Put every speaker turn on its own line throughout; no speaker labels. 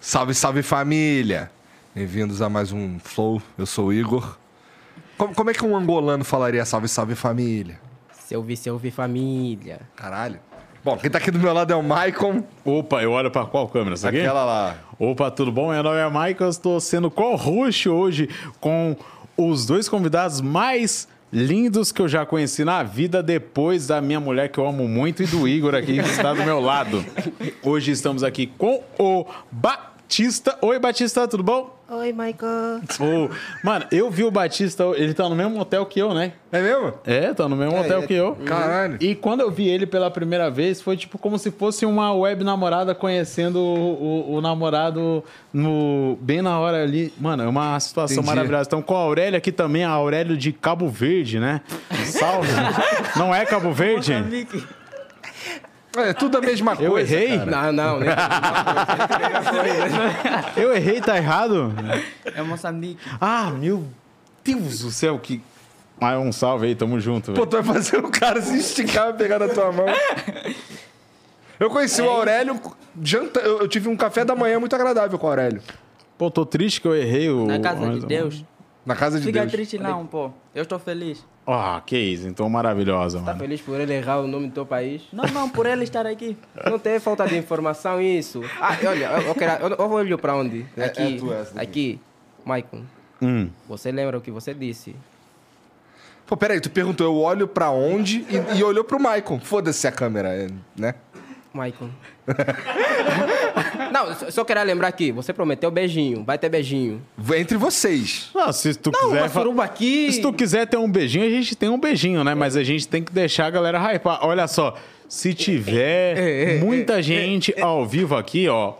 Salve, salve família! Bem-vindos a mais um Flow, eu sou o Igor. Como, como é que um angolano falaria salve, salve família?
Selvi, selvi família.
Caralho. Bom, quem tá aqui do meu lado é o Maicon,
Opa, eu olho pra qual câmera? Essa Tá aqui?
aquela lá.
Opa, tudo bom? Meu nome é Michael, estou sendo co-host hoje com os dois convidados mais lindos que eu já conheci na vida, depois da minha mulher que eu amo muito e do Igor aqui que está do meu lado. Hoje estamos aqui com o Batista. Oi, Batista, tudo bom?
Oi, Michael.
Ô, mano, eu vi o Batista, ele tá no mesmo hotel que eu, né?
É mesmo?
É, tá no mesmo hotel
é-
que eu.
caralho.
E quando eu vi ele pela primeira vez, foi tipo como se fosse uma web namorada conhecendo o, o- o namorado no bem na hora ali. Mano, é uma situação
Entendi.
maravilhosa. Então, com a Aurélia aqui também, a Aurélia de Cabo Verde, né? Salve. Não é Cabo Verde?
É tudo a mesma coisa.
Eu errei?
Não, não, né?
Eu errei, tá errado?
É Moçambique.
Ah, meu Deus do céu, que. Mas um salve aí, tamo junto.
Pô,
velho.
tu vai fazer o cara se esticar e pegar na tua mão. Eu
É
conheci o Aurélio janta, eu, eu tive um café da manhã muito agradável com o Aurélio.
Pô, tô triste que eu errei o.
Na casa de Deus.
Na casa de
Fica
Deus.
triste não, pô. Eu estou feliz.
Ah, que isso, então maravilhosa,
Tá
mano.
feliz por ele errar o nome do teu país?
Não, não, por ele estar aqui.
Não tem falta de informação isso. Ah, e olha, eu, eu, quero, eu, eu olho pra onde?
É-
Aqui,
é tu essa daqui.
aqui. Maicon,
Hum.
você lembra o que você disse?
Pô, peraí, tu perguntou, eu olho pra onde e, e olhou pro Maicon. Foda-se a câmera, é, né?
Maicon. não, só, só quero lembrar aqui, você prometeu beijinho, vai ter beijinho.
Entre vocês.
Não, Ah, se tu
Não,
quiser.
uma
fa-
suruba aqui.
Se tu quiser ter um beijinho, a gente tem um beijinho, né? Mas a gente tem que deixar a galera hypar. Olha só, se tiver muita gente ao vivo aqui, ó.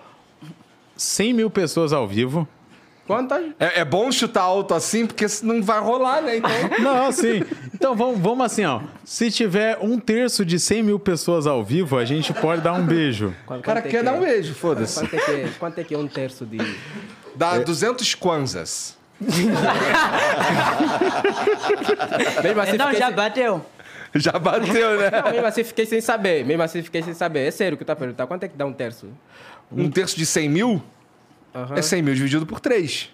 100 mil pessoas ao vivo.
Quantas?
É, é bom chutar alto assim, porque não vai rolar, né? Então,
Não, assim. Então vamos, vamos assim, ó. Se tiver um terço de 100 mil pessoas ao vivo, a gente pode dar um beijo.
o cara quer dar um beijo, foda-se.
é Quanto é que, quanto é, que é um terço de...
Dá 200 kwanzas.
Mesmo assim,
Então
fiquei
já
sem-
bateu.
Já bateu, né?
Não, mesmo assim fiquei sem saber. Mesmo assim fiquei sem saber. É sério que tá perguntando. Quanto é que dá um terço?
Um terço de 100 mil
Aham.
é 100 mil dividido por 3.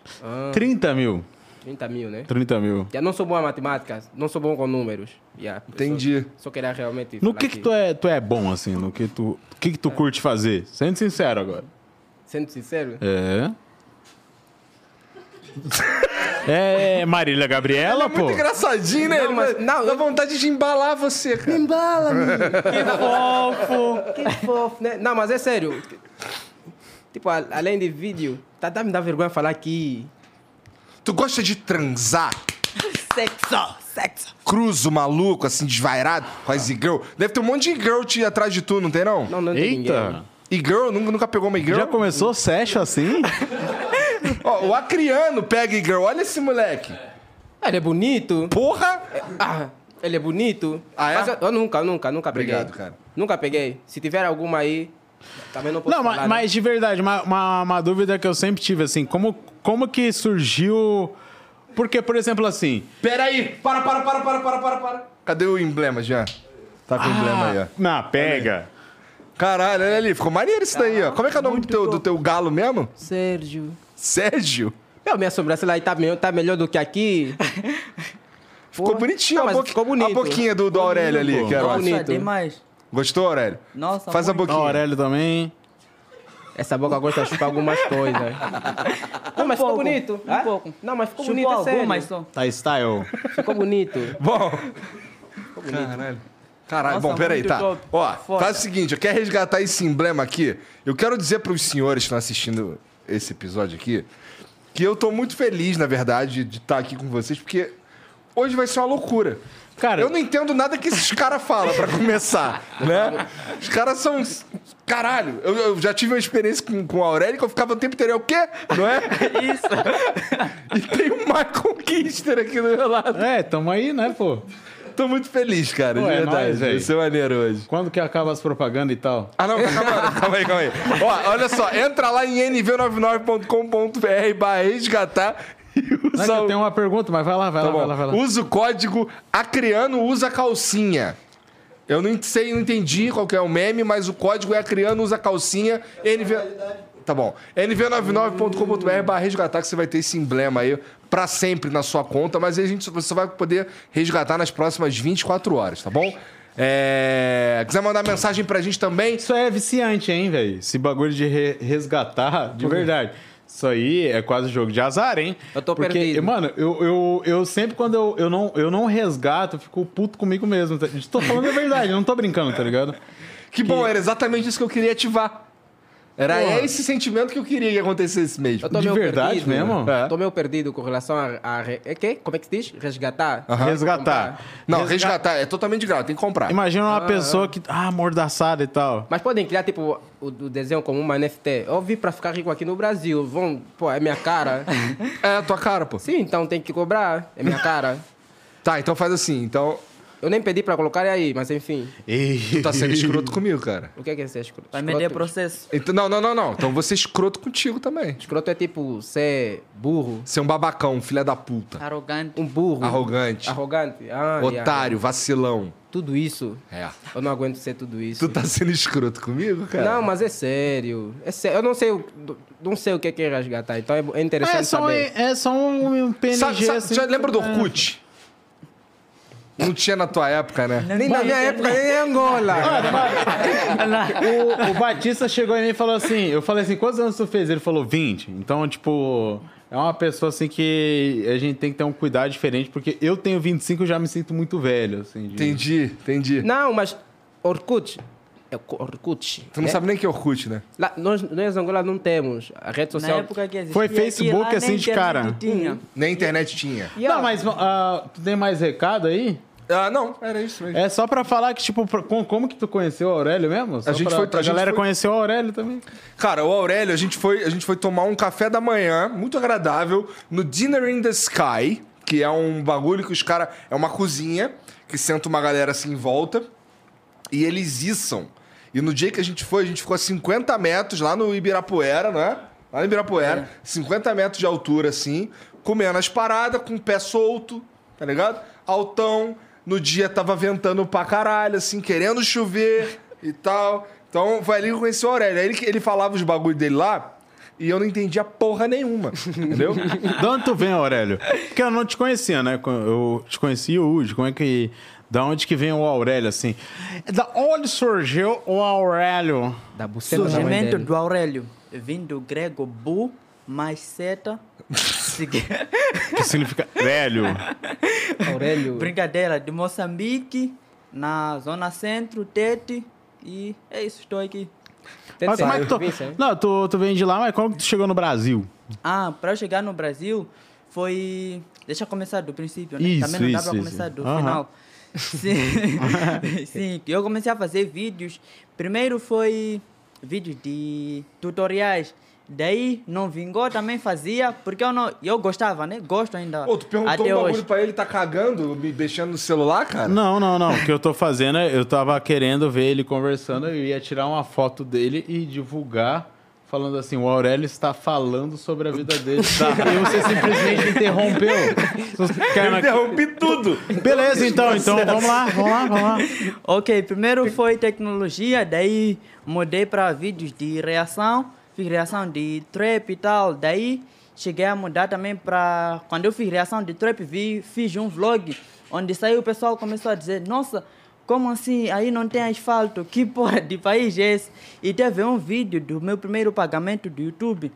30 mil.
30 mil, né?
30 mil.
Já não sou bom em matemática, não sou bom com números. Yeah, eu
Entendi.
Só, só queria realmente.
No
falar
que, que tu, é, tu é bom, assim? No que tu, o que, que tu curte fazer? Sendo sincero agora.
Sendo sincero,
É. É, Marília Gabriela, pô.
é Muito engraçadinho, né?
É,
Não,
Ele
mas-
vai-
não,
dá
eu-
vontade de embalar você, cara.
que fofo, né? Não, mas é sério. Tipo, a- além de vídeo, tá, tá me dá vergonha falar aqui.
Tu gosta de transar?
Sexo, sexo.
Cruzo, maluco, assim, desvairado, com as e-girl. Deve ter um monte de girl te atrás de tu, não tem, não?
Não, não tem ninguém.
Eita.
E-girl? Nunca, nunca pegou uma
Já
e-girl?
começou o session assim?
Ó, o acriano pega e-girl. Olha esse moleque.
Ah, Ele é bonito.
Porra!
Ah, ele é bonito.
Ah, é?
Mas eu, eu nunca, nunca, nunca peguei.
Obrigado, cara.
Nunca peguei. Se tiver alguma aí, também não posso
Não,
falar.
mas,
né?
mas de verdade, uma, uma, uma dúvida que eu sempre tive, assim, como, como que surgiu... Porque, por exemplo, assim...
Pera aí! Para, para, para, para, para, para, para. Cadê o emblema, Jean? Tá com o
Ah.
emblema aí, ó.
Na Ah, pega.
Caralho, olha ali, ficou maneiro isso daí, ó. Como é que é o nome do teu, do teu galo mesmo?
Sérgio.
Sérgio?
Meu, minha sobrancelha aí tá melhor, tá melhor do que aqui.
Ficou
Porra.
bonitinho um
Não,
a,
mas
boqui-
ficou bonito.
a boquinha do, do Aurélio ali,
lindo,
que era o
Nossa,
Aurélio.
bonito.
demais.
Gostou, Aurélio?
Nossa,
Faz a
muito.
Ó, O
boquinha.
Aurélio também.
Essa boca gosta de chupar algumas coisas. Não, mas ficou
pouco,
bonito.
um
Hã?
pouco.
Não, mas ficou
Chupou
bonito, é
algumas
sério.
só.
Tá style.
Ficou bonito.
Bom. Caralho. Caralho,
Nossa,
bom, peraí,
muito
tá.
top.
Ó,
Foda.
faz o seguinte, eu quero resgatar esse emblema aqui. Eu quero dizer pros senhores que estão assistindo esse episódio aqui que eu tô muito feliz, na verdade, de estar aqui com vocês, porque hoje vai ser uma loucura.
Cara-
eu não entendo nada que esses caras falam pra começar, né? Os caras são. Caralho, eu, eu já tive uma experiência com, com a Aurélia que eu ficava o tempo inteiro, é o quê? Não é?
Isso.
E tem o Michael Kister aqui do meu lado.
É, tamo aí, né, pô?
Tô muito feliz, cara,
Pô,
de
é
verdade.
nóis, véi.
Vai ser maneiro hoje.
Quando que acaba as propagandas e tal?
Ah, não, tá acabando. calma aí, calma aí. Ó, olha só, entra lá em nv99.com.br barra resgatar e
Não é que
usa
eu
o...
tenho uma pergunta, mas vai lá, vai
Tá
lá, vai
bom.
lá, vai lá.
Usa o código Acriano usa calcinha. Eu não sei, não entendi qual que é o meme, mas o código é Acriano usa calcinha. NV... Tá bom. nv99.com.br barra resgatar que você vai ter esse emblema aí pra sempre na sua conta, mas aí a gente só- você só vai poder resgatar nas próximas 24 horas, tá bom? É... Quiser mandar mensagem pra gente também?
Isso é viciante, hein, velho? Esse bagulho de re- resgatar, de verdade. Isso aí é quase jogo de azar, hein?
Eu tô
Porque,
perdido.
Mano, eu, eu, eu sempre quando eu, eu, não, eu não resgato, eu fico puto comigo mesmo. tá? Tô falando a verdade, eu não tô brincando, tá ligado?
Que bom, era exatamente isso que eu queria ativar. Era
Porra.
esse sentimento que eu queria que acontecesse mesmo.
Eu tô
De
meio
verdade
perdido.
mesmo?
É.
Tô meio perdido com relação a... a re- é que? Como é que se diz? Resgatar?
Resgatar.
Não, resgatar é totalmente de graça, tem que comprar.
Imagina uma pessoa que. Ah, mordaçada e tal.
Mas podem criar, tipo, o, o desenho como uma NFT. Eu vim pra ficar rico aqui no Brasil. Vão, pô, é minha cara.
É a tua cara, pô.
Sim, então tem que cobrar. É minha cara.
Tá, então faz assim. Então,
Eu nem pedi pra colocar aí, mas enfim.
E...
tu tá sendo escroto comigo, cara.
O que é que é ser escroto?
Vai me dar
Escroto-
processo.
Então, não, não, não, não. Então você é escroto contigo também.
Escroto é tipo ser burro.
Você é um babacão, um filha da puta.
Arrogante.
Um burro.
Arrogante.
Arrogante. Ah, yeah.
Otário, vacilão.
Tudo isso.
É.
Eu não aguento ser tudo isso.
Tu tá sendo escroto comigo, cara?
Não, mas é sério. É sério. Eu não sei, o- não sei o que é que é resgatar, então é- é interessante
É só, um-
saber.
é só um um PNG.
Sabe, sabe,
assim,
já lembra do
é.
Orkut? Não tinha na tua época, né?
Nem na minha época, nem em Angola.
Mano, mano, o, o Batista chegou em mim e falou assim: Eu falei assim, quantos anos tu fez? Ele falou 20. Então, tipo, é uma pessoa assim que a gente tem que ter um cuidado diferente, porque eu tenho 25 e já me sinto muito velho, assim. de-
Entendi, entendi.
Não, mas Orkut. É co- Orkut.
Tu não
né?
sabe nem que é Orkut, né?
Lá, nós, nós em Angola não temos. A rede
Na
social.
época que existia.
Foi
aqui,
Facebook,
lá nem
assim, de
internet
cara.
Tinha.
Nem internet tinha.
Yeah.
Não, mas ah, tu tem mais recado aí?
Ah, não, era isso mesmo.
É só pra falar que, tipo, pra- com- como que tu conheceu o Aurélio mesmo? Só
A gente
pra,
foi-
pra
a gente
galera
foi-
conheceu o Aurélio também.
Cara, o Aurélio, a gente foi, a gente foi tomar um café da manhã, muito agradável, no Dinner in the Sky, que é um bagulho que os caras. É uma cozinha que senta uma galera assim em volta e eles içam. E no dia que a gente foi, a gente ficou a 50 metros lá no Ibirapuera, né? Lá no Ibirapuera, 50 metros de altura assim, comendo as paradas, com o pé solto, tá ligado? Altão. No dia tava ventando pra caralho, assim, querendo chover e tal. Então foi ali que eu conheci o Aurélio. Aí ele, ele falava os bagulhos dele lá e eu não entendia porra nenhuma, entendeu?
De onde tu vem, Aurélio? Porque eu não te conhecia, né? Eu te conheci hoje. Como é que. Da onde que vem o Aurélio, assim? Da onde surgiu o Aurélio?
Da buceta da mãe
Surgimento
dele.
do Aurélio. Vindo do grego bu mais seta. Segui-
Que significa velho.
Aurélio.
Brincadeira de Moçambique, na zona centro, Tete. E é isso, estou aqui.
Tem
Mas
que
como é
ser
que tu.
província, hein?
Não, tu, tu vem de lá, mas como que tu chegou no Brasil?
Ah, para eu chegar no Brasil foi. Deixa eu começar do princípio, né?
Isso,
Também não dá
isso,
pra
isso.
começar do
Aham.
final. Sim. Sim, eu comecei a fazer vídeos. Primeiro foi vídeos de tutoriais Daí não vingou, também fazia, porque eu não. Eu gostava, né? Gosto ainda.
Ô, tu perguntou
até
um bagulho
hoje.
pra ele, tá cagando, me mexendo no celular, cara?
Não, não, não. O que eu tô fazendo é, eu tava querendo ver ele conversando, eu ia tirar uma foto dele e divulgar, falando assim, o Aurélio está falando sobre a vida dele. E você simplesmente interrompeu.
Eu interrompi tudo.
Beleza, então, então vamos lá, vamos lá, vamos lá.
Ok, primeiro foi tecnologia, daí mudei para vídeos de reação, fiz reação de trap e tal, daí cheguei a mudar também para quando eu fiz reação de trap, vi, fiz um vlog onde saiu o pessoal começou a dizer, nossa, como assim? Aí não tem asfalto, que porra de país é esse? E teve um vídeo do meu primeiro pagamento do YouTube.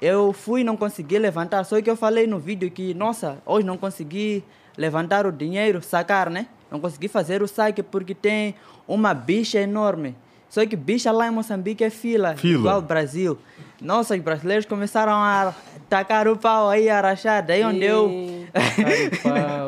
Eu fui e não consegui levantar, só que eu falei no vídeo que, nossa, hoje não consegui levantar o dinheiro, sacar, né? Não consegui fazer o saque porque tem uma bicha enorme. Só que bicha lá em Moçambique é fila,
Fila.
igual ao Brasil. Nossa, os brasileiros começaram a tacar o pau aí, a rachar. Daí onde eu...
tá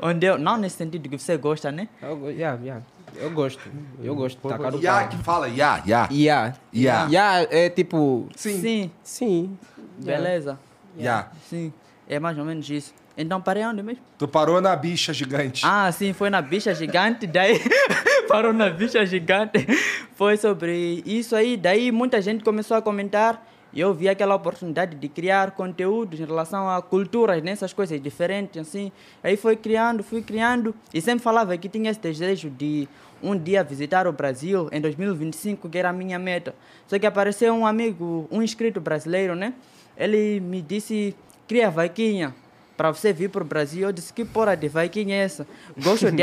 onde eu... Não nesse sentido que você gosta, né?
Eu, go- yeah, yeah. eu gosto. Eu gosto de tacar o
Ya,
pau.
que fala, ya, ya.
Yeah.
Ya.
Yeah, é tipo...
Sim,
Sim.
Sim.
Beleza.
ya.
Sim. É mais ou menos isso. Então parei onde mesmo?
Tu parou na bicha gigante.
Ah, sim, foi na bicha gigante, daí parou na bicha gigante. Foi sobre isso aí, daí muita gente começou a comentar e eu vi aquela oportunidade de criar conteúdos em relação a culturas, nessas coisas diferentes, assim. Aí foi criando, fui criando e sempre falava que tinha esse desejo de um dia visitar o Brasil em 2025, que era a minha meta. Só que apareceu um amigo, um inscrito brasileiro, né? Ele me disse, cria vaquinha para você vir para o Brasil. Eu disse, que porra de vaquinha é essa? Gosto de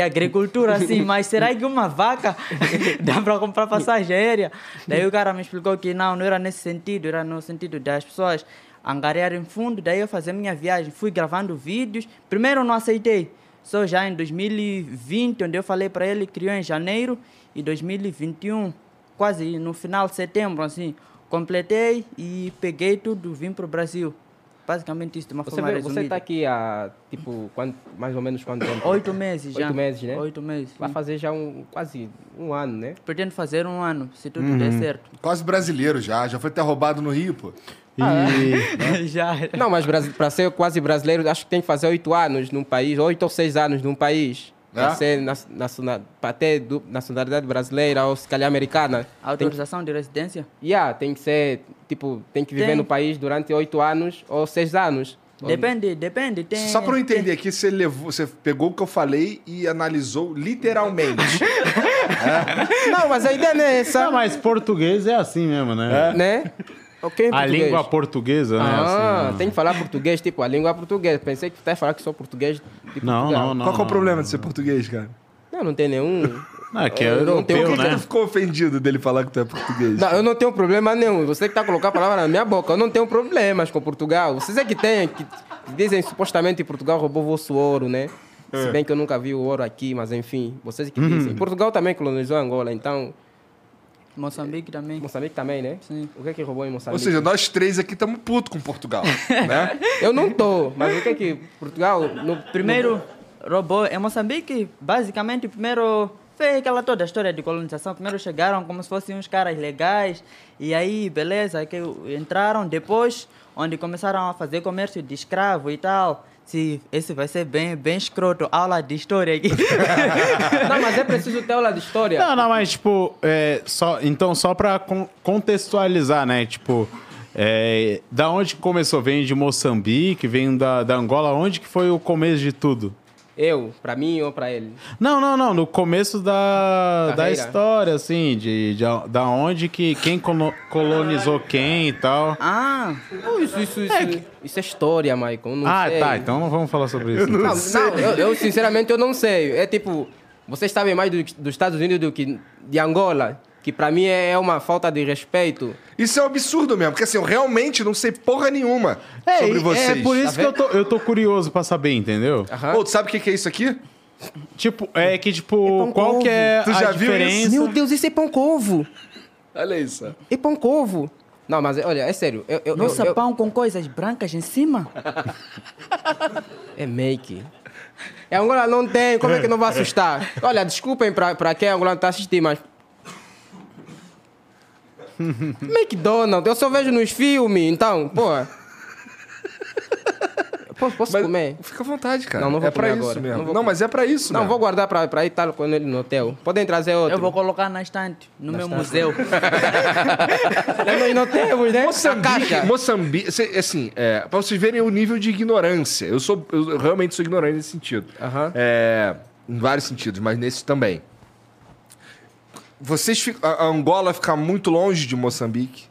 agricultura, assim, mas será que uma vaca dá para comprar passagem aérea? Daí o cara me explicou que não, não era nesse sentido, era no sentido das pessoas angariarem fundo. Daí eu fazer minha viagem, fui gravando vídeos. Primeiro eu não aceitei, só já em 2020, onde eu falei para ele, criou em janeiro e 2021, quase no final de setembro, assim. Completei e peguei tudo, vim para o Brasil. Basicamente isso, de uma
Você,
forma
veio,
resumida.
você tá aqui há, tipo, quanto, mais ou menos quanto tempo?
Oito meses já.
Oito meses, né?
Oito meses.
Vai
sim.
fazer já um, quase um ano, né?
Pretendo fazer um ano, se tudo der certo.
Quase brasileiro já. Já foi até roubado no Rio, pô.
E
já.
Não, mas para ser quase brasileiro, acho que tem que fazer oito anos num país, oito ou seis anos num país.
É?
Pra, ser na, naciona- pra ter du- nacionalidade brasileira ou se calhar americana. Tem que,
Autorização de residência?
yeah, tem que ser, tipo, tem que viver
Tem.
no país durante oito anos ou seis anos.
Depende, depende. Tem,
Só pra eu entender aqui, você, levou, você pegou o que eu falei e analisou literalmente.
Não, mas a ideia não é essa,
Não, Ah, mas português é assim mesmo, né?
né? Ok, em
A
português.
língua portuguesa, né?
Ah,
assim, né?
tem que falar português, tipo, a língua portuguesa. Pensei que tu ia falar que sou português tipo, de
Não,
Portugal.
não, não.
Qual que é o
não.
problema de ser português, cara?
Não, não tem nenhum.
Não, é que é
Eu não tenho
Por
europeu,
que que
né?
tu ficou ofendido dele falar que tu é português?
Não, eu não tenho problema nenhum. Você que tá colocando a palavra na minha boca. Eu não tenho problemas com Portugal. Vocês é que têm, que dizem supostamente Portugal roubou vosso ouro, né?
É.
Se bem que eu nunca vi o ouro aqui, mas enfim, vocês que
Uhum.
dizem. Portugal também colonizou Angola, então
Moçambique também.
Moçambique também, né?
Sim.
O que é que roubou em
Ou
Moçambique?
seja, nós três aqui estamos putos com Portugal, né?
Eu não tô, mas o que é que Portugal no
Primeiro, roubou em Moçambique, basicamente, primeiro fez aquela toda a história de colonização. Primeiro chegaram como se fossem uns caras legais, e aí, beleza, que entraram depois, onde começaram a fazer comércio de escravo e tal. Se, esse vai ser bem, bem escroto, aula de história aqui.
Não, mas é preciso ter aula de história.
Não, não, mas tipo, é, só, então só pra con- contextualizar, né? Tipo, é, da onde que começou? Vem de Moçambique, vem da, da Angola, onde que foi o começo de tudo?
Eu, pra mim ou pra ele?
Não, não, não, no começo da, da
Carreira.
história, assim, de, de a- da onde que, quem colo- colonizou quem e tal.
ah,
Não, isso, isso, isso. Isso é história, Michael. Não
Ah,
sei.
tá, então não vamos falar sobre isso. então.
Não,
é-
não, eu, eu, sinceramente eu não sei. É tipo, vocês sabem mais do- dos Estados Unidos do que de Angola, que pra mim é uma falta de respeito.
Isso é um absurdo mesmo, porque assim, eu realmente não sei porra nenhuma sobre
e-
vocês.
é por isso que eu tô, eu tô curioso pra saber, entendeu?
Aham.
Ô, tu sabe o que que é isso aqui?
Tipo, é que, tipo,
pão
qual
com
que é
Tu
a
já viu isso?
diferença?
Meu Deus, isso é pão com ovo.
Olha isso.
É pão com ovo. Não, mas olha, é sério. Eu, eu,
nossa,
eu, eu-
pão com coisas brancas em cima?
É make. É Angola não tem, como é que não vai assustar? Olha, desculpem pra, pra quem é angolano tá assistindo, mas. McDonald's, eu só vejo nos filmes, então, pô. Pô, posso
Mas
comer?
Fica à vontade, cara.
Não, não vou
é pra
comer
isso
agora.
mesmo.
Não
Não,
vou
mas é pra isso
Não,
mesmo.
vou guardar pra, pra ir estar com ele no hotel. Podem trazer outro.
Eu vou colocar na estante, no meu museu.
Nós não temos, né? A
Moçambique,
caixa.
Moçambique cê- assim, é, pra vocês verem o nível de ignorância. Eu sou, eu realmente sou ignorante nesse sentido.
Aham.
É, em vários sentidos, mas nesse também. Vocês fi- a a Angola fica muito longe de Moçambique?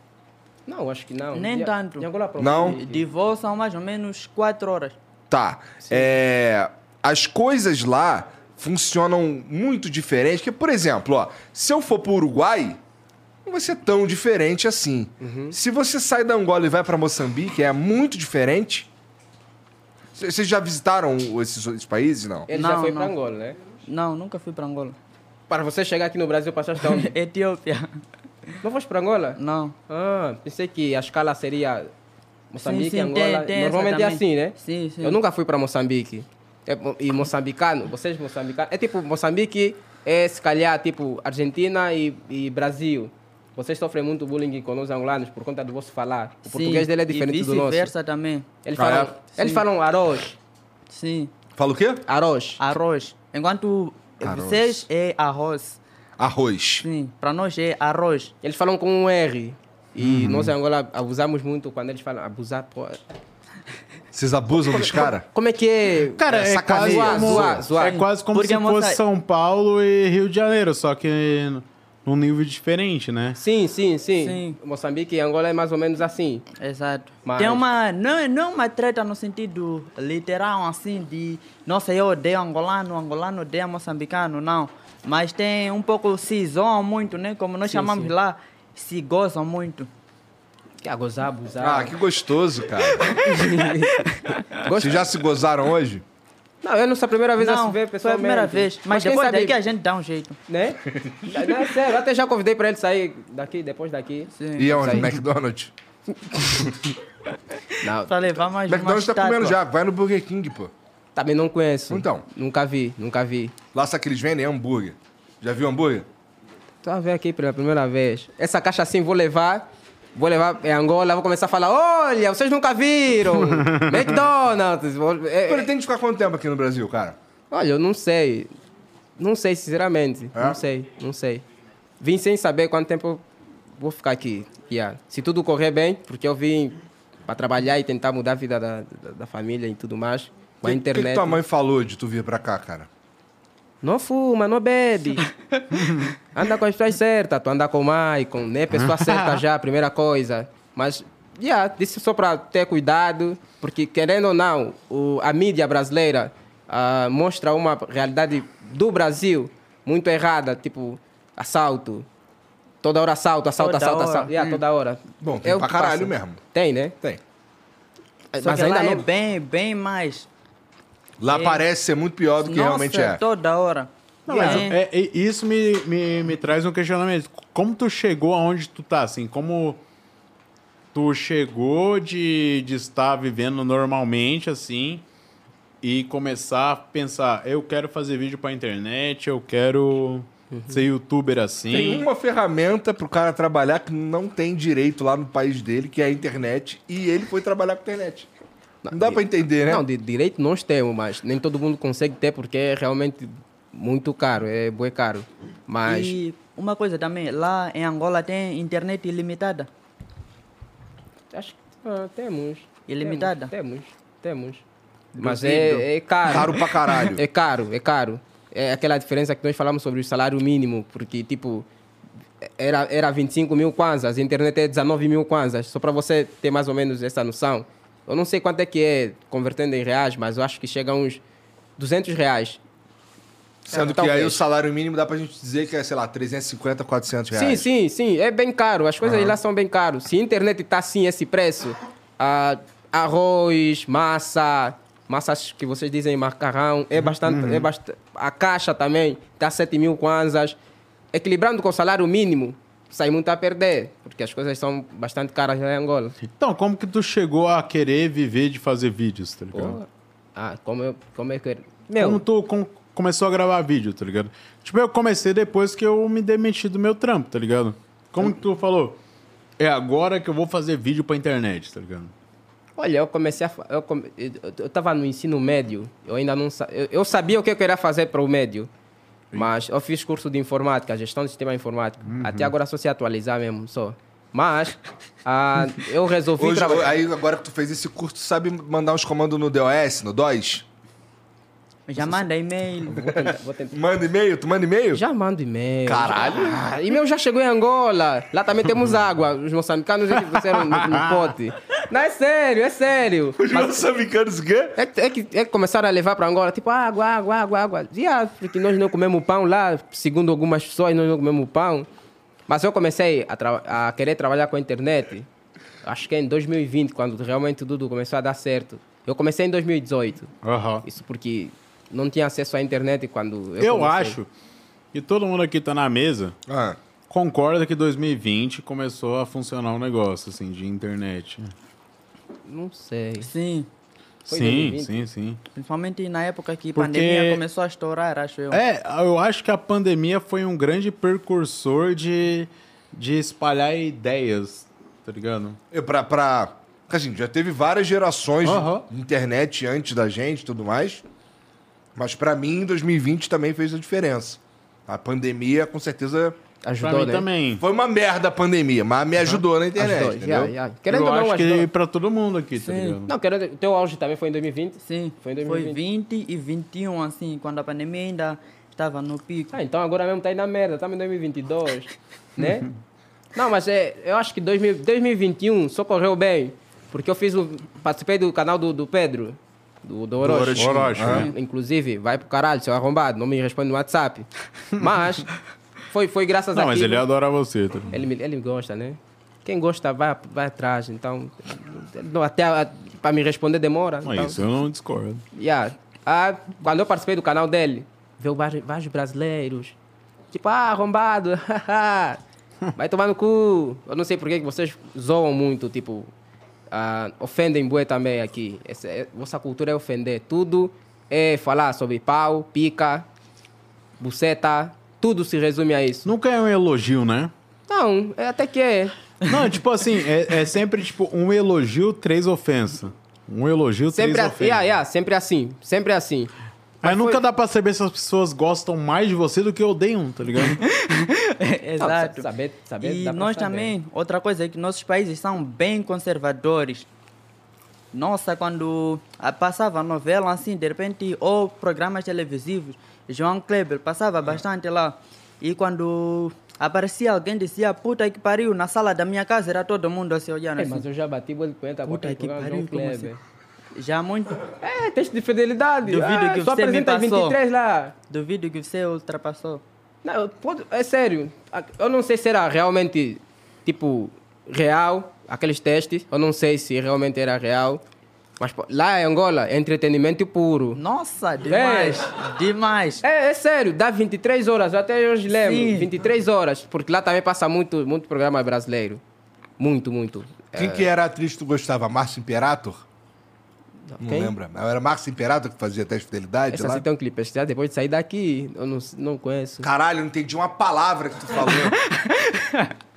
Não, acho que não.
Nem
De-
tanto.
de Angola pra
Não?
Moçambique.
De voo são mais ou menos 4 horas.
Tá. É, as coisas lá funcionam muito diferente. Porque, por exemplo, ó, se eu for pro Uruguai, não vai ser tão diferente assim. Se você sai da Angola e vai para Moçambique, é muito diferente. C- Vocês já visitaram o- esses outros países, não?
Ele já
Não,
foi
não.
pra Angola, né?
Não, nunca fui para Angola.
Para você chegar aqui no Brasil, passaste a onde?
Etiópia.
não foste pra Angola?
Não.
Ah, pensei que a escala seria Moçambique,
Sim, sim, tem-
Angola.
tem essa
Normalmente é
também.
assim, né?
Sim, sim.
Eu nunca fui para Moçambique. É, mo- e moçambicano, vocês moçambicanos. É tipo, Moçambique é se calhar tipo Argentina e, e Brasil. Vocês sofrem muito bullying com os angolanos por conta do vosso falar. O
Sim,
português dele é diferente
e
do nosso.
vice-versa também.
Eles
Ah,
falam,
é?
eles
Sim.
falam arroz.
Sim.
Fala o quê?
Arroz.
Arroz. Enquanto
Arroz.
vocês é arroz.
Arroz.
Sim. Para nós é arroz.
Eles falam com um R. E nós em Angola abusamos muito quando eles falam abusar. Pô.
Vocês abusam dos caras?
Como é que é?
Cara, é,
sacaneia,
quase como,
zoar, zoar.
é quase como
Porque
se
a moça-
fosse São Paulo e Rio de Janeiro, só que num nível diferente, né?
Sim, sim, sim,
Sim.
Moçambique e Angola é mais ou menos assim.
Exato.
Mas-
Tem uma. Não, não é uma treta no sentido literal, assim, de. Nossa, eu odeio angolano, angolano odeia moçambicano, não. Mas tem um pouco. Se zoam muito, né? Como nós chamamos lá. Se gozam muito.
Que é gozar, abusar.
Ah, que gostoso, cara. Vocês já se gozaram hoje?
Não, eu não sou a primeira vez a
não,
se ver
foi a
pessoalmente.
primeira vez. Mas,
quem
depois
sabe,
daí que a gente dá um jeito.
Né? Não, é sério, até já convidei para ele sair daqui, depois daqui.
Sim.
E onde? McDonald's?
Não,
Pra levar mais
McDonald's tá
mais
comendo
estátua.
já. Vai no Burger King, pô.
também não conheço.
Então.
Nunca vi, nunca vi.
Lá só que eles vendem é hambúrguer. Já viu hambúrguer?
Tô a ver aqui pela primeira vez. Essa caixa assim vou levar. Vou levar em Angola, vou começar a falar: olha, vocês nunca viram! McDonald's! vou- é- é-
Ele tem de ficar quanto tempo aqui no Brasil, cara?
Olha, eu não sei. Não sei, sinceramente.
É?
Não sei, não sei. Vim sem saber quanto tempo eu vou ficar aqui. Yeah. Se tudo correr bem, porque eu vim para trabalhar e tentar mudar a vida da, da, da família e tudo mais. Com a
Que- O que,
internet.
que tua mãe falou de tu vir pra cá, cara?
Não fuma, não bebe. anda com as pessoas certas. Tu anda com o Maicon, né? Pessoa certa já, primeira coisa. Mas, yeah, disse só para ter cuidado, porque querendo ou não, o- a mídia brasileira ah, mostra uma realidade do Brasil muito errada, tipo assalto. Toda hora assalto, assalto,
Toda
assalto,
hora.
assalto. Yeah, toda hora.
Bom, tem
É o
pra
que
caralho mesmo.
Tem, né?
Tem.
Só
Mas
que
ainda
lá é
não-
bem, bem mais.
Lá parece ser muito pior do que
Nossa,
realmente é.
toda hora.
Não, mas
Tem-
é- é- isso me, me, me traz um questionamento. Como tu chegou aonde tu tá, assim? Como tu chegou de, de estar vivendo normalmente, assim, e começar a pensar, eu quero fazer vídeo pra internet, eu quero ser youtuber
Tem
assim.
uma ferramenta pro cara trabalhar que não tem direito lá no país dele, que é a internet, e ele foi trabalhar com a internet. Não dá pra entender, né?
Não, de direito nós temos, mas nem todo mundo consegue ter porque é realmente muito caro, é bué caro. Mas
E uma coisa também, lá em Angola tem internet ilimitada.
acho que ah, temos.
Ilimitada?
Temos, temos. Mas
Duvido.
é, é caro.
Caro pra caralho.
É caro, é caro. É aquela diferença que nós falamos sobre o salário mínimo, porque tipo era, era 25 mil kwanzas, a internet é 19 mil kwanzas, só para você ter mais ou menos essa noção. Eu não sei quanto é que é convertendo em reais, mas eu acho que chega a uns 200 reais.
Sendo que aí
talvez.
o salário mínimo dá pra gente dizer que é, sei lá, 350, 400 reais.
Sim, sim, sim. É bem caro. As coisas lá são bem caras. Se a internet tá assim, esse preço, ah, arroz, massa, massas que vocês dizem macarrão, é bastante, é bastante. A caixa também tá 7 mil kwanzas. Equilibrando com o salário mínimo, sai muito a perder, porque as coisas são bastante caras lá em Angola.
Então, como que tu chegou a querer viver de fazer vídeos, tá ligado?
Pô, Ah, como, eu, como é que. eu-
Como
Meu,
tu com- começou a gravar vídeo, tá ligado? Tipo, eu comecei depois que eu me demiti do meu trampo, tá ligado? Como que tu falou? é agora que eu vou fazer vídeo pra internet, tá ligado?
Olha, eu comecei a. fa- Eu, come- eu- eu tava no ensino médio, eu ainda não sa- eu, eu sabia o que eu queria fazer para o médio, mas eu fiz curso de informática, gestão de sistema informático.
Uhum.
Até agora é só se atualizar mesmo, só. Mas ah, eu resolvi
Hoje,
trabalhar.
aí, agora que tu fez esse curso, tu sabe mandar uns comandos no DOS, no DOS?
Já manda e-mail.
Vou tentar, vou tentar.
Manda e-mail? Tu manda e-mail?
Já mando e-mail.
Caralho.
Ah, e-mail já chegou em Angola. Lá também temos água. Os moçambicanos já trouxeram no, no pote. Não, é sério, é sério.
Os
Mas-
moçambicanos o quê?
É, que- é que, é que começaram a levar para Angola, tipo, água, água, água, água. E ah, porque nós não comemos pão lá, segundo algumas pessoas, nós não comemos pão. Mas eu comecei a, tra- a querer trabalhar com a internet, acho que é em 2020, quando realmente tudo começou a dar certo. Eu comecei em 2018.
Aham.
Isso porque não tinha acesso à internet quando eu
Eu,
comecei.
acho que todo mundo aqui tá na mesa
Ah,
concorda que 2020 começou a funcionar um negócio, assim, de internet.
Não sei.
Sim.
Foi
sim,
2020?
sim, sim.
Principalmente na época que a
Porque-
pandemia começou a estourar, acho
Então.
eu.
É, eu acho que a pandemia foi um grande precursor de, de espalhar ideias, tá ligado?
eu pra, pra... porque, Assim, já teve várias gerações
Aham.
de internet antes da gente e tudo mais. Mas pra mim, 2020 também fez a diferença. A pandemia, com certeza...
Pra
Ajudou,
mim
né?
também. é
Foi uma merda a pandemia, mas me ajudou na internet,
Ajudou,
entendeu?
já, já. Querendo
eu
ou não,
acho
ajudou.
que é pra todo mundo aqui, tá
Sim.
ligado?
Não, querendo... o teu auge também foi em 2020?
Sim.
Foi
Foi,
em
20 e 21, assim, quando a pandemia ainda estava no pico.
Ah, então agora mesmo tá aí na merda, estamos em 2022, né? Não, mas é, eu acho que 2000, 2021 só correu bem, porque eu fiz o, participei do canal do, do Pedro, do, do Orochi.
Orochi,
Orochi,
Ah.
né?
Inclusive, vai pro caralho, seu arrombado, não me responde no WhatsApp. Mas foi, foi graças
Não,
a
mas ele adora você, tá ligado?
ele, me- ele gosta, né? Quem gosta vai, vai atrás, então... não, Até para me responder demora.
Não,
então-
isso eu não discordo.
Yeah. Ah, quando eu participei do canal dele, veio vários, vários brasileiros. Tipo, ah, arrombado, haha, vai tomar no cu. Eu não sei por que que vocês zoam muito, tipo, ah, ofendem bué também aqui. Essa, é- vossa cultura é ofender. Tudo é falar sobre pau, pica, buceta, tudo se resume a isso.
Nunca é um elogio, né?
Não, é até que é.
Não, tipo assim, é, é sempre tipo um elogio, três ofensas. Um elogio,
Sempre,
três
a,
ofensas.
yeah, yeah, sempre assim, sempre assim.
Mas, nunca dá pra saber se as pessoas gostam mais de você do que odeiam, tá ligado?
Não,
Exato.
saber, saber
e
dá pra
nós
saber.
também, outra coisa é que nossos países são bem conservadores. Nossa, quando ah, passava novela assim, de repente, ou programas televisivos, João Kleber
É.
passava bastante lá. E quando aparecia alguém dizia, puta que pariu, na sala da minha casa era todo mundo assim olhando.
É,
assim.
mas eu já bati boi de punheta
Puta
contra o
que
programa João
pariu, como assim?
Kleber.
Já muito.
É, teste de fidelidade.
Duvido
ah,
que
só
você me
apresenta as
passou.
23 lá.
Duvido que você ultrapassou.
Não, eu posso- é sério. A- Eu não sei se era realmente, tipo, real, aqueles testes. Eu não sei se realmente era real. Mas pô, lá em Angola, é entretenimento puro.
Nossa, demais! Demais!
É, é sério, dá 23 horas, eu até hoje lembro.
Sim.
23 horas, porque lá também passa muito, muito programa brasileiro. Muito, muito.
Quem que era a atriz que tu gostava? Márcio Imperator? Não
Quem?
lembra. Era Márcio Imperator que fazia teste de fidelidade
Essa
lá?
assim tem um clipe, pesquisar depois de sair daqui, eu não, não conheço.
Caralho, eu não entendi uma palavra que tu falou.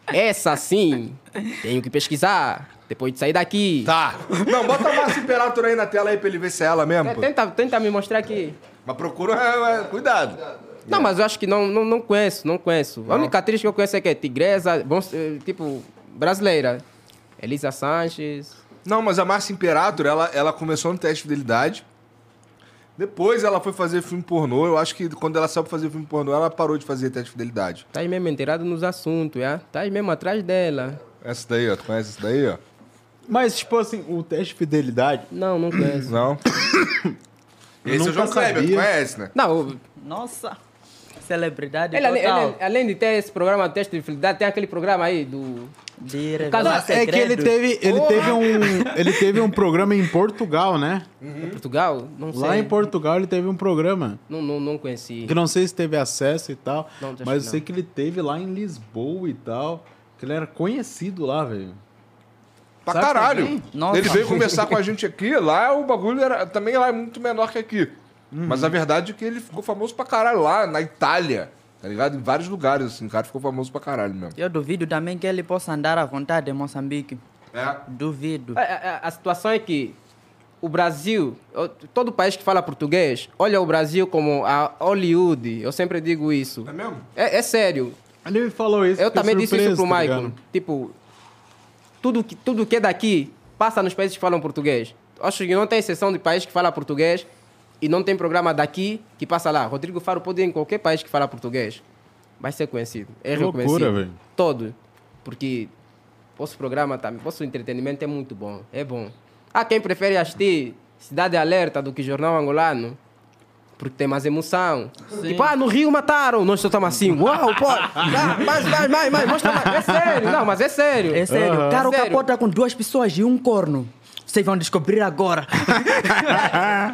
Essa sim, tenho que pesquisar depois de sair daqui.
tá. Não, bota o Márcio Imperator aí na tela aí pra ele ver se é ela mesmo,
É,
pô.
tenta, tenta me mostrar aqui.
Mas procura... é, é, Cuidado.
Não, mas eu acho que não, não, não conheço, não conheço. A única atriz que eu conheço é que é Tigresa, bom, eh, tipo, brasileira. Elisa Sanches.
Não, mas a Márcia Imperator, ela, ela começou no teste de fidelidade. Depois ela foi fazer filme pornô. Eu acho que quando ela saiu pra fazer filme pornô, ela parou de fazer teste de fidelidade.
Tá aí mesmo inteirado nos assuntos, já. Tá aí mesmo atrás dela.
Essa daí, ó. Tu conhece essa daí, ó?
Mas, tipo assim, o teste de fidelidade.
Não, não conheço.
Não? Esse é
nunca
o João Kleber, tu
sabia.
conhece, né?
Não, o-
Nossa! Celebridade
ele, ele-
total.
ele- além de ter esse programa de teste de fidelidade, tem aquele programa aí do...
De
caso-
revelar
é que ele
segredos.
teve, ele
Porra!
teve um. Ele teve um programa em Portugal, né?
de Portugal? Não sei.
Lá em Portugal ele teve um programa.
Não, não, não conheci.
Que não sei se teve acesso e tal.
Não, acho
mas
que
eu sei
não.
que ele teve lá em Lisboa e tal. Que ele era conhecido lá, velho.
Pra
Sabe
caralho.
também?
Nossa.
Ele veio conversar com a gente aqui, lá o bagulho era,
Uhum.
também lá é muito menor que aqui. Mas a verdade é que ele ficou famoso pra caralho lá na Itália. tá ligado? Em vários lugares, assim. O cara ficou famoso pra caralho mesmo.
Eu duvido também que ele possa andar à vontade em Moçambique.
É.
Duvido.
A, a- a situação é que o Brasil, o- todo país que fala português, olha o Brasil como a Hollywood. Eu sempre digo isso.
É mesmo?
É, é sério.
Ele me falou isso.
Eu
fiquei
também disse isso
surpreso,
pro
tá
Michael.
ligado?
tipo, tudo que, tudo que é daqui passa nos países que falam português. Acho que não tem exceção de país que fala português e não tem programa daqui que passa lá. Rodrigo Faro pode ir em qualquer país que fala português. Vai ser conhecido. É
Que loucura,
reconhecido.
velho.
Todo. Porque vosso programa também, vosso entretenimento é muito bom. É bom. Há quem prefere assistir Cidade Alerta do que Jornal Angolano. Porque tem mais emoção. Tipo, ah, no Rio mataram. Nós só estamos assim. Uau, pô. Ah, mais, mais, mais, mais. Mostra mais. É sério. Não, mas é sério.
É sério.
Aham.
Cara, o
Sério.
capota com duas pessoas e um corno. Vocês vão descobrir agora.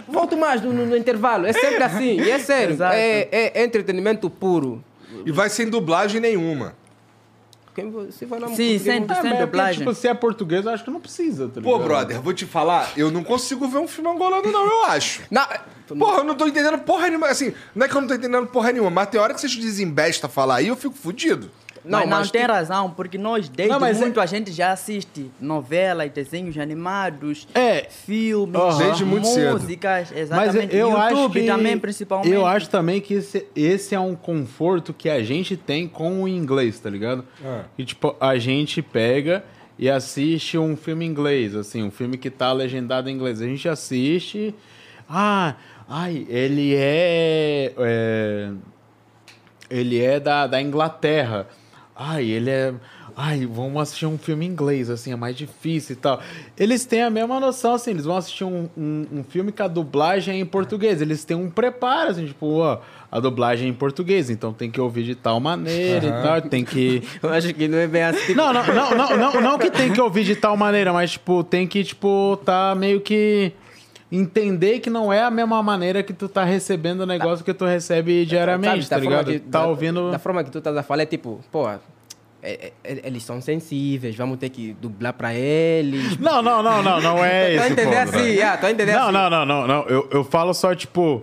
Volto mais no, no- no intervalo. É sempre assim. E é sério.
Exato.
É, é entretenimento puro.
E vai sem dublagem nenhuma.
Quem você vai lá no
Sim,
português-
sempre.
É,
Sem
mas é porque,
dublagem.
tipo, se é português, eu acho que não precisa, tá
Pô,
ligado?
brother, vou te falar, eu não consigo ver um filme angolano, não, eu acho.
Não,
Porra, eu não tô entendendo porra nenhuma. Assim, não é que eu não tô entendendo porra nenhuma, mas tem hora que vocês desembestam falar aí, eu fico fudido.
não,
mas não
mas
tem razão, porque nós desde
Não, mas é-
muito a gente já assiste novelas, desenhos animados,
É.
filmes,
Aham.
Desde muito cedo.
músicas,
Mas
exatamente.
eu acho
YouTube
que,
também, principalmente.
Eu acho também que esse, esse é um conforto que a gente tem com o inglês, tá ligado?
É.
E tipo, a gente pega e assiste um filme em inglês, assim, um filme que tá legendado em inglês. A gente assiste. Ah, ai, ele é. é, ele é da, da Inglaterra. Ai, ele é. Ai, vamos assistir um filme em inglês, assim, é mais difícil e tal. Eles têm a mesma noção, assim, eles vão assistir um, um, um filme com a dublagem é em português. Eles têm um preparo, assim, tipo, ó, a dublagem é em português, então tem que ouvir de tal maneira e tal, tem que.
Eu acho que não é bem assim.
Não, não, não, não, não, não que tem que ouvir de tal maneira, mas, tipo, tem que, tipo, tá meio que. Entender que não é a mesma maneira que tu tá recebendo o negócio que tu recebe diariamente,
É, Sabe,
tá
da forma
ligado?
que-
tá
da-
ouvindo.
Da forma que tu estás a falar, é tipo, pô, é- é- é- eles são sensíveis, vamos ter que dublar pra eles.
Não, não, não, não, não é
Tô
esse.
a entender
ponto,
assim,
velho.
ah, tô a entender
não,
assim.
não, não, não, não. Eu, eu falo só, tipo.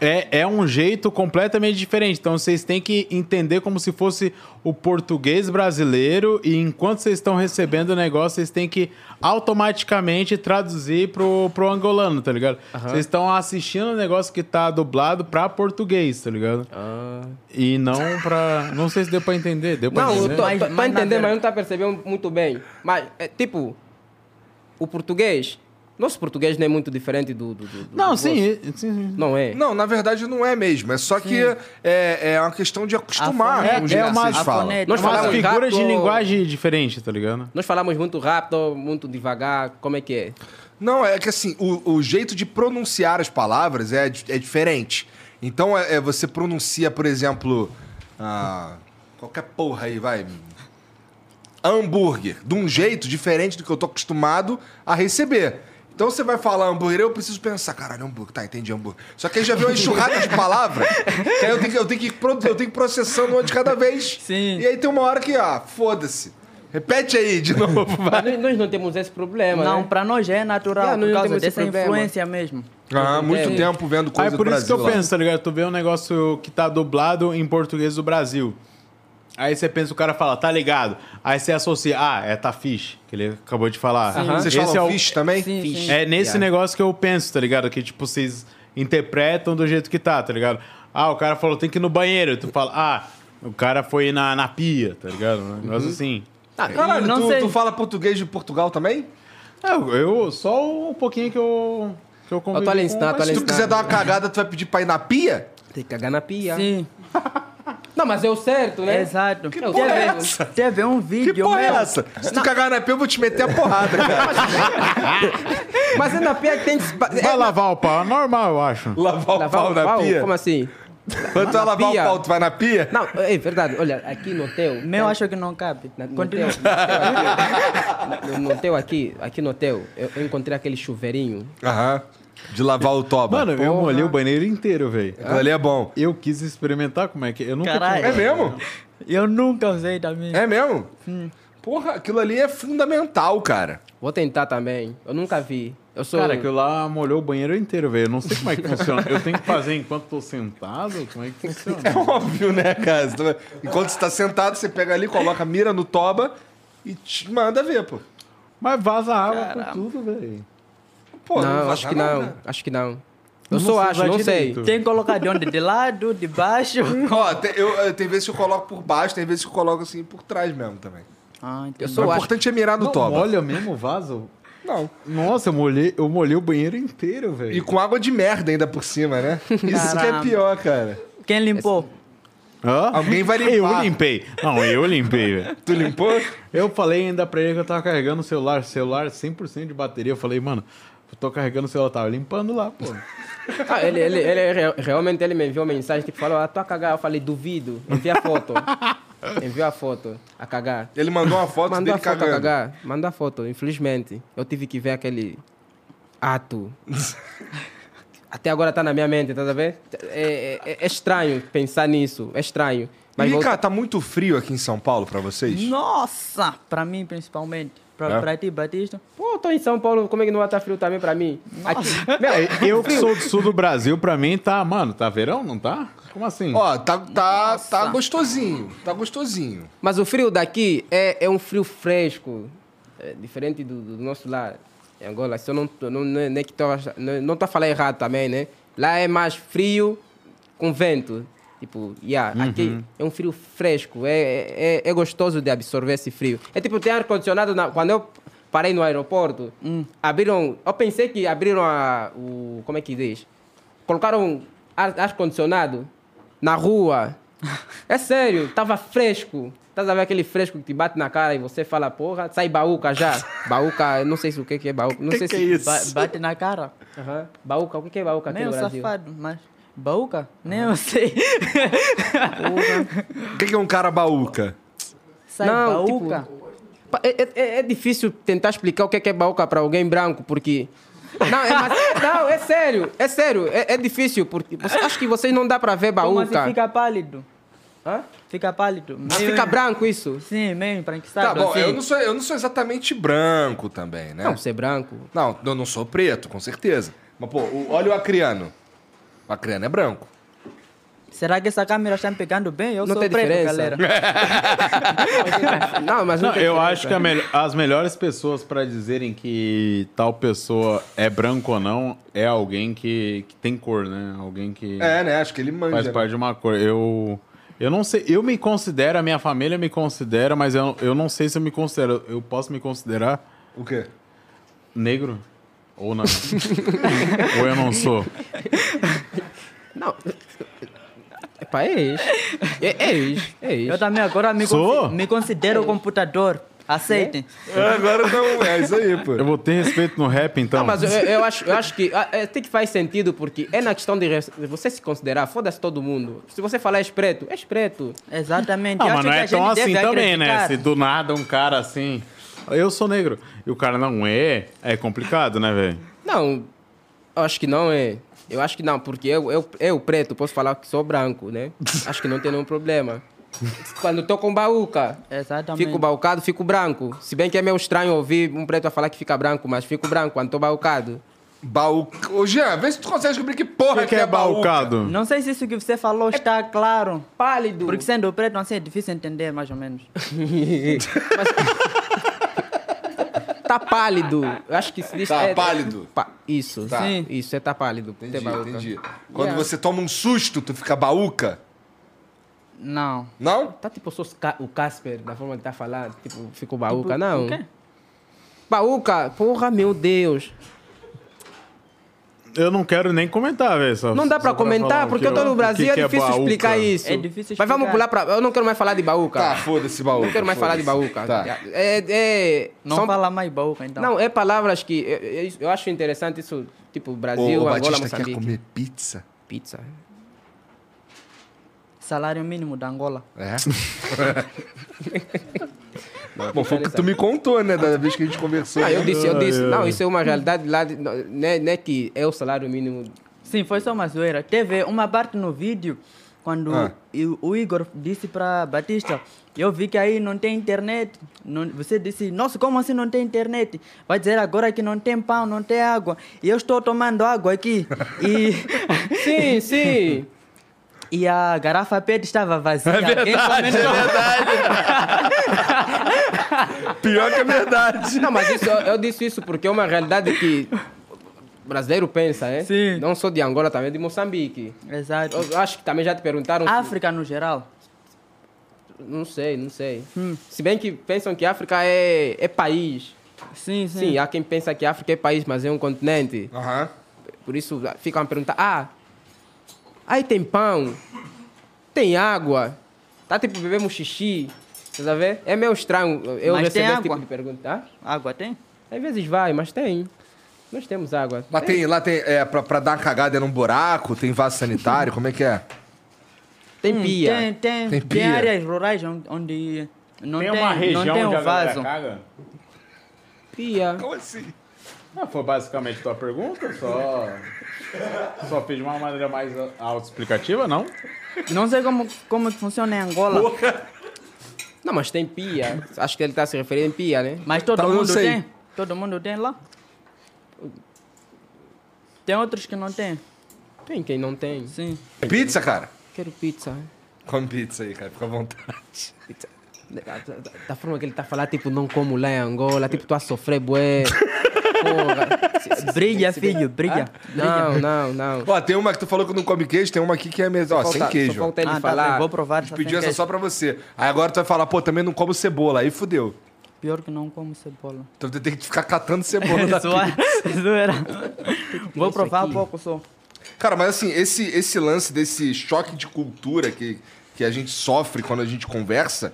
É, é um jeito completamente diferente. Então vocês têm que entender como se fosse o português brasileiro e enquanto vocês estão recebendo o negócio, vocês têm que automaticamente traduzir pro, pro angolano, tá ligado? Vocês estão assistindo o negócio que tá dublado pra português, tá ligado?
Ah.
E não pra. Não sei se deu pra entender. Deu pra
Não, eu
entender?
tô,
Mas-
tô, tô
mas na
entendendo,
verdade-
mas não tá percebendo muito bem. Mas, é, tipo, o português, nosso português não é muito diferente do... do, do- do
Não,
vosso.
sim, sim, sim.
Não é?
Não, na verdade não é mesmo. É só que é, é uma questão de acostumar
A
com o
fonética.
jeito
É
que
uma-
Um vocês
a
falam.
fonética.
Nós
Mas
falamos
figuras de
rápido.
linguagem diferente, tá ligado?
Nós falamos muito rápido, muito devagar, como é que é?
Não, é que assim, o, o jeito de pronunciar as palavras é, di- é diferente. Então, é, é, você pronuncia, por exemplo, ah, qualquer porra aí, vai. Hambúrguer, de um jeito diferente do que eu tô acostumado a receber. Então você vai falar hambúrguer, eu preciso pensar, caralho, hambúrguer, tá, entendi hambúrguer. Só que aí já vem uma enxurrada de palavra, que aí eu tenho que, eu tenho que, ir produ- eu tenho que ir processando uma de cada vez.
Sim.
E aí tem uma hora que, ah, foda-se. Repete aí de novo, vai.
Nós, nós não temos esse problema,
Não,
né?
para nós é natural,
Yeah, nós
por
não
causa
temos esse
dessa
problema.
influência mesmo.
Ah, muito
Sim.
tempo vendo
Ah,
coisa
é por
do
isso que
Brasil
eu
lá.
penso, tá ligado? Tu vê um negócio que tá dublado em português do Brasil. Aí você pensa, o cara fala, tá ligado? Aí você associa, ah, é tafish, que ele acabou de falar. Aham.
Vocês
Esse
falam
é o-
fish também?
Sim, sim.
É nesse negócio que eu penso, tá ligado? Que, tipo, vocês interpretam do jeito que tá, tá ligado? Ah, o cara falou, tem que ir no banheiro. Tu fala, ah, o cara foi na, na pia, tá ligado? Um negócio
Uhum.
assim.
Ah,
Caralho,
Não
tu,
sei.
tu fala português de Portugal também?
É, eu, eu- só um pouquinho que eu... Que eu convivi
Atualiza,
com-
tá,
mas-
atualiza.
Se tu
Não.
quiser dar uma cagada, tu vai pedir pra ir na pia?
Tem que cagar na pia.
Sim,
Não, mas é o certo, Tá. né?
exato.
Que porra é essa?
Teve um vídeo
Que porra é
meu-
essa? Se tu cagar na pia, eu vou te meter a porrada, cara.
Mas é na pia que tem que... se ba-
Vai
é
lavar o pau, é normal, eu acho.
Lavar o
lavar
pau
o
na
pau?
pia?
Como assim?
Quando tu vai lavar
pia?
o pau, tu vai na pia?
Não, é verdade. Olha, aqui no hotel... tá?
Meu, acho que não cabe.
Na- no
Continua.
hotel- no hotel aqui- No no hotel aqui, aqui no hotel, eu eu encontrei aquele chuveirinho.
Aham. De lavar o toba.
Mano, eu
Porra.
molhei o banheiro inteiro, velho.
Aquilo ali é bom.
Eu quis experimentar como é que... Eu nunca
Caralho.
É mesmo?
Eu nunca usei também.
É mesmo? Porra, aquilo ali é fundamental, cara.
Vou tentar também. Eu nunca vi. Eu sou.
Cara, aquilo lá molhou o banheiro inteiro, velho. Eu não sei como é que funciona. Eu tenho que fazer enquanto tô sentado? Como é que funciona?
É óbvio, né, cara? Você tá- Enquanto você tá sentado, você pega ali, coloca a mira no toba e te manda ver, pô.
Mas vaza água por tudo, velho.
Pô,
Não,
vaza
acho que
nada.
não. Acho que não.
Eu
Eu
não
só
sei
acho,
usar
não sei.
direito.
Tem que colocar de onde? De lado, de baixo?
Ó, tem, eu, eu- tem vezes que eu coloco por baixo, tem vezes que eu coloco assim por trás mesmo também.
Ah,
Eu
entendi.
O
só acho.
importante é mirar no
Não
toba.
molha mesmo o vaso?
Não.
Nossa, eu molhei, eu molhei o banheiro inteiro,
E
velho.
com água de merda ainda por cima, né? Isso que é
Caramba.
pior, cara.
Quem limpou?
Hã?
Alguém vai limpar.
Eu limpei. Não, eu limpei, velho.
Tu limpou?
Eu falei ainda pra ele que eu tava carregando o celular, celular 100% de bateria. Eu falei, mano, eu tô carregando o celular, tava limpando lá, pô.
Ah, ele, ele, ele re- realmente ele me enviou uma mensagem tipo, falou, ah, tô a cagar. Eu falei, duvido. Envia a foto. Enviou a foto, a cagar.
Ele mandou uma foto
Mandou
dele
a foto tá a
cagando.
cagar. Mandou a foto, infelizmente. Eu tive que ver aquele ato. Até agora tá na minha mente, tá a ver? É, é- é estranho pensar nisso, é estranho. Mas
Ih,
volta-
cara, tá muito frio aqui em São Paulo pra vocês?
Nossa! Pra mim, principalmente. Pra,
É?
pra ti, Batista.
Pô, eu tô em São Paulo, como é que não vai estar frio também pra mim? Aqui, meu,
Eu que sou do sul do Brasil, pra mim tá, mano, tá verão, não tá? Como assim?
Ó, tá, tá, tá
Nossa.
gostosinho. Tá gostosinho.
Mas o frio daqui é, é um frio fresco, é diferente do, do nosso lá em Angola. Se eu não, eu não, não, é- não, é que tô, ach- não, não tô a falar errado também, né? Lá é mais frio com vento. Tipo, yeah, aqui é um frio fresco, é, é, é gostoso de absorver esse frio. É tipo, tem ar-condicionado. na- Quando eu parei no aeroporto, abriram. Eu pensei que abriram a, o. Como é que diz? colocaram ar- ar-condicionado na rua. É sério, tava fresco. Tá a ver aquele fresco que te bate na cara e você fala, porra, sai baúca já. Baúca, eu não sei se o que que é baúca. Não sei se.
Ba- bate na cara.
Aham. Baúca, o que que é baúca aqui
Nem
no
o
Brasil?
safado, mas. Baúca? Nem
Uhum.
eu sei.
O que, que é um cara baúca?
Sai
Não, tipo,
baúca.
Pa- É, é- é- é difícil tentar explicar o que que é baúca para alguém branco, porque. Não, é, mas, não, é sério, é sério, é, é difícil, porque você, acho que vocês não dá pra ver
Como assim
baúca.
fica pálido?
Hã?
Fica pálido.
Ah, fica branco isso?
Sim, meio
Tá
embranquiçado.
bom,
assim.
eu não, sou, eu não sou exatamente branco também, né?
Não, ser branco.
Não, eu não sou preto, com certeza. Mas, pô, o- olha o acriano. O acriano é branco.
Será que essa câmera está me pegando bem? Eu
Não
sou
tem
preto,
diferença.
galera.
Não, mas
Não,
tem
eu
diferença.
acho que a mel- as melhores pessoas pra dizerem que tal pessoa é branco ou não é alguém que, que tem cor, né? Alguém que
É, né? Acho que ele manja.
faz
né?
parte de uma cor. Eu, eu não sei, eu me considero, a minha família me considera, mas eu, eu não sei se eu me considero. Eu posso me considerar
O quê?
negro ou não. ou eu não sou.
Não. Epá, é ex. É, é ex. É
Eu
ex.
também agora me,
Sou?
consi- me
É.
considero computador. Aceitem.
agora não é isso aí, pô.
Eu vou ter respeito no rap, então.
Ah,
Não, mas eu, eu acho, eu acho que ah, é, tem que faz sentido, porque é na questão de res- de você se considerar, foda-se todo mundo. Se você falar és preto, és preto.
Exatamente.
Não,
Acho
mas não
que
é
a gente
tão assim
deve
também, né?
acreditar.
Se do nada um cara assim. Eu sou negro. E o cara não é, é complicado, né, velho?
Não, eu acho que não é. Eu acho que não, porque eu, eu, eu preto, posso falar que sou branco, né? Acho que não tem nenhum problema. Quando tô com baúca,
Exatamente.
fico balcado, fico branco. Se bem que é meio estranho ouvir um preto a falar que fica branco, mas fico branco quando tô balcado.
Baú... Ô, Jean, vê se tu consegue descobrir que
O
porra
que, que é balcado?
Não sei se isso que você
É
falou está claro.
Pálido.
Porque sendo preto, assim, é difícil entender, mais ou menos.
Tá pálido. Eu acho que se diz.
Tá pálido.
Pa- isso.
Tá.
Sim.
Isso, é tá pálido. É, Tem
Entendi,
baúca.
entendi. Quando
Yeah.
você toma um susto, tu fica baúca?
Não.
Não?
Tá tipo, eu sou os Ca- o Casper, da forma que tá falando. Tipo, ficou baúca,
Tipo,
não.
o quê?
Baúca, porra, meu Deus.
Eu não quero nem comentar, velho. só-
Não dá pra
só falar
comentar,
o
porque
que
eu tô no Brasil,
o que
é
que
difícil
baúca.
explicar isso.
É difícil
Mas vamos
explicar.
pular pra. Eu não quero mais falar de baúca.
Tá, foda-se, baúca.
não quero mais falar de
foda-se.
baúca.
Tá.
É, é,
Não
são-
fala mais baúca, então.
Não, é palavras que eu, eu- eu acho interessante isso, tipo Brasil,
Ô, o
Angola,
Batista quer
Moçambique.
comer pizza?
Pizza.
Salário mínimo da Angola.
É? Bom, foi o que tu me contou, né? Da vez que a gente conversou.
Ah, eu disse, eu disse.
Ai, ai.
Não, isso é uma realidade lá, de- não né, não é, não é que é o salário mínimo.
Sim, foi só uma zoeira. Teve uma parte no vídeo Quando
Ah.
eu- o Igor disse para Batista, eu vi que aí não tem internet. Não- você disse, nossa, como assim não tem internet? Vai dizer agora que não tem pão, não tem água. E eu estou tomando água aqui. E
Sim, sim.
E a garrafa PET estava vazia. É verdade,
Pior que é verdade.
Não, mas isso, eu eu disse isso porque é uma realidade que o brasileiro pensa, é?
Sim.
Não só de Angola, também de Moçambique.
Exato.
Eu acho que também já te perguntaram. se-
África no geral.
Não sei, não sei.
Hum.
Se bem que pensam que África é, é país.
Sim, sim.
Sim, há quem pensa que África é país, mas é um continente.
Aham.
Por isso ficam a perguntar: ah, aí tem pão, tem água, tá tipo bebemos xixi. Estás a ver? É meio estranho eu
Mas tem
receber esse tipo
água?
de pergunta. Ah?
Água tem?
Às vezes vai, mas tem. Nós temos água.
Lá tem, lá tem é, pra, pra dar uma cagada é num buraco, tem vaso sanitário, como é que é?
Tem
Hum,
pia.
Tem, tem,
Tem
tem,
pia.
áreas rurais on- onde não tem,
tem uma região
não tem
onde
um
a galera tá.
vaso.
caga?
Pia.
Como assim?
Ah, foi basicamente tua pergunta, só... Só fiz de uma maneira mais autoexplicativa, não?
Não sei como, como que funciona em Angola,
Não, mas tem pia. Acho que ele está se referindo em pia, né?
mas todo
Tá, eu não
mundo
sei.
tem. Todo mundo tem lá. Tem outros que não tem.
Tem quem não tem.
Sim.
Pizza, cara?
Quero pizza.
Come pizza aí, cara, fica à vontade.
Pizza. Da, da- da forma que ele tá falando, tipo, não como lá em Angola, tipo, tu a sofrer, bué. Porra. Se- se-
Brilha, filho, brilha.
Ah, Não, não, não.
Ó, tem uma que tu falou que não come queijo, tem uma aqui que é mesmo. Ó, sem
Falta-
queijo.
Só falta ele
Ah, tá
falar.
bem, vou provar.
Te
essa
pediu
sem
essa
queijo.
só pra você. Aí agora tu vai falar, pô, também não como cebola. Aí fudeu.
Pior que não como cebola.
Então tu tem que ficar catando cebola da
Zoa-
pizza.
Zoeira. Vou
isso
provar
aqui?
pouco só.
Cara, mas assim, esse, esse lance desse choque de cultura que, que a gente sofre quando a gente conversa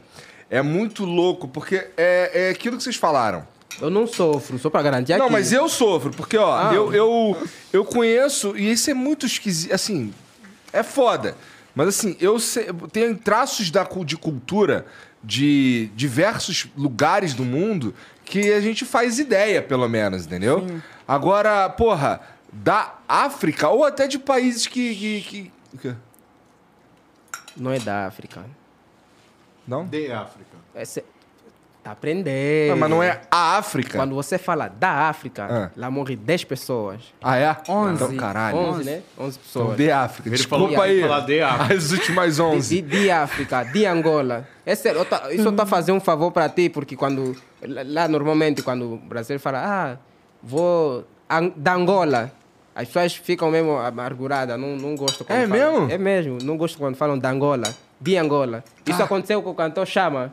é muito louco, porque é, é aquilo que vocês falaram.
Eu não sofro, só pra garantir
Não,
É aqui.
mas eu sofro, porque, ó,
Ah.
eu, eu, eu conheço, e isso é muito esquisito, assim, é foda. Mas, assim, eu se- tenho traços da, cu- de cultura de diversos lugares do mundo que a gente faz ideia, pelo menos, entendeu? Agora, porra, da África, ou até de países que... que, que- o quê?
Não é da África.
Não?
De África.
Essa... Tá aprendendo.
Ah, mas não é a África.
Quando você fala da África,
Ah.
lá morre 10 pessoas.
Ah, é?
Onze.
Então, caralho.
11, né?
Então,
11 pessoas.
de África.
Ele
Desculpa
falou
que ia
aí.
falar de África.
As últimas 11.
De, de África, de Angola. É sério, eu tô- isso eu estou fazendo um favor para ti, porque quando. Lá, lá, normalmente, quando o brasileiro fala, ah, vou. An, da Angola. As pessoas ficam mesmo amarguradas, não, não gostam quando
É
falam.
mesmo?
É mesmo, não gostam quando falam da Angola, de Angola. Isso
Ah.
aconteceu com o cantor Chama.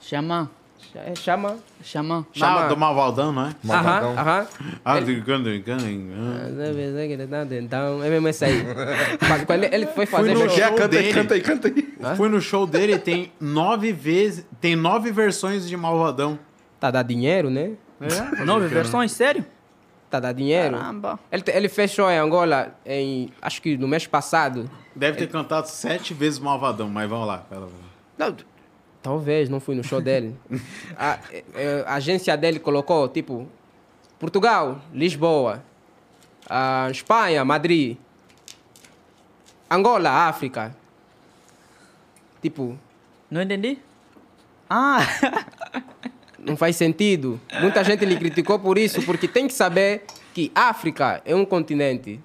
Xamã.
É Chama?
Xamã.
Chama
Não.
do Malvaldão, não é?
Aham,
Malvadão.
aham.
Ah, de engano, engano, engano.
né, Então, é mesmo isso aí. Mas quando ele foi fazer.
no
Como é
show-
que é?
show
Canta aí,
dele.
canta aí, canta aí.
Fui no show dele, tem nove vezes, tem nove versões de Malvadão.
Tá dá dinheiro, né?
É?
Nove versões? Sério?
Tá dá dinheiro.
Caramba.
Ele, te- ele fechou em Angola, em, acho que no mês passado.
Deve
É.
ter cantado sete vezes Malvadão, mas vamos lá. pera lá.
Não, t- talvez, não fui no show dele. a, é, é, a agência dele colocou, tipo, Portugal, Lisboa, ah, Espanha, Madrid, Angola, África. Tipo,
Não entendi? Ah,
não faz sentido. Muita gente lhe criticou por isso, porque tem que saber que África é um continente.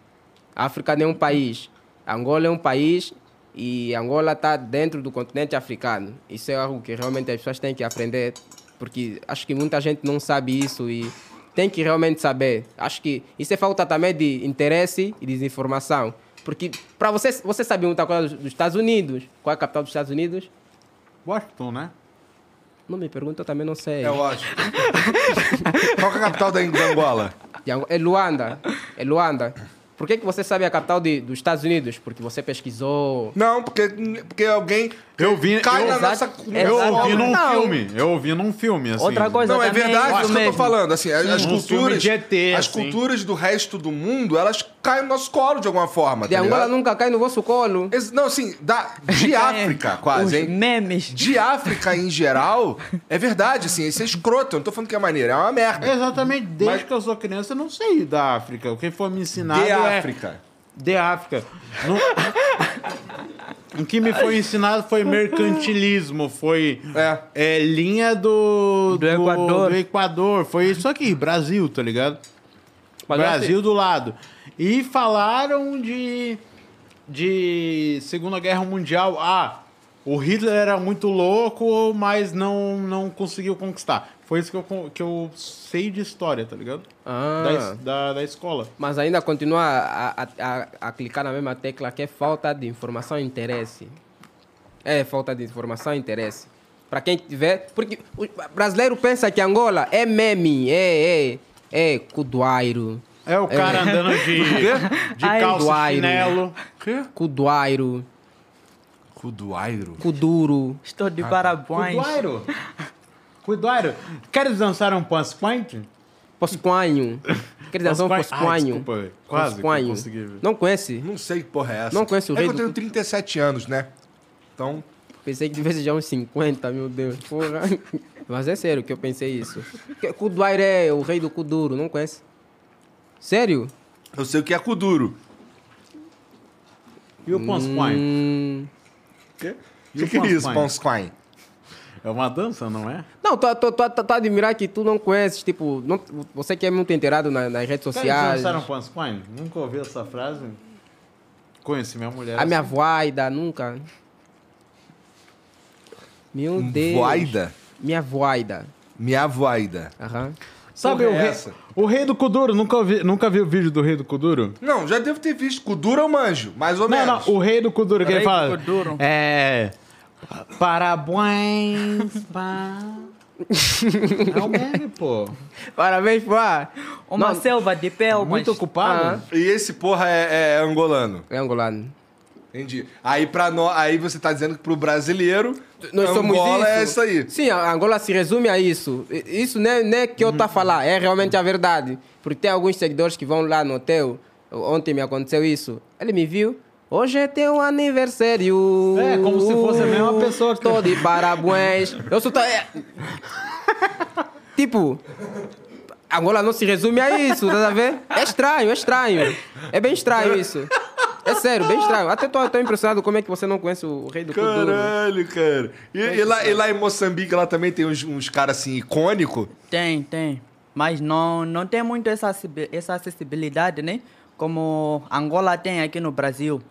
África não é um país. Angola é um país e Angola está dentro do continente africano. Isso é algo que realmente as pessoas têm que aprender, porque acho que muita gente não sabe isso e tem que realmente saber. Acho que isso é falta também de interesse e desinformação. Porque para você, você sabe muita coisa dos Estados Unidos. Qual é a capital dos Estados Unidos?
Washington, né?
Não me pergunta, eu também não sei.
Eu acho. Qual que é a capital da Angola?
De Ango- É Luanda. É Luanda. Por que, que você sabe a capital de- dos Estados Unidos? Porque você pesquisou.
Não, porque, porque alguém
Eu vi,
cai
eu,
na
Exato.
nossa...
É,
eu
nossa
exato.
ouvi
obra.
num
Não.
filme, eu ouvi num filme, assim.
outra coisa
Não, é
também.
verdade isso que eu tô
mesmo.
falando. Assim, as- as
Um
culturas...
filme de ET,
as
assim.
culturas do resto do mundo, elas caem no nosso colo de alguma forma,
De
tá
Angola
ligado?
nunca cai no vosso colo.
Ex- Não, assim, da, de África,
Os
quase, hein?
memes.
De África em geral, é verdade, assim, isso é escroto. Eu não tô falando que é maneiro, é uma merda.
Exatamente, desde
Mas-
que eu sou criança, eu não sei
é.
da é África. O que foi me ensinado
De
é...
África.
De África. Não- O que me foi ensinado foi mercantilismo, foi
É.
é, linha do,
Do Equador.
do Equador, foi isso aqui, Brasil, tá ligado?
Mas
Brasil do lado. E falaram de, de Segunda Guerra Mundial. Ah, o Hitler era muito louco, mas não, não conseguiu conquistar. Foi isso que eu, con- que eu sei de história, tá ligado?
Ah.
Da, es- da, da escola.
Mas ainda continua a, a- a- a clicar na mesma tecla que é falta de informação e interesse. É falta de informação e interesse. Para quem tiver. Porque o brasileiro pensa que Angola é meme, é, é, é cuduairo,
É o cara andando de, de
Ai,
calça
Eduardo.
chinelo.
cuduairo,
Cuduairo.
cuduro.
Estou de parabéns.
Cuiduairo. Cuiduairo. Queres dançar um pass point?
Posquanho. um? Quer dizer, são
Posquanho. Ah,
posquanho.
desculpa, velho. Quase que eu
Posquanho.
consegui ver.
um. Não conhece?
Não sei que porra é essa.
Não conheço o
É que
rei
eu
do
tenho 37 anos, né? Então,
Pensei que tivesse já uns 50, meu Deus. Porra. Mas é sério que eu pensei isso. Que Kuduair é o rei do Kuduro, não conhece? Sério?
eu sei o que é Kuduro.
E o pass point?
Hum...
O que, que é isso, Ponsquine?
É uma dança, não é?
Não, tô, tô, tô, tô, tô a admirar que tu não conheces, tipo, não- você que é muito inteirado na- nas redes
Queres
sociais.
dançar um pass point? Nunca ouvi essa frase. Conheci minha mulher.
A minha voaida, nunca. Meu Deus.
Voaida?
Minha voaida.
Um Minha voaida.
Aham.
Sabe o
Porra é
rei,
essa?
o rei do Kuduro? Nunca, ouvi, nunca viu o vídeo do rei do Kuduro?
Não, já devo ter visto. Kuduro eu manjo, mais ou
Não,
menos.
não, o rei do Kuduro que
Rei
ele
do
fala.
Kuduro.
É. Parabéns, pá. É o meme, pô.
Parabéns, pá.
Uma
Não,
selva de pelmas.
Muito ocupado.
E esse porra é, é angolano.
é angolano.
Entendi. Aí, pra nó- aí você tá dizendo que pro brasileiro,
Nós somos
Angola
isso.
é isso aí.
Sim, a Angola se resume a isso. I- Isso não é, não é que eu tô a falar, é realmente a verdade. Porque tem alguns seguidores que vão lá no hotel. Ontem me aconteceu isso. Ele me viu. Hoje é teu aniversário.
É, como se fosse a mesma pessoa que- tá-
Tô de parabéns. Eu sou. to- é. tipo. Angola não se resume a isso, tá a ver? É estranho, é estranho. É bem estranho isso. É sério, bem estranho. Até tô, tô impressionado como é que você não conhece o rei do Kuduro. É
Caralho, cara. E, e lá, e lá em Moçambique, lá também tem uns, uns caras assim, icônico.
Tem, tem. Mas não, não tem muito essa, acessi- essa acessibilidade, né? Como Angola tem aqui no Brasil.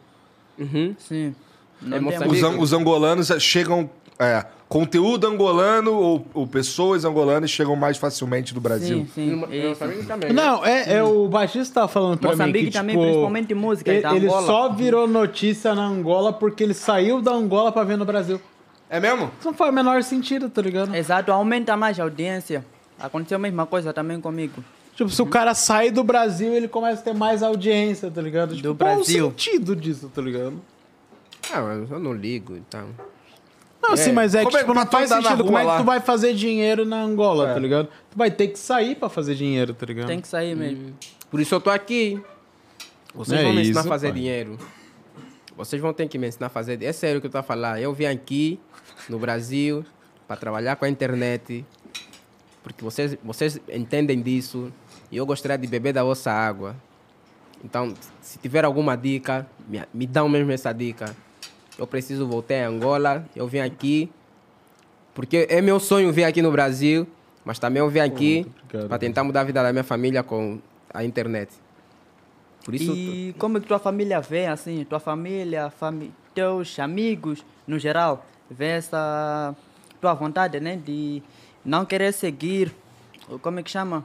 Uhum.
Sim. Não
É
tem
Moçambique.
Os,
muito.
an- os angolanos chegam. é, conteúdo angolano ou, ou pessoas angolanas chegam mais facilmente do Brasil.
Sim, sim. isso.
também.
Não, é, é o baixista tá falando pra mim
Moçambique
que,
também,
tipo,
principalmente música,
ele,
da
ele
Angola.
só virou notícia na Angola porque ele saiu da Angola pra ver no Brasil.
É mesmo?
Isso não faz o menor sentido, tá ligado?
Exato, aumenta mais a audiência. Aconteceu a mesma coisa também comigo.
Tipo, se o cara sair do Brasil, ele começa a ter mais audiência, tá ligado? Tipo, qual
Brasil.
o sentido disso, tá ligado?
Ah, mas eu não ligo, então.
Não, assim, mas é que,
Como é
tipo,
que
não
tu
faz
andar na
sentido.
rua
Como é que
lá?
tu vai fazer dinheiro na Angola, tá ligado? Tu vai ter que sair pra fazer dinheiro, tá ligado?
Tem que sair
Hum,
mesmo.
Por isso eu tô aqui. Vocês
É
vão me ensinar a
isso,
fazer
pai.
dinheiro. Vocês vão ter que me ensinar a fazer. É sério que eu tô a falar. Eu vim aqui, no Brasil, para trabalhar com a internet. Porque vocês, vocês entendem disso. E eu gostaria de beber da vossa água. Então, se tiver alguma dica, me, me dão mesmo essa dica. Eu preciso voltar a Angola. Eu vim aqui. Porque é meu sonho vir aqui no Brasil. Mas também eu vim aqui
obrigado.
para tentar mudar a vida da minha família com a internet. Por isso.
E como é que tua família vê, assim, tua família, fami teus amigos, no geral, vê essa tua vontade, né, de não querer seguir, como é que chama?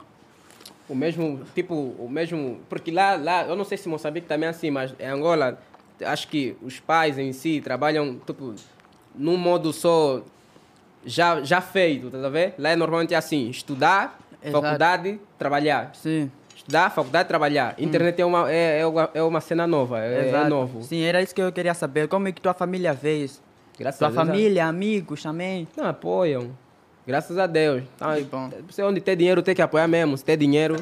O mesmo, tipo, o mesmo. Porque lá, lá, eu não sei se Moçambique também é assim, mas em Angola, acho que os pais em si trabalham, tipo, num modo só já, já feito, tá a ver? Lá é normalmente assim: estudar,
Exato.
faculdade, trabalhar.
Sim.
Estudar, faculdade, trabalhar. Internet é, uma, é, é uma, é uma cena nova, é, é
Hum. Exato.
novo.
Sim, era isso que eu queria saber. Como é que tua família vê isso?
Graças
tua
a Deus,
família, amigos também?
Não, apoiam. Graças a Deus. Ah,
Que bom.
Você onde tem dinheiro tem que apoiar mesmo. Se tem dinheiro.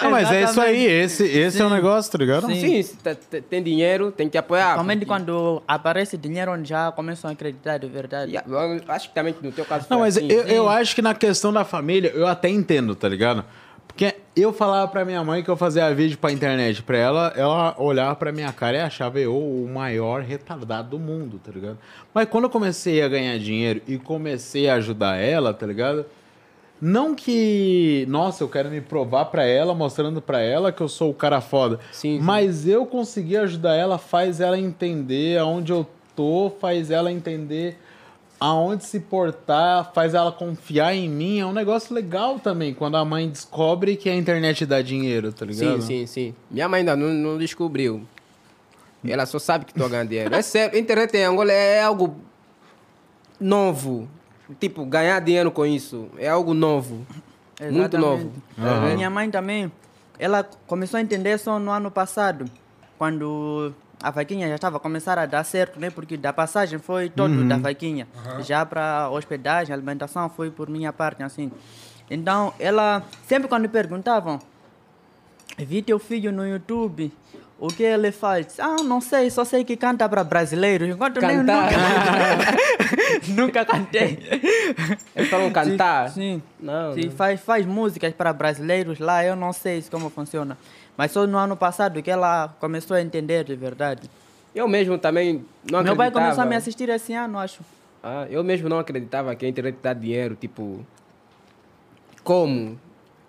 Ah, mas é isso aí, esse, esse é o negócio, tá ligado?
Sim.
Sim, se tá- te- tem dinheiro, tem que apoiar.
Somente
Ah, porque-
quando aparece dinheiro, onde já começam a acreditar de verdade.
Yeah, eu acho que também que no teu caso. foi
Não, mas
assim.
eu, eu acho que na questão da família, eu até entendo, tá ligado? Porque Eu falava pra minha mãe que eu fazia vídeo pra internet pra ela, ela olhava pra minha cara e achava eu o maior retardado do mundo, tá ligado? Mas quando eu comecei a ganhar dinheiro e comecei a ajudar ela, tá ligado? Não que, nossa, eu quero me provar pra ela, mostrando pra ela que eu sou o cara foda.
Sim, sim.
Mas eu consegui ajudar ela, faz ela entender aonde eu tô, faz ela entender aonde se portar, faz ela confiar em mim. É um negócio legal também, quando a mãe descobre que a internet dá dinheiro, tá
Sim,
ligado?
sim, sim. Minha mãe ainda não, não descobriu. Ela só sabe que estou ganhando dinheiro. É sério, a internet em Angola é algo novo. Tipo, ganhar dinheiro com isso é algo novo. Muito
Exatamente.
novo.
É, Minha mãe também, ela começou a entender só no ano passado, quando a vaquinha já estava começando a dar certo, né? Porque da passagem foi todo da vaquinha. Já para hospedagem, alimentação foi por minha parte, assim. Então, ela sempre quando perguntavam, vi teu filho no YouTube, o que ele faz? Ah, não sei, só sei que canta para brasileiros. Enquanto nem
Cantar.
nunca, nunca cantei.
Eles falam É cantar.
Sim.
Não, né?
Sim,
não.
Faz, faz músicas para brasileiros lá, eu não sei se como funciona. Mas só no ano passado que ela começou a entender de verdade.
Eu mesmo também não
Meu pai começou a
acreditava.
me assistir esse ano, acho.
Ah, eu mesmo não acreditava que a internet dá dinheiro, tipo. Como?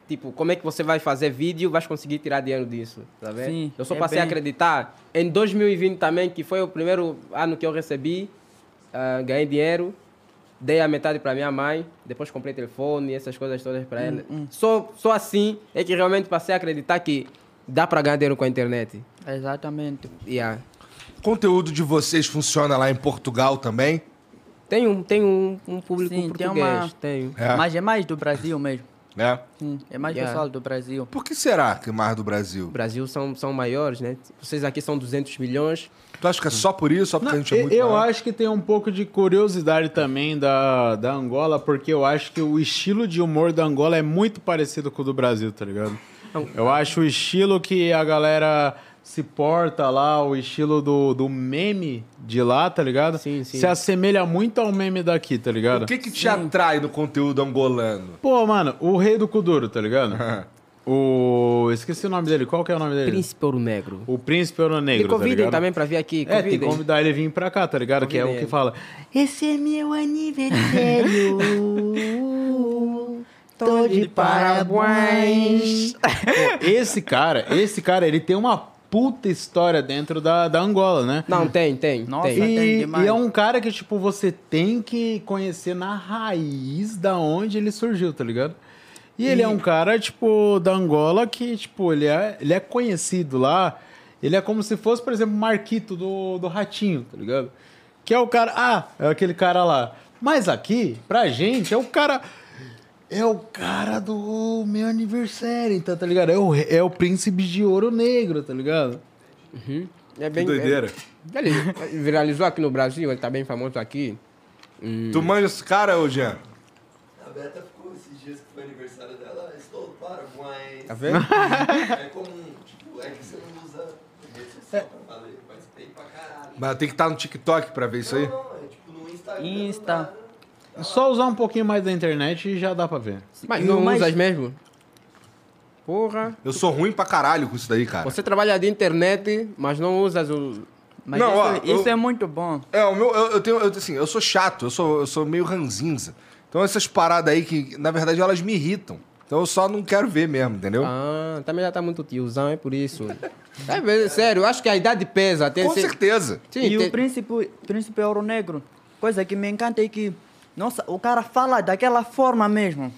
Tipo, como é que você vai fazer vídeo e vai conseguir tirar dinheiro disso? Tá vendo?
Sim,
eu só
é
passei a
bem-
acreditar. Em 2020 também, que foi o primeiro ano que eu recebi, ah, ganhei dinheiro, dei a metade para minha mãe, depois comprei telefone, essas coisas todas
Hum,
para ela. Só, só assim é que realmente passei a acreditar que dá para ganhar dinheiro com a internet. ah,
Exatamente.
Yeah.
O conteúdo de vocês funciona lá em Portugal também?
Tem um, tem um, um público
Sim, tem
português.
uma-
Tenho.
É.
Mas é mais do Brasil mesmo.
É.
Sim, é mais
Yeah.
pessoal do Brasil.
Por que será que mais do
O
Brasil?
Brasil são, são maiores, né? Vocês aqui são 200 milhões.
Tu acha que é só por isso? Só porque
Não,
a gente é
eu-
muito
eu
maior?
acho que tem um pouco de curiosidade também da, da Angola, porque eu acho que o estilo de humor da Angola é muito parecido com o do Brasil, tá ligado? Eu acho o estilo que a galera se porta lá, o estilo do, do meme de lá, tá ligado?
Sim, sim.
Se assemelha muito ao meme daqui, tá ligado?
O que, que te atrai no conteúdo angolano?
Pô, mano, o rei do Kuduro, tá ligado? o. Esqueci o nome dele, qual que é o nome dele?
Príncipe Ouro Negro.
O Príncipe Ouro
E
Negro. tá
convidem
ligado?
também pra vir aqui.
É, tem que
Convidem.
convidar ele a vir pra cá, tá ligado? Que é o
Convidem
que
ele.
fala.
Esse é meu aniversário. Tô de parabéns.
Pô, esse cara, esse cara, ele tem uma puta história dentro da, da Angola, né?
Não, tem, tem.
Nossa.
tem.
tem
E,
demais.
e é um cara que, tipo, você tem que conhecer na raiz da onde ele surgiu, tá ligado? E ele é um cara, tipo, da Angola que, tipo, ele é, ele é conhecido lá. Ele é como se fosse, por exemplo, o Marquito do, do Ratinho, tá ligado? Que é o cara. Ah, é aquele cara lá. Mas aqui, pra gente, é o cara. É o cara do meu aniversário, então, tá ligado? É o, é o príncipe de ouro negro, tá ligado?
Que
É bem,
doideira.
é- ele viralizou aqui no Brasil, ele tá bem famoso aqui.
É, Tu manja esse cara, ô Jean?
A Beta ficou esses dias que foi aniversário dela, estou Paraguai.
Tá vendo?
É comum, tipo, é que você não usa rede social pra valer, mas tem pra caralho.
Mas tem que estar no TikTok pra ver isso aí.
Não, é tipo no Instagram.
Insta.
É só usar um pouquinho mais da internet e já dá pra ver.
Mas não
mas-
usas mesmo? Porra.
Eu sou ruim pra caralho com isso daí, cara.
Você trabalha de internet, mas não usas o...
Mas
Não,
isso,
ó, eu-
isso é muito bom.
É, o meu, eu, eu tenho, eu, assim, eu sou chato, eu sou, eu sou meio ranzinza. Então essas paradas aí que, na verdade, elas me irritam. Então eu só não quero ver mesmo, entendeu?
Ah, também já tá muito tiozão, é por isso. É, ve- sério, eu acho que a idade pesa. Tem
Com
esse-
certeza.
Sim,
e
tem-
o príncipe, príncipe Ouro Negro, coisa que me encanta é que, nossa, o cara fala daquela forma mesmo.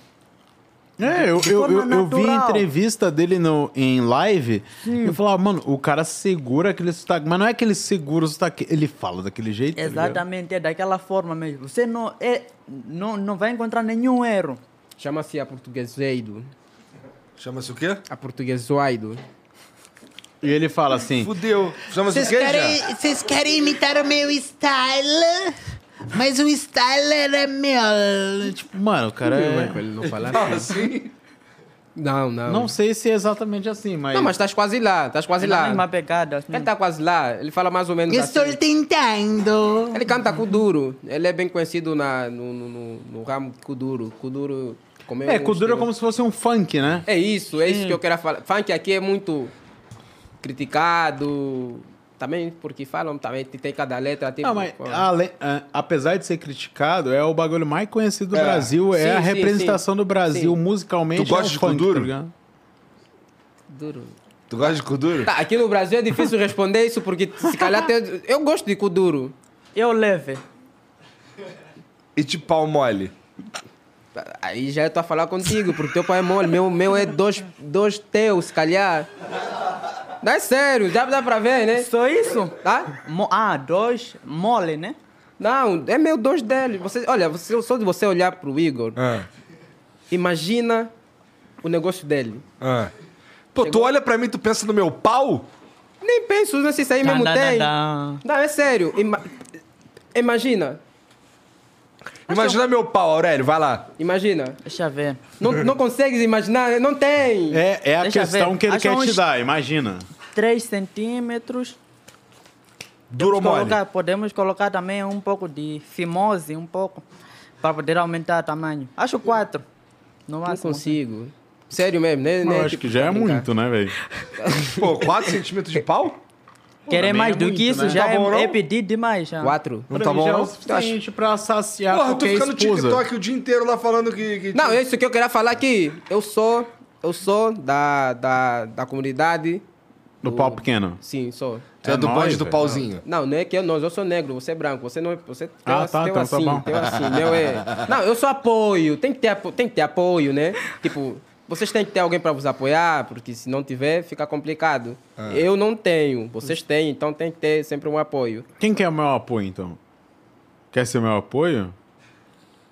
Tá
É, eu,
de
eu,
forma
eu, eu vi
natural.
entrevista dele no, em live e eu falava, mano, o cara segura aquele sotaque, mas não é aquele segura o sotaque, ele fala daquele jeito. tá ligado?
Exatamente, é daquela forma mesmo. Você não, é, não, não vai encontrar nenhum erro.
Chama-se a portugueseido.
Chama-se o quê?
A portuguesoido.
E ele fala assim:
Fudeu. Chama-se o
Vocês
quê, Jean?
querem, vocês querem imitar o meu style? Mas o style era
É
meu.
tipo, mano, o cara. é-
Ele não fala
Ah, sim.
Não, não.
Não sei se é exatamente assim, mas.
Não, mas estás quase lá, estás quase
É na mesma
lá.
pegada. assim.
Ele tá quase lá, ele fala mais ou menos
Eu
assim.
estou tentando.
Ele canta Kuduro, ele é bem conhecido na, no, no, no, no ramo Kuduro. Kuduro, Como
É,
um
Kuduro é
estilo.
como se fosse um funk, né?
É isso, é isso que eu quero falar. Funk aqui é muito criticado. Também porque falam, também tem cada letra. Tipo,
Não, mas
pô.
ale- ah, apesar de ser criticado, é o bagulho mais conhecido do
É.
Brasil, é
Sim,
a
sim,
representação
sim.
do Brasil
Sim.
musicalmente.
Tu gosta
é o
de
funk,
Kuduro?
tá ligado?
Duro.
Tu gosta de Kuduro?
Tá, aqui no Brasil é difícil responder isso porque se calhar tem- eu gosto de Kuduro.
Eu leve.
E de pau mole?
Aí já eu tô a falar contigo, porque teu pai é mole, meu, meu é dois, dois teus, se calhar. Não é sério, já dá pra ver, né?
Só isso?
Tá?
Mo- ah, dois mole, né?
Não, é meu dois deles. Você, olha, você, só de você olhar pro Igor,
Ah,
imagina o negócio dele.
ah. Pô, tu olha pra mim e tu pensa no meu pau?
Nem penso, não sei se aí mesmo
Dan, dan,
tem.
dan.
Não, é sério. ima- imagina,
Imagina meu pau, Aurélio, vai lá.
imagina.
Deixa eu ver.
Não, não consegues imaginar, né? não tem.
É, é a
Deixa eu
questão
ver.
que ele
Acho um
quer te
uns-
dar, imagina.
3 centímetros.
Duro ou
Podemos
mole?
colocar- podemos colocar também um pouco de fimose, um pouco, para poder aumentar o tamanho. Acho quatro. No
Não
máximo.
consigo. Sério mesmo, né? né,
Eu acho
tipo,
que já é
brincar.
muito, né, velho?
Pô, 4 centímetros de pau?
Querer
também
mais
é
do
muito,
que isso
né?
já
Tá
é,
bom, não?
é pedir demais. Já.
Quatro.
Não tá bom,
já é
não?
o suficiente pra saciar
Porra, eu tô
qualquer
ficando no
esposa.
TikTok o dia inteiro lá falando que. que-
Não, é isso que eu queria falar aqui. Eu sou, eu sou da, da, da comunidade.
No pau pequeno.
Sim, sou.
Tu é,
É
do
nóis,
bonde do
velho.
pauzinho.
Não, não é que eu não, eu sou negro, você é branco, você não é. Você tem
Ah,
uma-
tá,
tem
então
uma
tá
assim,
bom.
tem uma assim, meu é. Não, eu sou apoio, tem que ter, apo- tem que ter apoio, né? Tipo, vocês têm que ter alguém para vos apoiar, porque se não tiver, fica complicado.
É.
Eu não tenho, vocês têm, então tem que ter sempre um apoio.
Quem quer o meu apoio, então? Quer ser meu apoio?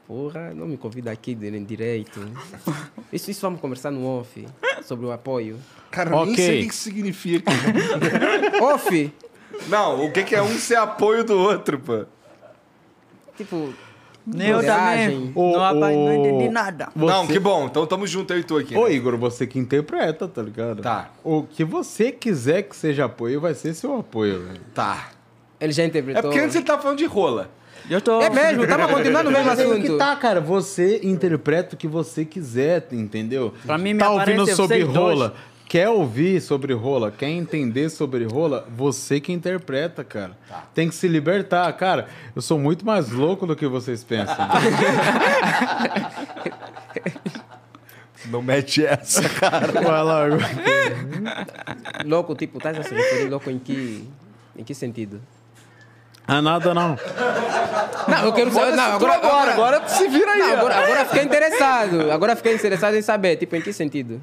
Porra, não me convida aqui de- direito. Isso, isso vamos conversar no off, sobre o apoio.
Cara, eu nem
Ok.
sei o que isso significa.
Off!
não, o que que é um ser apoio do outro, pô?
Tipo,
Nem Eu
Coragem.
também. Não, rapaz, não entendi nada.
Você...
Não, que bom. Então tamo junto, eu e tu aqui. né?
Ô, Igor, você que interpreta, tá ligado?
Tá.
O que você quiser que seja apoio, vai ser seu apoio, velho.
Tá.
ele já interpretou.
É porque antes ele tava falando de rola.
Eu tô...
É mesmo, tava continuando o mesmo
é
assunto.
tá, cara. Você interpreta o que você quiser, entendeu?
Pra mim, me
tá ouvindo
aparece
sobre
vocês
rola. Quer ouvir sobre rola, quer entender sobre rola, você que interpreta, cara.
Tá.
Tem que se libertar, cara. Eu sou muito mais louco do que vocês pensam.
Não mete essa, cara.
Vai lá, Igor.
Louco, tipo, tá se referir louco em que, em que sentido?
Ah, nada não.
Não, eu quero saber. Não, agora, agora, agora se vira aí. agora, agora eu fiquei interessado. Agora eu fiquei interessado em saber, tipo, em que sentido?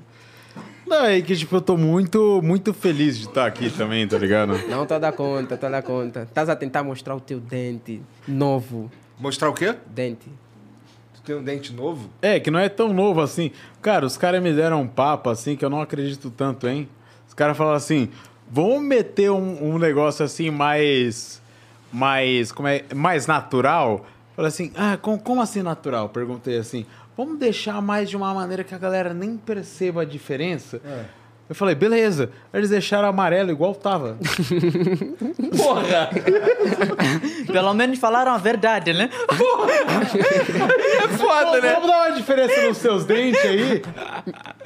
Não, é que tipo, eu tô muito, muito feliz de estar aqui também, tá ligado?
Não, tô a dar conta, tô a dar conta. Estás a tentar mostrar o teu dente novo.
Mostrar o quê?
Dente.
Tu tem um dente novo?
É, que não é tão novo assim. Cara, os caras me deram um papo assim que eu não acredito tanto, hein? Os caras falaram assim: vamos meter um, um negócio assim mais. mais. como é. mais natural. Falei assim: ah, com- como assim natural? Perguntei assim: vamos deixar mais de uma maneira que a galera nem perceba a diferença? Eu falei, beleza. Aí Eles deixaram amarelo igual tava.
Pelo menos falaram a verdade, né?
É
Vamos- Vamos dar uma diferença nos seus dentes aí.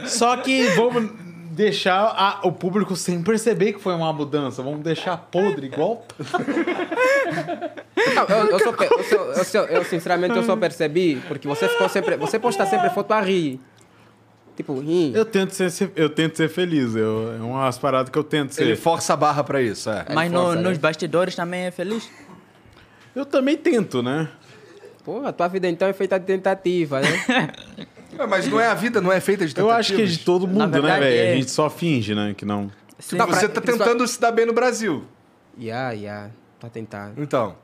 Só que vamos deixar a- o público sem perceber que foi uma mudança. Vamos deixar podre igual.
Não, eu, eu, só pe- eu só- eu só- eu, sinceramente, eu só percebi, porque você ficou sempre. Você posta sempre foto a rir. Tipo, rir.
Eu tento ser, eu tento ser feliz. Eu, é umas paradas que eu tento
Ele
ser.
força a barra pra isso, é.
Mas no-
força, né?
nos bastidores também é feliz.
Eu também tento, né?
Pô, a tua vida então é feita de tentativa, né?
Ué, Mas não é a vida, não é feita de
Eu
tentativas.
acho que é de todo
Na
mundo, né,
verdade,
velho?
é.
A gente só finge, né, que não.
Sim.
Tá
Você tá
pra-
tentando se dar bem no Brasil.
Ya, ya. Tá tentando.
Então.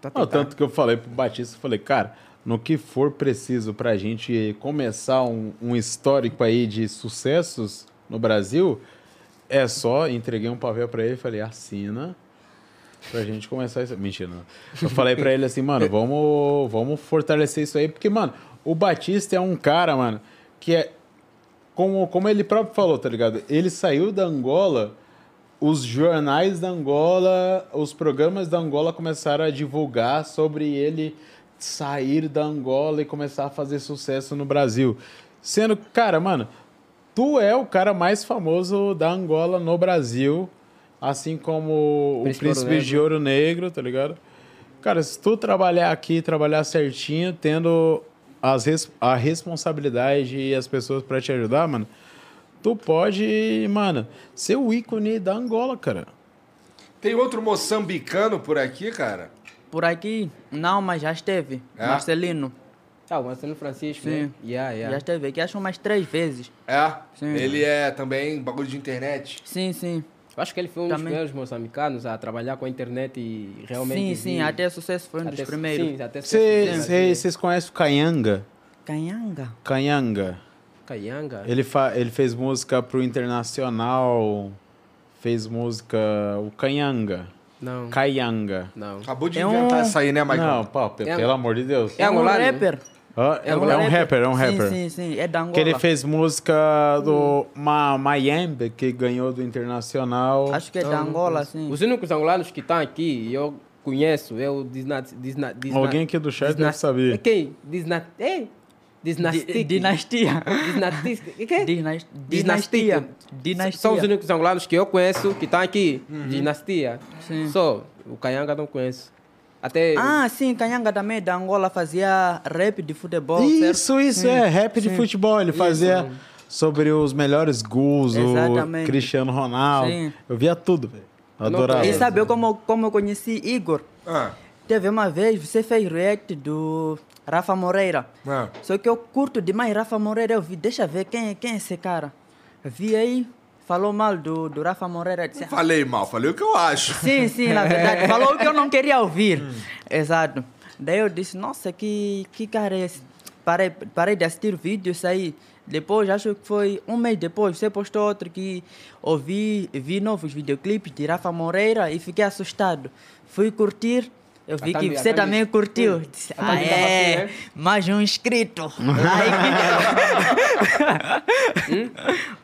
Tá
Não,
tentando.
tanto que eu falei pro Batista, eu falei, cara, no que for preciso pra gente começar um, um histórico aí de sucessos no Brasil, é só, entreguei um papel pra ele e falei, assina pra gente começar isso. Mentira, não. Eu falei pra ele assim, mano, vamos, vamos fortalecer isso aí, porque, mano, o Batista é um cara, mano, que é. Como, como ele próprio falou, tá ligado? Ele saiu da Angola, os jornais da Angola, os programas da Angola começaram a divulgar sobre ele sair da Angola e começar a fazer sucesso no Brasil. Sendo que, cara, mano, tu é o cara mais famoso da Angola no Brasil, assim como
Príncipe
o Príncipe
Ouro
de Ouro Negro, tá ligado? Cara, se tu trabalhar aqui, trabalhar certinho, tendo as res- a responsabilidade e as pessoas pra te ajudar, mano, tu pode, mano, ser o ícone da Angola, cara.
Tem outro moçambicano por aqui, cara?
Por aqui, não, mas já esteve.
É?
Marcelino.
Ah, o Marcelo Francisco,
Sim.
né? Yeah,
Já
yeah.
esteve aqui, acho que umas três vezes.
É.
Sim.
Ele é também bagulho de internet.
Sim, sim.
Eu acho que ele foi um
Também.
dos primeiros moçambicanos a trabalhar com a internet e realmente...
sim, sim,
vir-
até sucesso foi um
até-
dos primeiros.
Sim, até... né?
Vocês conhecem o Canhanga?
Canhanga.
Canhanga.
Caianga.
Ele, fa- ele fez música pro Internacional, fez música. O Canhanga.
Não,
Caianga.
não.
Acabou de
É um-
inventar essa aí, né,
Não,
Michael?
pô, pe-
É-
pelo amor de Deus.
É
um
angolano?
rapper.
Ah, É, um rapper, é um rapper.
Sim, sim, sim. É da Angola.
Que ele fez música
Hum.
do Ma Mayembe, que ganhou do Internacional.
Acho que é da Angola, sim.
Os únicos angolanos que estão aqui, e eu conheço, é o Disnat... Disnat, Disnat
Alguém aqui do chat deve saber.
Quem? Disnat... É?
Di-
Disnastic.
Dinastia.
Disnastic. É Quem?
Dinas-
Dinastia.
Dinastia.
S- São os
Dinastia. Uhum.
únicos angolanos que eu conheço que estão aqui. Dinastia.
Sim.
Só. O Caianga não conheço. Até.
Ah, sim, Canhanga também é da Angola fazia rap de futebol, certo?
Isso, isso, é rap de futebol. Ele fazia sobre os melhores gols, o
Exatamente.
Cristiano Ronaldo.
Sim.
Eu via tudo, velho. Adorava.
E sabe eu como, como eu conheci Igor?
Ah,
Teve uma vez, você fez react do Rafa Moreira.
ah.
Só que eu curto demais Rafa Moreira. Eu vi, deixa eu ver quem, é- quem é esse cara. Vi aí, falou mal do, do Rafa Moreira. eu Disse, "Ah,
Falei mal, falei o que eu acho.
Sim, sim, na
É.
verdade. Falou o que eu não queria ouvir.
Hum.
Exato. Daí eu disse, nossa, que, que cara é esse? Parei, parei de assistir o vídeo, saí. Depois, acho que foi um mês depois, você postou outro que ouvi, vi novos videoclipes de Rafa Moreira e fiquei assustado. Fui curtir, eu vi
A
que
Tami- a
você
Tami-
também curtiu.
Hum,
Disse,
a
ah,
Tami tava
é,
aqui, né?"
mais um inscrito. Aí que-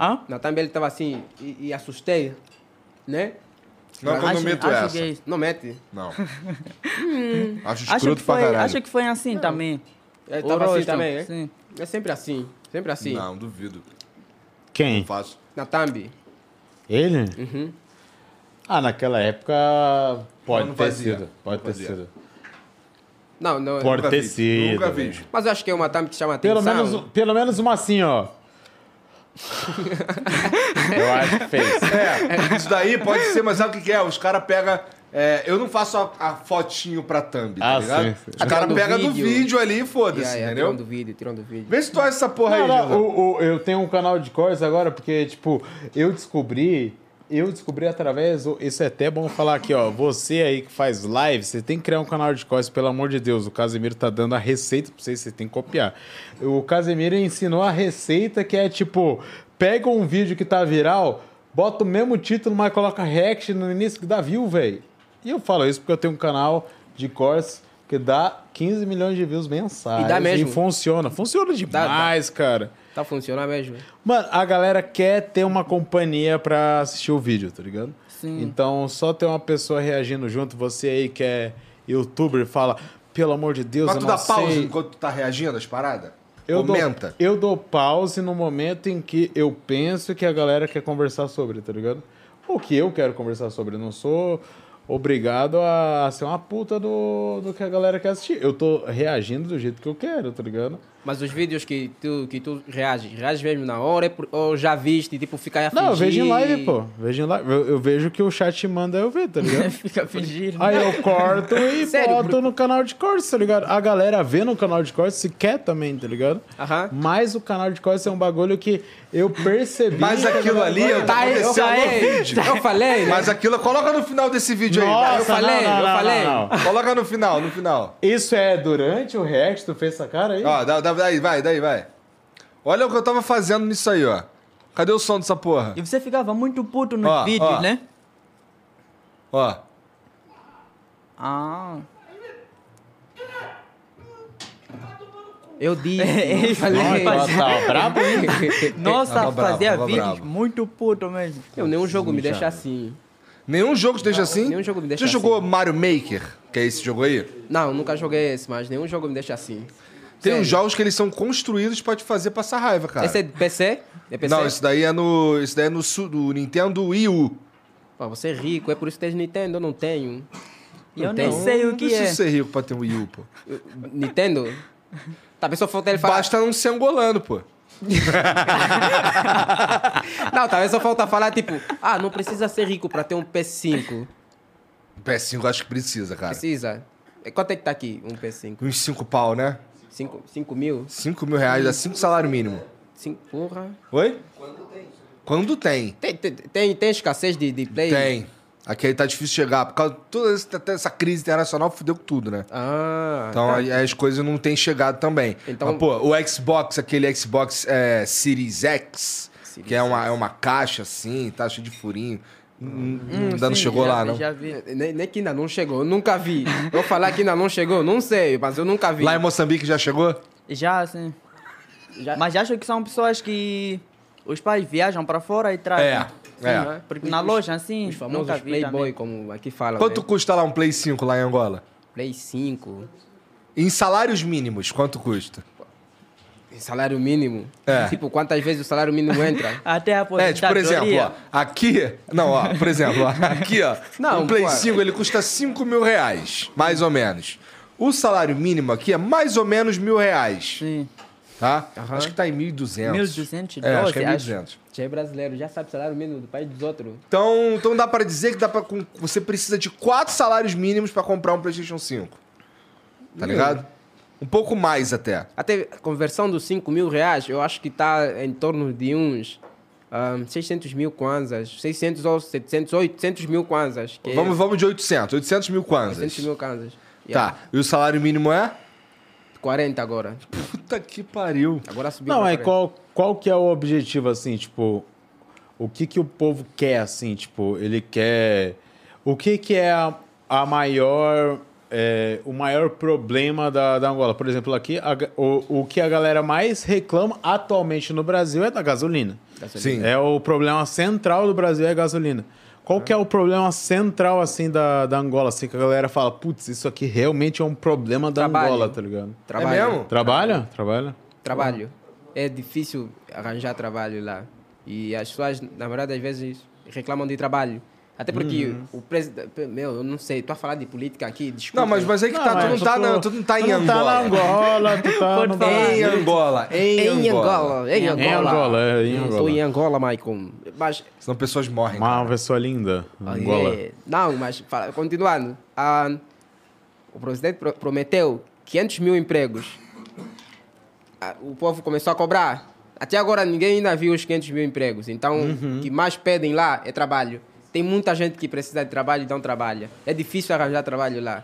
Hã?
Natan ele estava assim e, e assustei. Né?
Não que eu não
Acho-
meto
acho
essa.
que é isso.
Não mete.
Não. acho
Acho
escroto
que
pra
foi,
caralho.
acho que foi assim também.
Ele
O
tava assim
Royston,
também, né?
sim.
É sempre assim. Sempre assim.
Não, duvido.
Quem?
Não faço.
Natambi.
Ele?
Uhum.
Ah, naquela época pode
Eu não
ter
fazia.
sido. Pode
Não
ter
fazia.
sido.
Não, não.
Pode
Nunca
ter
vi.
sido. né?
Nunca
velho.
vi.
Mas eu acho que é uma Natambi que chama
Pelo
atenção.
menos, pelo menos uma assim, ó. Eu acho que fez.
É, isso daí pode ser, mas sabe o que que é? Os caras pegam. eu não faço a, a fotinho pra thumb, tá
Ah,
ligado?
sim, sim.
Os caras
Tirando
pegam do
vídeo.
vídeo ali e foda-se,
Yeah, yeah,
entendeu?
Tirando vídeo, tirando vídeo.
Vê se tu acha essa porra aí,
Cara,
José.
o- o- eu tenho um canal de cores agora, porque, tipo, eu descobri. Eu descobri através. do- Isso é até bom falar aqui, ó. Você aí que faz live, você tem que criar um canal de cores, pelo amor de Deus. O Casemiro tá dando a receita pra você, você tem que copiar. O Casemiro ensinou a receita que é tipo: pega um vídeo que tá viral, bota o mesmo título, mas coloca react no início que dá view, velho. E eu falo isso porque eu tenho um canal de cores que dá 15 milhões de views mensais.
E dá mesmo.
funciona. Funciona
dá.
demais, cara.
Tá funcionando mesmo.
Mano, a galera quer ter uma companhia pra assistir o vídeo, tá ligado?
Sim.
Então, só ter uma pessoa reagindo junto, você aí que é youtuber, fala, pelo amor de Deus,
Mas
eu
tu
não
dá
sei.
pausa enquanto tu tá reagindo às paradas?
Eu dou-
Comenta.
eu dou pause no momento em que eu penso que a galera quer conversar sobre, tá ligado? Ou que eu quero conversar sobre. Eu não sou obrigado a ser uma puta do, do que a galera quer assistir. Eu tô reagindo do jeito que eu quero, tá ligado?
Mas os vídeos que tu, que tu reages, reages mesmo na hora é por- ou já viste, tipo, fica aí a
Não, eu
fingir?
vejo em live, pô. Vejo em live. Eu, eu vejo o que o chat manda, eu vejo, tá ligado?
Fica fingindo.
Aí eu corto e
Sério,
boto no canal de cortes, tá ligado? A galera vê no canal de cortes se quer também, tá ligado?
Aham.
Mas o canal de cortes é um bagulho que eu percebi.
Mas
que é a
aquilo
galera
ali
gosta.
eu tá
eu
acontecendo no
falei,
vídeo.
eu falei, né?
Mas aquilo, coloca no final desse vídeo
Nossa,
aí.
eu falei,
não, não,
eu
não,
falei.
não, não.
vai. Coloca no final, no final.
Isso é durante o react? Tu fez essa cara aí?
Ó, dá, dá, daí, vai, daí, vai. Olha o que eu tava fazendo nisso aí, ó. Cadê o som dessa porra?
E você ficava muito puto nos
Ó,
vídeos,
ó.
né?
Ó.
Ah.
Eu disse,
É,
eu falei.
Nossa, tá brabo, hein?
Nossa,
Tava bravo,
fazia
tava
vídeos
bravo.
muito puto mesmo.
Eu, nenhum jogo me deixa assim.
Nenhum jogo te deixa assim?
nenhum jogo me deixa
Você
assim.
jogou Mario Maker, que é esse jogo aí?
Não, nunca joguei esse, mas nenhum jogo me deixa assim.
Tem
um
Sério?
uns jogos que eles são construídos pra te fazer passar raiva, cara.
Esse é de PC? É PC?
Tá. Não, isso daí é no. Isso daí é no, su- do Nintendo Wii U.
Pá, você é rico, é por isso que tens Nintendo, eu não tenho.
E eu
Não tem.
nem sei o
Não
que
precisa
é.
ser rico pra ter um Wii U, pô.
Nintendo? Tá, a pessoa falta ele falar.
Basta não ser angolano, pô.
Não, talvez só falta falar, tipo, ah, não precisa ser rico pra ter um PS5.
PS5 eu acho que precisa, cara.
Precisa. E Quanto é que tá aqui um PS5?
Uns 5 pau, né?
5 cinco mil?
5 mil reais, dá 5 salário mínimo.
Cinco, porra.
Oi? Quando tem.
Tem, tem, tem, tem escassez de, de play?
Tem. Aqui aí tá difícil chegar. Por causa de toda essa, até essa crise internacional, fudeu com tudo, né?
Ah,
Então
tá.
aí as coisas não têm chegado também.
Então-
Mas, pô, o Xbox, aquele Xbox é, Series X,
Series
que é uma, é uma caixa assim, tá cheio de furinho. Hum, ainda não
Sim,
chegou
já
lá,
vi,
não.
Já vi.
Nem, nem que ainda não chegou, eu nunca vi. Vou falar que ainda não chegou, não sei, mas eu nunca vi.
Lá é em Moçambique já chegou?
Já, sim.
Já-
Mas acho que são pessoas que os pais viajam para fora e
É.
trazem.
é.
Porque na loja, assim,
Os famosos
nunca vi
Playboy,
também.
como aqui fala.
Quanto
né?
custa lá um Play 5 lá em Angola?
Play 5,
Em salários mínimos, quanto custa?
salário mínimo.
É.
Tipo, quantas vezes o salário mínimo entra?
Até a
É,
tá
tipo, por
aposentadoria.
exemplo, ó, aqui. Não, ó, por exemplo, ó, aqui, ó.
Não,
um Play
pô.
5 ele custa 5 mil reais, mais ou menos. O salário mínimo aqui é mais ou menos mil reais,
Sim.
tá? Acho que tá em 1.200.
1.212,
É, acho que é
acho.
1.200.
Já é brasileiro, já sabe o salário mínimo do país dos outros.
Então, então dá pra dizer que dá pra, com- você precisa de quatro salários mínimos pra comprar um PlayStation 5.
Hum.
Tá ligado? Um pouco mais até.
Até a conversão dos 5 mil reais, eu acho que está em torno de uns ahm, 600 mil kwanzas. 600 ou 700, 800 mil kwanzas. que é
Vamos, vamos de 800, 800 mil kwanzas.
800 mil kwanzas. Yeah,
Tá. E o salário mínimo é?
40 agora.
Puta que pariu.
Agora subiu
Não,
pra
é
40.
qual, qual que é o objetivo, assim, tipo... O que que o povo quer, assim, tipo, ele quer... O que que é a, a maior... é, o maior problema da, da Angola? Por exemplo, aqui, a ga- o, o que a galera mais reclama atualmente no Brasil é da gasolina.
Sim.
É o problema central do Brasil é a gasolina. Qual que é o problema central, assim, da, da Angola? Assim, que a galera fala, putz, isso aqui realmente é um problema da
Trabalho.
Angola, tá ligado?
Trabalho.
É mesmo?
Trabalha? Trabalha?
Trabalho. É difícil arranjar trabalho lá. E as pessoas, na verdade, às vezes reclamam de trabalho. Até porque o presidente. Meu, eu não sei, tô a falar de política aqui, desculpa.
Não, mas, mas é que tá, tu, não tá, na, tu não tá em
Tu não tá
Angola.
na Angola, tu tá
Pode
não tá-
falar.
Em Angola, É. em,
Em
Angola.
Angola, em Angola.
Em Angola, é, em
Eu
Angola.
Estou em Angola, Maicon. Mas
Senão pessoas morrem.
Uma pessoa linda, Angola.
É, Não, mas fala- continuando. Ah, o presidente pro- prometeu 500 mil empregos. Ah, o povo começou a cobrar. Até agora ninguém ainda viu os 500 mil empregos. Então,
Uhum.
o que mais pedem lá é trabalho. Tem muita gente que precisa de trabalho e não trabalha. É difícil arranjar trabalho lá.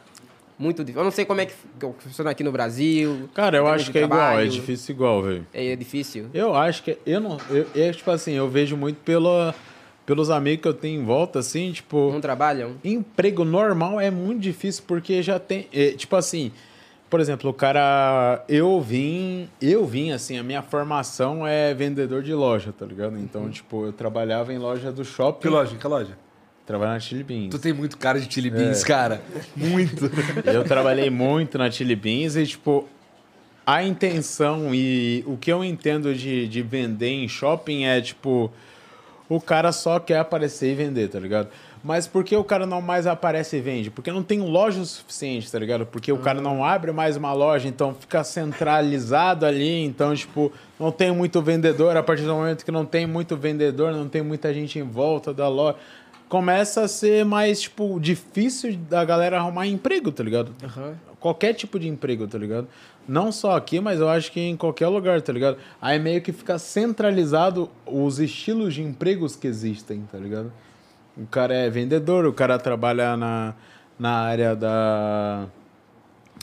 Muito difícil. Eu não sei como é que f- que funciona aqui no Brasil.
Cara, eu
Em termos
acho
Tá de
que é igual, é
trabalho.
difícil igual, velho.
É, é difícil.
Eu acho que. Eu não. Eu, é, tipo assim, eu vejo muito pela, pelos amigos que eu tenho em volta, assim, tipo.
Não trabalham.
Emprego normal é muito difícil porque já tem. é, tipo assim, por exemplo, o cara. Eu vim. Eu vim, assim, a minha formação é vendedor de loja, tá ligado? Então, tipo, eu trabalhava em loja do shopping.
Que loja, que loja?
Trabalhava na Chili Beans.
Tu tem muito cara de Chili Beans, cara. Muito.
Eu trabalhei muito na Chili Beans e, tipo, a intenção e o que eu entendo de, de vender em shopping é, tipo, o cara só quer aparecer e vender, tá ligado? Mas por que o cara não mais aparece e vende? Porque não tem loja o suficiente, tá ligado? Porque o cara não abre mais uma loja, então fica centralizado ali, então, tipo, não tem muito vendedor. A partir do momento que não tem muito vendedor, não tem muita gente em volta da loja. Começa a ser mais, tipo, difícil da galera arrumar emprego, tá ligado? Qualquer tipo de emprego, tá ligado? Não só aqui, mas eu acho que em qualquer lugar, tá ligado? Aí meio que fica centralizado os estilos de empregos que existem, tá ligado? O cara é vendedor, o cara trabalha na, na área da,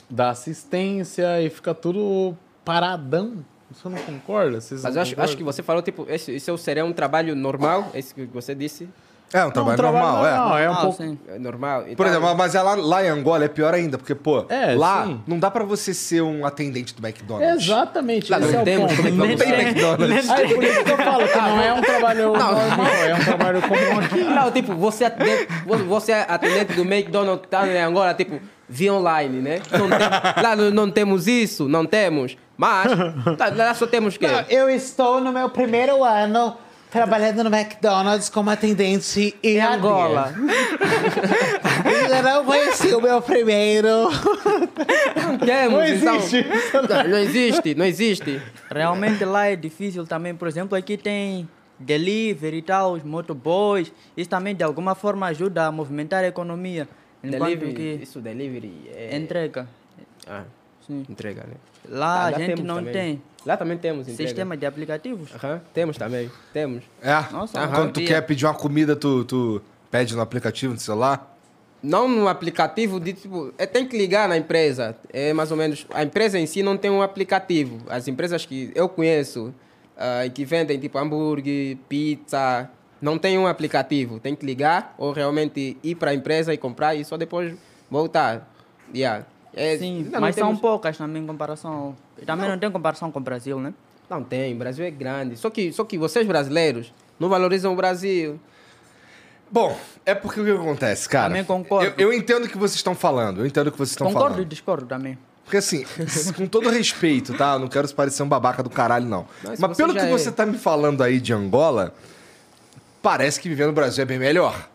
da assistência e fica tudo paradão. Você não concorda? Vocês
Mas
não
eu acho,
concordam?
acho que você falou, tipo, esse, esse seria um trabalho normal, esse que você disse.
É um
Não,
trabalho,
trabalho
normal, é.
normal, é um
Ah,
pouco...
sim.
É normal. e
Por
tal.
exemplo, mas é lá, lá em Angola é pior ainda, porque, pô,
É,
lá
sim.
não dá pra você ser um atendente do McDonald's.
Exatamente,
Lá
esse
não
é o
temos
ponto.
como é que vamos
Tem
lá.
McDonald's.
Aí por isso que eu falo que não é um trabalho
Ah,
normal, é um trabalho comum aqui.
Não, tipo, você é atendente, vo- você é atendente do McDonald's tá, né, agora, tipo, via online, né? Não tem- lá não, não temos isso, não temos. Mas tá, lá só temos o quê?
Eu estou no meu primeiro ano trabalhando no McDonald's como atendente
É
em Angola. Ainda não conheci o meu primeiro.
Temos,
Não
então.
existe
Não, não existe, não existe.
Realmente lá é difícil também. Por exemplo, aqui tem delivery e tal, os motoboys. Isso também de alguma forma ajuda a movimentar a economia. Enquanto
Delivery,
que
isso, delivery é...
entrega.
Ah,
Sim.
entrega, né?
Lá a
Lá
gente
temos
não
também.
tem
Lá também temos entrega.
sistema de aplicativos.
Aham, temos também, temos.
É.
Nossa, eu
Quando
não
tu
sabia.
quer pedir uma comida, tu, tu pede no aplicativo, no celular.
Não no aplicativo de tipo. É, tem que ligar na empresa. É mais ou menos. A empresa em si não tem um aplicativo. As empresas que eu conheço ah, e que vendem tipo hambúrguer, pizza, não tem um aplicativo. Tem que ligar ou realmente ir para a empresa e comprar e só depois voltar. Yeah. É,
Sim,
ainda não
mas são um
temos-
poucas também em comparação. ao- Também não tem comparação com o Brasil, né?
Não tem, o Brasil é grande. Só que, só que vocês brasileiros não valorizam o Brasil.
Bom, é porque o que acontece, cara?
Também concordo.
Eu, eu entendo o que vocês estão falando. Eu entendo o que vocês estão
Concordo
falando.
e discordo também.
Uhum.
Porque assim, com todo respeito, tá? Eu Não quero parecer um babaca do caralho, não.
Mas
Mas
você
pelo que
já é.
você tá me falando aí de Angola, parece que viver no Brasil é bem melhor.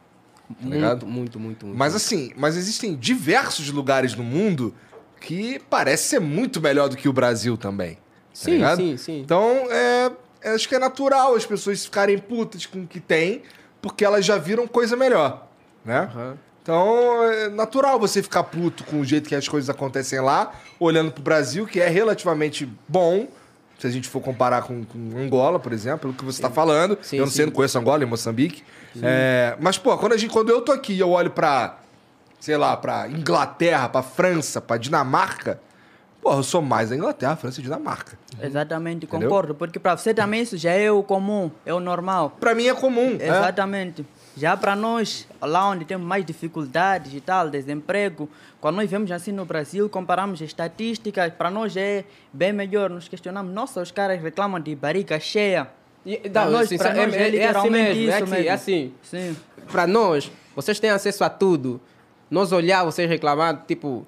Tá ligado?
Muito, muito, muito, muito.
Mas assim, mas existem diversos lugares no mundo que parece ser muito melhor do que o Brasil também. tá
Sim,
ligado?
sim, sim.
Então, é, acho que é natural as pessoas ficarem putas com o que tem, porque elas já viram coisa melhor, né?
Aham.
Então, é natural você ficar puto com o jeito que as coisas acontecem lá, olhando pro Brasil, que é relativamente bom, se a gente for comparar com, com Angola, por exemplo, pelo que você tá falando.
Sim,
eu não sei,
sim.
não conheço Angola e Moçambique. É, mas, pô, quando, a gente, quando eu tô aqui e eu olho pra, sei lá, pra Inglaterra, pra França, pra Dinamarca, pô, eu sou mais da Inglaterra, França e Dinamarca.
Exatamente,
Entendeu?
concordo. Porque para você também isso já é o comum, é o normal.
Pra mim é comum. né?
Exatamente. Já para nós, lá onde temos mais dificuldades e tal, desemprego, quando nós vemos assim no Brasil, comparamos estatísticas, para nós é bem melhor. Nos questionamos, nossa, os caras reclamam de barriga cheia.
E-
Pra
não,
nós,
sincer-
pra nós
é- é assim
literalmente
mesmo, é
isso
assim, é assim.
Sim.
para nós, vocês têm acesso a tudo. Nós olhar, vocês reclamar, tipo,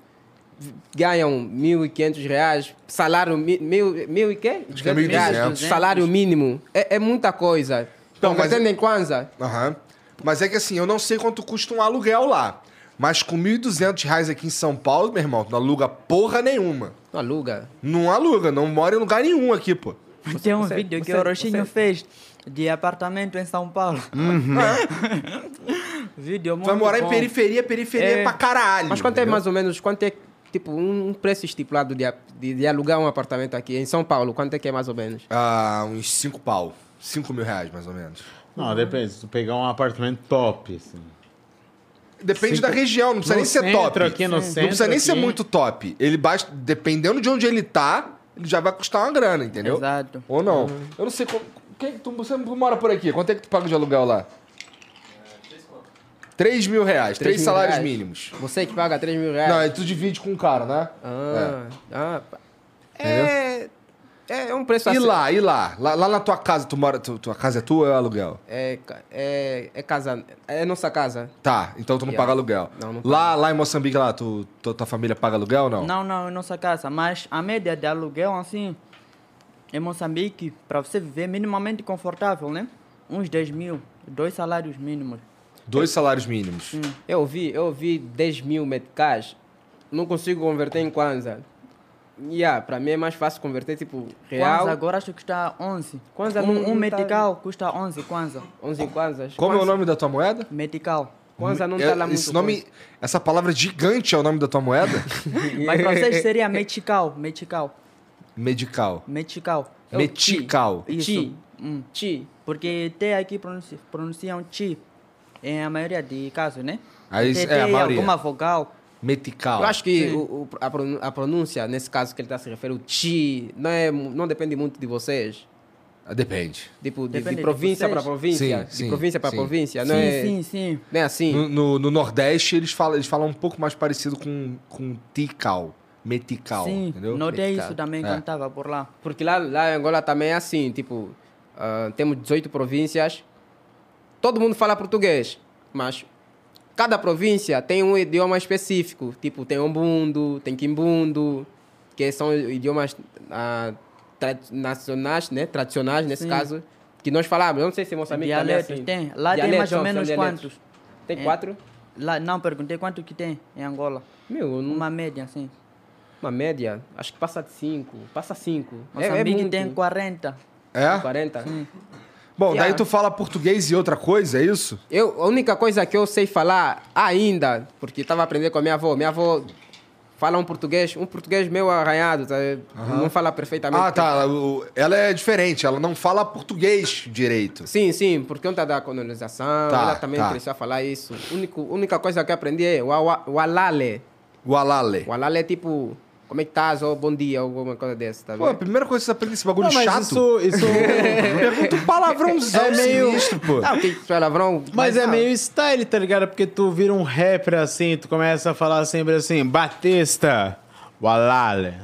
v- ganham 1.500 reais, salário mi- mil, mil e quê?
Acho que é
200 reais,
1.200.
Salário mínimo. É, é muita coisa.
Então,
Então,
mas-
mas... em Kwanza,
Aham. Mas é que assim, eu não sei quanto custa um aluguel lá. Mas com 1.200 reais aqui em São Paulo, meu irmão, tu não aluga porra nenhuma.
não aluga.
Não aluga, não mora em lugar nenhum aqui, pô.
Tem um
você-
vídeo que
você-
o Roxinho
você- Uhum.
fez de apartamento em São Paulo. vídeo
Tu
muito
vai morar
bom.
em periferia, periferia
É.
pra caralho.
Mas quanto é
entendeu?
mais ou menos, quanto é, tipo, um um preço estipulado de, a- de, de alugar um apartamento aqui em São Paulo? Quanto é que é mais ou menos?
Ah, uns 5 pau. 5 mil reais, mais ou menos.
Não, depende. Se tu pegar um apartamento top, assim.
Depende
Cinco-
da região, não precisa
No
nem ser
centro
top.
aqui, no
não
centro
precisa nem ser
aqui.
muito top. Ele basta, dependendo de onde ele tá, ele já vai custar uma grana, entendeu?
Exato.
Ou não. Eu não sei como. Quem, tu, você não mora por aqui. Quanto é que tu paga de aluguel lá? 3 mil reais, 3
mil
salários
reais.
mínimos.
Você que paga 3 mil reais.
Não, aí tu divide com o cara, né?
Ah, ah, pá. é, é, um preço
E
assim.
lá, e lá? lá? Lá na tua casa, tu mora. Tu, tua casa é tua ou é aluguel?
É, ca- é, é casa. É nossa casa.
Tá, então tu não
Yeah.
paga aluguel.
Não, não
lá, lá em Moçambique, lá, tu, tu- tua família paga aluguel ou não?
Não, não, em nossa casa. Mas a média de aluguel, assim, em Moçambique, para você viver minimamente confortável, né? Uns 10 mil, dois salários mínimos.
Dois salários mínimos.
Eu ouvi, eu ouvi 10 mil meticais. Não consigo converter em Kwanza. Yeah, pra mim é mais fácil converter, tipo, real.
Kwanza agora acho que custa 11.
Kwanza
um,
não-
um
não tá-
medical custa 11 Kwanza.
11 Kwanzas.
Como é o
Kwanza-
nome da tua moeda?
Medical.
Kwanza não
É,
tá lá muito.
Esse nome, essa palavra gigante é o nome da tua moeda?
Mas para vocês seria medical, medical,
Medical.
medical.
É o
Medical.
Kwanza. Chi.
Isso. Hum.
Chi.
Porque T aqui pronunci- pronunciam chi em a maioria de casos, né?
Aí,
Tem-
é, a
tem
maioria.
alguma vogal.
Medical.
Eu acho que o- o- a pronu- a pronúncia, nesse caso que ele está se referindo, chi, não, é, não depende muito de vocês.
Ah, Depende.
Tipo, de,
Depende
de
de
província
vocês.
para província.
Sim,
de
sim,
província para
sim.
província. Não,
sim,
é,
sim, sim.
não é assim.
No, no- no Nordeste, eles falam, eles falam um pouco mais parecido com, com tical, metical,
Sim,
entendeu?
não tem
Medical.
isso também
É.
quando tava por lá.
Porque lá, lá em Angola também é assim, tipo, ah, temos 18 províncias, todo mundo fala português, mas cada província tem um idioma específico, tipo, tem Ombundo, tem Quimbundo, que são idiomas ah, tra- nacionais, né? tradicionais, nesse
Sim.
caso, que nós falamos. Eu não sei se Moçambique também é
Dialetos,
assim.
tem. Lá tem
Dialetos,
mais
são-
ou
são
menos
dialetos.
quantos?
Tem
É.
quatro?
Lá, não, perguntei quanto que tem em Angola.
Meu, eu não-
Uma média, assim.
uma média, acho que passa de cinco. Passa cinco. É- É,
Moçambique
muito.
tem 40.
É?
40.
Bom, daí
Yeah.
tu fala português e outra coisa, é isso?
Eu, a única coisa que eu sei falar ainda, porque estava aprendendo com a minha avó, minha avó fala um português, um português meio arranhado, sabe? não fala perfeitamente.
Ah, tá. o- Ela é diferente, ela não fala português direito.
Sim, sim, por conta da colonização,
Tá,
ela também
tá.
precisava falar isso. A única coisa que eu aprendi é o awa- o alale.
O alale.
O alale é tipo, como é que estás, ou bom dia, ou alguma coisa dessa, tá
Pô, a
vendo?
primeira coisa que você aprende esse bagulho
Não, mas
chato.
isso- isso
é
Pergunta um palavrãozão
É meio-
sinistro, pô.
Ah, ok, palavrão.
Mas é
ah,
meio style, tá ligado? Porque tu vira um rapper assim, tu começa a falar sempre assim, Batista, Walale.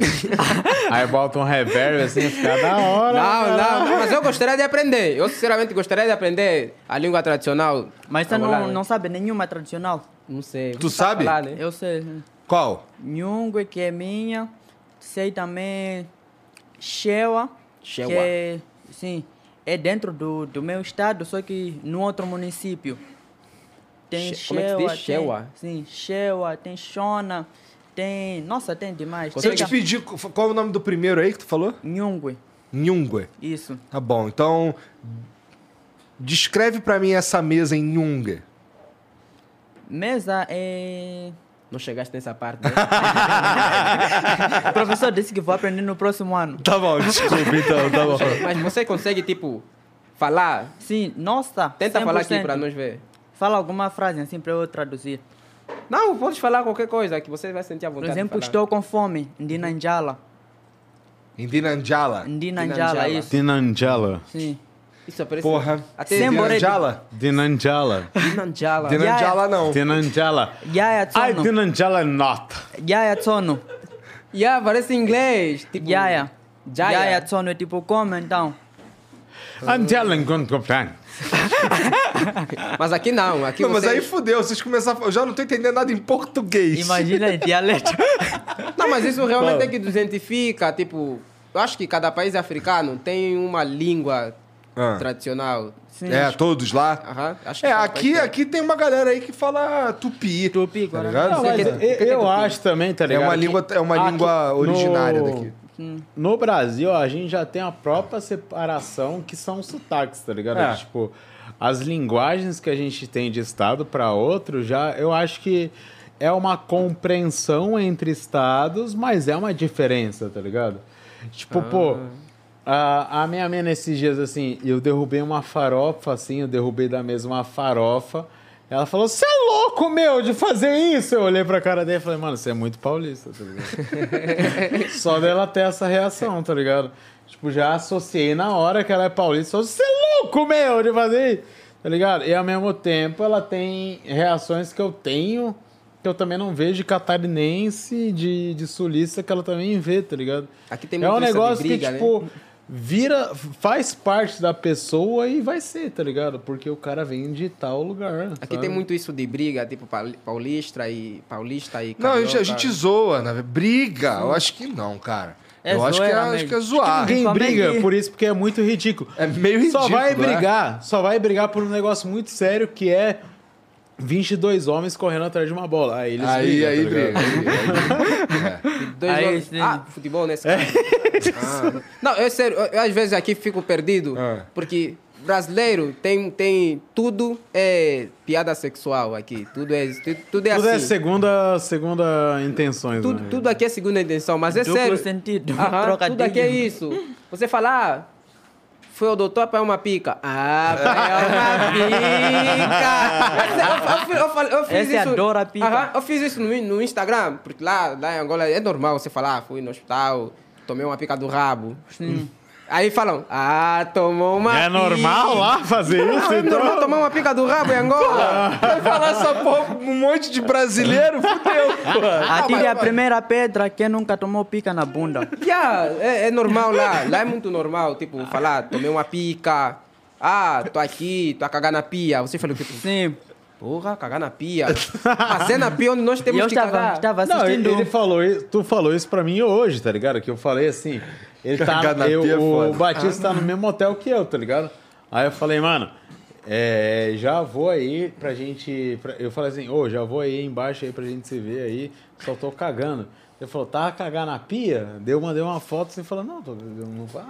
Aí bota um reverb assim, fica da hora.
né?
né?
Não,
cara.
não, mas eu gostaria de aprender. Eu sinceramente gostaria de aprender a língua tradicional.
Mas você
O
não,
alale.
não sabe nenhuma é tradicional.
Não sei.
Tu sabe?
Falar, né?
Eu sei. né?
Qual?
Nhungwe, que é minha. Sei também. Shewa.
Shewa.
Que é, sim, é dentro do, do meu estado, só que num outro município. Tem
She-
Shewa.
como é que se diz?
tem-
Shewa?
Sim, Shewa. Tem Shona. Tem. Nossa, tem demais.
Se eu te
Chega-
pedir qual é o nome do primeiro aí que tu falou?
Nhungwe.
Nhungue.
Isso.
Tá bom, então. Descreve pra mim essa mesa em Nhungue.
Mesa é.
Não chegaste nessa parte. Né?
O professor disse que vou aprender no próximo ano.
Tá bom, desculpa então, tá bom.
Mas você consegue, tipo, falar?
Sim, nossa.
Tenta falar aqui
100%.
pra nós ver.
Fala alguma frase assim pra eu traduzir.
Não, podes falar qualquer coisa que você vai sentir a
Por
vontade.
exemplo,
de falar. Uhum.
estou com fome. Ndinanjala.
Indinanjala.
Ndinanjala,
Ndinanjala.
isso.
Dinanjala.
Sim.
Isso parece.
Porra.
Até
Sem Sembore-
Dinanjala?
Dinanjala.
Nanjala.
Dinanjala não.
Dinanjala.
Yaya
Ai,
tsono.
Dinanjala not.
Yaya tsono.
Yeah, parece em inglês. Tipo,
Yaya.
Jaya.
Yaya tsono é tipo como então?
Angela Ngonkopan.
Mas aqui não. Aqui
Não, mas
vocês-
aí fudeu, vocês começaram. a- Eu já não tô entendendo nada em português.
Imagina em dialeto.
Não, mas isso realmente é que nos identifica. Tipo, eu acho que cada país é africano tem uma língua
Ah.
tradicional.
Sim.
É, todos lá.
Aham, Ah, acho que
É,
cada
aqui,
país tem.
aqui tem uma galera aí que fala tupi.
Tupi,
tá
Guarani.
ligado?
Não, é. mas
que-
eu, eu acho também, tá ligado?
uma
que
língua- é uma
aqui
língua originária
no-
daqui.
No Brasil, a gente já tem a própria separação que são os sotaques, tá ligado?
É.
Tipo, as linguagens que a gente tem de estado para outro, já eu acho que é uma compreensão entre estados, mas é uma diferença, tá ligado? Tipo, pô, a, a minha mina esses dias assim, eu derrubei uma farofa assim, eu derrubei da mesa uma farofa. Ela falou, você é louco, meu, de fazer isso? Eu olhei pra cara dele e falei, mano, você é muito paulista, tá ligado? Só dela ter essa reação, tá ligado? Tipo, já associei na hora que ela é paulista. Só, Você é louco, meu, de fazer isso", Tá ligado? E ao mesmo tempo, ela tem reações que eu tenho, que eu também não vejo de catarinense, de, de sulista, que ela também vê, tá ligado?
Aqui tem
é
muito
um
isso de
negócio
briga,
que,
né?
tipo, vira, faz parte da pessoa e vai ser, tá ligado? Porque o cara vem de tal lugar.
Aqui
sabe?
tem muito isso de briga, tipo pau- paulista e paulista e
Não, a gente, a
carioca.
gente zoa, né? briga. Eu acho que não, cara.
É
eu acho que, é,
zoeira
acho
mesmo.
que é zoar.
Ninguém
Principalmente-
briga por isso porque é muito ridículo. né?
É meio
Só
ridículo,
vai
é?
brigar, só vai brigar por um negócio muito sério que é 22 homens correndo atrás de uma bola. Aí eles
Aí,
brigam, tá
aí,
ligado?
briga.
Dois
Aí,
jogos-
sim.
Ah, futebol nesse caso. Ah. Não, eu sério, eu, eu às vezes aqui fico perdido,
Ah.
porque brasileiro tem, tem tudo é piada sexual aqui, tudo é tu- tudo, é
Tudo é
assim.
segunda, segunda intenções.
tudo,
né?
tudo aqui é segunda intenção, mas é
Duplo
sério.
sentido,
Aham,
trocadilho.
tudo aqui é isso. Você fala, ah, foi o doutor para uma pica. Ah, para uma pica. Eu, eu- eu falei- eu fiz
Esse
isso.
adora pica.
Aham, eu fiz isso no, no Instagram, porque lá, lá em Angola é normal você falar, ah, fui no hospital, tomei uma pica do rabo. Aí falam, ah, tomou uma
É normal
pica.
lá fazer isso?
Não, é
então? Ah.
normal tomar uma pica do rabo em Angola.
Vai falar essa porra pra um monte de brasileiro, fudeu, pô.
Atire a primeira pedra quem nunca tomou pica na bunda.
Yeah, é, é normal lá. Lá é muito normal, tipo, ah, falar, tomei uma pica. Ah, tô aqui, tô a cagar na pia. Você falou, tipo,
Sim.
Porra, cagar na pia. A cena na pia onde nós
E
temos
eu
que
estava,
cagar.
estava
Não, ele,
Tá assistindo.
ele falou, isso- tu falou isso pra mim hoje, tá ligado? Que eu falei assim, ele tá,
Cagar na
eu-
pia é
o
foda.
Batista tá no mesmo hotel que eu, tá ligado? Aí eu falei, mano, é, já vou aí pra gente, pra- eu falei assim, ô, já vou aí embaixo aí pra gente se ver aí, só tô cagando. Ele falou, tá cagar na pia? Daí eu mandei uma foto assim, falou, não, tô, eu não faço,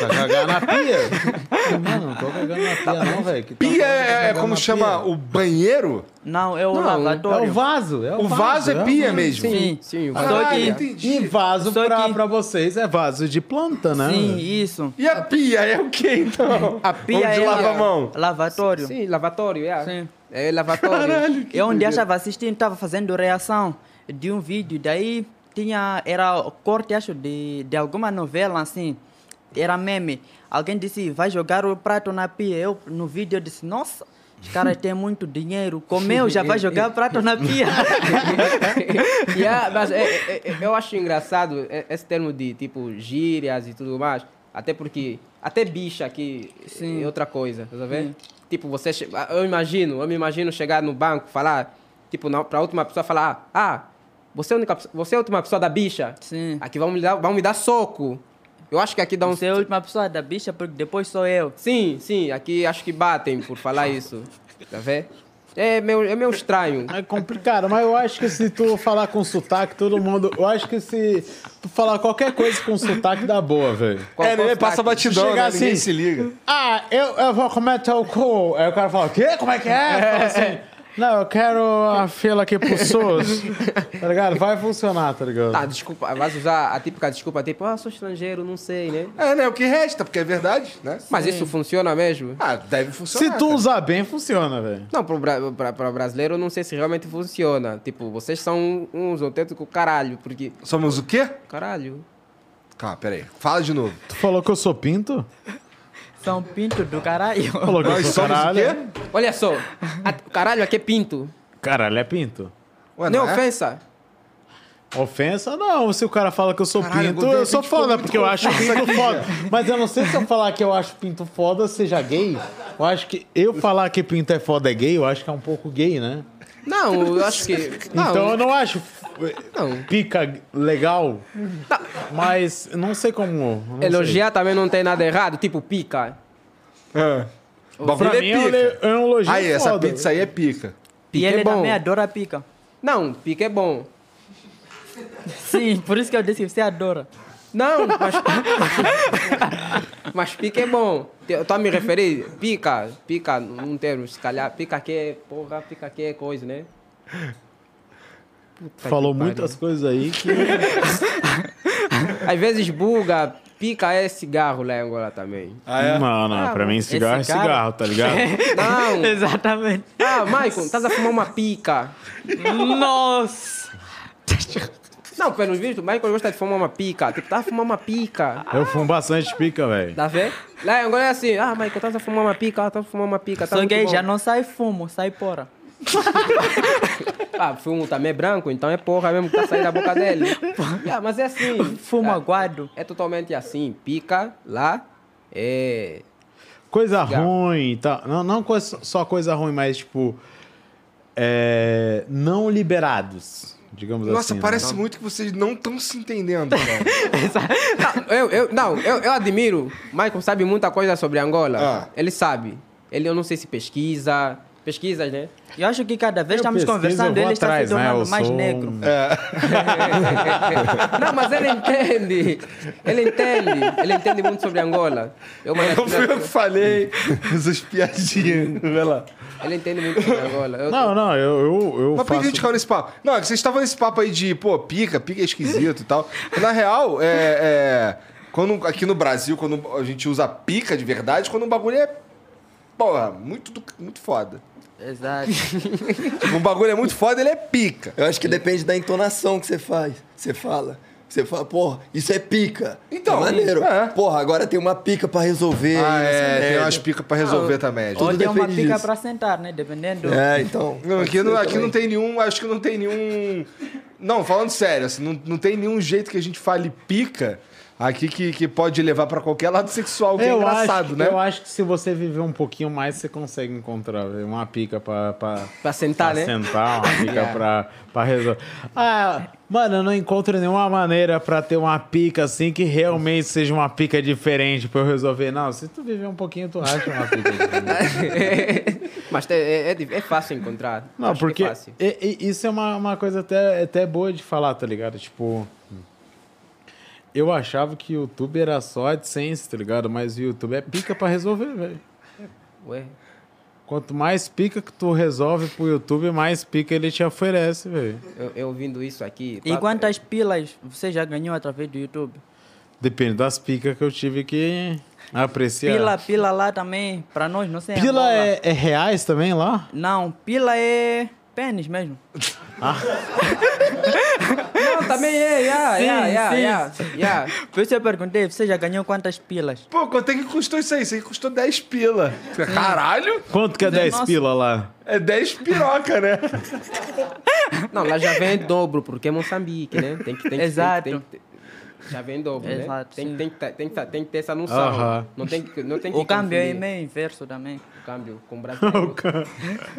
tá cagar na pia. Eu falei, Mano, não tô cagando na pia não, velho. que tá
Pia
falando que tá
é, é
cagando
como
na
chama
pia?
o banheiro?
Não, é o
Não,
É o
lavatório.
vaso. É o,
O vaso é pia mesmo.
Sim,
Sim, sim, o
Só
Caralho,
que-
entendi.
E vaso
Só
pra,
que-
pra vocês é vaso de planta, né?
Sim, isso.
E a pia é o que então?
A pia
Onde
é-
lava a mão?
Lavatório.
Sim, lavatório, é.
Sim.
É lavatório.
Eu um dia estava assistindo, estava fazendo reação de um vídeo, daí tinha, era o corte, acho, de, de alguma novela, assim, era meme. Alguém disse, vai jogar o prato na pia. Eu, no vídeo, eu disse, nossa, os caras têm muito dinheiro, comeu, já vai jogar o prato na pia.
Yeah, mas é- é- é- eu acho engraçado é- esse termo de tipo gírias e tudo mais. Até porque. Até bicha aqui é outra coisa, tá vendo? Tipo, você. che- ah, Eu imagino, eu me imagino chegar no banco falar, tipo, na, pra última pessoa falar, ah, você é a única pessoa- você é a última pessoa da bicha?
Sim.
Aqui vão me dar, vão me dar soco. Eu acho que aqui dá um.
Você é a última pessoa da bicha, porque depois sou eu.
Sim, sim, aqui acho que batem por falar isso. Tá vendo? É meio, é meio estranho.
É complicado, mas eu acho que se tu falar com sotaque, todo mundo. Eu acho que se tu falar qualquer coisa com sotaque, dá boa, velho.
Qual-
é,
qual
né? Passa
sotaque?
batidão,
Chega
né?
assim.
Ninguém se liga.
Ah, eu, eu vou comer teu cu. Aí o cara fala, o quê? Como é que é? Fala assim. Não, eu quero a fila aqui pro SUS. Tá ligado? Vai funcionar, tá ligado?
Tá, desculpa, vais usar a típica desculpa, tipo, ah, sou estrangeiro, não sei, né?
É, né? O que resta, porque é verdade, né?
Mas isso funciona mesmo?
Ah, deve funcionar.
se tu
cara.
usar bem, funciona, velho.
Não, para brasileiro eu não sei se realmente funciona. Tipo, vocês são uns autênticos caralho, porque.
Somos o quê?
Caralho.
Calma, peraí. Fala de novo.
Tu falou que eu sou pinto?
São um pinto do caralho.
Falou que eu
Nós
sou
somos
caralho.
o quê?
Olha só, a- caralho aqui é pinto.
Caralho, é pinto.
Ué,
não é
é?
ofensa.
Ofensa não, se o cara fala que eu sou
Caralho,
pinto,
agora
eu
de
sou
repente ficou
foda,
muito
porque eu acho
confuso
pinto
aqui,
foda. Mas eu não sei se eu falar que eu acho pinto foda seja gay. Eu acho que eu falar que pinto é foda é gay, eu acho que é um pouco gay, né?
Não, eu acho que. Não,
então eu não acho
não.
pica legal, mas não sei como. não sei.
Elogiar também não tem nada errado, tipo pica.
É. O bagulho
Pra mim é um le- é um elogio
Aí, essa
foda.
pizza aí é pica.
E
Pica é
ele
bom.
também adora pica.
Não, pica é bom.
Sim, por isso que eu disse que você adora.
Não, mas. mas pica é bom. Te- Eu tô a me referir, pica, pica, num termo, se calhar, pica que é porra, pica que é coisa, né?
é
Puta
Falou
que pariu.
muitas coisas aí que...
Às vezes buga, pica é cigarro lá em Angola também.
Ah, é?
Não, não, pra mim cigarro
Ah, esse
é
cara-
cigarro, tá ligado?
Não!
Exatamente.
Ah, Maicon, estás a fumar uma pica.
Nossa!
Não, pelo visto, o Maicon gosta de fumar uma pica. Tipo, tá a fumar uma pica.
Eu fumo bastante pica, velho.
Tá vendo? Lá em Angola é assim, ah, Maicon, estás a fumar uma pica, estás a fumar uma pica. Tá
Só
muito
que aí
bom.
já não sai fumo, sai pora.
Ah, fumo também é branco, então é porra mesmo que tá saindo da boca dele. Ah, mas é assim.
Fumo
Ah,
aguado.
É totalmente assim. Pica lá. É.
Coisa
Cigarro.
ruim, tá? Não, não coi- só coisa ruim, mas tipo. é, não liberados, digamos
Nossa,
assim. né?
parece muito que vocês não estão se entendendo, né? cara.
Não, eu, eu, não, eu, eu admiro. Michael sabe muita coisa sobre Angola.
Ah.
Ele sabe. Ele, eu não sei se pesquisa. Pesquisas, né?
Eu acho que cada vez
Então, Eu
estamos
pesquiso, eu
conversando,
vou
ele está
atrás,
se
né?
tornando
Eu
mais
sou um-
negro.
É.
não, mas ele entende. Ele entende. Ele entende muito sobre Angola. Eu, mas,
Não fui eu que falei essas piadinhas. Vai lá.
ele entende muito sobre Angola. Eu-
Não, não, eu, eu, eu
Mas por que a
faço...
gente caiu nesse papo? Não, é que vocês estavam nesse papo aí de, pô, pica, pica é esquisito e tal. Na real, é. é, quando, aqui no Brasil, quando a gente usa pica de verdade, quando um bagulho é. Porra, muito, do- muito foda.
Exato.
Tipo, um bagulho é muito foda, ele é pica.
Eu acho que depende da entonação que você faz. Você fala. Você fala, porra, isso é pica.
Então,
É maneiro.
é.
Porra, agora tem uma pica pra resolver.
Ah,
aí nessa
é, tem
merda.
umas picas pra resolver
Ah,
também.
Tudo
Ou tem uma
depende
pica
disso.
para sentar, né? Dependendo.
É, então.
Não, aqui, não,
Pode ser
aqui não
também.
tem nenhum. Acho que não tem nenhum. Não, falando sério, assim, não, não tem nenhum jeito que a gente fale pica aqui que, que pode levar pra qualquer lado sexual, que é
eu
engraçado,
acho,
né?
Eu acho que se você viver um pouquinho mais, você consegue encontrar uma pica pra... pra...
Pra sentar,
pra
né?
sentar, uma pica pra, pra resolver. Ah, mano, eu não encontro nenhuma maneira pra ter uma pica assim que realmente seja uma pica diferente pra eu resolver. Não, se tu viver um pouquinho, tu acha uma pica diferente.
Mas é, é- é dif- é fácil encontrar.
Não,
Acho que
porque
É fácil.
e- e- isso é uma, uma coisa até, até boa de falar, tá ligado? Tipo, eu achava que o YouTube era só AdSense, tá ligado? Mas o YouTube é pica pra resolver, velho.
Ué.
Quanto mais pica que tu resolve pro YouTube, mais pica ele te oferece, velho.
Eu, eu ouvindo isso aqui.
E
papo-
quantas pilas você já ganhou através do YouTube?
Depende das picas que eu tive que apreciar.
Pila, pila lá também, pra nós, não sei.
Pila
Angola.
é, é reais também lá?
Não, pila é pênis mesmo.
Não, também é, yeah,
Sim,
yeah, yeah,
sim.
yeah, yeah.
Por isso eu perguntei, você já ganhou quantas pilas?
Pô, quanto é que custou isso aí? Isso aí custou 10 pila. Caralho!
Quanto que é 10
Nossa.
pila lá?
É 10 piroca, né?
Não, lá já vem em dobro, porque é Moçambique, né? Tem que, tem que- tem que-
Exato.
tem que- já vem em dobro,
Exato,
né? Tem,
sim.
tem, que tá- tem, que tá- tem que ter essa noção.
Aham.
Não tem, que- não tem que
O câmbio é
confundir.
meio inverso também.
O câmbio com o brasileiro.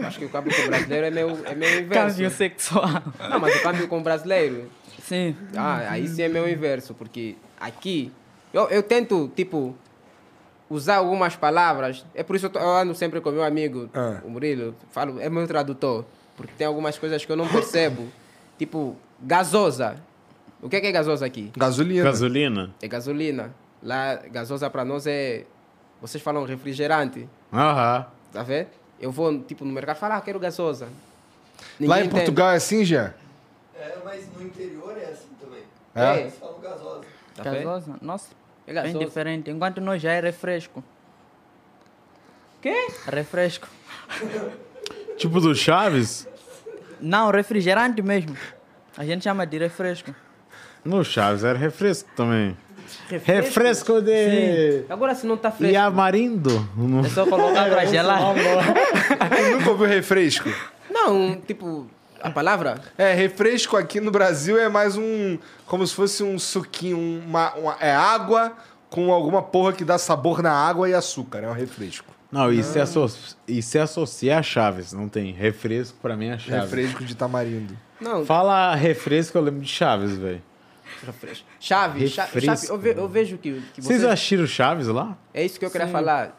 Acho que o câmbio com o brasileiro é meu, é meu inverso.
Câmbio sexual.
Não, mas o câmbio com o brasileiro,
Sim.
Ah, aí sim é meu inverso, porque aqui eu, eu tento, tipo, usar algumas palavras. É por isso que eu, tô- eu ando sempre com meu amigo,
Ah.
o Murilo, falo, é meu tradutor, porque tem algumas coisas que eu não percebo. tipo, gasosa. O que é, que é gasosa aqui?
Gasolina.
Gasolina?
É gasolina. Lá, gasosa para nós é. Vocês falam refrigerante,
Aham.
tá vendo? Eu vou, tipo, no mercado e falo, ah, quero gasosa.
Lá em
Ninguém entende.
Portugal é assim, Jean?
É, mas no interior é assim também.
É.
Ah.
Eles falam gasosa.
Tá vendo?
Gasosa? Nossa,
É
bem
gasosa.
diferente. Enquanto nós já é refresco. Quê? Refresco.
Tipo do Chaves?
Não, refrigerante mesmo. A gente chama de refresco.
No Chaves era refresco também. Refresco, de.
Agora se não tá
E
fresco.
amarindo?
É só colocar pra gelar.
Tu nunca ouviu refresco?
Não, tipo, a palavra?
É, refresco aqui no Brasil é mais um. Como se fosse um suquinho, uma, uma- é água com alguma porra que dá sabor na água e açúcar, é um refresco.
Não, e se, asso- e se associar a Chaves? Não tem. Refresco pra mim é Chaves.
Refresco de tamarindo.
Não,
Fala refresco, eu lembro de Chaves, velho.
refresco. Chave, cha-
Refresco.
chave. Eu, ve-
né?
eu vejo que, que
Vocês
vocês-
acharam Chaves lá?
É isso que eu queria falar.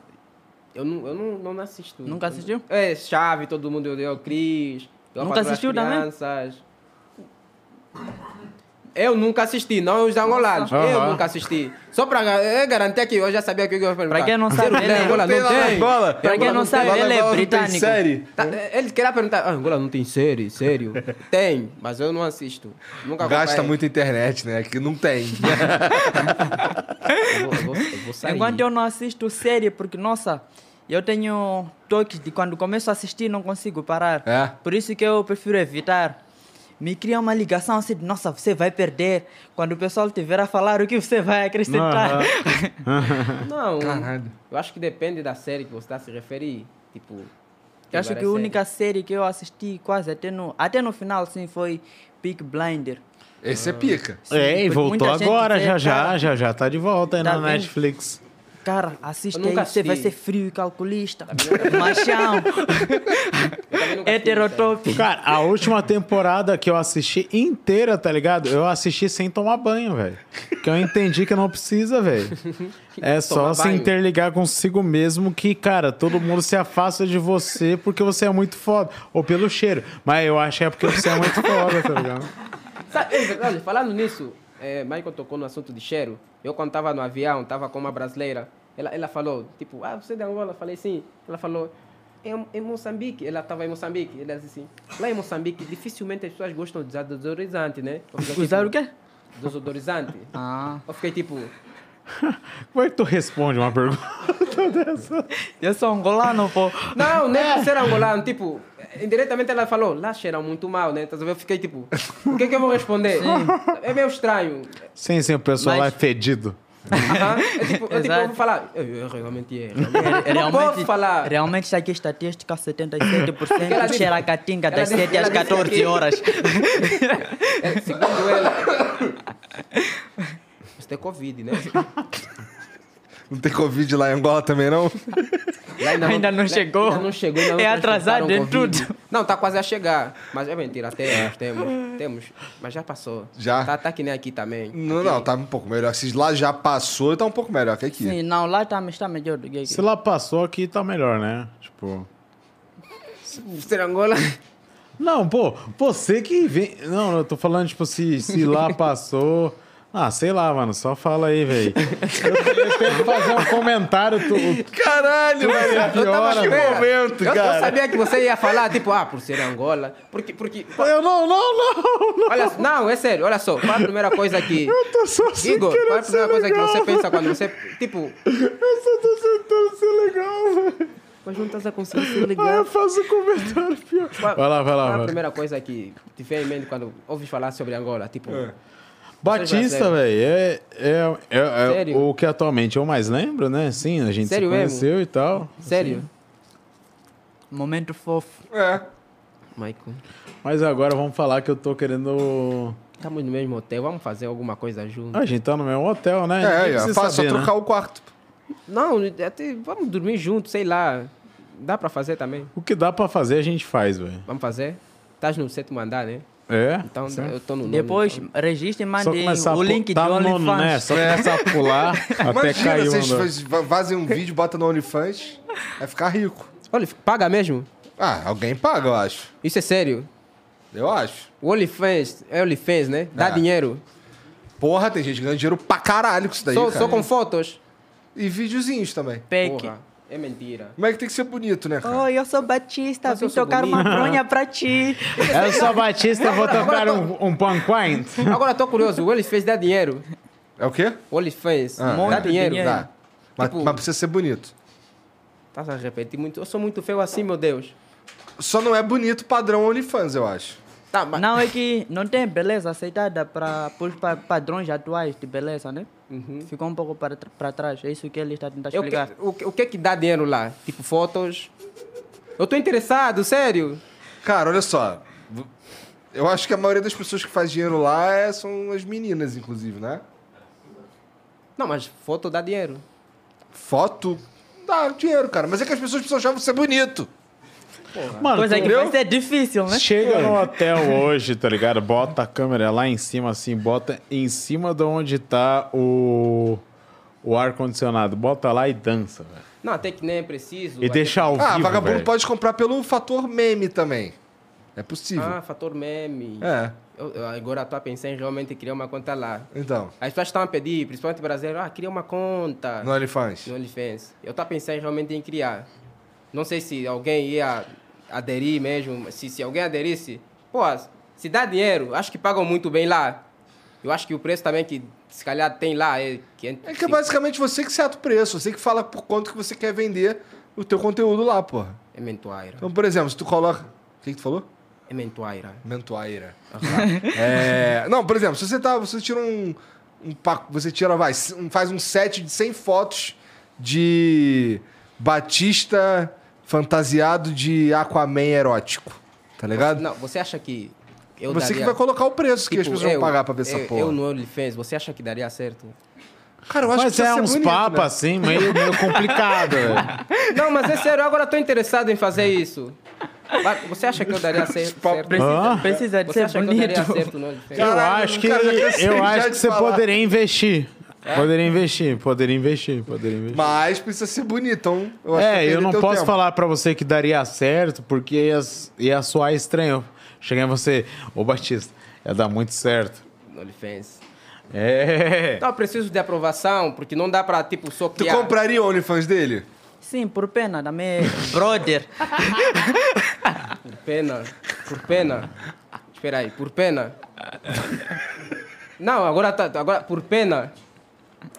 Eu não, eu não, não assisto.
Nunca assistiu?
É, chave, todo mundo odeia o Cris. eu
Nunca
patrulho as
assistiu também?
crianças. Eu nunca assisti, não os angolanos. Eu
Aham.
nunca assisti. Só pra ga- é, garantir que eu já sabia o que eu ia perguntar.
Pra quem não
Ser
sabe,
odeia
ele- é
Angola, não
lá na
tem.
Angola.
Pra quem não sabe,
Lá na
ele é
Angola não tem
britânico.
série.
Tá, ele queria perguntar, ah, Angola não tem série, sério? tem, mas eu não assisto. Nunca
Gasta
acompanhei.
muita internet, né? Que não tem.
Eu vou, eu vou- eu vou sair.
Enquanto eu não assisto série, porque, nossa, eu tenho toques de quando começo a assistir não consigo parar.
É?
Por isso que eu prefiro evitar. Me cria uma ligação assim de, nossa, você vai perder. Quando o pessoal tiver a falar, o que você tá- vai acrescentar?
Não, eu acho que depende da série que você está se referir. Tipo, tem
eu acho
várias
que a
séries.
única série que eu assisti quase até no, até no final, sim, foi Peak Blinder.
Esse é pica.
Sim,
é, e
porque
voltou
muita gente
agora,
vê,
já já,
cara.
já já tá de volta aí
Tá
na
vendo?
Netflix.
Cara, assiste
Eu
aí,
nunca
você vai
assisti. Tá
ser frio e calculista. Machão,
Eu também nunca assisti série.
heterotop.
Cara, a última temporada que eu assisti inteira, tá ligado? Eu assisti sem tomar banho, velho. Que eu entendi que não precisa, velho. É só
Tomar
se
banho.
interligar consigo mesmo que, cara, todo mundo se afasta de você porque você é muito foda. Ou pelo cheiro. Mas eu acho que é porque você é muito foda, tá ligado?
Sabe, ei, olha, falando nisso, é, Michael tocou no assunto de cheiro. Eu quando tava no avião, tava com uma brasileira. Ela, ela falou, tipo, ah, você é de Angola? Eu falei, sim. Ela falou, "É em, em Moçambique. Ela tava em Moçambique. Ela disse assim, lá em Moçambique, dificilmente as pessoas gostam de usar desodorizante, né? Eu fiquei,
Usar o
tipo,
quê?
Desodorizante.
Ah,
Eu fiquei tipo,
Como é que tu responde uma pergunta?
eu sou angolano, pô.
Não,
É.
nem por ser angolano, tipo, indiretamente ela falou, lá cheiram muito mal, né? Estás a ver? Eu fiquei tipo, o que é que eu vou responder? É meio estranho.
Sim, sim, o pessoal lá é
Mas-
fedido.
Aham. É tipo, eu, tipo, eu vou
Exato.
falar, eu, eu realmente erro.
É,
não posso falar.
Realmente isso aqui é estatística,
Ela
77%
disse-
cheira a catinga
ela
das
disse-
7
ela
às
disse
14
que-
horas.
É, segundo ela. Tipo, Mas ter Covid, né?
Não tem Covid lá em Angola também, não?
Lá
Ainda não
lá-
chegou.
Ainda não chegou. Ainda não
É atrasado
transportaram
em
Covid.
tudo.
Não, tá quase a chegar. Mas é mentira, até nós temos. Temos. Mas já passou.
Já?
Tá, tá que nem aqui também.
Não, não, tá um pouco melhor. Se lá já passou, tá um pouco melhor que aqui.
Sim, não, lá tá, está melhor do que aqui.
Se lá passou aqui, tá melhor, né? Tipo.
Ser Angola.
Não, pô, você que vem. Não, eu tô falando, tipo, se, se lá passou. Ah, sei lá, mano, só fala aí, velho. Eu, eu tenho que fazer um comentário. Tu,
Caralho, velho.
Que hora,
esperando.
que momento,
eu,
cara.
Eu sabia que você ia falar, tipo, ah, por ser Angola. Porque. porque
eu não, não, não, não.
olha, não, é sério, olha só. Qual a primeira coisa que.
Eu tô só
Igor,
querer
qual a primeira
ser
coisa que
legal,
você
velho.
pensa quando você. Tipo,
Eu só tô tentando ser legal, velho.
Mas não estás a conseguir se
Aí eu
ligar.
faço um comentário pior.
qual,
Vai lá, vai
qual
lá,
a
vai.
primeira coisa que te vem em mente quando ouves falar sobre Angola? Tipo,
É.
Batista,
Sério.
velho, é, é, é- é
Sério?
o que atualmente eu mais lembro, né? Sim, a gente
Sério
se
mesmo?
conheceu e tal. assim.
sério?
Momento fofo.
É.
Michael.
Mas agora vamos falar que eu tô querendo.
Estamos no mesmo hotel, vamos fazer alguma coisa junto.
Ah, A gente tá no mesmo hotel, né? Ninguém
É, é.
precisa
Fácil só
saber, né?
trocar o quarto.
Não, até vamos dormir junto, sei lá. Dá pra fazer também?
O que dá pra fazer, a gente faz, velho.
Vamos fazer? Estás no sétimo andar, né?
É?
Então
Sim.
eu tô no nono.
Depois, registre e mande
Só começar a
o
pu-
link
tá
de
no nono, né?
OnlyFans.
Só começar a pular até
É. Imagina,
cair o
vocês
andar.
faz- va- fazem um vídeo, botam no OnlyFans, vai ficar rico.
Olha, paga mesmo?
Ah, alguém paga, eu acho.
Isso é sério.
Eu acho.
O OnlyFans, é OnlyFans, né? Dá
É.
dinheiro.
Porra, tem gente ganhando dinheiro pra caralho com isso daí,
só,
cara.
só com fotos.
E videozinhos também.
Peque.
Porra, é mentira.
Como é que tem que ser bonito, né, cara?
Oi, eu sou Batista,
Mas eu
vim
sou
tocar
bonito.
uma bronha pra ti.
É, Eu sou Batista, eu vou tocar um, um panquint.
Agora eu tô curioso, o OnlyFans dá dinheiro.
É o quê?
O OnlyFans
Ah,
dá
muito
Um dinheiro.
dinheiro.
Dá. Mas,
Tipo-
mas precisa ser bonito.
Tá a repetir muito. Eu sou muito feio assim, meu Deus.
Só não é bonito padrão OnlyFans, eu acho.
Tá, mas...
Não, é que não tem beleza aceitada para os pa- padrões atuais de beleza, né? Ficou um pouco para, tr- para trás, é isso que ele está tentando
Uhum. Eu que-
explicar.
o, que- o que é que dá dinheiro lá? Tipo, fotos? Eu tô interessado, sério.
Cara, olha só. V- Eu acho que a maioria das pessoas que faz dinheiro lá é- são as meninas, inclusive, né?
Não, mas foto dá dinheiro.
Foto dá dinheiro, cara. Mas é que as pessoas precisam achar você bonito.
Mano,
Coisa
tu
é, que vai ser difícil, né?
chega no hotel hoje, tá ligado? Bota a câmera lá em cima, assim, bota em cima de onde tá o, o ar-condicionado. Bota lá e dança, velho.
Não, até que nem é preciso.
E
até-
deixa ao
Ah,
vivo,
vagabundo
velho.
pode comprar pelo fator meme também. É possível.
Ah, fator meme.
É,
Eu, eu agora tô a pensar em realmente criar uma conta lá.
então.
As pessoas estão a pedir, principalmente brasileiro, ah, cria uma conta
No OnlyFans.
no OnlyFans. Eu tô a pensar em realmente em criar. Não sei se alguém ia aderir mesmo, mas se, se alguém aderisse, pô, se dá dinheiro, acho que pagam muito bem lá. Eu acho que o preço também que se calhar tem lá é... Que
É que é basicamente você que seta o preço. Você que fala por quanto que você quer vender o teu conteúdo lá, porra.
É mentuaira.
Então, por exemplo, se tu coloca... O que que tu falou?
É mentuaira.
Mentuaira. É, Não, por exemplo, se você tá. Você tira um. um pa- você tira, vai, um- faz um set de 100 fotos de Batista fantasiado de Aquaman erótico. Tá ligado?
Não, você acha que eu
você que
daria-
vai colocar o preço que as
Tipo,
pessoas
eu-
vão pagar pra ver essa
eu-
porra.
Eu no OnlyFans, você acha que daria certo?
Cara, eu acho
Mas
que
é
precisa ser
uns
bonito,
papos,
né?
assim, meio, meio complicado, velho.
Não, mas é sério, agora tô interessado em fazer isso. Vai, Você acha que eu daria cer-
Tipo,
certo?
Precisa,
Hã?
precisa É de
Você
ser
acha que eu daria
bonito.
certo no OnlyFans?
Eu
Caralho,
acho que
cara, eu cansei
eu
já
acho
de
que você
falar.
poderia investir. Poderia investir, poderia investir, poderia investir.
né? Mas precisa ser bonito, então. Eu acho
é,
que
eu
perder
não
teu
posso
tempo.
falar pra você que daria certo, porque ia, ia soar estranho. Cheguei em você, ô Batista, ia dar muito certo.
No OnlyFans.
É.
Então eu preciso de aprovação, porque não dá pra, tipo, só
Tu
criar.
compraria o OnlyFans dele?
Sim, por pena, também. Brother.
Por pena, por pena. Espera aí, por pena. Não, agora tá, agora, por pena.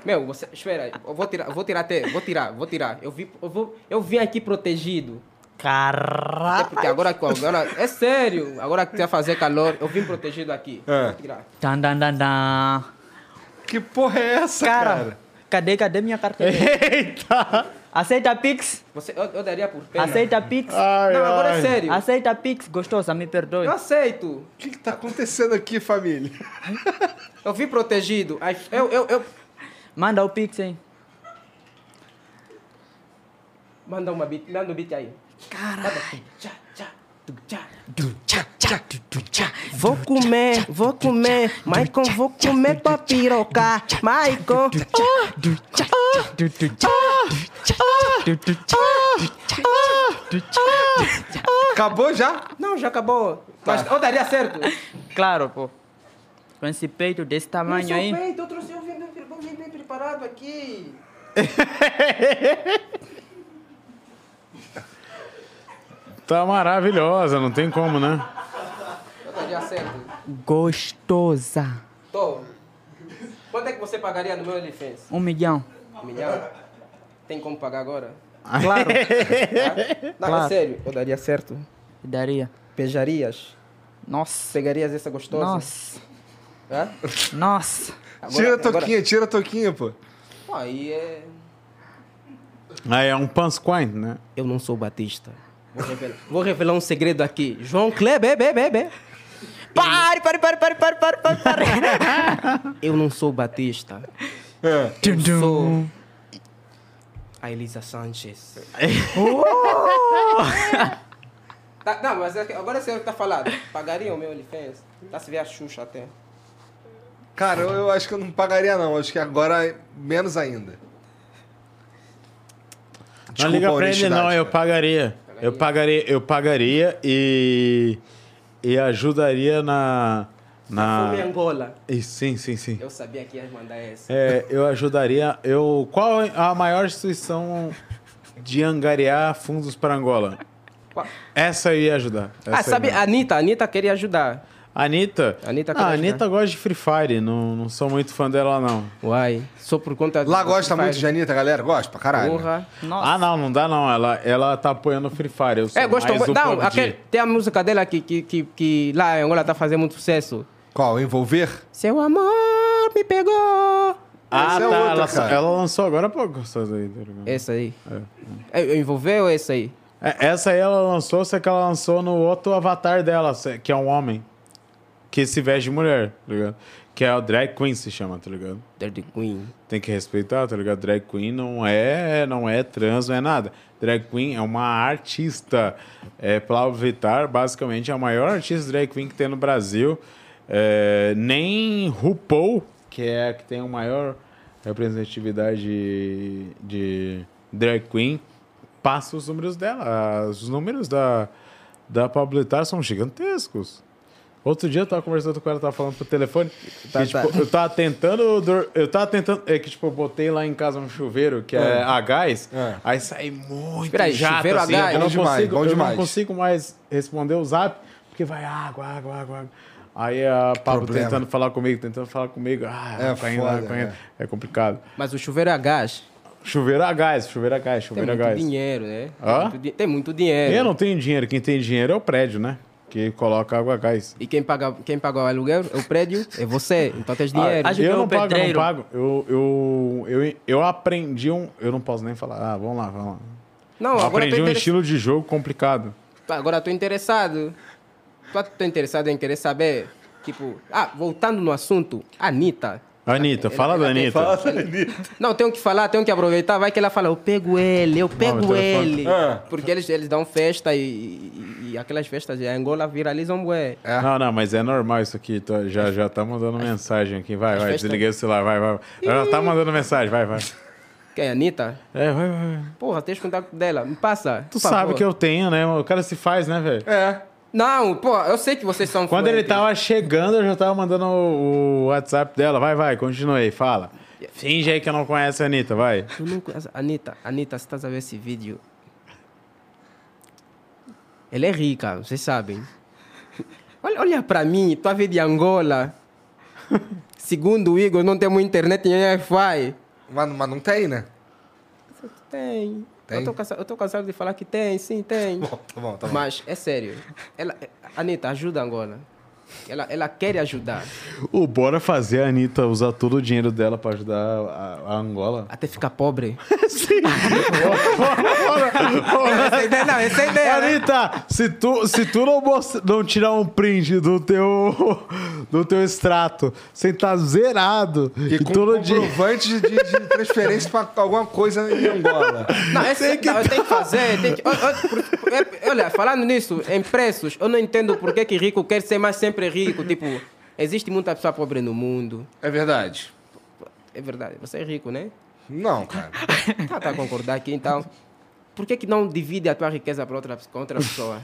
Meu, você, espera aí, eu vou tirar, eu vou tirar até, vou tirar, vou tirar. Eu, vi, eu, vou, eu vim aqui protegido. Até
Caralho.
porque agora, que- agora. É sério! Agora que vai fazer calor, eu vim protegido aqui.
É.
Vou tirar.
Dan, dan, dan, dan.
Que porra é essa, cara?
Cara, cadê, cadê minha carteira?
Eita!
Aceita Pix?
Você, eu, eu daria por pena.
Aceita Pix?
Ai,
Não, agora
ai.
é sério.
Aceita Pix? Gostosa, me perdoe.
Eu aceito.
O que, que tá acontecendo aqui, família?
Eu vim protegido. Ai, Eu, eu, eu,
Manda o pix, hein?
Manda uma beat, manda um beat aí.
Vou comer, vou comer, Maicon, vou comer tua piroca, Maicon. Oh, oh,
Acabou já? Tá.
Não, já acabou. Mas ou daria certo.
Claro, pô. Com esse peito desse tamanho aí.
Feito, eu trouxe um vinho bem, pre- bem- bem preparado aqui.
Tá maravilhosa, não tem como, né?
Ou daria certo.
Gostosa.
Tô. Quanto é que você pagaria no meu OnlyFans?
Um milhão.
Um milhão? Tem como pagar agora?
Claro.
Não, é sério. Ou daria certo.
Daria.
Beijarias?
Nossa.
Pegarias essa gostosa?
Nossa.
Hã?
Nossa.
Agora-
Tira a
agora-
toquinha, tira a toquinha, pô.
Pô, Aí é...
Aí é um pansquine, né?
Eu não sou batista. Vou revelar, vou revelar um segredo aqui. João Kleber, be, be, be.
pare, pare, pare, pare, pare, pare, pare, pare.
Eu não sou batista.
É.
Eu sou a Elisa Sanchez. Oh! Tá, não, mas é que agora você tá falado. Pagariam o meu OnlyFans? Tá se vê a Xuxa até.
Cara, eu, eu acho que eu não pagaria, não. Acho que agora é menos ainda.
não
Desculpa
liga
a
pra ele,
honestidade,
não, eu
cara.
pagaria. Eu pagaria, eu pagaria e. E ajudaria na.
Ah. Fome
Na.
Angola.
E, sim, sim, sim.
Eu sabia que ia mandar essa.
É, eu ajudaria. Eu, qual é a maior instituição de angariar fundos para Angola?
Qual?
Essa eu ia ajudar. essa
Ah,
eu
sabe,
ia.
a Anitta, a Anitta queria ajudar.
Anitta?
Anitta né?
Não, a
quer
Anitta gosta de Free Fire, não, não sou muito fã dela, não.
Uai, só por conta
Lá
do-
gosta
do
muito
Free
de Anitta, galera? Gosta pra
Fire.
caralho.
Porra.
Ah, não, não dá não. Ela, ela tá apoiando o Free Fire. Eu sou
É, gosto
mais um
muito.
do
Não,
PUBG.
aquele, tem a música dela que, que, que, que lá em Angola tá fazendo muito sucesso.
Qual? Envolver?
Seu amor me pegou.
Ah,
Essa
tá.
é outra,
ela,
cara.
ela lançou agora há pouco. essas aí, tá ligado?
Essa aí. É, envolveu essa aí?
É, Essa aí ela lançou, só que ela lançou no outro avatar dela, se- que é um homem. Que se veste de mulher, tá ligado? Que é o Drag Queen, se chama, tá ligado?
Dirty Queen.
Tem que respeitar, tá ligado? Drag Queen não é, não é trans, não é nada. Drag Queen é uma artista. É, Pablo Vittar, basicamente, é a maior artista drag queen que tem no Brasil. É, nem RuPaul, que é a que tem a maior representatividade de, de drag queen, passa os números dela. Os números da, da Pablo Vittar são gigantescos. Outro dia eu tava conversando com ela, tava falando pro telefone. que,
tá.
tipo, eu tava tentando. dor- Eu tava tentando. É que, tipo, eu botei lá em casa um chuveiro que é, a gás.
É.
Aí sai muito.
Ah. Peraí,
jato,
chuveiro a
assim,
gás?
Eu não,
Bom demais,
consigo,
bom
eu não
demais.
consigo mais responder o zap, porque vai água, água, água. água. Aí a Pablo
Problema.
tentando falar comigo, tentando falar comigo. Ah,
É
caindo,
foda,
caindo.
né?
É. complicado.
Mas o chuveiro é a gás.
Chuveiro a gás, chuveiro a gás,
Tem
chuveiro é a
muito
gás.
dinheiro, né? Tem
Hã?
muito di- Tem muito dinheiro.
Eu não tenho dinheiro. Quem tem dinheiro é o prédio, né? Que coloca água a gás.
E quem paga, quem paga o aluguel, é o prédio, é você. Então tens dinheiro.
acho- que é
Ah, eu
o
não pago, eu não
pedreiro.
pago. Eu, eu, eu, eu aprendi um. Eu não posso nem falar. Ah, vamos lá, vamos lá.
não,
eu
agora eu
aprendi
tô,
um
inter...
estilo de jogo complicado.
agora eu tô interessado. Tô, tô interessado em querer saber. Tipo, ah, voltando no assunto, Anitta.
Anitta, fala da Anitta.
Não, tenho que falar, tenho que aproveitar. Vai que ela fala, eu pego ele, eu
Não, então
pego
meu telefone.
ele.
Ah.
Porque eles, eles dão festa e, e- e aquelas festas de Angola viralizam, ué.
Não, não, mas é normal isso aqui. Tô- já, já tá mandando mensagem aqui. Vai, vai,
festas-
desliguei o celular, vai, vai. Ela tá mandando mensagem, vai, vai.
Quem é Anitta?
É, vai, vai.
Porra, tens contato dela, me passa.
Tu sabe que eu tenho, né? O cara se faz, né, velho?
É.
Não, pô, eu sei que vocês são
Quando ele
fluentes.
tá tava chegando, eu já tava mandando o o WhatsApp dela. Vai, vai, continua aí, fala. Finge aí que eu não conheço a Anitta, vai.
Eu não conheço. Anitta, Anitta, você tá a ver esse vídeo? Ela é rica, vocês sabem. Olha, olha pra mim, tua vida de Angola. Segundo o Igor, não temos internet é nem Wi-Fi.
Mas, mas não tem, né?
Tem.
Tem?
Eu, tô cansa- eu tô cansado de falar que tem, sim, tem.
Bom, tá bom, tá bom.
Mas, é sério. Ela, Anitta, ajuda Angola. Ela, ela quer ajudar.
O bora fazer a Anitta usar todo o dinheiro dela pra ajudar a, a Angola.
Até ficar pobre. né?
Bora.
Essa ideia, não, essa é a ideia. né?
Anitta, se tu, se tu não, mos- não tirar um print do teu, no teu extrato. Você tá zerado. E,
E com
todo dia.
comprovante de, de transferência pra alguma coisa em Angola.
Não, esse, tem, que não, eu tenho que fazer. tem que- ó, ó, por- por- é- olha, falando nisso, em preços, eu não entendo por que, que rico quer ser mais sempre rico. Tipo, existe muita pessoa pobre no mundo.
É verdade.
É verdade, você é rico, né?
Não, cara.
Tá, tá a concordar aqui, então. Por que, que não divide a tua riqueza para outra, com outra pessoa?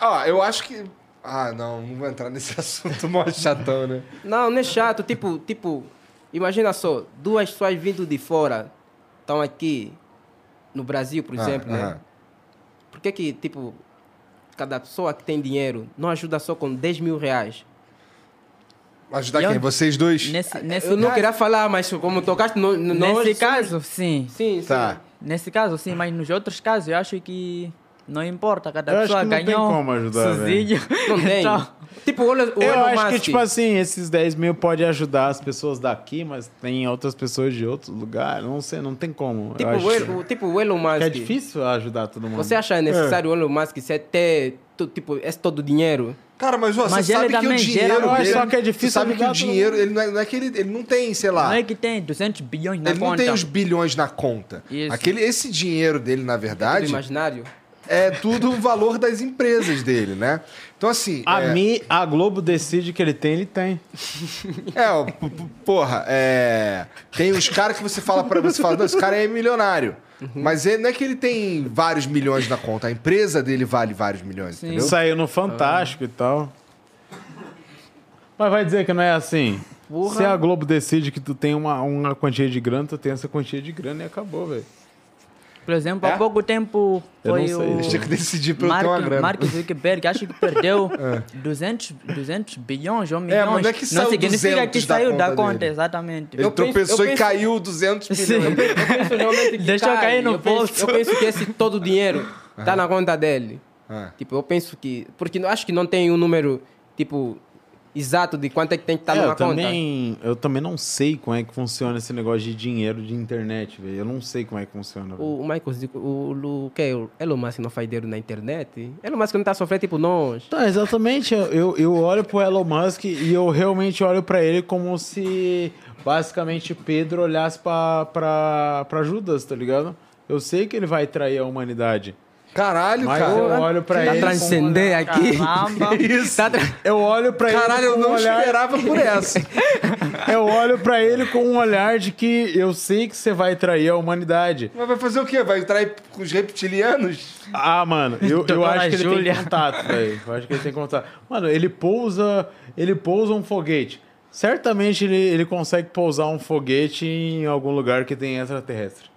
Ah, eu acho que. Ah, não, não vou entrar nesse assunto mó chatão, né?
Não, não é chato. Tipo, tipo, imagina só, duas pessoas vindo de fora estão aqui no Brasil,
Ah,
por exemplo, né?
aham.
Por que que, tipo, cada pessoa que tem dinheiro não ajuda só com 10 mil reais?
ah. Ajudar
Eu-
quem? Vocês dois?
Nesse, nesse
Eu não
caso-
queria falar, mas como tocaste no... no
Nesse
nós-
caso, sim.
Sim, sim.
Tá.
Nesse caso, sim, mas nos outros casos eu acho que não importa. Cada
Eu acho
pessoa
que não tem
ganhou
como ajudar,
sozinho.
Não tem.
Então,
Tipo, olha o
Eu
Elon
acho que,
Musk.
tipo assim, esses 10 mil pode ajudar as pessoas daqui, mas tem outras pessoas de outro lugar. Não sei, não tem como.
Tipo,
eu acho
o El- o- tipo, o Elon Musk.
que é difícil É. ajudar todo mundo.
Você acha necessário o Elon Musk ser ter, tu- tipo, esse todo o dinheiro?
Cara, mas, ó,
Mas
você
ele
sabe que o
também gera-
dinheiro.
Eu acho
dele-
só que é difícil
Você sabe que
ajudar
o
todo
dinheiro. Ele não, é, não é que ele, ele não tem, sei lá.
não é que tem 200 bilhões na
ele não
conta.
tem os bilhões na conta.
Isso.
Aquele, esse dinheiro dele, na
Do
verdade,
imaginário?
é tudo o valor das empresas dele, né? Então, assim.
A
é,
mim, a Globo decide que ele tem, ele tem.
É, ó, p- p- porra, é. Tem os caras que você fala pra você fala, "Não, esse cara é milionário. Mas ele, não é que ele tem vários milhões na conta, a empresa dele vale vários milhões, entendeu?
Saiu no Fantástico e tal. Mas vai dizer que não é assim. Se a Globo decide que tu tem uma, uma quantia de grana, tu tem essa quantia de grana e acabou, velho.
Por exemplo,
É?
há pouco tempo
Eu não
foi
sei.
o...
Eles tinham que decidir pra eu ter uma
Mark,
grana.
Mark Zuckerberg, acho que perdeu 200, 200 bilhões ou milhões.
É, mas não é que saiu
não significa
200
que
da
saiu da
conta
conta,
dele.
exatamente.
Ele
Eu penso-
tropeçou
eu
e
penso-
caiu 200
Sim.
milhões.
penso realmente que
Deixou
cai.
cair no
eu penso-
bolso.
eu penso que esse todo o dinheiro tá na conta dele.
Ah.
Tipo, eu penso que... Porque eu acho que não tem um número, tipo, exato de quanto é que tem que estar
É, eu
numa conta.
também, eu também não sei como é que funciona esse negócio de dinheiro de internet, velho. Eu não sei como é que funciona. velho.
O, o Michael, Zico- o, o, o, que, é? o Elon Musk não faz dinheiro na internet? Elon Musk não tá sofrendo tipo nós.
Tá, exatamente. Eu- Eu, eu olho pro Elon Musk e eu realmente olho pra ele como se basicamente Pedro olhasse pra, pra, pra Judas, tá ligado? Eu sei que ele vai trair a humanidade.
Caralho,
Mas
cara.
eu olho pra
Tá
ele. com- um
transcender aqui.
Caramba.
Tá tra-
Eu olho pra
Caralho,
ele.
eu
com
não
um olhar,
esperava por essa.
Eu olho pra ele com um olhar de que eu sei que você vai trair a humanidade.
Mas vai fazer o quê? Vai trair com os reptilianos?
Ah, mano, eu, eu
Doutora
acho que ele
Júlia.
tem contato, velho. Eu acho que ele tem contato. Mano, ele pousa. Ele pousa um foguete. Certamente ele, ele consegue pousar um foguete em algum lugar que tem extraterrestre.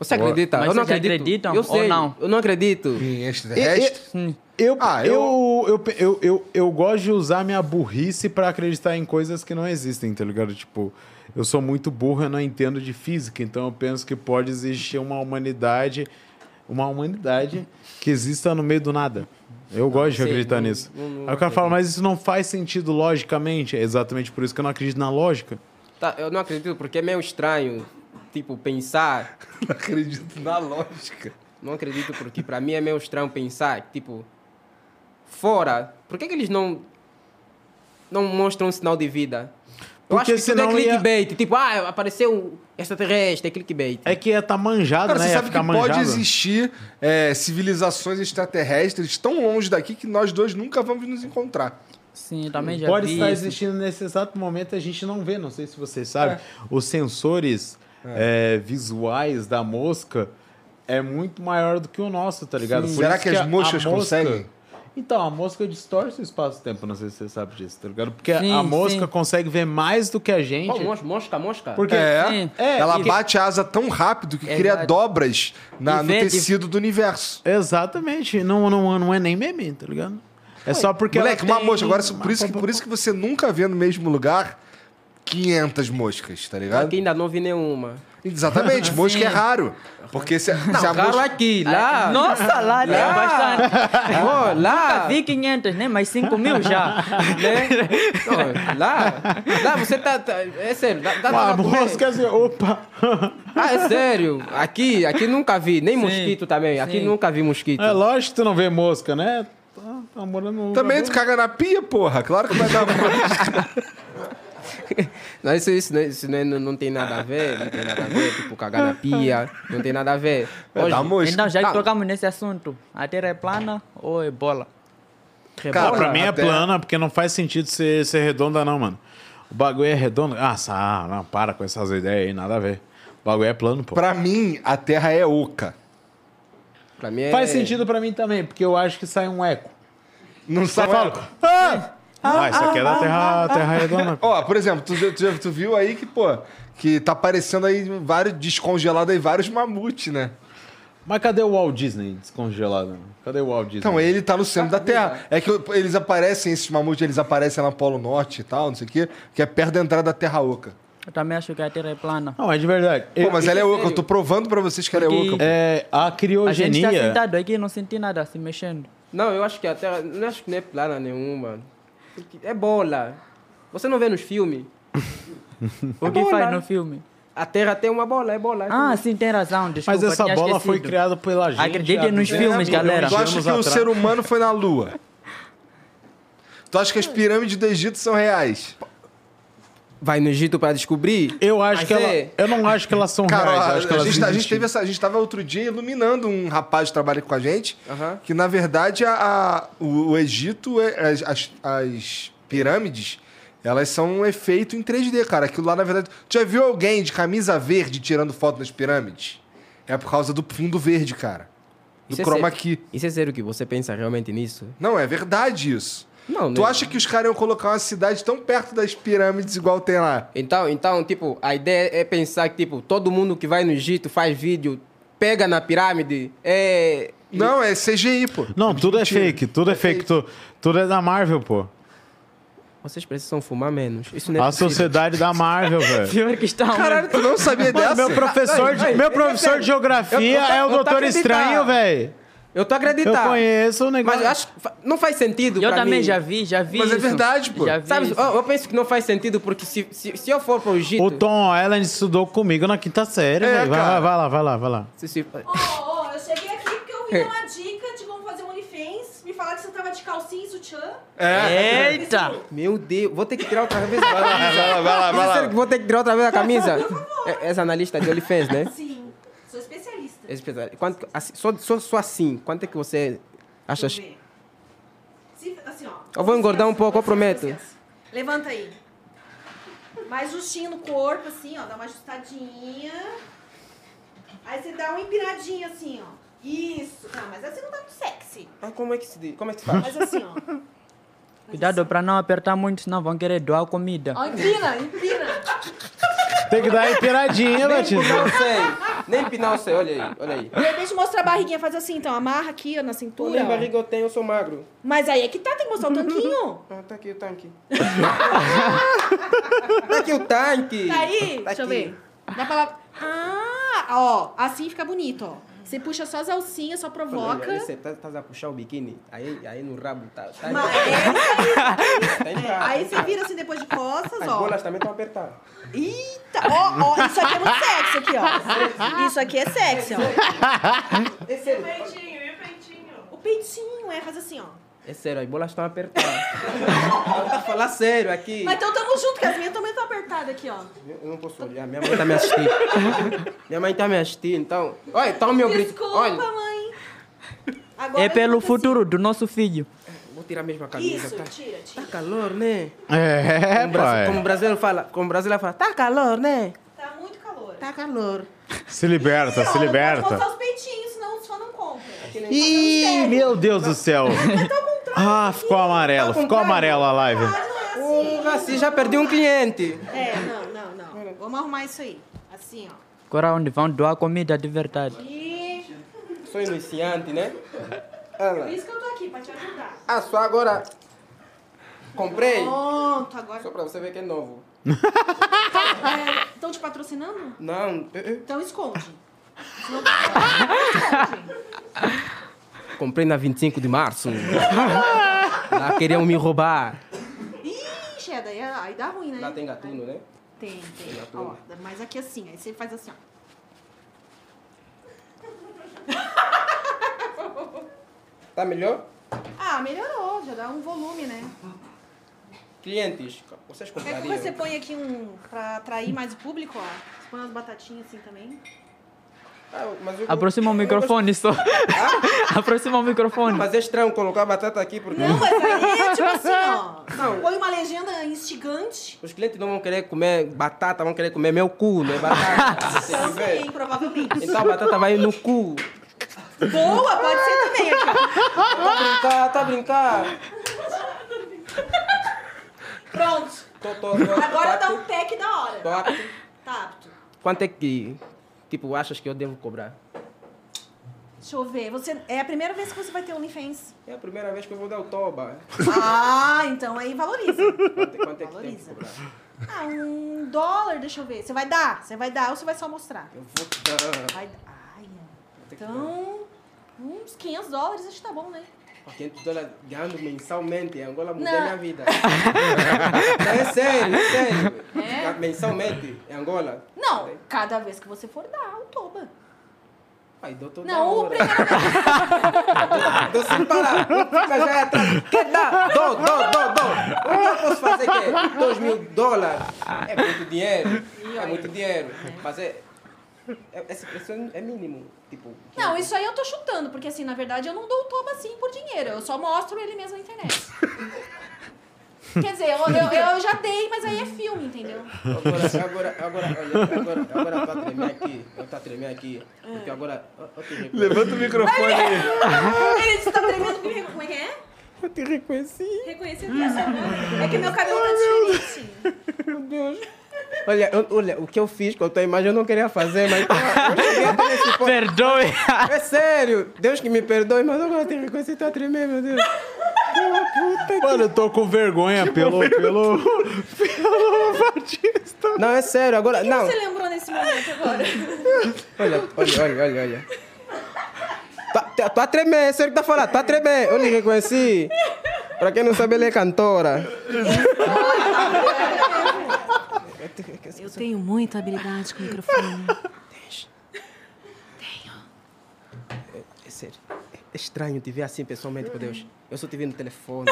Você acredita?
Mas
eu não
vocês
acredito.
acreditam
eu
ou
sei.
não?
Eu não acredito.
Em extraterrestre?
Eu,
Ah,
eu... Eu, eu, eu, eu gosto de usar minha burrice pra acreditar em coisas que não existem, tá ligado? Tipo, eu sou muito burro, eu não entendo de física, então eu penso que pode existir uma humanidade, uma humanidade que exista no meio do nada. Eu gosto de
sei,
acreditar
não-
nisso.
não- não
Aí o cara fala, mas isso não faz sentido logicamente. É exatamente por isso que eu não acredito na lógica.
Tá, eu não acredito porque é meio estranho, tipo, pensar.
Não acredito na lógica.
Não acredito porque para mim é meio estranho pensar, tipo, fora. Por que, que eles não não mostram um sinal de vida? Eu
Porque
acho que tudo é
senão ia-
clickbait. Tipo, ah, apareceu um extraterrestre, é clickbait.
É que ia tá manjado,
Cara,
né?
você
Ia
sabe que
ficar
pode
manjado.
existir é, civilizações extraterrestres tão longe daqui que nós dois nunca vamos nos encontrar.
Sim, também já
Pode
vi
estar
isso.
existindo nesse exato momento, a gente não vê, não sei se vocês sabem.
É.
Os sensores é, visuais da mosca é muito maior do que o nosso, tá ligado? Por
Será
isso
que as
a- a
moscas
mosca-
conseguem?
Então, a mosca distorce o espaço-tempo, não sei se você sabe disso, tá ligado? Porque a-
Sim,
a mosca
sim.
consegue ver mais do que a gente.
Pô, mos- mosca, mosca.
porque
É.
Sim.
Ela
e-
bate a asa tão rápido que cria
Exato.
dobras na-
E
no
vê- e-
tecido do universo.
Exatamente. Não, não, não é nem meme, tá ligado? É só porque.
Moleque,
ela
uma
tem-
mosca. Agora, isso- por isso, que, por isso que você nunca vê no mesmo lugar 500 moscas, tá ligado?
Aqui ainda não vi nenhuma.
Exatamente, mosca é raro. Porque se, se a
Claro,
mosca...
aqui, lá.
Nossa, lá tem
Lá.
bastante.
Ah,
Ó, lá.
Vi 500, né? Mas 5 mil já.
né? Não, lá, lá você tá, tá- é sério, dá, dá
Uma
pra comer.
mosca assim, opa!
Ah, é sério. Aqui, aqui nunca vi, nem mosquito também. Aqui
sim.
nunca vi mosquito.
É lógico que tu não vê mosca, né? Tá- tá Tá morando no
Também tu caga na pia, porra. Claro que vai dar bosta.
Não, isso, isso, não- isso não, é- não, não tem nada a ver, não tem nada a ver, tipo, cagar na pia, não tem nada a ver.
Vai dar mosca.
Então, já que
Tá.
tocamos nesse assunto, a terra é plana ou é bola?
Ah,
Cara,
pra mim é
até-
plana, porque não faz sentido ser, ser redonda, não, mano. O bagulho é redondo. Ah, sa- ah, não, para com essas ideias aí, nada a ver. O bagulho é plano, pô.
Pra mim, a terra é oca.
Pra mim é...
Faz sentido pra mim também, porque eu acho que sai um eco.
Não
Sai
sabe.
falo. Ah! Ah, isso aqui é da terra, terra redonda. pô.
Ó, por exemplo, tu, tu, já- tu viu aí que, pô, que tá aparecendo aí vários, descongelado aí vários mamutes, né?
Mas cadê o Walt Disney descongelado? Cadê o Walt Disney?
Então, ele tá no centro da Terra. É que eles aparecem, esses mamutes, eles aparecem lá no Polo Norte e tal, não sei o quê, que é perto da entrada da Terra Oca.
Eu também acho que a terra é plana.
Não, é de verdade.
Pô,
Eu-
mas ela é oca, eu tô provando pra vocês que ela é
Porque-
oca. pô.
É, a
A gente tá
criogenia.
sentado aqui e não senti nada se mexendo.
Não, eu acho que a Terra... Não acho que não é plana nenhuma. Porque É bola. Você não vê nos filmes? É
O que faz no filme?
A Terra tem uma bola, é bola. é
Ah,
bola.
sim, tem razão, desculpa.
mas essa
tinha
bola
esquecido.
foi criada pela gente.
Acreditem
há
nos
200 milhões
filmes, galera.
de
Tu acha que o
anos atrás.
ser humano foi na Lua? Tu acha que as pirâmides do Egito são reais?
Vai no Egito pra descobrir?
Eu acho
Mas
que
é-
ela. Eu não acho que elas são
Cara,
reais.
ó,
eu acho que
a,
elas
gente, tá- a gente
existem.
teve essa. A gente tava outro dia iluminando um rapaz que trabalha com a gente.
Aham.
Que na verdade a, a- o, o Egito, é- as, as- as pirâmides, elas são um efeito em 3D, cara. Aquilo lá, na verdade. Tu já viu alguém de camisa verde tirando foto das pirâmides? É por causa do fundo verde, cara. Do
Isso é
chroma
sério.
key.
Isso é sério que você pensa realmente nisso?
Não, é verdade isso.
Não,
tu
né?
acha que os caras iam colocar uma cidade tão perto das pirâmides igual tem lá?
Então, então, tipo, a ideia é pensar que, tipo, todo mundo que vai no Egito, faz vídeo, pega na pirâmide, é...
Não, é CGI, pô.
Não, tudo é
Mentira.
fake, tudo é fake, tu- tudo é da Marvel, pô.
Vocês precisam fumar menos. Isso não é
A
possível.
sociedade da Marvel, velho.
Pior que está um.
Caralho, tu não sabia
Mano,
dessa?
meu professor de, meu professor de geografia
Eu- eu tô-
é o
eu tô
Doutor
acreditando.
Estranho, velho.
Eu tô
Eu
acreditando.
conheço o negócio.
Mas eu acho que fa- não faz sentido
Eu
pra
também
mim.
já vi, já vi
Mas é
isso.
verdade, pô.
Já vi
Sabe,
isso.
eu, eu penso que não faz sentido, porque se, se, se eu for pro Egito...
O Tom Allen estudou comigo na quinta série,
É,
velho. Vai,
cara.
lá, vai lá, vai lá, vai lá.
se- se-
Ô, ô, eu cheguei aqui porque eu vi uma dica de como fazer um OnlyFans. Me falaram que você tava de calcinha e sutiã.
É.
é
Eita!
Meu Deus, vou ter que tirar outra vez a
Vai
camisa.
lá, vai lá, vai
Isso é
lá.
sério que vou ter que tirar outra vez a camisa? É- Essa analista de OnlyFans, né?
Sim, sou especialista.
Esse pessoal- Quanto, assim, só, só, só assim, quanto é que você acha...
Deixa eu ver. Se- assim, ó.
Eu vou engordar um
Licença,
pouco, eu
licença,
prometo.
licença. Levanta aí. Mais justinho no corpo, assim, ó. Dá uma ajustadinha. Aí você dá uma empiradinha, assim, ó. Isso. Não, mas assim não tá muito sexy.
Ah, como é que se, como é que se faz?
Mas assim, ó.
Cuidado pra não apertar muito, senão vão querer doar comida.
Ó, empina, empina.
Tem que dar aí piradinha,
Nem
Batista.
pinar o sei. Nem pinar o sei, olha aí, olha aí.
E aí, Deixa eu mostrar a barriguinha. Faz assim, então. Amarra aqui ó, na
Pô,
cintura.
nem
ó.
barriga eu tenho, eu sou magro.
Mas aí é que tá, tem que mostrar o tanquinho.
Ah, tá aqui o tanque. tá aqui o tanque.
Tá aí?
Tá
Deixa
aqui.
eu ver. Dá pra lá. Ah, ó. Assim fica bonito, ó. Você puxa só as alcinhas, só
Olha,
provoca.
olha, Você tá, tá a puxar o biquíni, aí, aí no rabo tá... Tá,
Mas é,
tá entrado.
aí você vira assim depois de costas,
As
ó.
bolas também estão apertadas.
Eita! Ó, ó, isso aqui é muito sexy aqui, ó. Isso aqui é sexy, ó.
É sério,
O peitinho, é, faz assim, ó.
é sério, as bolas estão apertadas. eu tô falar sério aqui.
Mas então tamo junto, que as minhas também estão apertadas aqui, ó.
Eu não posso olhar, minha mãe tá me assistindo. minha mãe tá me assistindo, então... Olha, tá o meu brinco.
Desculpa,
Olha, É
mãe. Agora
É pelo
fica
futuro do nosso filho.
vou tirar mesmo a
assim.
camisa,
Isso,
tá?
tira,
Tá
tira.
calor, né?
É,
Como, brasi- como
pai.
o brasileiro fala, como o brasileiro fala, tá calor, né?
Tá muito calor.
Tá calor.
Se liberta, se
Vou
liberta.
mostrar os peitinhos, senão só não É compra.
Ih, meu Deus do céu. Ah, ficou amarelo, ficou amarelo a live.
Mas não é assim.
Porra, assim já perdi um cliente.
É, não, não, não. Vamos arrumar isso aí. Assim, ó.
Agora onde vão doar comida de verdade.
E
Sou iniciante, né? Olha
por
lá.
isso que eu tô aqui, pra te ajudar.
Ah, só agora. Comprei.
Pronto,
Só
agora. tá
pra você ver que é novo.
Estão te patrocinando?
Não. eh, eh.
Então esconde.
Comprei na 25 de março. lá queriam me roubar.
Ixi, é daí, aí dá ruim, né?
Lá tem gatuno, né?
Tem, tem. Ó, mas aqui assim, aí você faz assim, ó.
Tá melhor?
Ah, Ah, melhorou, já dá um volume, né?
Clientes, vocês
Quer É que
comprariam?
você põe aqui um pra atrair mais o público, ó? Você põe umas batatinhas assim também.
Ah, mas eu-
Aproxima o
eu gosto-
microfone só. Aproxima o microfone.
Mas é estranho colocar batata aqui porque
Não, mas aí é tipo assim, ó. Põe uma legenda instigante.
os clientes não vão querer comer batata, vão querer comer meu cu, né? Batata. se tiver.
Sim, provavelmente.
então a batata vai no cu.
Boa, pode ser também. Aqui.
Tá a brincar, tá a brincar.
Pronto.
Tô, tô, tô.
Agora
tá
dá um pack da hora.
Tô apto.
Tá apto.
Quanto é que, tipo, achas que eu devo cobrar?
Deixa eu ver. Você, é a primeira vez que você vai ter OnlyFans.
É a primeira vez que eu vou dar o toba.
Ah, então aí valoriza.
Quanto, quanto é que tem que
Valoriza.
cobrar?
Ah, um dólar, deixa eu ver. Você vai dar? Você vai dar ou você vai só mostrar?
Eu vou dar. é
Vai dar. Ai, então, uns 500 dólares acho que tá bom, né?
500 dólares ganhando mensalmente em Angola mudou
Não.
minha vida. Não, é sério, é sério. Mensalmente em Angola.
Não, cada vez que você for dar, o toba.
Ai, dou toda
Não, o
hora. Ah,
primeiro
Dou sem parar. Fica já é atrás. Quer dar? Dou, dou, dou, dou. O que eu posso fazer que é 2 mil dólares? É muito dinheiro. É muito dinheiro. Mas é... é- Esse preço é mínimo. Tipo...
Não, isso aí eu tô chutando, porque assim, na verdade, eu não dou o toba assim por dinheiro. Eu só mostro ele mesmo na internet. Quer dizer, eu, eu- eu já dei, mas aí é filme, entendeu?
Agora, agora, agora, olha, agora, agora tá tremendo aqui. Eu tá tremendo aqui. Porque agora. ó, ó, te reconheci.
Levanta o microfone aí.
Ele disse, tá tremendo que me recon- como é que é?
Eu te reconheci.
Reconheci a criança. É que meu cabelo tá diferente.
Meu Deus. Olha, eu- olha, o que eu fiz com a tua imagem eu não queria fazer, mas eu cheguei até nesse ponto.
Perdoe.
É sério, Deus que me perdoe, mas agora tem que você tá tremendo, meu Deus.
Mano, eu tô com vergonha pelo, pelo, pelo artista.
Não, é sério, agora. Não,
Você lembrou nesse momento agora?
olha, olha, olha, olha, olha. Tá, tá, tá tremendo, é sério que tá falando, tá tremendo. Eu lhe reconheci. Pra quem não sabe, ela é cantora.
Eu tenho muita habilidade com o microfone.
É sério. É estranho te ver assim pessoalmente, por Deus. Eu só te vi no telefone.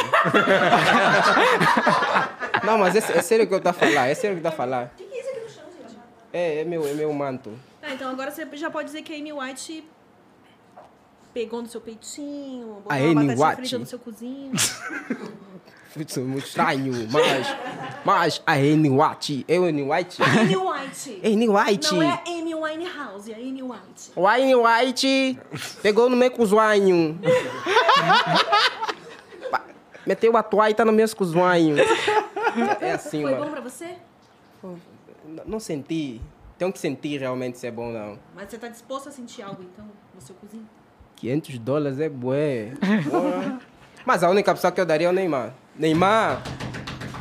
Não, mas é, é sério que eu tá a falar, é sério que tá a falar.
O que é isso aqui no chão, gente?
É, é meu, é meu manto.
Tá, então agora você já pode dizer que a Amy White pegou no seu peitinho, botou
A
uma
Amy
batatinha
White.
frita no seu cozinho.
Putz, é muito estranho, mas. Mas a Annie White. É o Annie White?
Amy White.
Annie White.
Não é Amy Winehouse, é Amy White.
O Annie White pegou no meu cozinho. Pa- Meteu a toalha tá no meu cozinho. É assim,
Foi bom
mano.
pra você?
N- Não senti. Tenho que sentir realmente se é bom ou não.
Mas você tá disposto a sentir algo, então, no seu cozinho?
500 dólares é bué. Porra. Mas a única pessoa que eu daria é o Neymar. Neymar!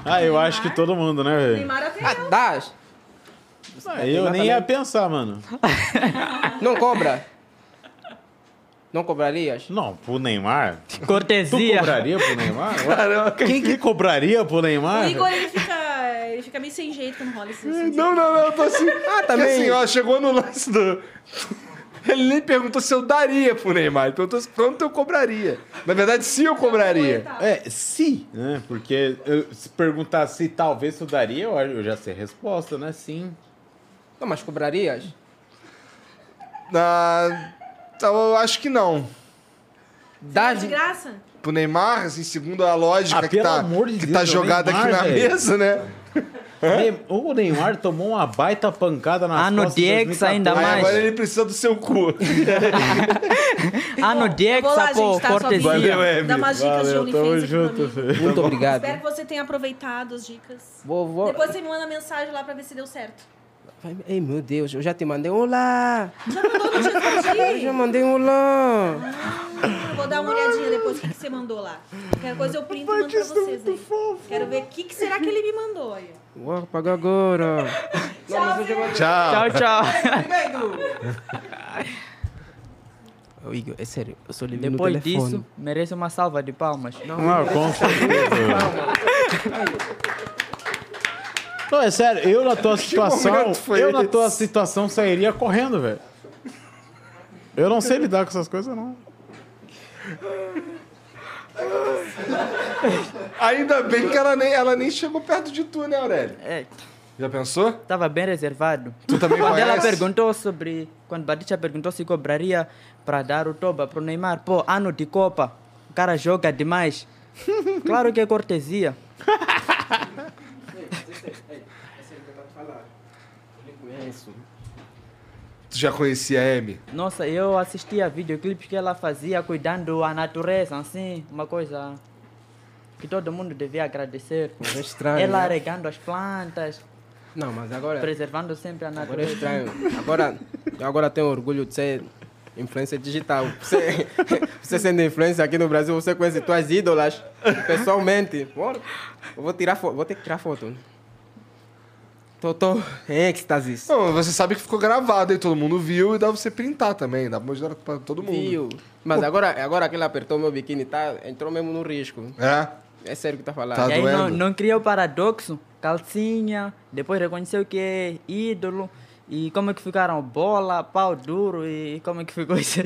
Ah, eu acho que todo mundo, né, velho?
Neymar até
Ah, dá!
Ah, Eu nem ia pensar, mano.
Não cobra! Não cobrarias?
Não, pro Neymar. Tu
Cortesia.
cobraria pro Neymar? Quem que cobraria pro
O
Neymar?
Igor, ele fica, ele fica meio sem jeito quando rola esse assunto.
Não, não, não, eu tô assim.
Ah,
Porque
também.
assim, ó, chegou no lance do. Ele nem perguntou se eu daria pro Neymar, ele perguntou se pronto eu cobraria. Na verdade, se eu cobraria.
É, se, né? Porque eu- se perguntar se talvez eu daria, eu, eu já sei a resposta, né? Sim.
Não, mas cobrarias?
Ah, então eu acho que não.
Dá
Tá De graça?
Pro Neymar, assim, segundo a lógica
Ah,
que
pelo
tá,
amor de
que
Deus,
tá
é o
jogada aqui
Neymar,
na
velho.
mesa, né?
Ne- O Neymar tomou uma baita pancada na
Ah, no Diex
DX
ainda
Aí
mais.
agora ele precisa do seu cu.
Ah, no
Eu vou lá,
Dexa, pô,
gente, tá? Só vim
cortesia.
dar umas dicas de OnlyFans aqui pra mim.
Muito obrigado.
Espero que você tenha aproveitado as dicas.
Vou, vou.
Depois você me manda mensagem lá pra ver se deu certo.
Vai- Ei, meu Deus, eu já te mandei um olá!
Já mandou no
Eu já
Sim.
mandei um olá!
Eu Vou dar uma olhadinha depois o que, que você mandou lá. Qualquer coisa eu printo e mando pra vocês aí. Quero ver o que, que será que ele me mandou aí.
Vou apagar agora! Não, mas eu já mandei.
Tchau, tchau.
Ô, Igor, é sério, eu só lhe vi no
Depois
telefone.
disso, merece uma salva de palmas.
Não, com certeza. Não, é sério, eu na tua situação.
momento foi
Eu na
esse?
tua situação sairia correndo, velho. Eu não sei lidar com essas coisas, não.
Ainda bem que ela nem, ela nem chegou perto de tu, né, Aurélio?
É,
Já pensou?
tava bem reservado.
Tu também
Quando ela
conhece?
perguntou sobre. Quando Batista perguntou se cobraria para dar o toba pro Neymar, pô, ano de Copa, o cara joga demais. Claro que é cortesia.
Tu já conhecia a Amy?
Nossa, eu assistia videoclipes que ela fazia cuidando a natureza, assim, uma coisa que todo mundo devia agradecer.
É estranho,
Ela
né?
regando as plantas,
Não, mas agora...
preservando sempre a
É. Agora é
natureza.
estranho. Agora, eu agora tenho orgulho de ser influencer digital. Você, você sendo influencer aqui no Brasil, você conhece tuas ídolas pessoalmente. Bora. Eu vou tirar foto. Vou ter que tirar foto. Tô, tô em êxtase.
Não, você sabe que ficou gravado aí, todo mundo viu e dá pra você printar também, dá pra mostrar pra todo mundo.
Viu? Mas agora, agora que ele apertou meu biquíni, tá, entrou mesmo no risco.
É?
É sério que tá falando.
Tá
E aí não,
doendo.
não cria o paradoxo? Calcinha, depois reconheceu que é ídolo. E como é que ficaram? Bola, pau duro e como é que ficou isso?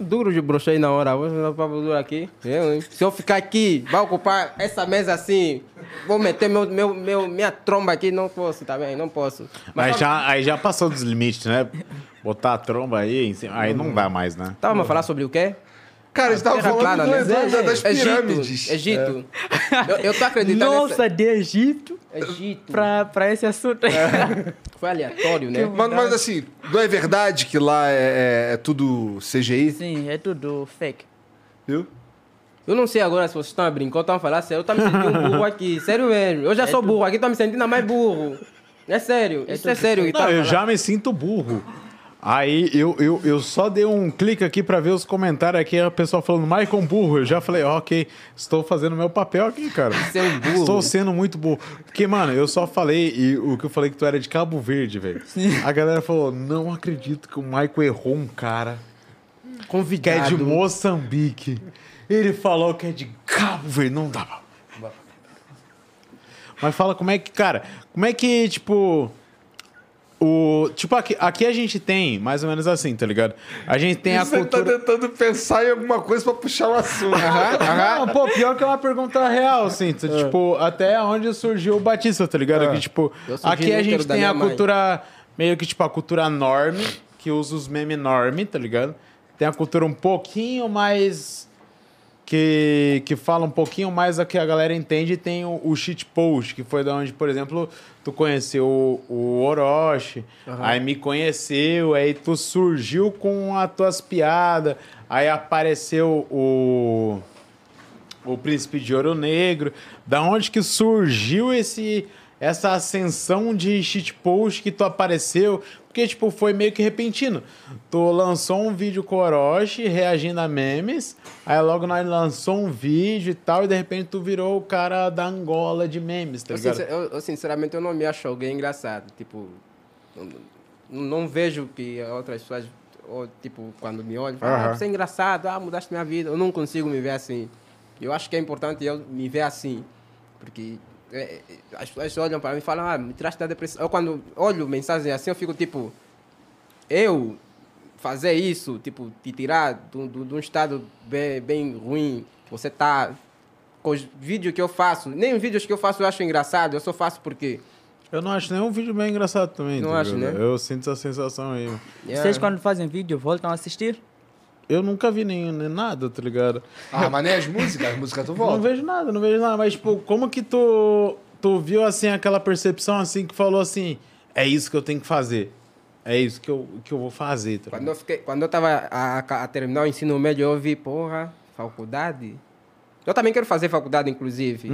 Duro de brochei na hora. Vou fazer um papo duro aqui. Eu, hein? Se eu ficar aqui, vai ocupar essa mesa assim. Vou meter meu, meu, meu, minha tromba aqui. Não posso também, não posso.
Mas já, aí já passou dos limites, né? Botar a tromba aí, em cima- aí não dá mais, né?
Tava a falar sobre o quê?
Cara, a gente tava
Era
falando
plana,
do-
né?
da- da- das
Egito,
pirâmides. É.
Egito. Eu, eu tô acreditando
Nossa, de Egito
nessa... Egito.
pra, pra esse assunto.
Foi aleatório, né?
Mas, mas assim, não é verdade que lá é, é- é tudo CGI?
Sim, é tudo fake.
Viu?
Eu não sei agora se vocês estão a brincar ou estão a falar sério. Eu tô me sentindo um burro aqui. Sério mesmo. Eu já sou burro aqui, tô me sentindo mais burro. É sério. Isso é sério. que tá
Não, eu
falando.
já me sinto burro. Aí eu, eu, eu só dei um clique aqui pra ver os comentários aqui, a pessoa falando Maicon burro. Eu já falei, ok, estou fazendo meu papel aqui, cara.
Você é um burro.
Estou sendo muito burro. Porque, mano, eu só falei e o que eu falei que tu era de Cabo Verde, velho. A galera falou: não acredito que o Maicon errou um cara que é
Convidado.
de Moçambique. Ele falou que é de Cabo Verde, não dá. pra- Mas fala como é que, cara, como é que, tipo. O, tipo, aqui, aqui a gente tem, mais ou menos assim, tá ligado? A gente tem a
Você tá
cultura.
tentando pensar em alguma coisa pra puxar o assunto.
Não, pô, pior que é uma pergunta real, assim. tu-
É.
Tipo, até onde surgiu o Batista, tá ligado? Que, tipo,
Eu surgi
aqui a
no
gente
útero da
tem a
minha mãe.
cultura, meio que tipo a cultura norme, que usa os memes norme, tá ligado? Tem a cultura um pouquinho mais. Que, que fala um pouquinho mais a que a galera entende. e Tem o, o shitpost, que foi da onde, por exemplo, tu conheceu o, o Orochi, aí me conheceu, aí tu surgiu com as tuas piadas, aí apareceu o. O Príncipe de Ouro Negro. Da onde que surgiu esse essa ascensão de shitpost que tu apareceu? Porque, tipo, foi meio que repentino. Tu lançou um vídeo com o Orochi reagindo a memes, aí logo nós lançou um vídeo e tal, e de repente tu virou o cara da Angola de memes, tá
Eu,
ligado?
sincer- eu- eu, sinceramente eu não me acho alguém engraçado. Tipo, não, não vejo que outras pessoas, ou, tipo, quando me olham, falam, ah, você é engraçado, ah, mudaste minha vida. Eu não consigo me ver assim. Eu acho que é importante eu me ver assim. Porque é, é, as pessoas olham para mim e falam, ah, me tiraste da depressão. Eu quando olho mensagem assim, eu fico tipo, eu fazer isso, tipo, te tirar de um- de um de um estado bem, bem ruim, você tá com os vídeos que eu faço, nem os vídeos que eu faço eu acho engraçado, eu só faço porque...
Eu não acho nenhum vídeo bem engraçado também,
Não
tá
acho,
ligado?
né?
Eu sinto essa sensação aí.
É.
Vocês quando fazem vídeo voltam a assistir?
Eu nunca vi nem, nem nada, tá ligado?
Ah, mas nem as músicas, as músicas tu
Não
volta.
vejo nada, não vejo nada. Mas, tipo, como que tu, tu viu, assim, aquela percepção, assim, que falou assim, é isso que eu tenho que fazer. É isso que eu, que eu vou fazer, tá
Quando eu,
ligado?
fiquei, quando eu tava a, a- a terminar o ensino médio, eu ouvi, porra, faculdade? Eu também quero fazer faculdade, inclusive.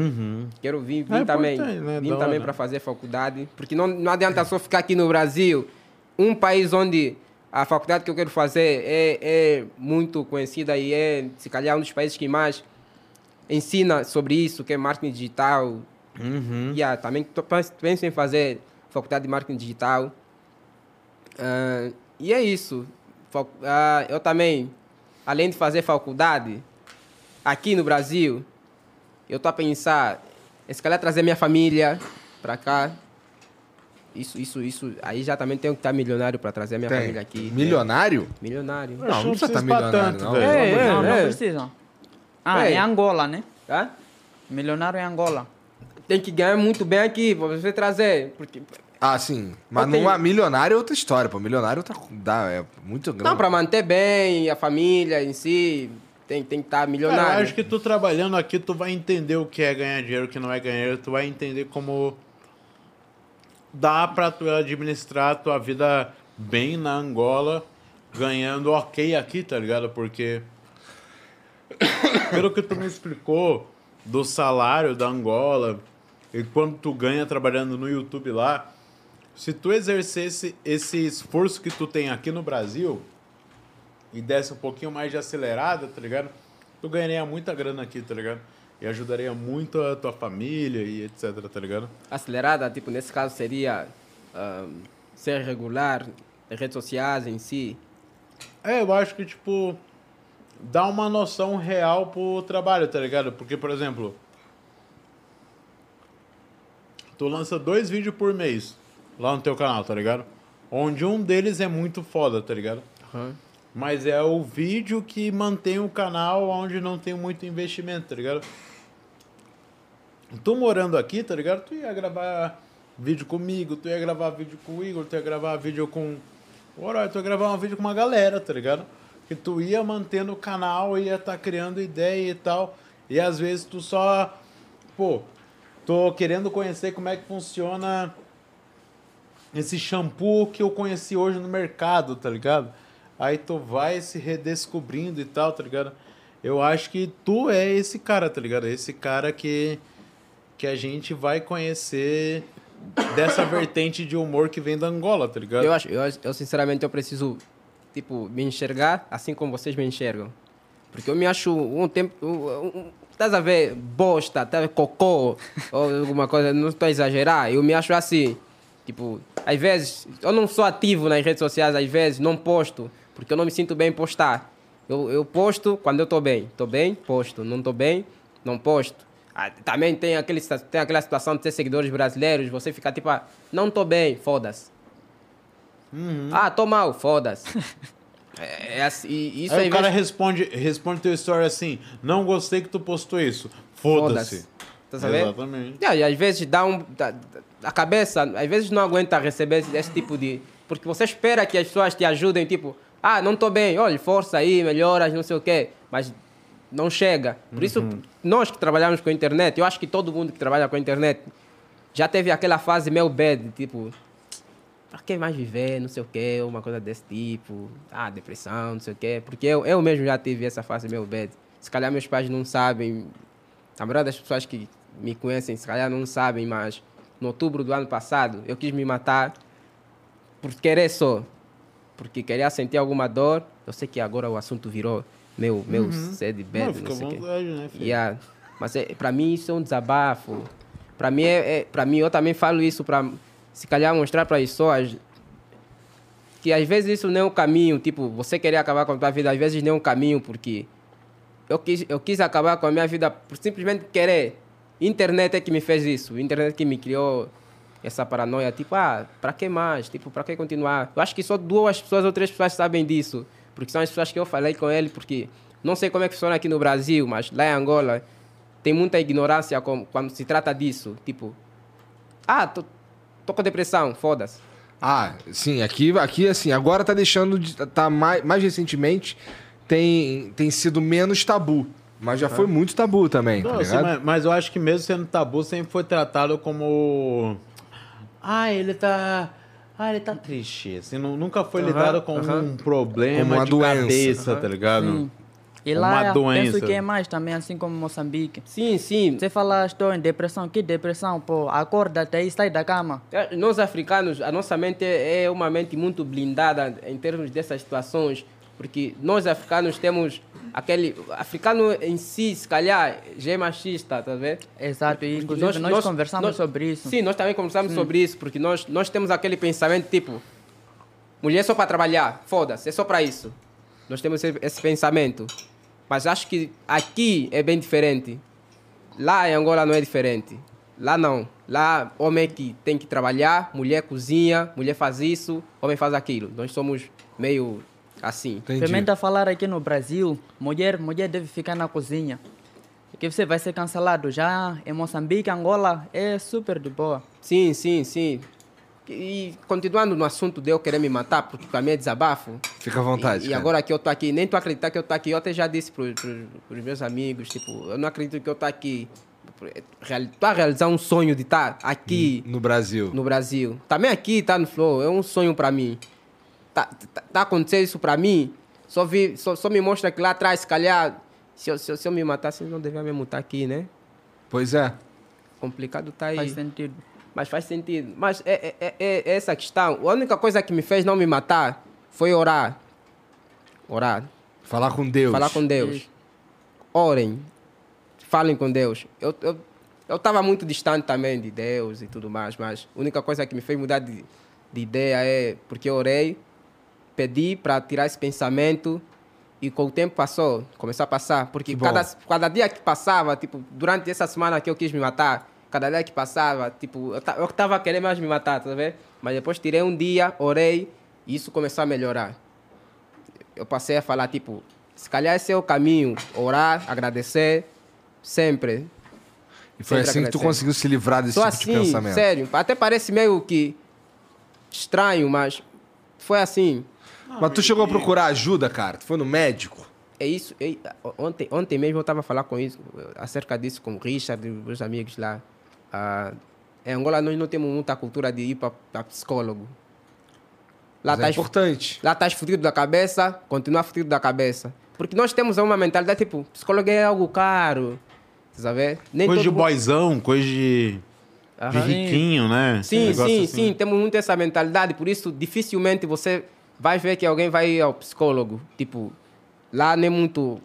Quero vir, vir
É
também.
importante, né?
Vim
Da
também
hora.
para fazer faculdade. Porque não, não adianta só ficar aqui no Brasil. Um país onde a faculdade que eu quero fazer é, é muito conhecida e é, se calhar, um dos países que mais ensina sobre isso, que é marketing digital.
Uhum.
Yeah, também tô pens- penso em fazer faculdade de marketing digital. Ah, e é isso. Fac- ah, eu também, além de fazer faculdade, aqui no Brasil, eu tô a pensar, em se calhar trazer minha família para cá. Isso, isso, isso. Aí já também tenho que estar milionário para trazer minha família aqui.
Milionário?
Milionário.
Acho que
não precisa tá
pra
É,
milionário, não.
velho.
não, não precisam. Ah,
Ei.
é Angola, né?
Tá?
Milionário é Angola.
Tem que ganhar muito bem aqui pra você trazer. Porque...
Ah, sim. Mas
Eu
não
tenho-
é milionário é outra história, pô. Milionário tá, dá, é muito grande.
Não, pra manter bem a família em si, tem, tem que estar milionário.
Cara, eu acho que tu trabalhando aqui, tu vai entender o que é ganhar dinheiro, o que não é ganhar dinheiro. Tu vai entender como dá pra tu administrar a tua vida bem na Angola, ganhando ok aqui, tá ligado? Porque, pelo que tu me explicou do salário da Angola e quanto tu ganha trabalhando no YouTube lá, se tu exercesse esse esforço que tu tem aqui no Brasil e desse um pouquinho mais de acelerada, tá ligado? Tu ganharia muita grana aqui, tá ligado? E ajudaria muito a tua família e etc, tá ligado?
acelerada, tipo, nesse caso seria ahm, ser regular, nas redes sociais em si.
É, eu acho que, tipo, dá uma noção real pro trabalho, tá ligado? Porque, por exemplo, tu lança dois vídeos por mês lá no teu canal, tá ligado? Onde um deles é muito foda, tá ligado? Mas é o vídeo que mantém o canal onde não tem muito investimento, tá ligado? Tu morando aqui, tá ligado? Tu ia gravar vídeo comigo, tu ia gravar vídeo com o Igor, tu ia gravar vídeo com o Oroy, tu ia gravar um vídeo com uma galera, tá ligado? Que tu ia mantendo o canal, ia tá criando ideia e tal. E às vezes tu só. Pô, tô querendo conhecer como é que funciona esse shampoo que eu conheci hoje no mercado, tá ligado? Aí tu vai se redescobrindo e tal, tá ligado? Eu acho que tu é esse cara, tá ligado? Esse cara que, que a gente vai conhecer dessa vertente de humor que vem da Angola, tá ligado?
Eu acho, eu, acho- eu sinceramente eu preciso, tipo, me enxergar assim como vocês me enxergam. Porque eu me acho um tempo. Um, um, estás a ver bosta, tá a ver cocô ou alguma coisa, não estou a exagerar. Eu me acho assim. Tipo, às vezes, eu não sou ativo nas redes sociais, às vezes, não posto, porque eu não me sinto bem em postar. Eu, eu posto quando eu estou bem. Estou bem, posto. Não estou bem, não posto. Ah, também tem, aquele, tem aquela situação de ter seguidores brasileiros, você fica tipo, ah, não estou bem, foda-se. Ah, tô mal, foda-se. É, é assim, e isso
Aí
aí
o cara
vez-
responde, responde teu story assim: Não gostei que tu postou isso. Foda-se.
Tá sabendo?
Exatamente.
E aí, às vezes dá um. dá- dá- a cabeça, às vezes não aguenta receber esse, esse tipo de. Porque você espera que as pessoas te ajudem, tipo, ah, não tô bem, olha, força aí, melhoras, não sei o quê. Mas não chega. Por isso,
Uhum.
nós que trabalhamos com a internet, eu acho que todo mundo que trabalha com a internet já teve aquela fase meio bad, tipo, pra que mais viver, não sei o quê, uma coisa desse tipo, ah, depressão, não sei o quê. Porque eu, eu mesmo já tive essa fase meio bad. Se calhar meus pais não sabem, a maioria das pessoas que me conhecem, se calhar não sabem, mas no outubro do ano passado, eu quis me matar por querer só. Porque queria sentir alguma dor. Eu sei que agora o assunto virou meu, meu sede bad,
Não,
não,
fica à
sei o quê.
vontade, né, filho?
Yeah. Mas é, para mim isso é um desabafo. Para mim, é, é, pra mim, eu também falo isso para se calhar mostrar para as pessoas que às vezes isso não é um caminho. Tipo, você querer acabar com a tua vida, às vezes não é um caminho, porque eu quis, eu quis acabar com a minha vida por simplesmente querer. Internet é que me fez isso. Internet que me criou essa paranoia. Tipo, ah, pra que mais? Tipo, pra que continuar? Eu acho que só duas pessoas ou três pessoas sabem disso. Porque são as pessoas que eu falei com ele, porque não sei como é que funciona aqui no Brasil, mas lá em Angola tem muita ignorância com- quando se trata disso. Tipo, ah, tô, tô com depressão, foda-se.
Ah, sim, aqui, aqui assim, agora tá deixando de, tá mais, mais recentemente tem tem sido menos tabu, mas já foi muito tabu também, tá
Não, assim,
ligado?
mas, mas eu acho que mesmo sendo tabu, sempre foi tratado como. Ah, ele tá. Ah, ele tá triste. Assim, nu- nunca foi lidado como um problema
Como uma
de
doença.
cabeça, tá ligado?
Sim. E
Uma
lá eu
doença.
penso que é mais também, assim como Moçambique.
Sim, sim.
Você fala, estou em depressão. Que depressão, pô? Acorda até aí, sai da cama.
É, Nós africanos, a nossa mente é é uma mente muito blindada em termos dessas situações, porque nós africanos temos aquele. Africano em si, se calhar, já é machista, tá vendo?
Exato, e
Porque
inclusive nós, conversamos
nós-
sobre isso.
Sim, nós também conversamos sobre isso, porque nós, nós temos aquele pensamento tipo: mulher é só para trabalhar, foda-se, é só para isso. Nós temos esse, esse pensamento. Mas acho que aqui é bem diferente. Lá em Angola não é diferente. Lá não. Lá, homem que tem que trabalhar, mulher cozinha, mulher faz isso, homem faz aquilo. Nós somos meio Assim.
Experimenta falar aqui no Brasil, mulher, mulher deve ficar na cozinha. Que você vai ser cancelado já em Moçambique, Angola, é super de boa.
Sim, sim, sim. E continuando no assunto de eu querer me matar, porque pra mim é desabafo.
Fica à vontade.
E, e
cara.
agora que eu tô aqui, nem tu acreditar que eu tô aqui, eu até já disse pros, pros, pros meus amigos, tipo, eu não acredito que eu tô aqui. Real, tô a realizar um sonho de estar aqui
No Brasil.
no Brasil. Também aqui, tá no Flow, é um sonho pra mim. Tá, tá, tá acontecendo isso pra mim, só, vi, só, só me mostra que lá atrás, se calhar, se eu, se eu, se eu me matasse, não devia mesmo estar aqui, né?
Pois é.
Complicado tá aí.
Faz sentido.
Mas faz sentido. Mas é, é- é- é essa questão. A única coisa que me fez não me matar foi orar. Orar.
Falar com Deus.
Falar com Deus. Orem. Falem com Deus. Eu, eu, eu tava muito distante também de Deus e tudo mais, mas a única coisa que me fez mudar de, de ideia é porque eu orei, pedi para tirar esse pensamento e com o tempo passou, começou a passar. Porque
Que bom.
cada, cada dia que passava, tipo, durante essa semana que eu quis me matar, cada dia que passava, tipo, eu, ta- eu tava querendo mais me matar, tá vendo? Mas depois tirei um dia, orei e isso começou a melhorar eu passei a falar, tipo, se calhar esse é o caminho, orar, agradecer, sempre.
E foi
Sempre
assim que tu
agradecendo.
conseguiu se livrar desse
Só
tipo de
assim,
pensamento.
sério, até parece meio que estranho, mas foi assim.
Mas tu chegou a procurar ajuda, cara? Tu foi no médico?
É isso, é- ontem, ontem mesmo eu estava a falar com isso, acerca disso com o Richard e meus amigos lá. Ah, em Angola nós não temos muita cultura de ir para psicólogo. Lá
Mas é
tá
importante.
Lá estás fudido da cabeça, continua fudido da cabeça. Porque nós temos uma mentalidade tipo, psicólogo é algo caro. Sabe? Nem
Coisa de
todo mundo-
boizão, coisa de, de
Aham.
riquinho, né?
Sim,
Um
sim,
negócio assim.
sim. Temos muito essa mentalidade. Por isso, dificilmente você vai ver que alguém vai ao psicólogo. Tipo, lá nem muito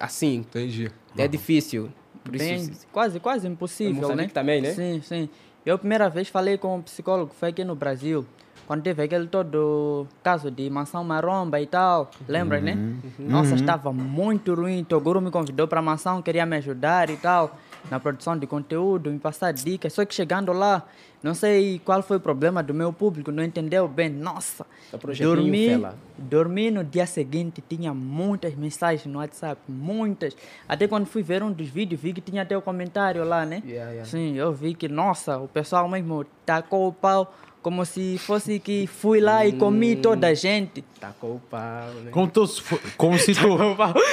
assim.
Entendi.
Uhum.
É difícil. Por isso,
Bem, quase, quase impossível,
Em Moçambique
né?
também, né?
Sim, sim. Eu a primeira vez falei com um psicólogo, foi aqui no Brasil, quando teve aquele todo caso de mansão maromba e tal, lembra, né?
Uhum.
Nossa, estava muito ruim, Toguro me convidou para mansão, queria me ajudar e tal, na produção de conteúdo, me passar dicas, só que chegando lá, não sei qual foi o problema do meu público, não entendeu bem, nossa,
Tá projetinho,
dormi...
fela.
Dormi no dia seguinte, tinha muitas mensagens no WhatsApp, muitas. Até quando fui ver um dos vídeos, vi que tinha até o comentário lá, né?
Yeah, yeah.
Sim, eu vi que, nossa, o pessoal mesmo tacou o pau como se fosse que fui lá e comi toda
Hum.
a gente.
Tacou o pau, né?
Como, tu, se fo- como se tu.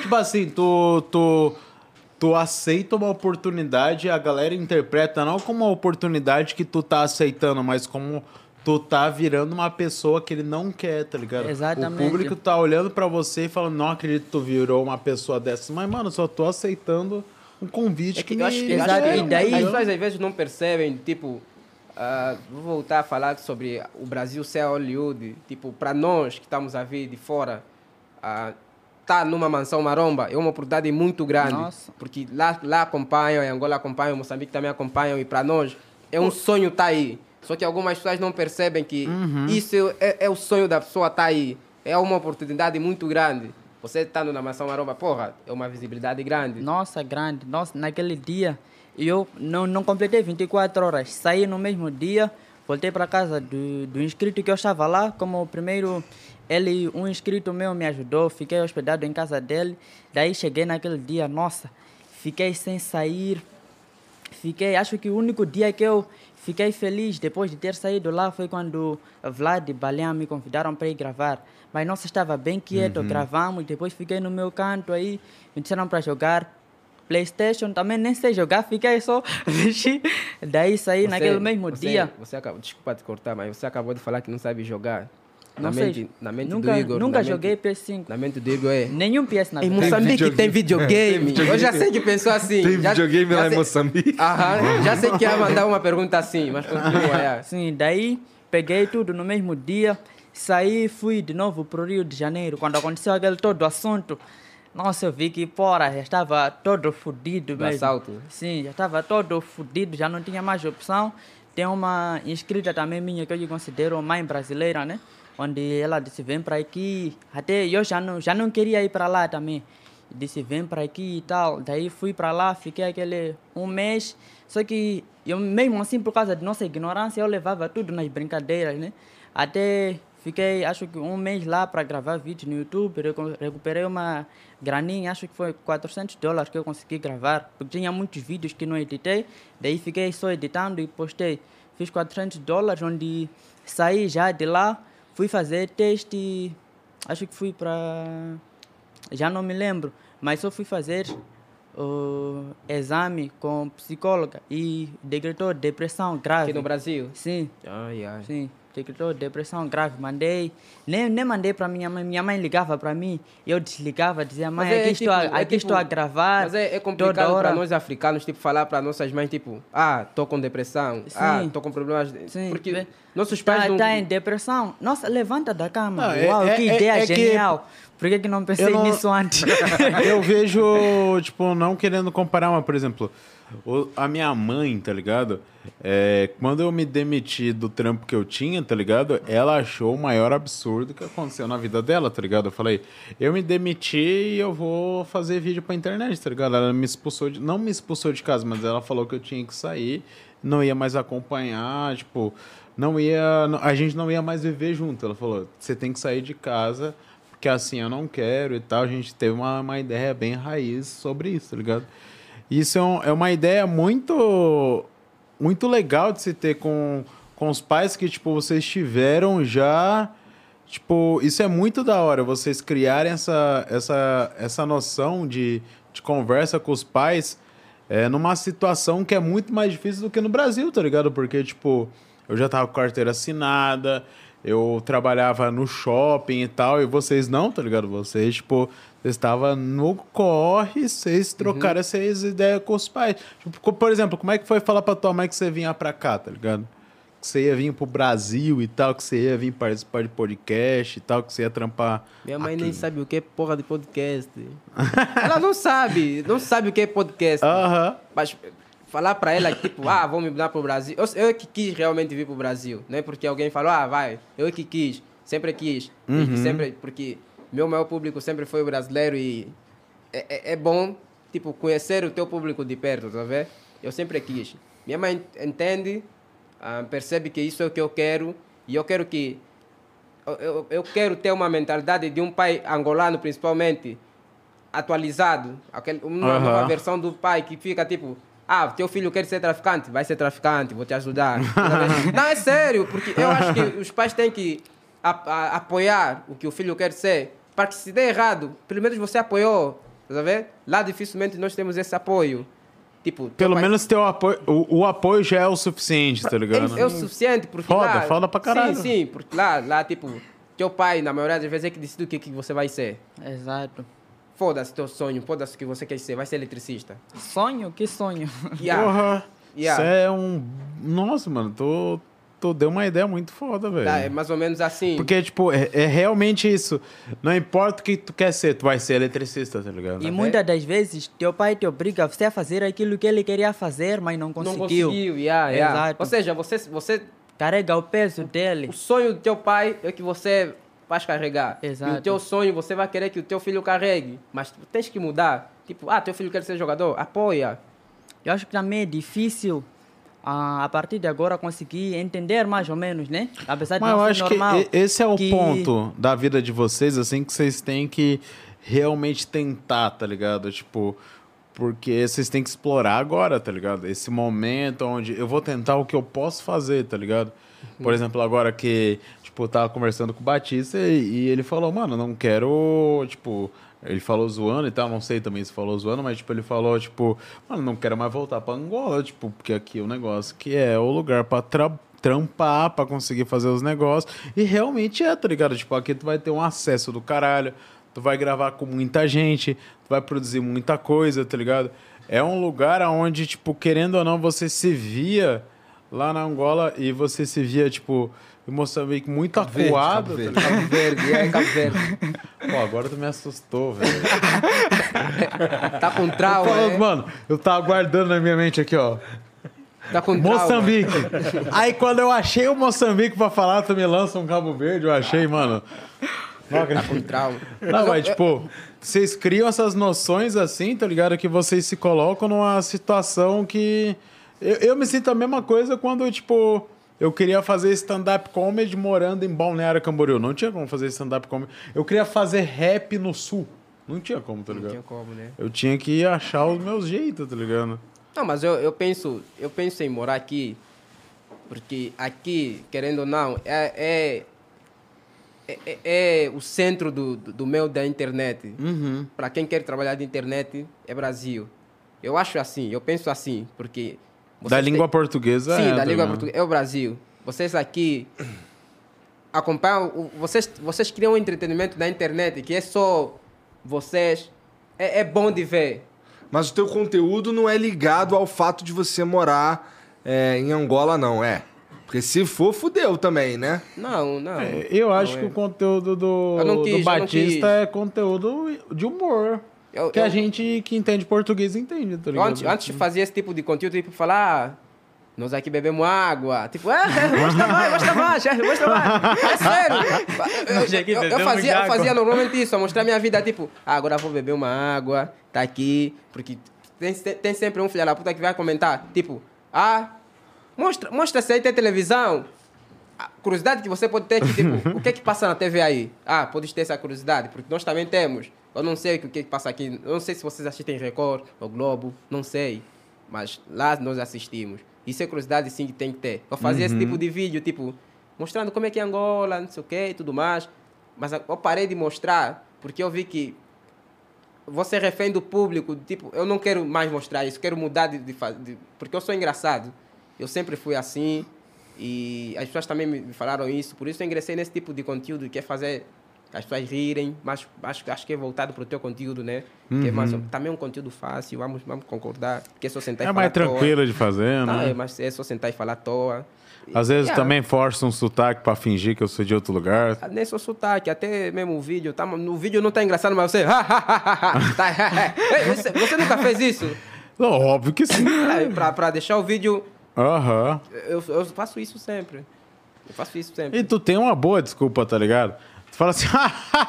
tipo assim, tu, tu, tu aceita uma oportunidade, a galera interpreta não como uma oportunidade que tu tá aceitando, mas como tu tá virando uma pessoa que ele não quer, tá ligado?
Exatamente.
O público tá olhando pra você e falando, não acredito que tu virou uma pessoa dessa. Mas, mano, eu só tô aceitando um convite
É
que,
que
me... tá
eu acho que,
Exato,
acho que
e daí-
as pessoas às vezes não percebem, tipo, ah, vou voltar a falar sobre o Brasil ser Hollywood, tipo, para nós que estamos a vir de fora, estar tá numa mansão maromba é uma oportunidade muito grande,
Nossa.
porque lá, lá acompanham, em Angola acompanham, Moçambique também acompanham, e para nós é um sonho estar tá aí. Só que algumas pessoas não percebem que
Uhum.
isso é, é o sonho da pessoa estar tá aí. É uma oportunidade muito grande. Você estando na mansão maromba, porra, é uma visibilidade grande.
Nossa, grande. Nossa, naquele dia, eu não, não completei 24 horas. Saí no mesmo dia, voltei para casa do, do inscrito que eu estava lá. Como o primeiro, ele, um inscrito meu me ajudou, fiquei hospedado em casa dele. Daí cheguei naquele dia, nossa, fiquei sem sair. Fiquei, acho que o único dia que eu fiquei feliz depois de ter saído lá foi quando Vlad e Balian me convidaram para ir gravar. Mas nossa, estava bem quieto,
Uhum.
gravamos, depois fiquei no meu canto aí, me disseram para jogar Playstation, também nem sei jogar, fiquei só mexi. Daí saí
Você-
naquele mesmo
você-
dia.
Você acabou, desculpa te cortar, mas você acabou de falar que não sabe jogar.
Não
na
sei,
mente, na mente
nunca,
do Igor.
nunca
na
joguei
Mente,
PS5.
na mente do Igor é.
Nenhum PS na
Em
verdade.
Moçambique
videogame.
tem videogame.
Tem videogame.
Eu já sei que pensou assim.
Tem
já,
videogame
já
lá em
sei-
Moçambique?
Aham, já sei que ia mandar uma pergunta assim, mas continua. é.
Sim, daí peguei tudo no mesmo dia, saí fui de novo pro Rio de Janeiro. Quando aconteceu aquele todo assunto, nossa, eu vi que, porra, já estava todo fudido
Do
mesmo.
assalto. né?
Sim, já estava todo fudido, já não tinha mais opção. Tem uma inscrita também minha que eu considero mãe brasileira, né? Onde ela disse, vem para aqui. Até eu já não, já não queria ir para lá também. Disse, vem para aqui e tal. Daí fui para lá, fiquei aquele um mês. Só que eu mesmo assim, por causa de nossa ignorância, eu levava tudo nas brincadeiras, né? Até Fiquei, acho que um mês lá para gravar vídeo no YouTube. Recu- Recuperei uma graninha, acho que foi 400 dólares que eu consegui gravar. Porque tinha muitos vídeos que não editei. Daí fiquei só editando e postei. Fiz 400 dólares, onde saí já de lá. Fui fazer teste, acho que fui para... Já não me lembro, mas só fui fazer o exame com psicóloga e decretou depressão grave.
Aqui no Brasil?
Sim.
Ai, ai.
Sim, decretou depressão grave. Mandei, nem, nem mandei para minha mãe. Minha mãe ligava para mim, eu desligava, dizia, mãe,
Mas é
aqui, estou, a,
tipo- é
aqui
tipo-
estou a gravar.
Mas é, é
toda
complicado
hora.
para nós africanos, tipo, falar para nossas mães, tipo, ah, tô com depressão, ah,
Sim.
tô com problemas. de-"
Sim,
Porque
vê.
nossos pais
tá,
não.
tá em depressão. Nossa, levanta da cama.
Não, é-
Uau,
é-
que
é-
ideia
é que-
genial. Por que, que não pensei
Eu não-
nisso antes?
Eu vejo, tipo, não querendo comparar, mas, por exemplo, o- a minha mãe, tá ligado? É, quando eu me demiti do trampo que eu tinha, tá ligado? Ela achou o maior absurdo que aconteceu na vida dela, tá ligado? Eu falei, eu me demiti e eu vou fazer vídeo pra internet, tá ligado? Ela me expulsou, de, não me expulsou de casa, mas ela falou que eu tinha que sair, não ia mais acompanhar, tipo, não ia, a gente não ia mais viver junto. Ela falou, você tem que sair de casa porque assim eu não quero e tal. A gente teve uma, uma ideia bem raiz sobre isso, tá ligado? Isso é, um- é uma ideia muito muito legal de se ter com, com os pais que, tipo, vocês tiveram já. Tipo, isso é muito da hora, vocês criarem essa, essa, essa noção de, de conversa com os pais é, numa situação que é muito mais difícil do que no Brasil, tá ligado? Porque, tipo, eu já tava com carteira assinada, eu trabalhava no shopping e tal, e vocês não, tá ligado? Vocês, tipo, vocês estavam no corre, vocês
Uhum.
trocaram essas ideias com os pais. Tipo, co- por exemplo, como é que foi falar pra tua mãe que você vinha pra cá, tá ligado? Que você ia vir pro Brasil e tal, que você ia vir participar de podcast e tal, que você ia trampar.
Minha mãe
aqui.
nem sabe o que é porra de podcast. ela não sabe, não sabe o que é podcast.
Aham.
Mas falar para ela, tipo, ah, vou me mudar pro Brasil. Eu, eu que quis realmente vir pro Brasil. Não é porque alguém falou, ah, vai, eu que quis. Sempre quis. E Sempre, porque meu maior público sempre foi o brasileiro e é, é- é bom, tipo, conhecer o teu público de perto, tá vendo? Eu sempre quis. Minha mãe entende, ah, percebe que isso é o que eu quero e eu quero que eu- eu, eu quero ter uma mentalidade de um pai angolano, principalmente, atualizado. Aquele, uma
Aham.
nova versão do pai que fica tipo: ah, teu filho quer ser traficante, vai ser traficante, vou te ajudar. Não, é sério, porque eu acho que os pais têm que a- a- apoiar o que o filho quer ser, para que se der errado, pelo menos você apoiou. Tá vendo? Lá dificilmente nós temos esse apoio. Tipo, teu
Pelo
pai-
menos teu apoio, o, o apoio já é o suficiente, tá ligado?
é, é o suficiente, porque
Foda,
lá...
foda pra caralho.
Sim, sim, porque lá, lá, tipo, teu pai, na maioria das vezes, é que decide o que, que você vai ser.
Exato.
Foda-se teu sonho, foda-se o que você quer ser, vai ser eletricista.
Sonho? Que sonho?
Yeah.
Porra.
Yeah.
Isso é um. Nossa, mano, tô, tô deu uma ideia muito foda, velho.
Tá, é mais ou menos assim.
Porque, tipo, é, é realmente isso. Não importa o que tu quer ser, tu vai ser eletricista, tá ligado?
E muitas das vezes teu pai te obriga você a fazer aquilo que ele queria fazer, mas não
não
conseguiu.
conseguiu, yeah, yeah.
Exato.
ah. Ou seja, você, você,
Carrega o peso dele.
o sonho do teu pai é que você vai carregar.
Exato.
E o teu sonho, você vai querer que o teu filho carregue. Mas tu tens que mudar. Tipo, ah, teu filho quer ser jogador, apoia.
Eu acho que também é difícil ah, a partir de agora conseguir entender mais ou menos, né? Apesar de
Mas
não
eu
ser
acho
normal.
que e- esse é o
que-
ponto da vida de vocês, assim, que vocês têm que realmente tentar, tá ligado? Tipo, porque vocês têm que explorar agora, tá ligado? Esse momento onde eu vou tentar o que eu posso fazer, tá ligado?
Uhum.
Por exemplo, agora que, tipo, eu tava conversando com o Batista e, e ele falou, mano, não quero, tipo, ele falou zoando e tal, não sei também se falou zoando, mas tipo, ele falou, tipo, mano, não quero mais voltar pra Angola, tipo, porque aqui é o negócio que é o lugar pra tra- trampar, pra conseguir fazer os negócios. E realmente é, tá ligado? Tipo, aqui tu vai ter um acesso do caralho, tu vai gravar com muita gente, tu vai produzir muita coisa, tá ligado? É um lugar onde, tipo, querendo ou não, você se via lá na Angola e você se via, tipo, em Moçambique muito
Verde,
acuado,
Cabo Verde.
tá ligado?
Cabo Verde, é Cabo Verde.
Pô, agora tu me assustou, velho.
Ah,
Tá com trauma,
Falando,
né?
mano, eu tava guardando na minha mente aqui, ó.
Tá com trauma.
Moçambique. Aí quando eu achei o Moçambique pra falar, tu me lança um Cabo Verde, eu achei, mano. Não acredito.
Tá Com trauma.
Não,
é-
mas tipo, vocês criam essas noções assim, tá ligado? Que vocês se colocam numa situação que. Eu, eu me sinto a mesma coisa quando, tipo, Eu queria fazer stand-up comedy morando em Balneário Camboriú. Não tinha como fazer stand-up comedy. Eu queria fazer rap no sul. Não tinha como, tá
Não
ligado?
tinha como, né?
Eu tinha que achar os meus jeitos, tá ligado?
Não, mas eu, eu penso, eu penso em morar aqui, porque aqui, querendo ou não, é, é, é- é- é o centro do, do, do meio da internet. Para quem quer trabalhar de internet, é Brasil. Eu acho assim, eu penso assim, porque...
da
vocês
língua
têm-
portuguesa.
Sim,
é,
da
tá
língua
ligado?
portuguesa. É o Brasil. Vocês aqui acompanham. o- Vocês, vocês criam um entretenimento da internet que é só vocês. É, é bom de ver.
Mas o teu conteúdo não é ligado ao fato de você morar é, em Angola, não, é. Porque se for, fudeu também, né?
Não, não.
É, Eu acho que o conteúdo do,
Eu não quis, eu
do
não
Batista
quis.
é conteúdo de humor.
Eu-
que a
eu-
gente que entende português entende, tá
Eu
ligado?
Antes, antes de fazer esse tipo de conteúdo, tipo, falar. "Ah, Nós aqui bebemos água. Tipo, ah, gosta mais, gosta mais, é, gosta mais. É sério.
Nós aqui
Eu, eu- eu
bebemos
fazia, eu
água.
fazia normalmente isso, a mostrar minha vida, tipo, ah, agora vou beber uma água, tá aqui. Porque tem, se- tem sempre um filho da puta que vai comentar, tipo, ah, mostra, mostra se aí tem televisão. A curiosidade que você pode ter, que, tipo, o que é que passa na TV aí? Ah, podes ter essa curiosidade, porque nós também temos. Eu não sei o que é que passa aqui, eu não sei se vocês assistem Record ou Globo, não sei. Mas lá nós assistimos. Isso é curiosidade sim que tem que ter. Eu fazia esse tipo de vídeo, tipo, mostrando como é que é Angola, não sei o que e tudo mais. Mas eu parei de mostrar, porque eu vi que você é refém do público, tipo, eu não quero mais mostrar isso, quero mudar de, de, fa- de- porque eu sou engraçado. Eu sempre fui assim e as pessoas também me me falaram isso, por isso eu ingressei nesse tipo de conteúdo que é fazer as pessoas rirem, mas acho, acho que é voltado para o teu conteúdo, né? Que é mais, também é um conteúdo fácil, vamos, vamos concordar, porque é só sentar
Uhum. É
e falar
mais
à toa.
tranquilo de fazer,
Tá,
né?
é, mas é só sentar e falar à toa.
Às vezes
Yeah.
também força um sotaque pra fingir que eu sou de outro lugar.
Nem só sotaque, até mesmo o vídeo. Tá, no vídeo não tá engraçado, mas você. tá, Ei, você, você nunca fez isso?
Não, óbvio que sim. né?
É, pra, pra deixar o vídeo.
Aham.
Eu, eu faço isso sempre. Eu faço isso sempre.
E tu tem uma boa desculpa, tá ligado? Tu fala assim,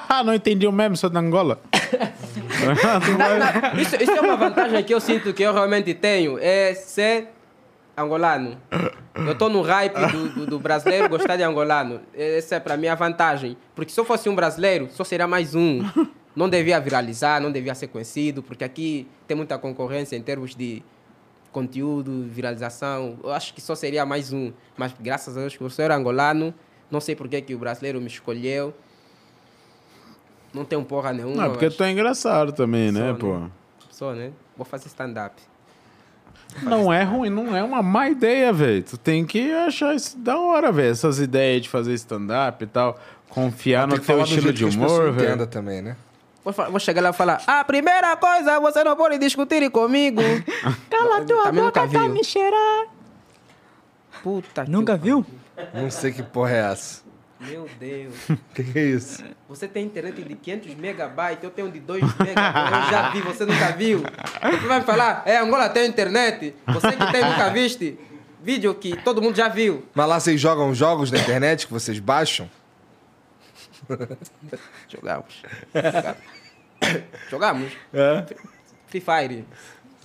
ah, não entendi o meme, sou de Angola.
Isso, isso é uma vantagem que eu sinto que eu realmente tenho, é ser angolano. Eu tô no hype do, do- do brasileiro gostar de angolano. Essa é pra mim a vantagem. Porque se eu fosse um brasileiro, só seria mais um. Não devia viralizar, não devia ser conhecido, porque aqui tem muita concorrência em termos de conteúdo, viralização. Eu acho que só seria mais um. Mas graças a Deus que eu sou angolano, não sei por que que o brasileiro me escolheu. Não tenho porra nenhuma.
Não, é porque
mas-
tu é engraçado também, né,
Só, né?
pô?
só, né? Vou fazer stand-up.
Não é ruim, não é uma má ideia, velho. Tu tem que achar isso da hora, velho. Essas ideias de fazer stand-up e tal. Confiar no
Tem que falar
teu
do
um estilo
jeito
de
que as pessoas
humor,
entendam
velho.
também, né?
Vou, fa- vou chegar lá e falar, a primeira coisa, você não pode discutir comigo.
Cala tua
Também nunca
boca pra
viu.
me cheirar.
Puta que...
Nunca viu?
Não sei que porra é essa.
Meu Deus.
O que, que é isso?
Você tem internet de 500 megabytes, eu tenho de 2 megabytes. Eu já vi, você nunca viu. Tu vai me falar, é, Angola tem internet. Você que tem, nunca viste. Vídeo que todo mundo já viu.
Mas lá vocês jogam jogos na internet que vocês baixam?
Jogamos. Jogamos.
É?
Free Fire.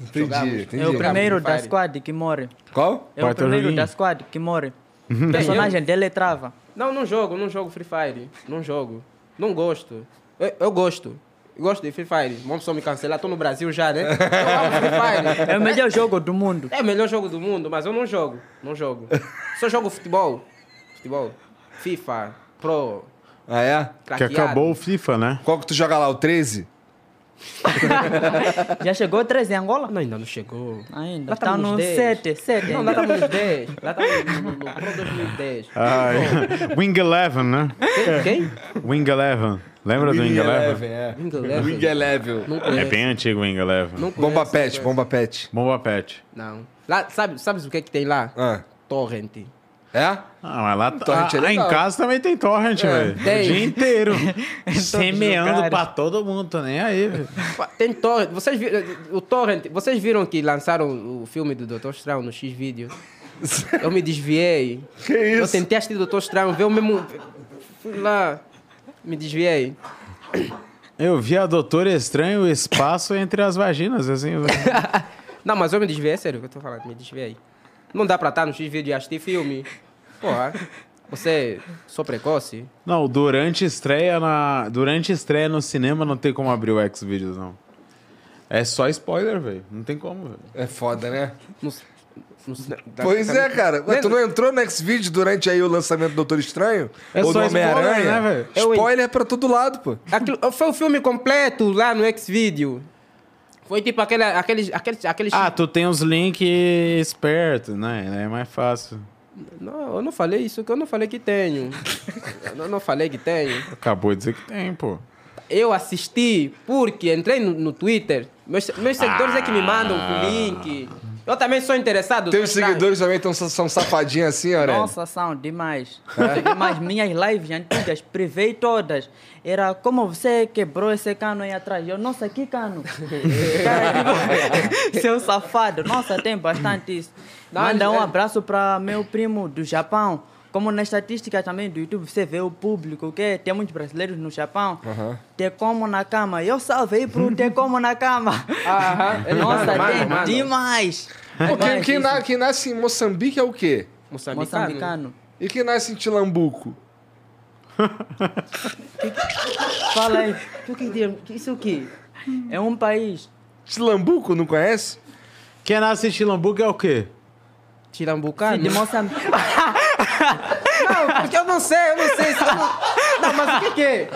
Entendi,
Jogamos.
É o
entendi.
primeiro
Free
da
Fire.
squad que morre.
Qual?
É
Quarto
o primeiro
joguinho.
da squad que morre.
Uhum.
O personagem dele é trava.
Não, não jogo, não jogo Free Fire. Não jogo. Não gosto. Eu, eu gosto. Eu gosto de Free Fire. Vamos pessoa me cancelar, tô no Brasil já, né? Eu amo Free Fire.
É o melhor jogo do mundo.
É o melhor jogo do mundo, mas eu não jogo. Não jogo. Só jogo futebol. Futebol. FIFA. Pro.
Ah, é?
Que
craqueado.
acabou o FIFA, né?
Qual que tu joga lá? O 13?
Já chegou 3 em Angola?
Não, ainda não chegou.
Ainda.
Lá
Tá
estamos
no
dez.
7, 7.
Não, lá estamos nos 10. Lá estamos no, no, no Pro 2010.
Ai, Wing Eleven, né?
Quem?
Wing Eleven. Lembra do Wing Eleven?
é.
Wing Eleven.
Wing Eleven.
Não
É
conheço.
bem antigo o Wing Eleven.
Não
Bomba
conheço.
Pet, Bomba Pet.
Bomba Pet.
Não. Lá, sabe, sabes o que é que tem lá?
Ah.
Torrent.
É?
Ah, mas lá,
Torrent
ah,
é
lá em
legal. É,
casa também tem torrent, velho. O
tem.
dia inteiro.
lugares.
Semeando pra todo mundo, tô nem aí, velho.
Pá, Tem torrent. Vocês viram, o torrent. Vocês viram que lançaram o filme do Doutor Estranho no X vídeo? Eu me desviei.
Que
Eu
isso?
tentei assistir Doutor Estranho, ver o mesmo. Fui lá. Me desviei.
Eu vi a Doutora Estranho o espaço entre as vaginas, assim. velho.
é tá Não, mas eu me desviei, sério, que eu tô falando, me desviei. Não dá pra estar no X vídeo e assistir filme. Porra, você sou precoce?
Não, durante estreia na durante estreia no cinema não tem como abrir o Xvideos não. É só spoiler, velho. Não tem como, velho.
É foda, né?
Não s- não s-
Pois é, cara. Ué, tu não entrou no X-Video durante aí o lançamento do Doutor Estranho?
É
Ou do
só spoiler,
Homem-Aranha?
né, velho?
É o-
spoiler pra todo lado, pô.
Aquilo- foi o filme completo lá no X-Video. Foi tipo aquele, aquele, aquele, aquele...
Ah, tu tem os links espertos, né? É mais fácil.
Não, eu não falei isso, que eu não falei que tenho. eu não- não falei que tenho.
Acabou de dizer que tem, pô.
Eu assisti porque entrei no, no Twitter. Meus, meus seguidores é que me mandam o link. Eu também sou interessado. Tá
Teus
sou estranho.
seguidores também tão, são safadinhos assim, Aurélio.
Nossa, são demais. São demais. Minhas lives antigas, privei todas. Era como você quebrou esse cano aí atrás. Eu, nossa, que cano? Cara, tipo, seu safado. Nossa, tem bastante isso. Manda um abraço para meu primo do Japão. Como na estatística também do YouTube, você vê o público, que tem muitos brasileiros no Japão. Te como na cama. Eu salvei pro Te como na cama.
Aham, Ah, ele
Nossa,
manda, manda,
tem
manda.
demais.
Pô, quem,
Demais
quem
isso.
na- quem nasce em Moçambique é o quê?
Moçambicano.
Moçambicano.
E quem nasce em Tilambuco?
Fala aí. Tu que diz- Isso o quê? É um país.
Tilambuco, não conhece?
Quem nasce em Chilambuca é o quê?
Sim,
Tirambocano.
de Moçambique.
Não, porque eu não sei, eu não sei. se eu Não... não, mas o que que é?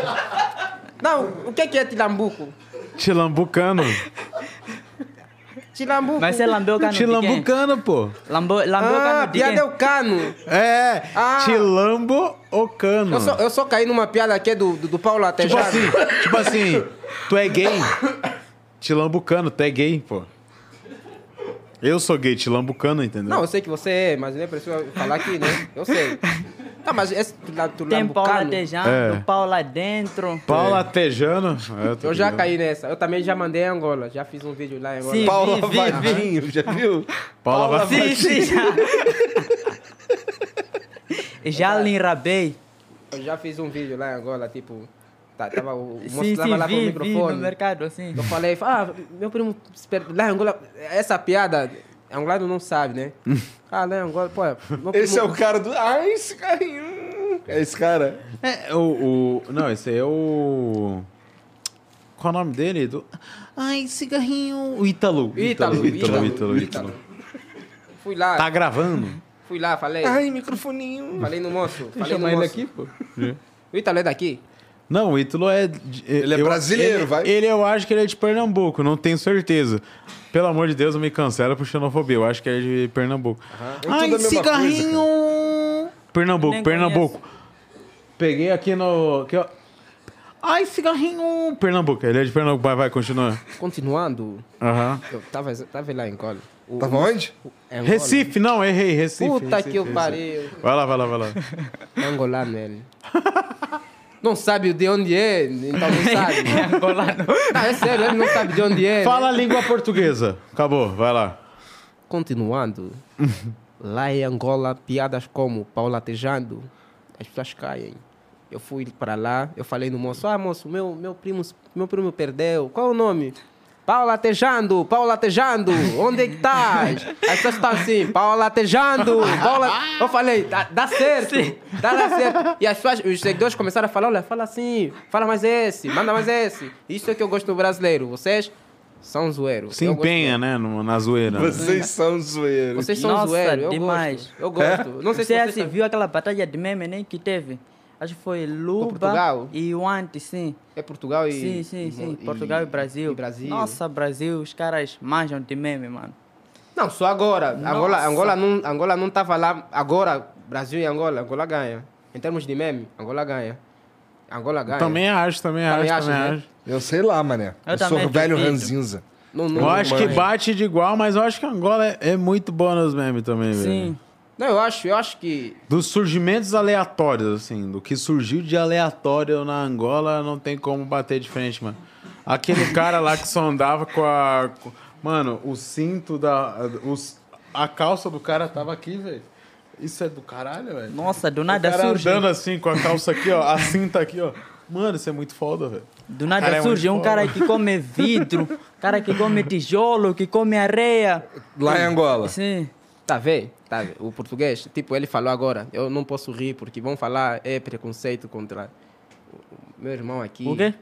Não, o que que é tilambuco?
Chilambucano.
Tá Tilambuco.
Vai ser é lambeu cano de quem?
Chilambucano, pô.
Lambeu, lambeu
Ah,
cano de
piada é
quem?
o cano.
É,
Ah.
Tilambo ou cano.
Eu só, eu só caí numa piada aqui do, do, do Paulo
Tipo
Latejar.
assim, tipo assim, tu é gay? Tilambucano, tu é gay, pô. Eu sou gay, tilambucano, entendeu?
Não, eu sei que você é, mas nem precisa falar aqui, né? Eu sei. Não, mas esse tila-
Tem pau lá
tilambucano...
tejando,
É.
pau lá dentro.
Paula Tejano. É,
Eu já caí nessa. Eu também já mandei em Angola. Já fiz um vídeo lá em Angola.
Sim.
Paula
vi, vi.
Vadinho, já viu?
Paula vai
Sim, sim, já. Já lhe enrabei.
Eu já fiz um vídeo lá em Angola, tipo... tá- tava, o moço
Sim,
tava lá
sim,
com o
vi, vi no
microfone.
mercado, assim.
Eu falei, ah, meu primo, esper- lá em Angola, essa piada, angolano não sabe, né? Ah, lá em Angola, pô, meu
Esse é
primo-
o cara do. Ah, esse carinho. É esse cara.
É, o, o- Não, esse aí é o. Qual é o nome dele? Do... Ai, cigarrinho. O Ítalo.
Ítalo,
Ítalo, Ítalo,
Ítalo.
Ítalo.
Fui lá,
Tá gravando?
fui lá, falei,
Ai, microfoninho.
falei no moço, falei no moço.
pô.
O Ítalo é daqui?
Não, o Ítalo é. de-
Ele é brasileiro,
ele-
vai.
Ele, eu acho que ele é de Pernambuco, não tenho certeza. Pelo amor de Deus, não me cancela por xenofobia. Eu acho que é de Pernambuco.
É tudo a
Ai,
mesma
cigarrinho! Pernambuco,
Nem
Pernambuco. Peguei aqui no. aqui, ó. Ai, cigarrinho! Pernambuco, ele é de Pernambuco, vai, vai, continua.
Continuando,
Aham.
eu tava, tava lá em Angola. O-
Tava onde?
é Angola.
Recife, não, errei, Recife.
Puta
Recife,
que eu
Recife.
pariu.
Vai lá, vai lá, vai lá.
É angolano ele. Não sabe de onde é, então não sabe.
É angolano.
Não, é sério, ele não sabe de onde é. né?
Fala a língua portuguesa. Acabou, vai lá.
Continuando, lá em Angola, piadas como pau latejando, as pessoas caem. Eu fui para lá, eu falei no moço, ah, moço, meu, meu, primo, meu primo perdeu, qual o nome? Pau latejando, pau latejando, onde é que estás? As pessoas estão assim, pau latejando, pau la... Eu falei, dá, dá certo, dá, dá certo. E as pessoas, os seguidores começaram a falar, olha, fala assim, fala mais esse, manda mais esse. Isso é que eu gosto do brasileiro, vocês são zoeiros.
Se
Eu gosto
empenha, né, no- na zoeira. né?
Vocês são zoeiros.
vocês são
Nossa,
zoeiros, eu
demais.
gosto. Eu gosto. É. Não sei se
Você
vocês
assim, viu aquela batalha de meme, né, que teve? Acho que foi Luba
Portugal?
e Wante, sim.
É Portugal e...
Sim, sim,
e-
sim. Portugal e Brasil.
e Brasil.
Nossa, Brasil, os caras manjam de meme, mano.
Não, só agora. Angola,
Nossa.
Angola, não, Angola não tava lá. Agora, Brasil e Angola, Angola ganha. Em termos de meme, Angola ganha. Angola ganha.
Também acho, também
Ah, é. Também
acho,
acha,
também
né?
acho.
Eu sei lá, mané. Eu,
Eu
sou
também
velho
duvido.
ranzinza.
Não, não,
Eu acho que
ganha.
bate de igual, mas eu acho que Angola é, é muito boa nos memes também, velho.
Sim.
Não, eu acho, eu acho que...
Dos surgimentos aleatórios, assim, do que surgiu de aleatório na Angola, não tem como bater de frente, mano. Aquele cara lá que só andava com a. com- Mano, o cinto da. os- a calça do cara tava aqui, velho. Isso é do caralho, velho.
Nossa, do
O
nada
cara
surge.
andando assim, com a calça aqui, ó, a cinta aqui, ó. Mano, isso é muito foda, velho.
Do nada
Cara, é
surge
muito
um cara
foda.
que come vidro, cara que come Assim, tijolo, que come areia.
Lá em Angola.
Sim.
Tá vendo? Tá vendo? O português, tipo, ele falou agora, eu não posso rir porque vão falar é preconceito contra o- o meu irmão aqui.
O quê?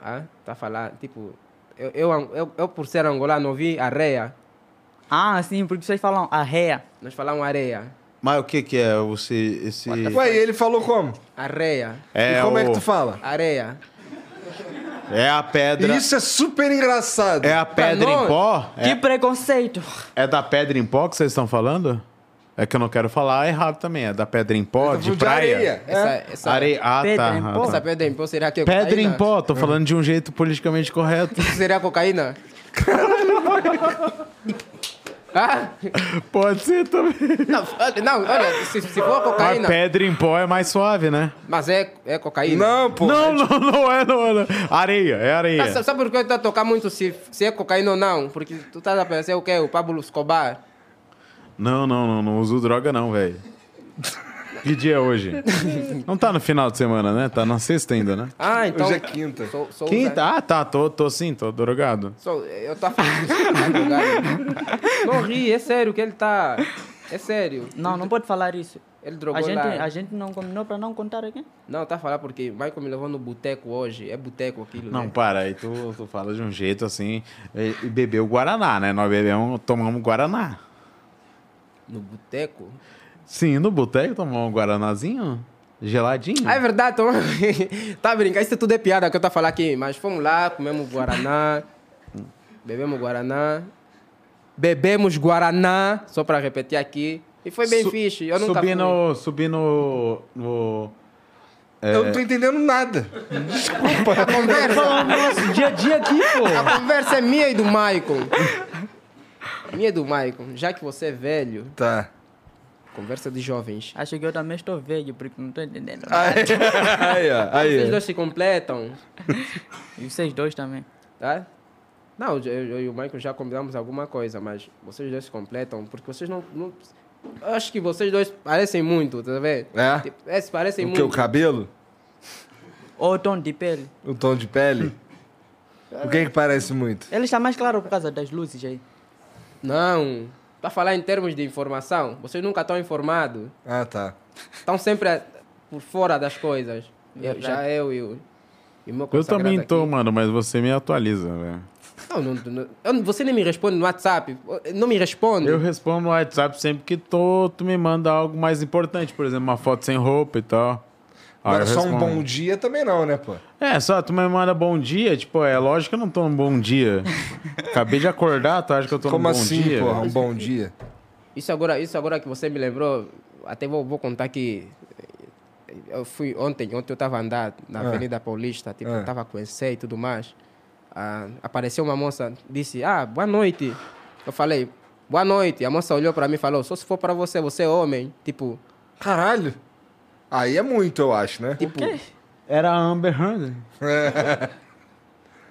Ah, tá a falar, tipo, eu, eu, eu, eu por ser angolano ouvi areia,
Ah, sim, porque vocês falam arreia.
nós falamos areia,
Mas o que que é você, esse...
Ué, e ele falou como?
areia,
É,
e como é
o-
que tu fala?
areia.
É a pedra...
Isso é super engraçado.
É a pedra em
nós.
pó?
Que
É,
preconceito!
é da pedra em pó que vocês estão falando? É que eu não quero falar errado também. É da pedra em pó,
Eu tô
de
falando
praia?
areia.
Essa,
É.
essa,
Areia. Ah,
Pedra
tá.
em
ah,
pó?
tá.
essa pedra em pó seria que é
Pedra em
cocaína?
pó, tô falando de um jeito politicamente correto.
Seria cocaína? ah,
Pode ser também.
não, olha, não, olha, se, se
Ah,
for
Mas
cocaína,
pedra em pó é mais suave, né?
mas é, é cocaína.
Não, pô.
não, não, não é, não é. não. Areia, é
Tá,
areia.
sa- sabe por que eu tô a tocar muito se, se é cocaína ou não? Porque tu tá a pensar o quê? O Pablo Escobar.
Não, não, não, não uso droga não, velho. Que dia é hoje? Não tá no final de semana, né? Tá na sexta ainda, né?
Ah, então.
Hoje é quinta.
Sou, sou
Quinta? Ah, tá, tô, tô sim, tô drogado.
Sou, eu tô falando. Tá drogado. não ri, é sério que ele tá. É sério.
Não, não pode falar isso.
Ele
A
drogou
gente,
lá.
a gente não combinou para não contar aqui.
Não, tá a falar porque Michael me levou no boteco hoje. É boteco aquilo.
Não,
né?
para, aí tu, tu fala de um jeito assim, e, e bebeu Guaraná, né? Nós bebemos, tomamos Guaraná.
No boteco?
Sim, no boteco tomamos um Guaranazinho, geladinho.
Ah, é verdade, toma. tá brincando, isso tudo é piada que eu tô a falar aqui. Mas fomos lá, comemos Guaraná, bebemos Guaraná, bebemos Guaraná, só pra repetir aqui. E foi bem
Su-
fixe, eu nunca
subi
fui.
no, subi no, no- É.
Eu não tô entendendo nada.
Dia a dia aqui, pô!
A conversa é minha e do Maicon. minha e do Maicon, já que você é velho,
Tá.
conversa de jovens.
Acho que eu também estou velho, porque não estou entendendo.
Ah, é.
Aí, ó.
Vocês
Aí. é. ó.
dois se completam,
E vocês dois também.
tá? Não, eu, eu e o Michael já combinamos alguma coisa, mas vocês dois se completam, porque vocês não. não- eu acho que vocês dois parecem muito, tá vendo?
É?
Tipo, É, se parecem
O que?
muito.
O cabelo?
Ou tom de pele.
O tom de pele? O que é que parece muito?
Ele está mais claro por causa das luzes aí.
Não. Pra falar em termos de informação, vocês nunca estão informados.
Ah, tá.
Estão sempre a- por fora das coisas. Eu,
Verdade.
já eu e o. E o meu
Eu também
consagrado
tô,
aqui.
mano, mas você me atualiza, velho.
Não, não, não- eu- você nem me responde no WhatsApp. Não me responde.
Eu respondo no WhatsApp sempre que tô, tu me manda algo mais importante, por exemplo, uma foto sem roupa e tal. Aí
Agora,
Ah, eu
só um
respondo.
bom dia também não, né, pô?
É, só tu me manda bom dia, tipo, é lógico que eu não tô num bom dia. Acabei de acordar, tu acha que eu tô
Como
num bom
assim,
dia?
porra? Um bom dia.
Isso agora, isso agora que você me lembrou, até vou, vou contar que eh, eu fui ontem, ontem eu estava andando na Avenida Paulista, tipo,
Ah.
estava com anseio e tudo mais. Ah, apareceu uma moça, disse, ah, boa noite. Eu falei, boa noite. A moça olhou para mim e falou, só se for para você, você é homem. Tipo,
Caralho. Aí é muito, eu acho, né?
tipo
Era a Amber Heard.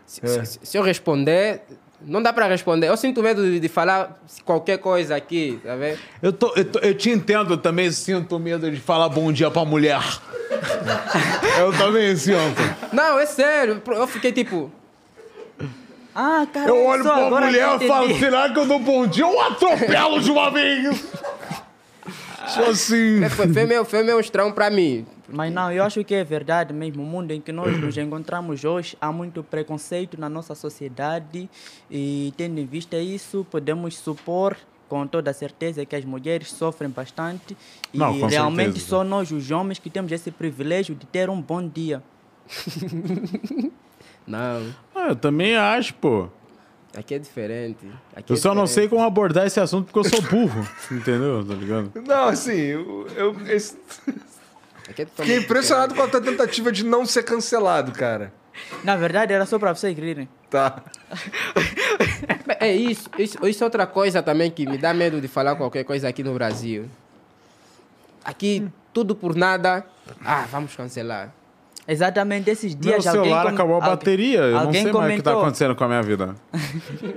se, se- se eu responder, não dá para responder. Eu sinto medo de, de falar qualquer coisa aqui, tá vendo?
Eu, tô, eu, tô- eu te entendo, eu também sinto medo de falar bom dia pra mulher. eu também sinto.
Não, é sério. Eu fiquei tipo...
Ah, cara,
Eu olho
só
pra
agora que
mulher
eu
e falo,
entendi.
será que eu dou bom dia? Eu atropelo de uma vez! Só assim.
"É, Foi, foi, meio, foi meio estranho para mim.
Mas não, eu acho que é verdade mesmo. O mundo em que nós nos encontramos hoje, há muito preconceito na nossa sociedade e, tendo em vista isso, podemos supor com toda certeza que as mulheres sofrem bastante e
Não, com
realmente
certeza.
só nós, os homens, que temos esse privilégio de ter um bom dia.
Não,
Ah, eu também acho, pô.
aqui é diferente. Aqui
Eu
é
só não sei
diferente.
como abordar esse assunto porque eu sou burro. Entendeu? Tá ligado?
Não, assim, eu, eu esse-
Aqui é
fiquei
totalmente
impressionado com a tua tentativa de não ser cancelado, cara.
Na verdade, era só para vocês rirem.
Tá.
diferente. É isso, isso, isso é outra coisa também que me dá medo de falar qualquer coisa aqui no Brasil.
Hum.
Aqui, tudo por nada. Ah, vamos cancelar.
Exatamente esses
Meu
dias alguém
celular
com-
acabou a
algu-
bateria. Eu não
alguém
sei mais o que tá
comentou.
acontecendo com a minha vida.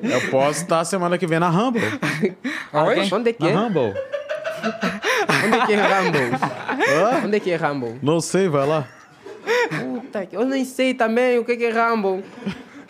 Eu posso estar semana que vem na Rumble.
Ah,
Alguém? Onde é que
Na
é?
Rumble?
Onde é que é Rambo? Onde é que é Rambo? Tá
Não sei, vai lá.
Puta que- Eu nem sei também o que que é Rambo.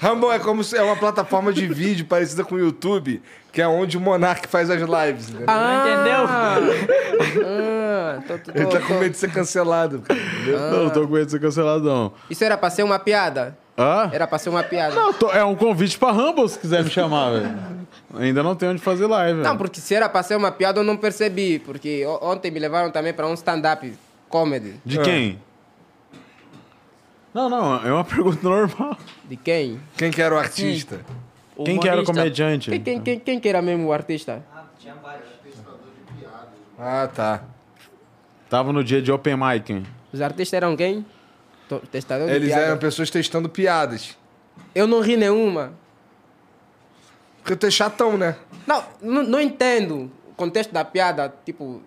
Rumble é como se- é uma plataforma de vídeo parecida com o YouTube, que é onde o Monark faz as lives, né? entendeu?
Ah,
Ah.
Entendeu? Ah,
Ele tá com medo de ser cancelado. cara, entendeu?
Não, tô com medo de ser cancelado, não.
Isso era pra ser uma piada?
Hã?
Era pra ser uma piada.
Não, tô- é um convite pra Rumble, se quiser me chamar, velho. Ainda não tem onde fazer live,
Não,
velho.
porque se era pra ser uma piada, eu não percebi. Porque o- ontem me levaram também pra um stand-up comedy.
De quem?
Ah.
Não, não, é uma pergunta normal.
De quem?
Quem que era o artista?
Quem que era o
Humorista.
comediante?
Quem, quem, quem, quem que era mesmo o artista?
Ah, tá.
Tava no dia de Open Mic. hein?
Os artistas eram quem? To- Testador de
Eles
piada.
eram pessoas testando piadas.
Eu não ri nenhuma.
Porque tu é chatão, né?
Não, não, não entendo o contexto da piada. Tipo,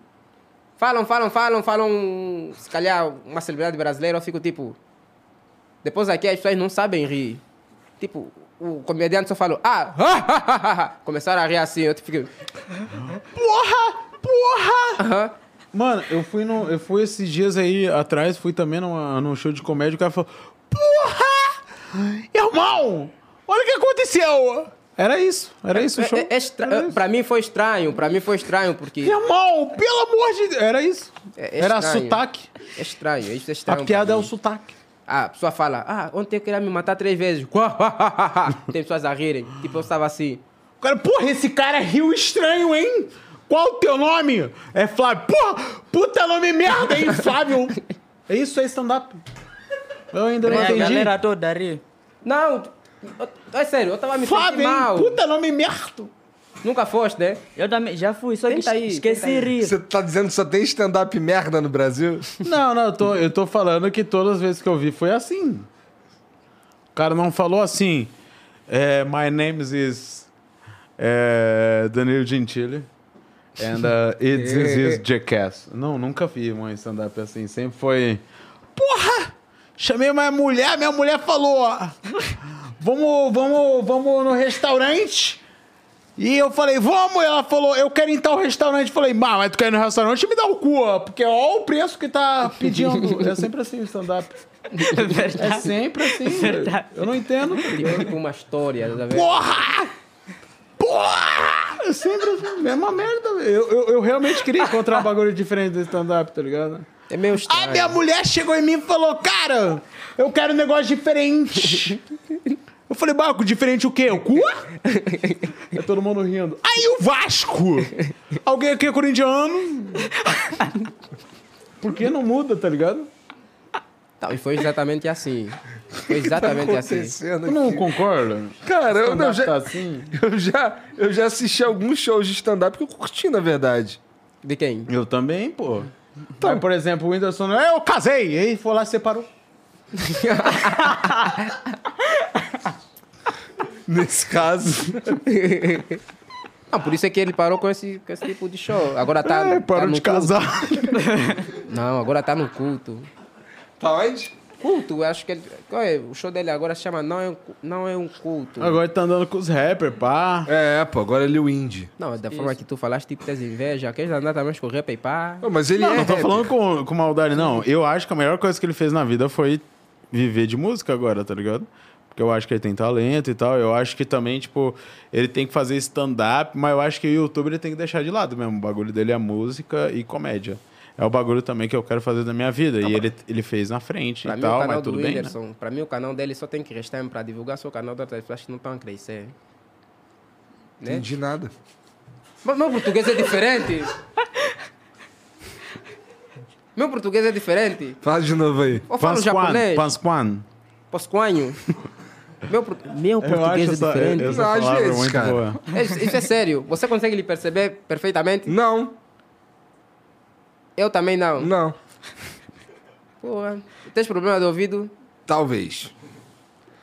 falam, falam, falam, falam. Se calhar uma celebridade brasileira, eu fico tipo. Depois aqui as pessoas não sabem rir. Tipo, o comediante só falou, ah, ah, ah, ah, ah. começaram a rir assim. Eu fico.
Mano, eu fui, no, eu fui esses dias aí atrás, fui também numa, num show de comédia, o cara falou: Porra! Irmão! Olha o que aconteceu! Era isso, era isso o show.
É, é estra-
Era isso.
Pra mim foi estranho, pra mim foi estranho, porque.
Irmão, pelo amor de Deus! Era isso.
É- é
era
estranho.
sotaque.
É estranho, isso é
A
estranho.
piada é
pra
o
mim.
sotaque.
Ah, a pessoa fala, ah, ontem eu queria me matar três vezes. Tem pessoas a rirem. Tipo, eu estava assim.
O cara, porra, esse cara riu estranho, hein? Qual o teu nome? É Flávio. Porra, puta nome merda, hein, Flávio? É isso, é stand-up. Eu ainda não
É, a
entendi.
galera toda ri.
Não, eu- é sério, eu tava me
Flávio,
sentindo mal.
hein? Puta nome merda.
Nunca foste, né?
Eu também já fui, só que
Tenta aí,
esqueci
tenta aí.
rir.
Você tá dizendo que só tem stand-up merda no Brasil?
Não, não, eu tô, eu tô falando que todas as vezes que eu vi foi assim. O cara não falou assim. É, my name is é, Danilo Gentili. And uh, it is his jackass. Não, nunca vi um stand-up assim. Sempre foi. Porra! Chamei minha mulher, minha mulher falou: ó, vamos, vamos, vamos no restaurante. E eu falei, vamos! Ela falou, eu quero ir em tal restaurante. Eu falei, "Bah, mas tu quer ir no restaurante? Me dá o cu, ó, porque ó o preço que tá pedindo. É sempre assim o stand-up. É sempre assim. velho. Eu não entendo.
Tipo, uma história, tá vendo?
Porra! Porra! É sempre assim, mesma merda. velho. Eu, eu, eu realmente queria encontrar um bagulho diferente do stand-up, tá ligado?
É meio
A
estranho.
minha mulher chegou em mim e falou, cara, eu quero um negócio diferente. Eu falei, Baco, diferente o quê? O cu? É todo mundo rindo. Aí o Vasco! Alguém aqui é corintiano? Por que não muda, tá ligado?
Não, e foi exatamente assim. Foi exatamente assim.
Tu não concorda?
Cara, eu, eu,
Stand-up
já,
tá assim?
eu, já, eu já assisti alguns shows de stand-up que eu curti, na verdade.
De quem?
Eu também, pô. Então, por exemplo, o Whindersson, "É, eu casei! E aí foi lá e separou.
Nesse caso.
Não, por isso é que ele parou com esse, com esse tipo de show. Agora tá.
É,
tá
parou
no
de casar.
culto. Não, agora tá no culto.
tá onde?
Culto, eu acho que ele. qual é? O show dele agora chama Não é um, Cu- não é um Culto.
Agora ele tá andando com os rappers, pá.
É, pô, agora ele é o indie.
Não, da forma que tu falaste, tipo, tens inveja. Queres andar também com rap e pá?
Não, mas ele
Não,
é.
não tô
rapper.
falando com, com maldade, não. Eu acho que a melhor coisa que ele fez na vida foi viver de música agora, tá ligado? Porque eu acho que ele tem talento e tal. Eu acho que também, tipo, ele tem que fazer stand-up, mas eu acho que o YouTube ele tem que deixar de lado mesmo. O bagulho dele é música e comédia. É o bagulho também que eu quero fazer da minha vida. e ele, ele fez na frente
Pra
e
mim, é o
tal,
canal
mas
do
tudo bem. Né?
Whindersson, pra mim, o canal dele só tem que restar pra divulgar seu canal das outras pessoas que não estão a crescer.
Não entendi nada.
Mas meu português é diferente. meu português é diferente.
Fala de novo aí.
Eu falo japonês,
Pansquan.
posquanho. Meu, por- meu
Eu acho
português é
essa,
diferente.
essa
Não, às
palavra
vezes,
muito
cara.
boa.
É, Isso é sério. Você consegue lhe perceber perfeitamente?
Não,
Eu também não.
não.
Porra. Tens problema de ouvido?
Talvez.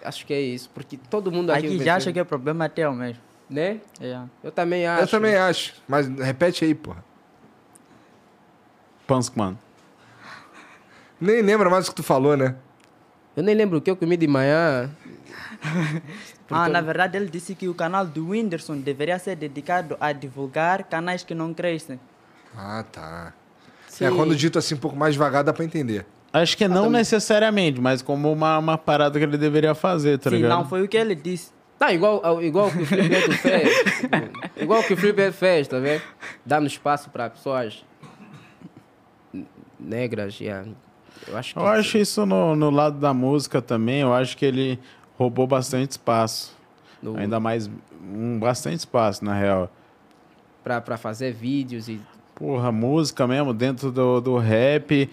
Acho que é isso. Porque todo mundo aqui...
Aqui já acha que é problema teu mesmo.
Né?
Yeah.
Eu também acho.
Eu também acho. Mas repete aí, porra.
Pansquan.
Nem lembra mais o que tu falou, né?
Eu nem lembro o que eu comi de manhã.
Ah, na verdade, ele disse que o canal do Whindersson deveria ser dedicado a divulgar canais que não crescem.
Ah, tá. É quando dito assim um pouco mais devagar dá pra entender.
Acho que não necessariamente, mas como uma, uma parada que ele deveria fazer, tá
Sim,
ligado?
não, foi o que ele disse.
Não, Tá, igual, ao- igual o que o Felipe Neto fez. igual o que o Felipe Neto fez, tá vendo? Dando espaço para pessoas n- negras. Yeah. Eu acho que.
Eu acho isso no, no lado da música também, eu acho que ele roubou bastante espaço.
No-
Ainda mais, um, bastante espaço, na real.
Pra, pra fazer vídeos e.
Porra, música mesmo, dentro do, do rap.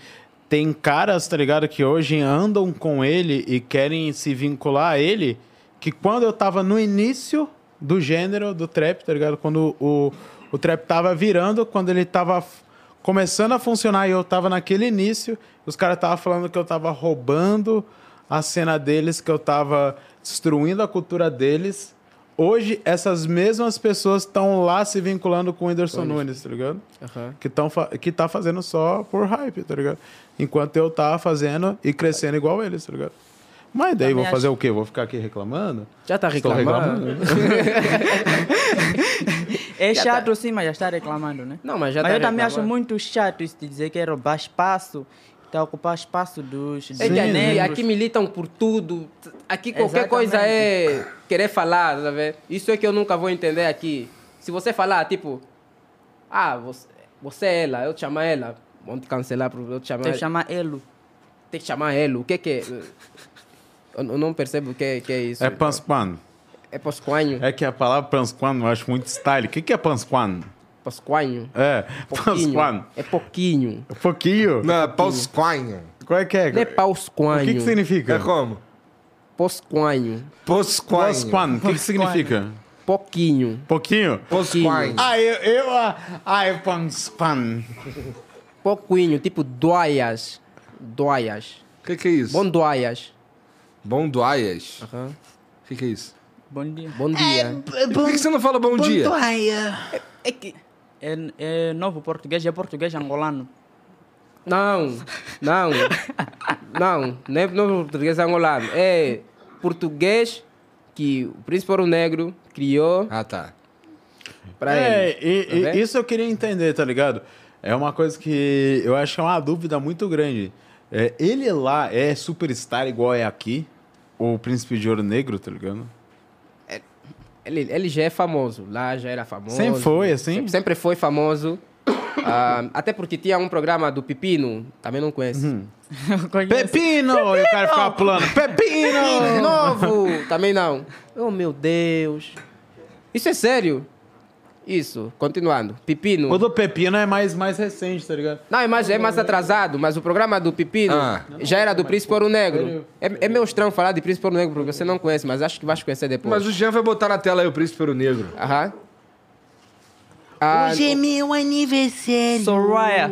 Tem caras, tá ligado, que hoje andam com ele e querem se vincular a ele. Que quando eu tava no início do gênero do trap, tá ligado? Quando o, o trap tava virando, quando ele tava f- começando a funcionar e eu tava naquele início, os caras tava falando que eu tava roubando a cena deles, que eu tava destruindo a cultura deles. Hoje, essas mesmas pessoas estão lá se vinculando com o Whindersson Nunes, tá ligado?
Aham.
que, tão fa- que tá fazendo só por hype, tá ligado? Enquanto eu tava fazendo e crescendo igual eles, tá ligado? Mas daí
Também
vou
acho.
fazer o quê? Vou ficar aqui reclamando?
Já tá
Estou
reclamando?
É chato sim, mas já está reclamando, né?
tá- Não, mas já
mas
tá
eu também acho
reclamando.
muito chato isso de dizer que é roubar espaço, está a ocupar espaço dos, dos
É que aqui,
negros.
aqui militam por tudo. Aqui qualquer coisa é querer falar, tá vendo? Isso é que eu nunca vou entender aqui. Se você falar, tipo, ah, você, você é ela, eu te chamar ela. Vão te cancelar, por eu te chamar
Eu
ela.
chamo Elo.
Tem que chamar ela. O que que é? Eu eu não percebo o que, é- que é isso.
É pansquano.
É posquanho.
É que a palavra pansquano eu acho muito style. O que, que é pansquano?
Posquanho.
É,
Pouquinho.
pansquano.
É pouquinho.
Pouquinho?
Na Posquanho.
Qual é que é?
Não é
o
pausquanho.
que, que significa?
É como?
Posquanho.
Posquanho.
Pansquano. O que, que significa?
Pouquinho.
Pouquinho?
Posquanho.
Ah, eu... eu ah, ah, é pansquano.
Pouquinho. Tipo, doias. Doias.
O que, que é isso?
Bom doias.
Bondoaias. O
Aham.
que, que é isso?
Bom dia.
Bom dia.
Por que, que você não fala bom dia?
É que é, é novo português, é português angolano.
Não, não, não, não é, não é português angolano, é português que o príncipe ouro negro criou
Ah, tá.
para
é,
ele.
e-
tá
e-
vendo?
isso eu queria entender, tá ligado? É uma coisa que eu acho que é uma dúvida muito grande. É, ele lá é superstar igual é aqui? O Príncipe de Ouro Negro, tá ligado?
Ele, ele já é famoso, lá já era famoso.
Sempre foi, assim?
Sempre, sempre foi famoso. Ah, até porque tinha um programa do Pepino, também não conhece.
Uhum.
Eu conheço.
Pepino! E o cara ficava pulando. Pepino!
Pepino novo, também não. Oh meu Deus. Isso é sério? Isso, continuando. Pepino.
O do Pepino é mais, mais recente, tá ligado?
Não, é mais, é mais atrasado, mas o programa do Pepino
Ah.
já era do Príncipe Ouro Negro. É, é meio estranho falar de Príncipe Ouro Negro, porque você não conhece, mas acho que vai conhecer depois.
Mas o Jean vai botar na tela aí o Príncipe Ouro Negro.
Aham. Ah,
Hoje é meu aniversário.
Soraya.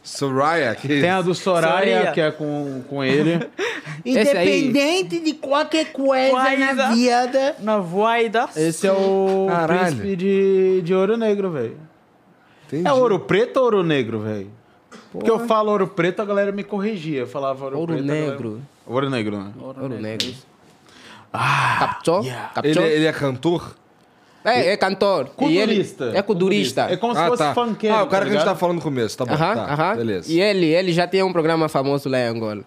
Soraya, que
Tem a do Soraya,
Soraya.
que é com, com ele.
Esse aí.
Independente
É
de qualquer coisa na
Coisa.
vida.
Na voida.
Esse é o
Caralho.
Príncipe de, de Ouro Negro, velho.
Entendi.
É ouro preto ou ouro negro, velho? Porque eu falo ouro preto, a galera me corrigia. Eu falava ouro,
Ouro
preto. é a galera-
negro.
Ouro negro, né?
Ouro Negro. Captou? Captou?
Ele, ele é cantor?
É, é cantor. E ele-
Culturista.
É culturista.
É como se
ah,
fosse
tá.
funkeiro.
Ah, o cara
tá
que a gente
ligado?
tava falando no começo, tá bom.
Aham,
tá,
aham.
Beleza.
E ele, ele já tinha um programa famoso lá em Angola.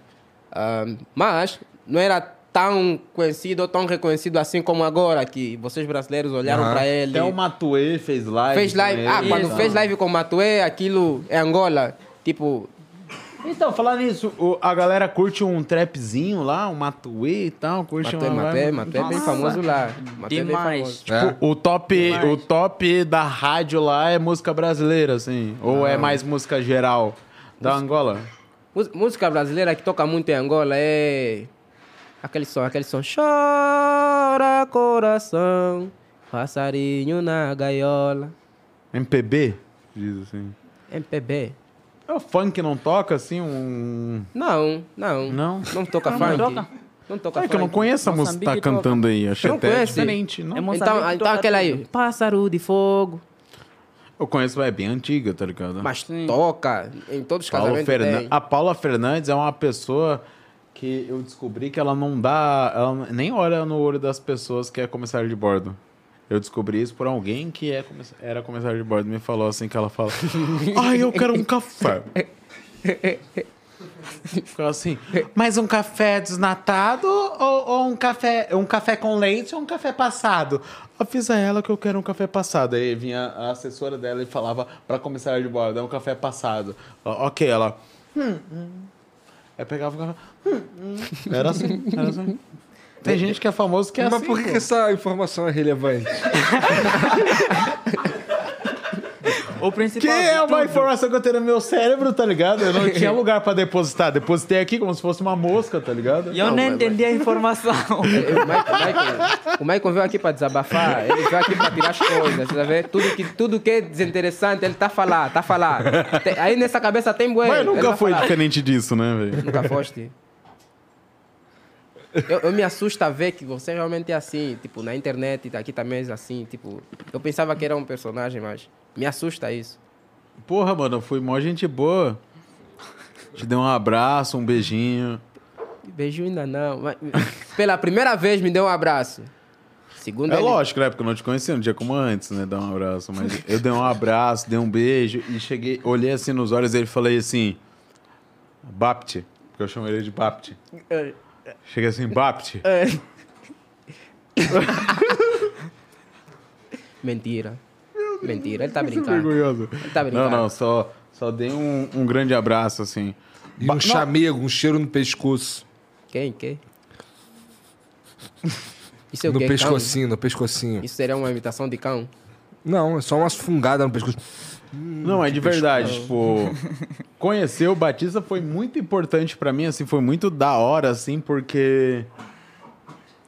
Ah, mas não era tão conhecido ou tão reconhecido assim como agora, que vocês brasileiros olharam
Aham.
pra ele.
Até o Matuê fez live.
Fez
com
live.
ele,
Ah, quando
tá?
fez live com o Matuê, aquilo é Angola. Tipo,
Então, falando nisso, o- a galera curte um trapzinho lá, um Matuê e tal. Curte
Matuê,
uma Tipo,
Matuê, Matuê é bem famoso lá. Matuê é bem famoso.
Demais.
É.
O, o top, o top da rádio lá é música brasileira, assim. Ou é mais música geral da Angola?
Mús- Música brasileira que toca muito em Angola é. Aquele som, aquele som. Chora, coração, passarinho na gaiola.
MPB? Diz assim.
MPB.
É o funk não toca, assim, um...
Não, não.
Não?
Não toca
Não,
funk.
não toca.
Não toca
É
funk.
que eu não conheço a moça que tá
Moçambique toca.
cantando aí. Achei
Não
até
conhece?
diferente, não?
É Moçambique
Então, então
toca
aquela aí.
tudo.
Pássaro de fogo.
Eu conheço, é bem antiga, tá ligado?
Mas tá
Sim.
toca em todos os
Paulo
casamentos.
Fernan-
tem.
A Paula Fernandes é uma pessoa que eu descobri que ela não dá... Ela nem olha no olho das pessoas que é comissário de bordo. Eu descobri isso por alguém que é comiss- era comissário de bordo. Me falou assim que ela fala... Ai, eu quero um café. Ficava assim.
Mais um café desnatado ou, ou um café um café com leite ou um café passado?
Avisa ela que eu quero um café passado. Aí vinha a assessora dela e falava pra comissária de bordo, é um café passado. Ó, ok, ela. Hum, hum. Aí pegava o café. hum, hum. Era assim, era assim. Tem gente que é famoso que é
Mas
assim.
por que,
pô.
que essa informação é relevante?
O principal
Que é
de
uma
tudo,
informação que eu tenho no meu cérebro, tá ligado? Eu não tinha lugar pra depositar. Depositei aqui como se fosse uma mosca, tá ligado?
E eu nem entendi a informação.
Eu- É, O Michael, o Michael veio aqui para desabafar, ele veio aqui para tirar as coisas, tá vendo? Tudo que, tudo que é desinteressante, ele tá a falar, tá a falar. Tem- aí nessa cabeça tem boi.
Mas
ele
nunca
vai
foi
falar.
diferente disso, né, velho?
Nunca foste. Eu, eu me assusta ver que você realmente é assim, tipo, na internet, aqui também é assim, tipo. Eu pensava que era um personagem, mas me assusta isso.
Porra, mano, eu fui mó gente boa. Te dei um abraço, um beijinho.
Beijo ainda não. mas- pela primeira vez me deu um abraço. Segunda
É
ele-
lógico, né? Porque eu não te conhecia um dia como antes, né? Dar um abraço. Mas eu dei um abraço, dei um beijo e cheguei, olhei assim nos olhos dele e falei assim: Bapti. Porque eu chamo ele de Bapti. Cheguei assim: Bapti.
É. Mentira. Mentira, ele tá brincando.
Vergonhoso.
Tá
Não,
brincando.
não, só, só dei um, um grande abraço, assim.
E um chamego, um cheiro no pescoço.
Quem? Quem? Isso é o
no
quê? Cão?
pescocinho, no pescocinho.
Isso seria uma imitação de cão?
Não, é só umas fungadas no pescoço.
Não, é de verdade, tipo, conhecer o Batista foi muito importante pra mim, assim, foi muito da hora, assim, porque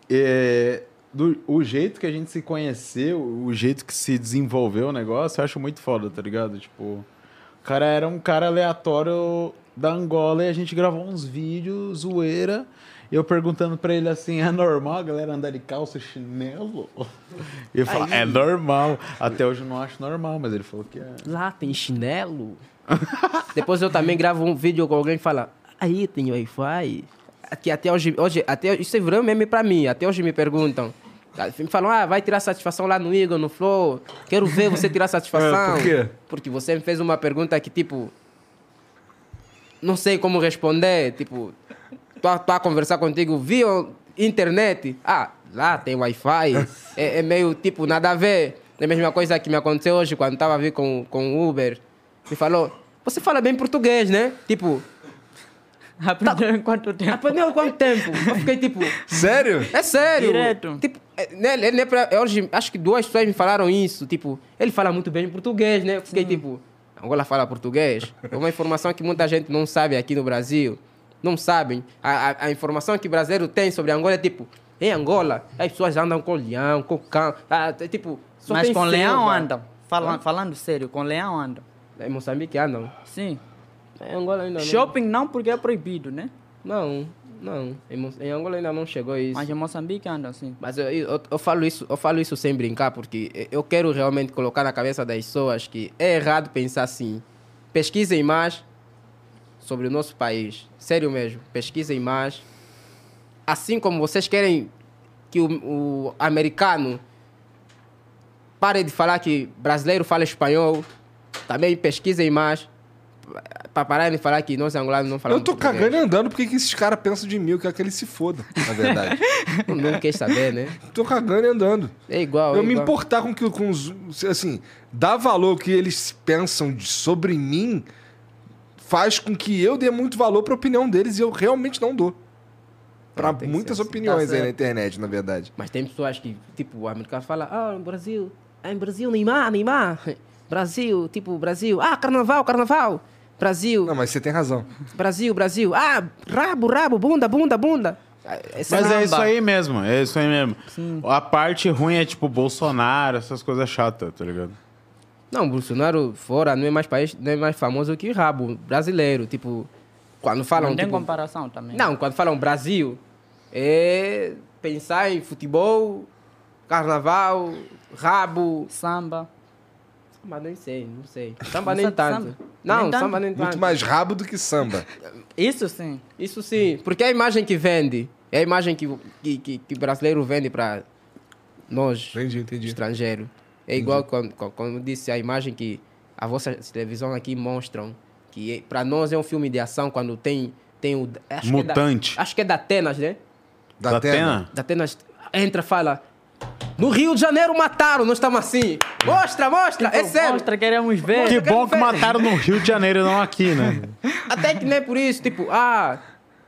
é, do, o jeito que a gente se conheceu, o jeito que se desenvolveu o negócio, eu acho muito foda, tá ligado? Tipo, o cara era um cara aleatório da Angola e a gente gravou uns vídeos, zoeira, eu perguntando pra ele assim, é normal a galera andar de calça e chinelo? E ele fala, é normal. Até hoje eu não acho normal, mas ele falou que é.
Lá tem chinelo. Depois eu também gravo um vídeo com alguém que fala, aí tem Wi-Fi. Que até hoje, hoje até, isso é virou meme pra mim, até hoje me perguntam. Me falam, ah, vai tirar satisfação lá no Igor, no Flow. Quero ver você tirar
É,
satisfação.
por quê?
Porque você me fez uma pergunta que, tipo, não sei como responder. Tipo, tô, a- tô a conversar contigo via internet. Ah, lá tem Wi-Fi. É, é meio tipo, nada a ver. É a mesma coisa que me aconteceu hoje quando tava a vir com, com o Uber. Me falou, você fala bem português, né? Tipo,
Aprendeu em quanto tempo?
aprendeu há quanto tempo? Eu fiquei tipo,
Sério?
é sério.
Direto.
Tipo, é, né, ele- ele é pra- é hoje, acho que duas pessoas me falaram isso. Tipo, ele fala muito bem português, né? Eu fiquei tipo, Angola fala português. É uma informação que muita gente não sabe aqui no Brasil. Não sabem. A, a- a informação que brasileiro tem sobre Angola é tipo, em Angola, as pessoas andam com leão, com cão. Ah, é tipo, só
Mas
tem
com leão
selva.
andam. Fala- Falando sério, com leão andam.
É Moçambique andam.
Sim.
Em Angola ainda não.
Shopping não, porque é proibido, né?
Não, não. Em, Mo- em Angola ainda não chegou isso.
Mas em Moçambique andam, sim.
Mas eu, eu, eu falo isso, eu falo isso sem brincar, porque eu- eu quero realmente colocar na cabeça das pessoas que é errado pensar assim. Pesquisem mais sobre o nosso país. Sério mesmo, pesquisem mais. Assim como vocês querem que o, o americano pare de falar que brasileiro fala espanhol, também pesquisem mais para parar de falar que nós angolanos não falamos
Eu tô
português.
cagando e andando porque que esses caras pensam de mim, eu quero que eles se fodam, na verdade.
Não quer saber, né?
tô cagando e andando.
É igual.
Eu
é
me
igual.
importar com que com os, assim, dar valor ao que eles pensam de- sobre mim faz com que eu dê muito valor pra opinião deles e eu realmente não dou. Pra
Não, tem que
muitas
ser assim.
opiniões
Tá
aí na
certo.
internet, na verdade.
Mas tem pessoas que, tipo, o americano fala, ah, no Brasil, ah, em Brasil, Neymar, Neymar. Brasil, tipo, Brasil, ah, carnaval, carnaval. Brasil,
Não, mas você tem razão.
Brasil, Brasil, ah, rabo, rabo, bunda, bunda, bunda. Ah, é
Mas
samba.
é isso aí mesmo, é isso aí mesmo. A parte ruim é tipo Bolsonaro, essas coisas chatas, tá ligado?
Não, Bolsonaro fora não é mais país, não é mais famoso que rabo brasileiro, tipo, quando falam,
Não tem
tipo,
comparação também.
não, quando falam Brasil, é pensar em futebol, carnaval, rabo,
Samba.
samba nem sei, não sei. Samba
Não
nem
sabe
tanto.
samba?
Não,
Nem tanto?
samba nem tanto.
Muito mais rabo do que samba.
Isso sim.
Isso sim, porque é a imagem que vende. É a imagem que o que, que, que o brasileiro vende para nós,
Entendi, entendi.
estrangeiro. É igual, quando, quando- quando eu disse, a imagem é que a vossa televisão aqui mostram. Que para nós é um filme de ação quando tem, tem o. Acho
Mutante.
Que é da, acho que é da Atenas, né?
Da,
Da
Atena.
Atena?
Da Atenas entra fala. No Rio de Janeiro mataram, nós estamos assim. Mostra, mostra, é sério.
Então, Mostra, queremos ver.
Que
Eu quero
bom que
ver.
mataram no Rio de Janeiro, não aqui, né?
Até que nem por isso, tipo, ah,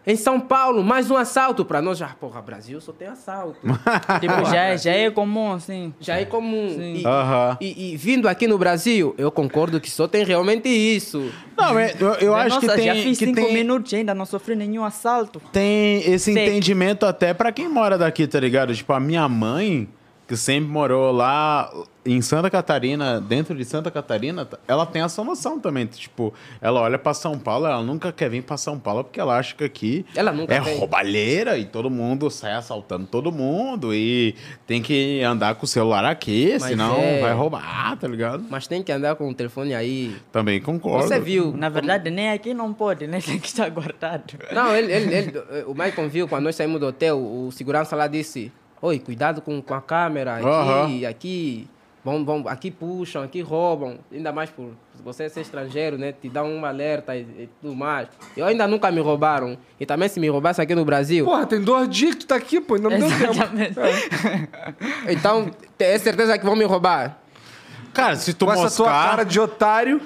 em São Paulo, mais um assalto pra nós. Já, porra, Brasil só tem assalto.
Tipo, já, é- já é comum, assim.
Já é comum. E,
Aham.
e- e vindo aqui no Brasil, eu concordo que só tem realmente isso.
Não, é- eu, eu acho
Nossa,
que
já
tem,
fiz
que
cinco
tem,
minutos e ainda não sofri nenhum assalto.
tem esse
Sei.
entendimento até pra quem mora daqui, tá ligado? Tipo, a minha mãe, que sempre morou lá em Santa Catarina, dentro de Santa Catarina, ela tem essa noção também. Tipo, ela olha pra São Paulo, ela nunca quer vir pra São Paulo porque ela acha que aqui
Ela nunca
é
vem.
roubalheira e todo mundo sai assaltando todo mundo e tem que andar com o celular aqui,
Mas
senão
é.
vai roubar, tá ligado?
Mas tem que andar com o telefone aí.
Também concordo.
Você viu?
Na verdade, nem aqui não pode, né? Tem que estar guardado.
Não, ele, ele, ele- eh, o Maicon viu quando nós saímos do hotel, o segurança lá disse: Oi, cuidado com, com a câmera aqui,
Aham.
aqui. Vão, vão, aqui puxam, aqui roubam. Ainda mais por se você ser estrangeiro, né? Te dá um alerta e, e tudo mais. Eu ainda nunca me roubaram. E também se me roubasse aqui no Brasil.
Porra, tem dois dias que tu tá aqui, pô. Ainda não deu tempo.
Exatamente.
Então, te- é certeza que vão me roubar.
Cara, se tu
Com essa tua
moscar...
cara de otário.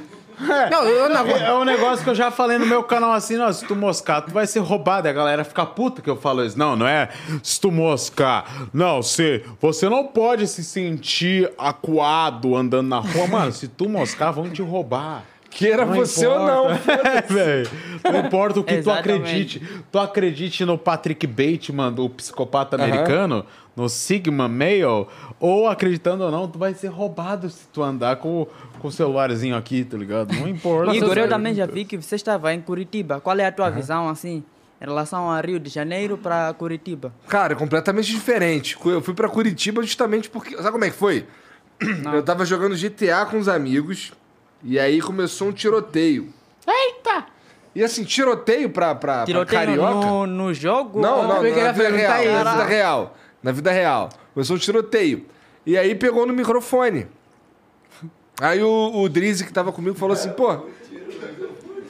Não, eu na rua.
É um negócio que eu já falei no meu canal assim, não, se tu moscar, tu vai ser roubado. E a galera fica puta que eu falo isso. Não, não é se tu moscar. Não, se, você não pode se sentir acuado andando na rua. Mano, se tu moscar, vão te roubar.
Queira
Não
você ou
importa.
não.
É, velho. Não importa o que tu
Exatamente.
acredite. Tu acredite no Patrick Bateman, o psicopata americano, no Sigma Male, ou acreditando ou não, tu vai ser roubado se tu andar com, com o celularzinho aqui, tá ligado? Não importa.
Igor, eu
velho.
também já vi que você estava em Curitiba. Qual é a tua visão, assim, em relação a Rio de Janeiro para Curitiba?
Cara, completamente diferente. Cu- Eu fui pra Curitiba justamente porque. Sabe como é que foi? Eu tava jogando GTA com os amigos e aí começou um tiroteio. Eita! E assim, tiroteio pra, pra, pra
Tiroteio
carioca.
no, no jogo?
Não, não, na
também
vida
queria
tá
perguntar
real. Na
isso.
vida real. Na vida real. Começou um tiroteio. E aí pegou no microfone. Aí o, o Drizzy que tava comigo falou assim, pô.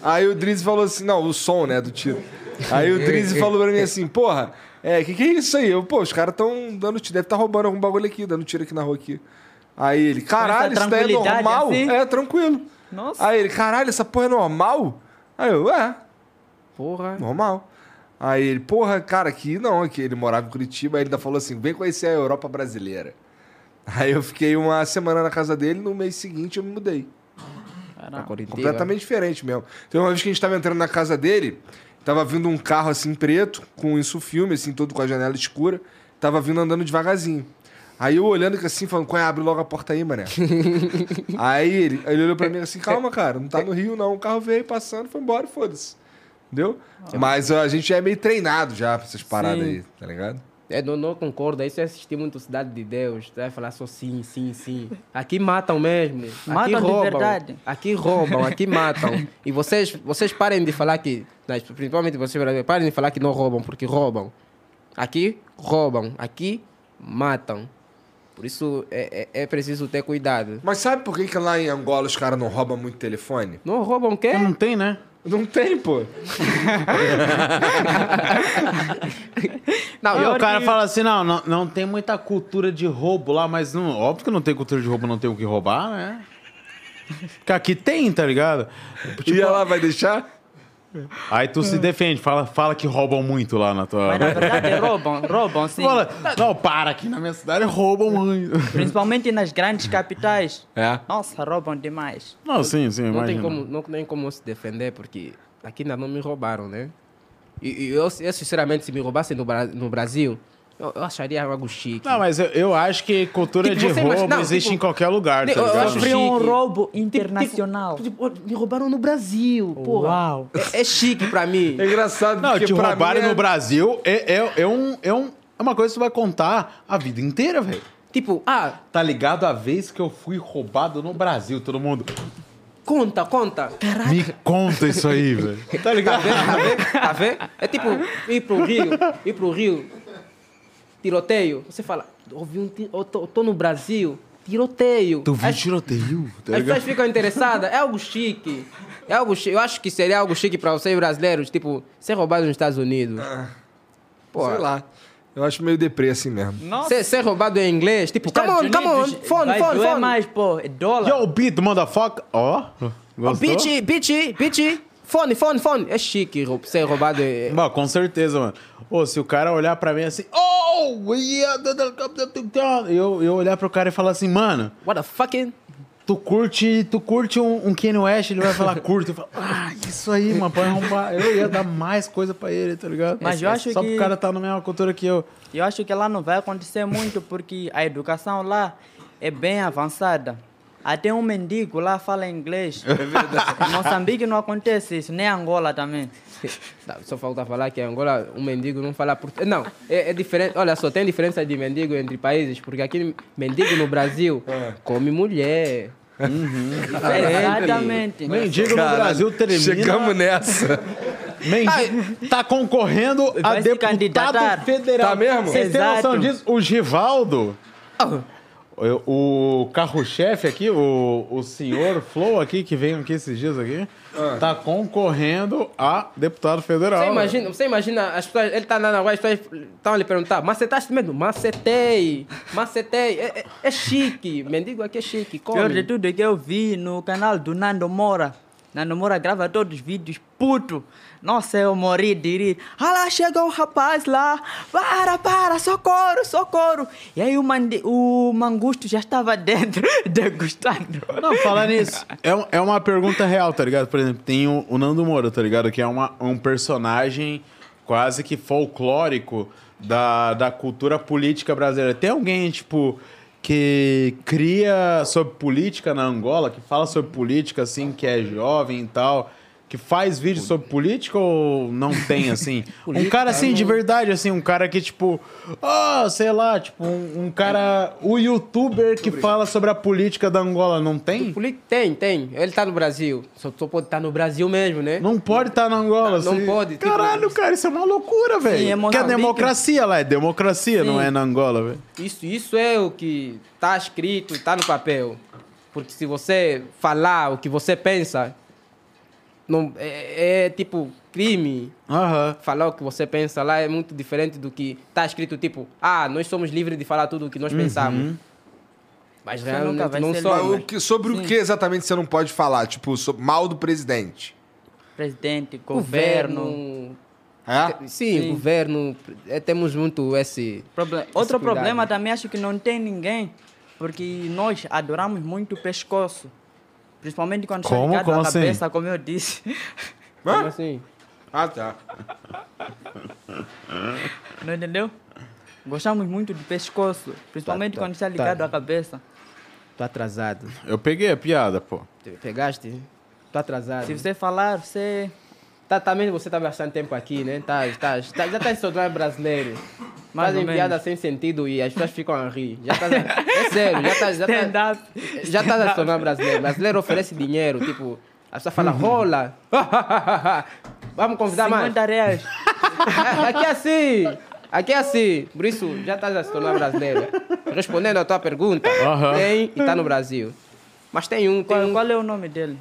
Aí o Drizzy falou assim, não, o som, né, do tiro. Aí o Drizzy falou pra mim assim, porra, é, que que é isso aí? Eu, pô, os caras tão dando tiro, deve tá roubando algum bagulho aqui, dando tiro aqui na rua aqui. Aí ele, caralho, isso daí é
tá tranquilidade,
normal?
assim?
É, tranquilo.
Nossa.
Aí ele, caralho, essa porra é normal? Aí eu, é,
Porra.
Normal. Aí ele, porra, cara, aqui não, aqui ele morava em Curitiba, aí ele ainda falou assim: vem conhecer a Europa brasileira. Aí eu fiquei uma semana na casa dele, no mês seguinte eu me mudei.
Pra Curitiba.
Completamente diferente mesmo. Tem uma vez que a gente tava entrando na casa dele, tava vindo um carro assim preto, com isso filme, assim, todo com a janela escura, tava vindo andando devagarzinho. Aí eu olhando que assim, falando, "Ué, abre logo a porta aí, mané. aí ele, ele olhou pra mim assim, calma, cara, não tá no Rio, não. O carro veio passando, foi embora, e foda-se. Entendeu? Mas ó, a gente é meio treinado já pra essas paradas
Sim.
aí, tá ligado?
É, não, não concordo. Isso é assistir muito Cidade de Deus. Você vai falar só sim, sim, sim. Aqui matam mesmo.
Matam
aqui
de
roubam.
verdade.
Aqui roubam, aqui matam. E vocês, vocês parem de falar que. né, Principalmente vocês brasileiros, parem de falar que não roubam, porque roubam. Aqui roubam, aqui matam. Por isso é, é, é preciso ter cuidado.
Mas sabe por que, que lá em Angola os caras não roubam muito telefone?
Não roubam o quê?
Não tem, né?
Não tem, pô.
Não,
Ah,
Aí
eu
o cara fala assim, não, não, não tem muita cultura de roubo lá, mas não, óbvio que não tem cultura de roubo, não tem o que roubar, né? Porque aqui tem, tá ligado? Tipo,
E ela vai deixar?
Aí tu
Ah.
se defende, fala, fala que roubam muito lá na tua...
Mas na verdade roubam, roubam sim.
Fala, não, para, aqui na minha cidade um roubam muito.
Principalmente nas grandes capitais.
É.
Nossa, roubam demais.
Não, sim, sim,
Não tem
imagina.
como, não tem como se defender, porque aqui ainda não me roubaram, né? E, e eu, eu, sinceramente, se me roubassem no, Bra- no Brasil, eu, eu acharia algo chique.
Não, mas eu, eu acho que cultura
Tipo,
de
você
roubo
imagina- não,
existe
tipo,
em qualquer lugar, tá
eu- eu
ligado?
acho
Sofri um
Chique.
roubo internacional.
Tipo, tipo, me roubaram no Brasil, porra. É, é chique pra mim.
É engraçado,
Não,
porque
te
pra
roubarem
mim é-
no Brasil é, é, é um, é, um, é uma coisa que tu vai contar a vida inteira, velho.
Tipo, ah,
Tá ligado a vez que eu fui roubado no Brasil, todo mundo.
conta, conta. Tá
Me conta isso aí, velho. Tá ligado?
vendo? Tá vendo? Tá vendo? É tipo, ir pro Rio, ir pro Rio, tiroteio. Você fala, ouvi um ti- eu tô, eu tô no Brasil, tiroteio.
Tu viu
Aí-
tiroteio? Tá
As pessoas
ligado?
ficam interessadas, é algo chique. É algo chi- eu acho que seria algo chique pra vocês brasileiros, tipo, ser roubado nos Estados Unidos. Pô,
Ah, Sei lá. Eu acho meio deprê assim mesmo.
Nossa,
ser, ser roubado em inglês, tipo, come
Estados
on, come on,
Unidos
fone,
vai
fone,
doer
fone.
mais, pô. É dólar.
Yo, beat, motherfucker. Ó.
Oh,
Gostou?
bitch, bitch, bitch, fone, fone, fone. É chique rou- ser roubado. é-
Mano, com certeza, mano. Ô, se o cara olhar pra mim assim, oh, yeah, da- da- da- da- da- da", eu, eu olhar pro cara e falar assim, mano,
What the fucking...
tu curte, tu curte um, um Kanye West, ele vai falar curto. Eu falo, ah, isso aí, mano, pode arrombar. Eu ia dar mais coisa pra ele, tá ligado?
Mas eu acho
Só
que-
pro cara tá na mesma cultura que eu.
Eu acho que lá não vai acontecer muito porque a educação lá é bem avançada. Até um mendigo lá fala inglês. Em Moçambique não acontece isso, nem Angola também.
Tá, Só falta falar que em Angola um mendigo não fala português. Não, é, é diferente. Olha só, tem diferença de mendigo entre países, porque aqui mendigo no Brasil come mulher.
É, Exatamente.
Mendigo no Brasil termina.
Chegamos nessa.
Mendigo tá concorrendo a
Vai se
deputado
candidatar.
federal.
Tá mesmo?
Vocês têm noção
Exato.
disso? O Givaldo,
Ah,
eu- o carro-chefe aqui, o, o senhor Flow aqui, que veio aqui esses dias aqui, tá concorrendo a deputado federal.
Você imagina, você imagina as pessoas, ele tá lá na rua, as pessoas estão a lhe perguntar, macetaste mesmo? Macetei, macetei. É, é- é chique, mendigo aqui é chique,
Pior de
come.
tudo é que eu vi no canal do Nando Moura. Nando Moura grava todos os vídeos, puto. Nossa, eu morri de rir. Ah lá, chega um rapaz lá. Para, para, socorro, socorro. E aí o, mandi- o mangusto já estava dentro, degustando.
Não, falar nisso. É, um- é uma pergunta real, tá ligado? Por exemplo, tem o, o Nando Moura, tá ligado? Que é uma- um personagem quase que folclórico da, da cultura política brasileira. Tem alguém, tipo, que cria sobre política na Angola, que fala sobre política, assim, que é jovem e tal, que faz vídeo sobre política ou não tem, assim? um cara, assim, de verdade, assim, um cara que, tipo, ah, sei lá, tipo, um, um cara, o youtuber que fala sobre a política da Angola, não tem?
Poli- Tem, tem. Ele tá no Brasil. Só, só pode estar no Brasil mesmo, né?
Não pode estar na Angola,
Não, não
assim.
pode, tipo-
Caralho, cara, isso é uma loucura,
Sim, é
velho. Que é
Moçambique.
democracia lá, é democracia, não
Sim.
é na Angola, velho.
Isso, isso é o que está escrito, está no papel. Porque se você falar o que você pensa, não, é, é tipo crime.
Aham.
Falar o que você pensa lá é muito diferente do que está escrito, tipo, ah, nós somos livres de falar tudo o que
Uhum.
nós pensamos. Mas
nunca
realmente
vai
não
ser
Mas
somos.
o que- sobre o que exatamente você não pode falar? Tipo, so- mal do presidente.
Presidente, governo.
É?
Sim, governo. é, temos muito esse.
Proble-
cuidado.
Outro problema também acho que não tem ninguém. Porque nós adoramos muito o pescoço. Principalmente quando está
Como?
ligado
Como
à
assim?
cabeça, como eu disse.
Como assim?
Ah, tá.
Não entendeu? Gostamos muito do pescoço, principalmente
Tá, tá,
quando está ligado
tá.
à cabeça.
Tô atrasado.
Eu peguei a piada, pô.
Te- Pegaste? Tô atrasado.
Se você falar, você.
Tá, também você tá bastante tempo aqui, né? Tá, tá, tá- já tá se tornando brasileiro.
Mais
Fazem
ou menos.
piada sem sentido e as pessoas ficam a rir. Já tá, é sério, já tá, já tá,
Stand up.
já tá se tornando brasileiro. Brasileiro oferece dinheiro, tipo, a pessoa
Uhum.
fala, rola. Vamos convidar mais.
50 reais.
A- Aqui é assim, aqui é assim. Por isso, já tá se tornando brasileiro. Respondendo à tua pergunta,
Aham.
tem e tá no Brasil. Mas tem um, tem
Qual,
um.
qual é o nome dele?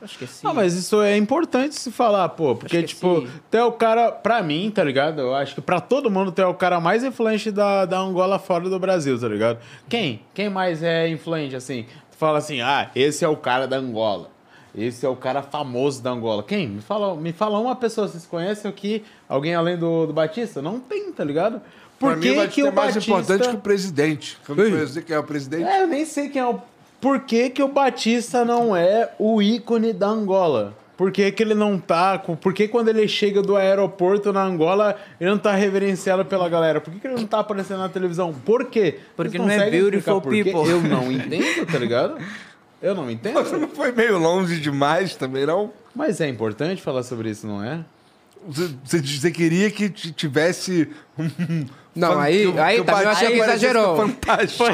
Eu Esqueci.
Ah, mas isso é importante se falar, pô. Porque,
Esqueci.
tipo, tu é o cara, pra mim, tá ligado? Eu acho que pra todo mundo, tu é o cara mais influente da, da Angola fora do Brasil, tá ligado? Quem? Quem mais é influente, assim? Tu fala assim, ah, esse é o cara da Angola. Esse é o cara famoso da Angola. Quem? Me fala, me fala uma pessoa, vocês conhecem aqui? Alguém além do, do Batista? Não tem, tá ligado? Por
pra
que,
mim, vai
que
ser
o
é mais
Batista...
importante que o presidente. Que eu não conheço quem é o presidente.
É, eu nem sei quem é o. Por que, que o Batista não é o ícone da Angola? Por que, que ele não tá. com- Por que quando ele chega do aeroporto na Angola, ele não tá reverenciado pela galera? Por que, que ele não tá aparecendo na televisão? Por quê?
Porque
Vocês
não é
conseguem
beautiful
explicar por quê?
people.
Eu não entendo, tá ligado? Eu não
Você
entendo.
não foi meio longe demais também, não?
Mas é importante falar sobre isso, não é?
Você, você- você queria que t- tivesse um.
Não, aí-
que o-
aí
que o
também eu
Batista
achei que
parecesse
exagerou.
Fantástico.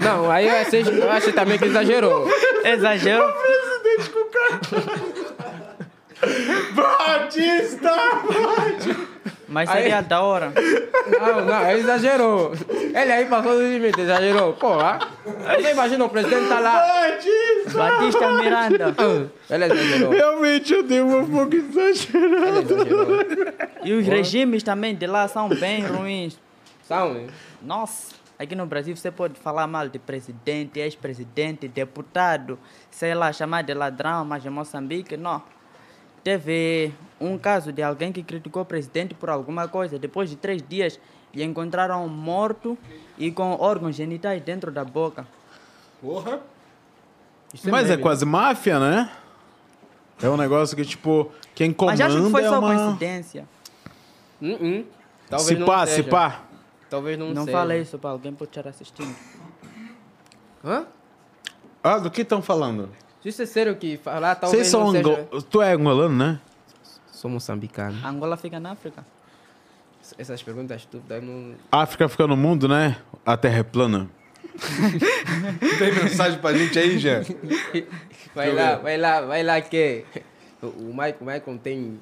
Não, aí eu achei, eu achei também que exagerou.
Exagero.
Batista!
Mas seria da hora.
Não, não, ele exagerou. Ele aí passou do limite, exagerou. Pô, ah, você imagina o presidente tá lá.
Batista!
Batista Miranda.
Ela exagerou.
Realmente eu dei uma pouco exagerada.
Ela exagerou.
E os regimes também de lá são bem ruins.
Salve.
Nossa, aqui no Brasil você pode falar mal de presidente, ex-presidente, deputado, sei lá, chamar de ladrão, mas em Moçambique, não. Teve um caso de alguém que criticou o presidente por alguma coisa. Depois de três dias, lhe encontraram um morto e com órgãos genitais dentro da boca.
Porra.
Mas é quase máfia, né? É um negócio que, tipo, quem
Mas
comanda
acho que foi
é
só
uma...
coincidência.
Hum, hum. Talvez
Se
não
pá, se
seja.
pá.
Talvez não,
Não
seja.
fala isso para alguém pode estar assistindo.
Hã?
Ah, do que estão falando?
Se isso é sério que falar, talvez
Vocês são
não seja.
angol... Tu é angolano, né?
Sou moçambicano.
Angola fica na África.
Essas perguntas estúpidas não...
África fica no mundo, né? A terra é plana.
Tem mensagem pra gente aí, Jean?
Vai lá, vai lá, vai lá que... O o Michael, o Michael tem...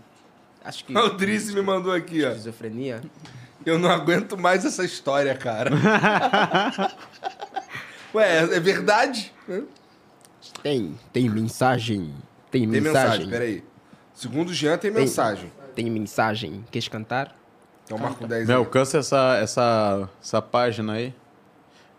Acho
É
que...
A Aldrice me mandou aqui, ó.
Esquizofrenia.
Eu não aguento mais essa história, cara. Ué, é verdade?
Tem, tem mensagem. Tem
Tem
mensagem.
mensagem, peraí. Segundo o Jean, tem
Tem-
mensagem.
Tem mensagem. Queres cantar?
Então marca um 10
Me
aí.
alcança essa, essa, essa página aí.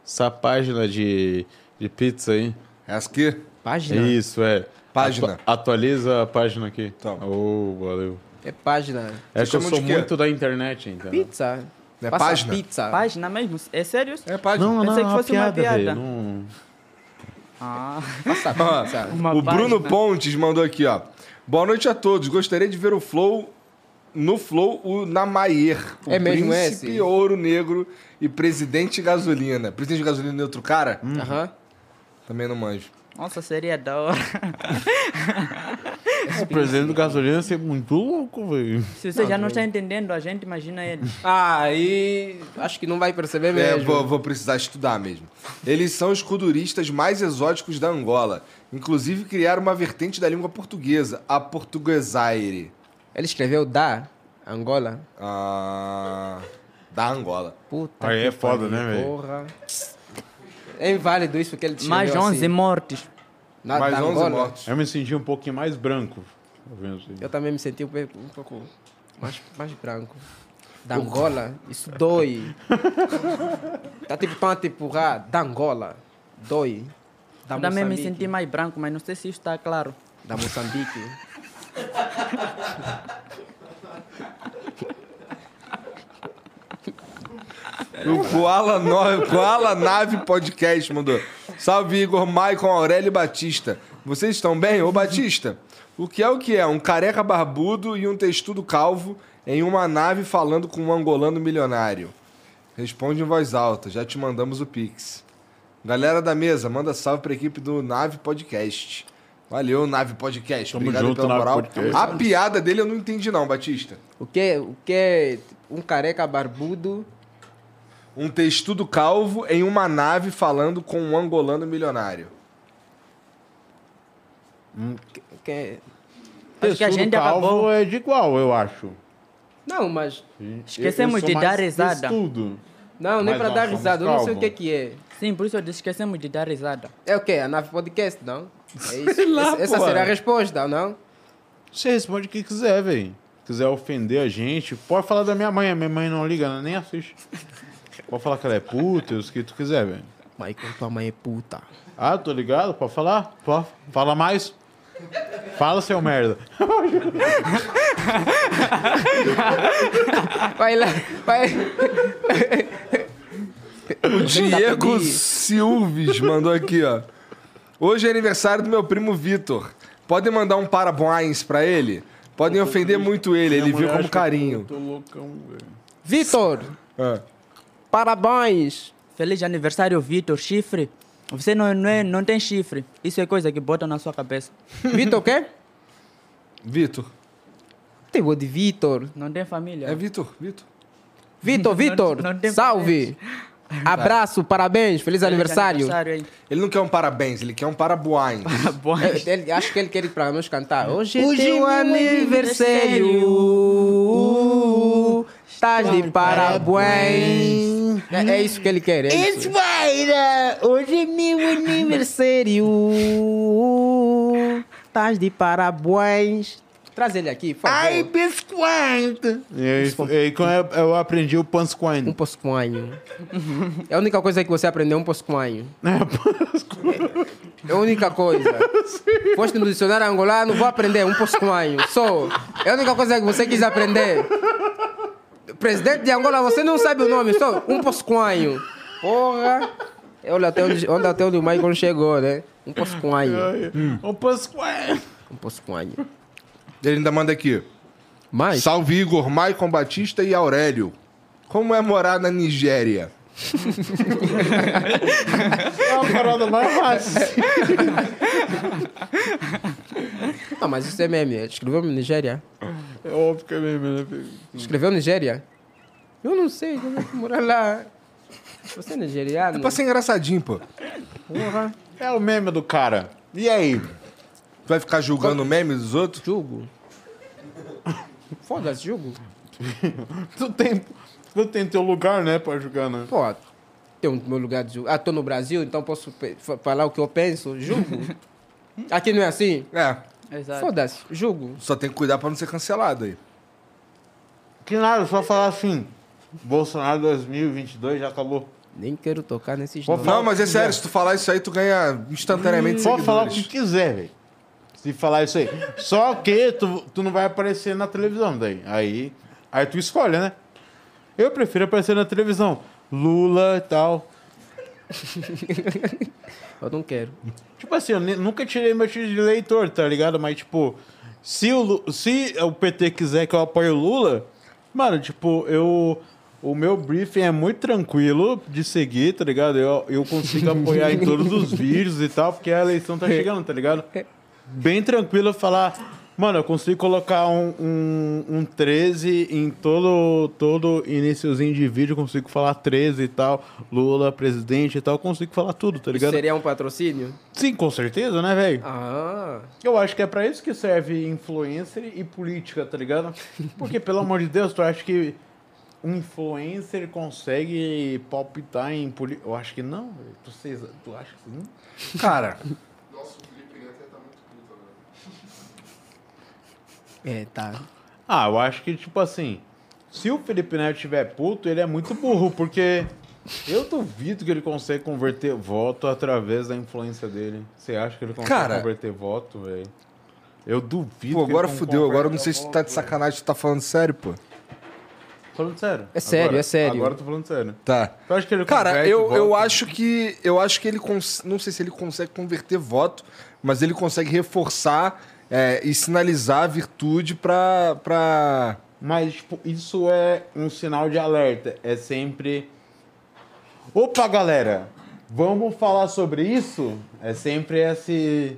Essa página de, de pizza aí.
Essa aqui?
Página?
Isso, é.
Página.
Atua- atualiza a página aqui.
Toma.
Oh, valeu.
É página.
É
Vocês
que eu
chamam
sou
de quê?
muito da internet, então.
Pizza.
Não é
Passa
página?
pizza.
Página mesmo? É sério?
É página.
Não, não,
Pensei
é
que
uma
fosse uma
piada,
piada.
velho. Não...
Ah,
Passa
Ó,
pizza.
uma
o Bruno
página.
Pontes mandou aqui, ó. Boa noite a todos. Gostaria de ver o Flow no Flow o Namayer. O
É mesmo
príncipe
esse?
ouro negro e presidente gasolina. Presidente gasolina é outro cara?
Aham.
Também não manjo.
Nossa, seria da hora.
O presidente do gasolina ia ser muito louco, velho.
Se você já não está entendendo a gente, imagina ele.
Ah, e acho que não vai perceber
É,
mesmo.
vou, vou precisar estudar mesmo. Eles são os culturistas mais exóticos da Angola. Inclusive criaram uma vertente da língua portuguesa, a portuguesaire.
Ele escreveu da Angola.
Ah, da Angola.
Puta.
Aí
que
é foda,
pariu,
né, velho?
Porra. É inválido isso porque ele escreveu
Mais 11
assim.
mortes.
Na,
Mais
da
11
Angola.
mortos.
Eu me senti um pouquinho mais branco. ouvindo isso aí.
Eu também me senti um pe- um pouco mais, mais branco. Da Angola, isso dói. tá tipo, tão a te empurrar. Da Angola, dói. Da
Eu também me
tá Moçambique.
senti mais branco, mas não sei se isso está claro.
Da Moçambique.
É O Koala, no... Koala Nave Podcast mandou. Salve, Igor, Maicon, Aurélio e Batista. Vocês estão bem? Ô, Batista, o que é o que é? Um careca barbudo e um textudo calvo em uma nave falando com um angolano milionário. Responde em voz alta, já te mandamos o Pix. Galera da mesa, manda salve pra equipe do Nave Podcast. Valeu, Nave Podcast.
Tamo
Obrigado
junto,
pela
Nave
moral.
Podcast.
A piada dele eu não entendi, não, Batista.
O que, o que é um careca barbudo?
Um textudo calvo em uma nave falando com um angolano milionário.
O que é-
Acho que a
Texudo
gente
calvo
acabou.
é de igual, eu acho.
Não, mas.
Esquecemos
Eu- eu sou
de
mais
dar risada.
textudo.
Não, nem
Mas
para
nós
dar
somos
risada. Eu não sei
calvo.
o que, é que é.
Sim, por isso eu disse, esquecemos de dar risada.
É o quê? A nave podcast, não? É isso.
lá,
Essa
pô.
será a resposta, não?
Você responde o que quiser, velho. Quiser ofender a gente, pode falar da minha mãe. A minha mãe não liga, ela nem assiste. Pode falar que ela é puta, os que tu quiser, velho.
Michael, tua mãe é puta.
Ah, tô ligado? Pode falar? Pode. Fala mais. Fala, seu merda.
Vai lá, vai.
O Diego
pedir.
Silves mandou aqui, ó. Hoje é aniversário do meu primo Vitor. Podem mandar um parabéns pra ele? Podem ofender muito ele, ele viu como carinho.
Tô loucão, velho.
Vitor,
Ah.
parabéns.
Feliz aniversário, Vitor. Chifre. Você não, não, é, não tem chifre. Isso é coisa que bota na sua cabeça.
Vitor, o quê?
Vitor.
Tem o de Vitor.
Não tem família.
É Vitor, Vitor.
Vitor, Vitor,
não tem
salve. Abraço, parabéns, feliz,
Feliz
aniversário.
aniversário aí.
Ele não quer um parabéns, ele quer um parabuain.
Tá bom.
Eu- ele- acho que ele quer ir para nós cantar. Hoje, é
Hoje é
teu
meu
aniversário. Tá de parabéns. É, é isso que ele quer. É isso.
Esmaira, hoje é meu aniversário. Tás de parabéns.
Traz ele aqui, por favor.
Ai, biscoito.
E, e quando eu, eu aprendi o
Um
pansquine.
poscoanho. É a única coisa que você aprendeu, um poscoanho. É a única coisa. Foste no dicionário angolano, vou aprender um poscoanho. Só. É a única coisa que você quis aprender. Presidente de Angola, você não sabe o nome, só um poscoanho. Porra. Olha até onde, olha até onde o Michael chegou, né? Um poscoanho.
O pansquine.
Um poscoanho.
Ele ainda manda aqui.
Mas,
Salve Igor, Maicon Batista e Aurélio. Como é morar na Nigéria?
É uma parada mais fácil.
não, mas isso é meme. Escreveu Nigéria?
É óbvio que é mesmo, né? filho?
Escreveu Nigéria? Eu não sei, eu vou morar lá. Você é nigeriano?
Pra ser Tipo assim, engraçadinho, pô. Tu
Porra.
É o meme do cara. E aí?
vai ficar julgando o meme dos outros?
Jogo. Foda-se, jogo.
Tu tem, tu tem teu lugar, né, pra jogar, né?
Pô, tem um meu lugar de jogo. Ah, tô no Brasil, então posso pe- fa- falar o que eu penso? Jogo. Aqui não é assim?
É,
Exato.
Foda-se, jogo.
só tem que cuidar pra não ser cancelado aí.
Que nada, só falar assim. Bolsonaro 2022 já acabou.
Nem quero tocar nesses
Vou
nomes.
Não, mas é sério, se tu falar isso aí, tu ganha instantaneamente
Pode Hum, falar o
Hum. seguidores.
que quiser, velho. Se falar isso aí. Só que tu, tu não vai aparecer na televisão daí. Aí, aí tu escolhe, né? Eu prefiro aparecer na televisão. Lula e tal.
Eu não quero.
Tipo assim, eu ne- nunca tirei meu título de eleitor, tá ligado? Mas, tipo, se o, Lu- se o PT quiser que eu apoie o Lula, mano, tipo, eu. O meu briefing é muito tranquilo de seguir, tá ligado? Eu, eu consigo apoiar em todos os vídeos e tal, porque a eleição tá chegando, tá ligado? Bem tranquilo eu falar. Mano, eu consigo colocar um, um, um 13 em todo, todo iniciozinho de vídeo, eu consigo falar 13 e tal, Lula, presidente e tal, eu consigo falar tudo, tá
Isso
ligado?
seria um patrocínio?
Sim, com certeza, né, velho?
Ah.
Eu acho que é pra isso que serve influencer e política, tá ligado? Porque, pelo amor de Deus, tu acha que um influencer consegue palpitar em política? Eu acho que não, velho. tu, cês- tu acha que sim?
Cara,
É, tá.
Ah, eu acho que, tipo assim, se o Felipe Neto tiver puto, ele é muito burro, porque eu duvido que ele consegue converter voto através da influência dele. Você acha que ele consegue
Cara.
converter voto, velho? Eu duvido.
pô,
que
agora
ele
fudeu. Agora eu não
converta
sei se tu
voto,
tá de
velho.
sacanagem, tu tá falando sério, pô.
Falando sério.
É sério,
Agora-
é sério.
Agora eu tô falando sério.
Tá.
Tu acha que ele
Cara,
converte
eu,
voto?
eu acho que. Eu acho que ele. cons- Não sei se ele consegue converter voto, mas ele consegue reforçar é, e sinalizar a virtude pra. pra...
Mas, tipo, isso é um sinal de alerta. É sempre. Opa, galera! Vamos falar sobre isso? É sempre esse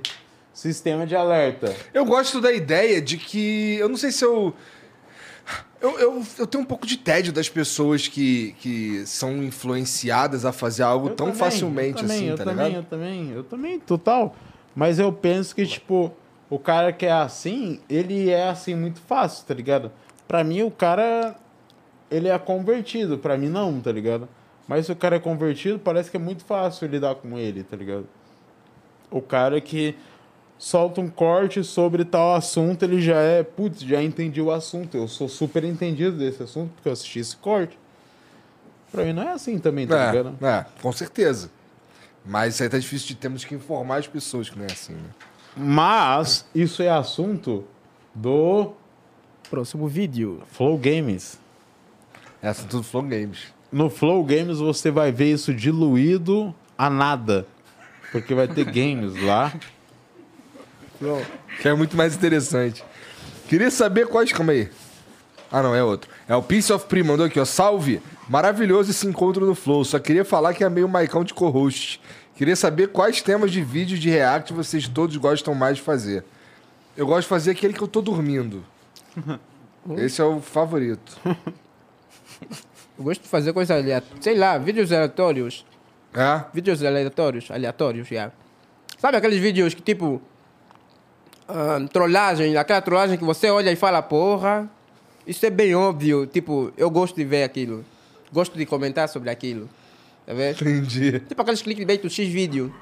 sistema de alerta.
Eu gosto da ideia de que. Eu não sei se eu. Eu, eu, eu tenho um pouco de tédio das pessoas que, que são influenciadas a fazer algo
Eu
tão
também,
facilmente
eu também,
assim,
eu
tá
também,
ligado?
Eu também, eu também, total. Mas eu penso que, tipo, o cara que é assim, ele é assim muito fácil, tá ligado? Pra mim, o cara, ele é convertido. Pra mim, não, tá ligado? Mas se o cara é convertido, parece que é muito fácil lidar com ele, tá ligado? O cara que solta um corte sobre tal assunto, ele já é, putz, já entendi o assunto. Eu sou super entendido desse assunto porque eu assisti esse corte. Pra mim não é assim também, tá ligado?
É, é, com certeza. Mas isso aí tá difícil de termos que informar as pessoas que não é assim, né?
Mas isso é assunto do
Próximo vídeo.
Flow Games.
É assunto do Flow Games.
No Flow Games você vai ver isso diluído a nada. Porque vai ter games lá.
Que é muito mais interessante. Queria saber quais. Calma aí. Ah, não, é outro. É o Piece of Pri, mandou aqui, ó. Salve! Maravilhoso esse encontro no Flow. Só queria falar que é meio Maicão de co-host. Queria saber quais temas de vídeo de react vocês todos gostam mais de fazer. Eu gosto de fazer aquele que eu tô dormindo. Esse é o favorito.
Eu gosto de fazer coisas aleatórias. Sei lá, vídeos aleatórios.
É?
Vídeos aleatórios, aleatórios, já. Sabe aqueles vídeos que tipo. ah, trollagem, aquela trollagem que você olha e fala, porra. Isso é bem óbvio. Tipo, eu gosto de ver aquilo. Gosto de comentar sobre aquilo. Tá vendo?
Entendi.
Tipo aqueles clickbait do X-Vídeo.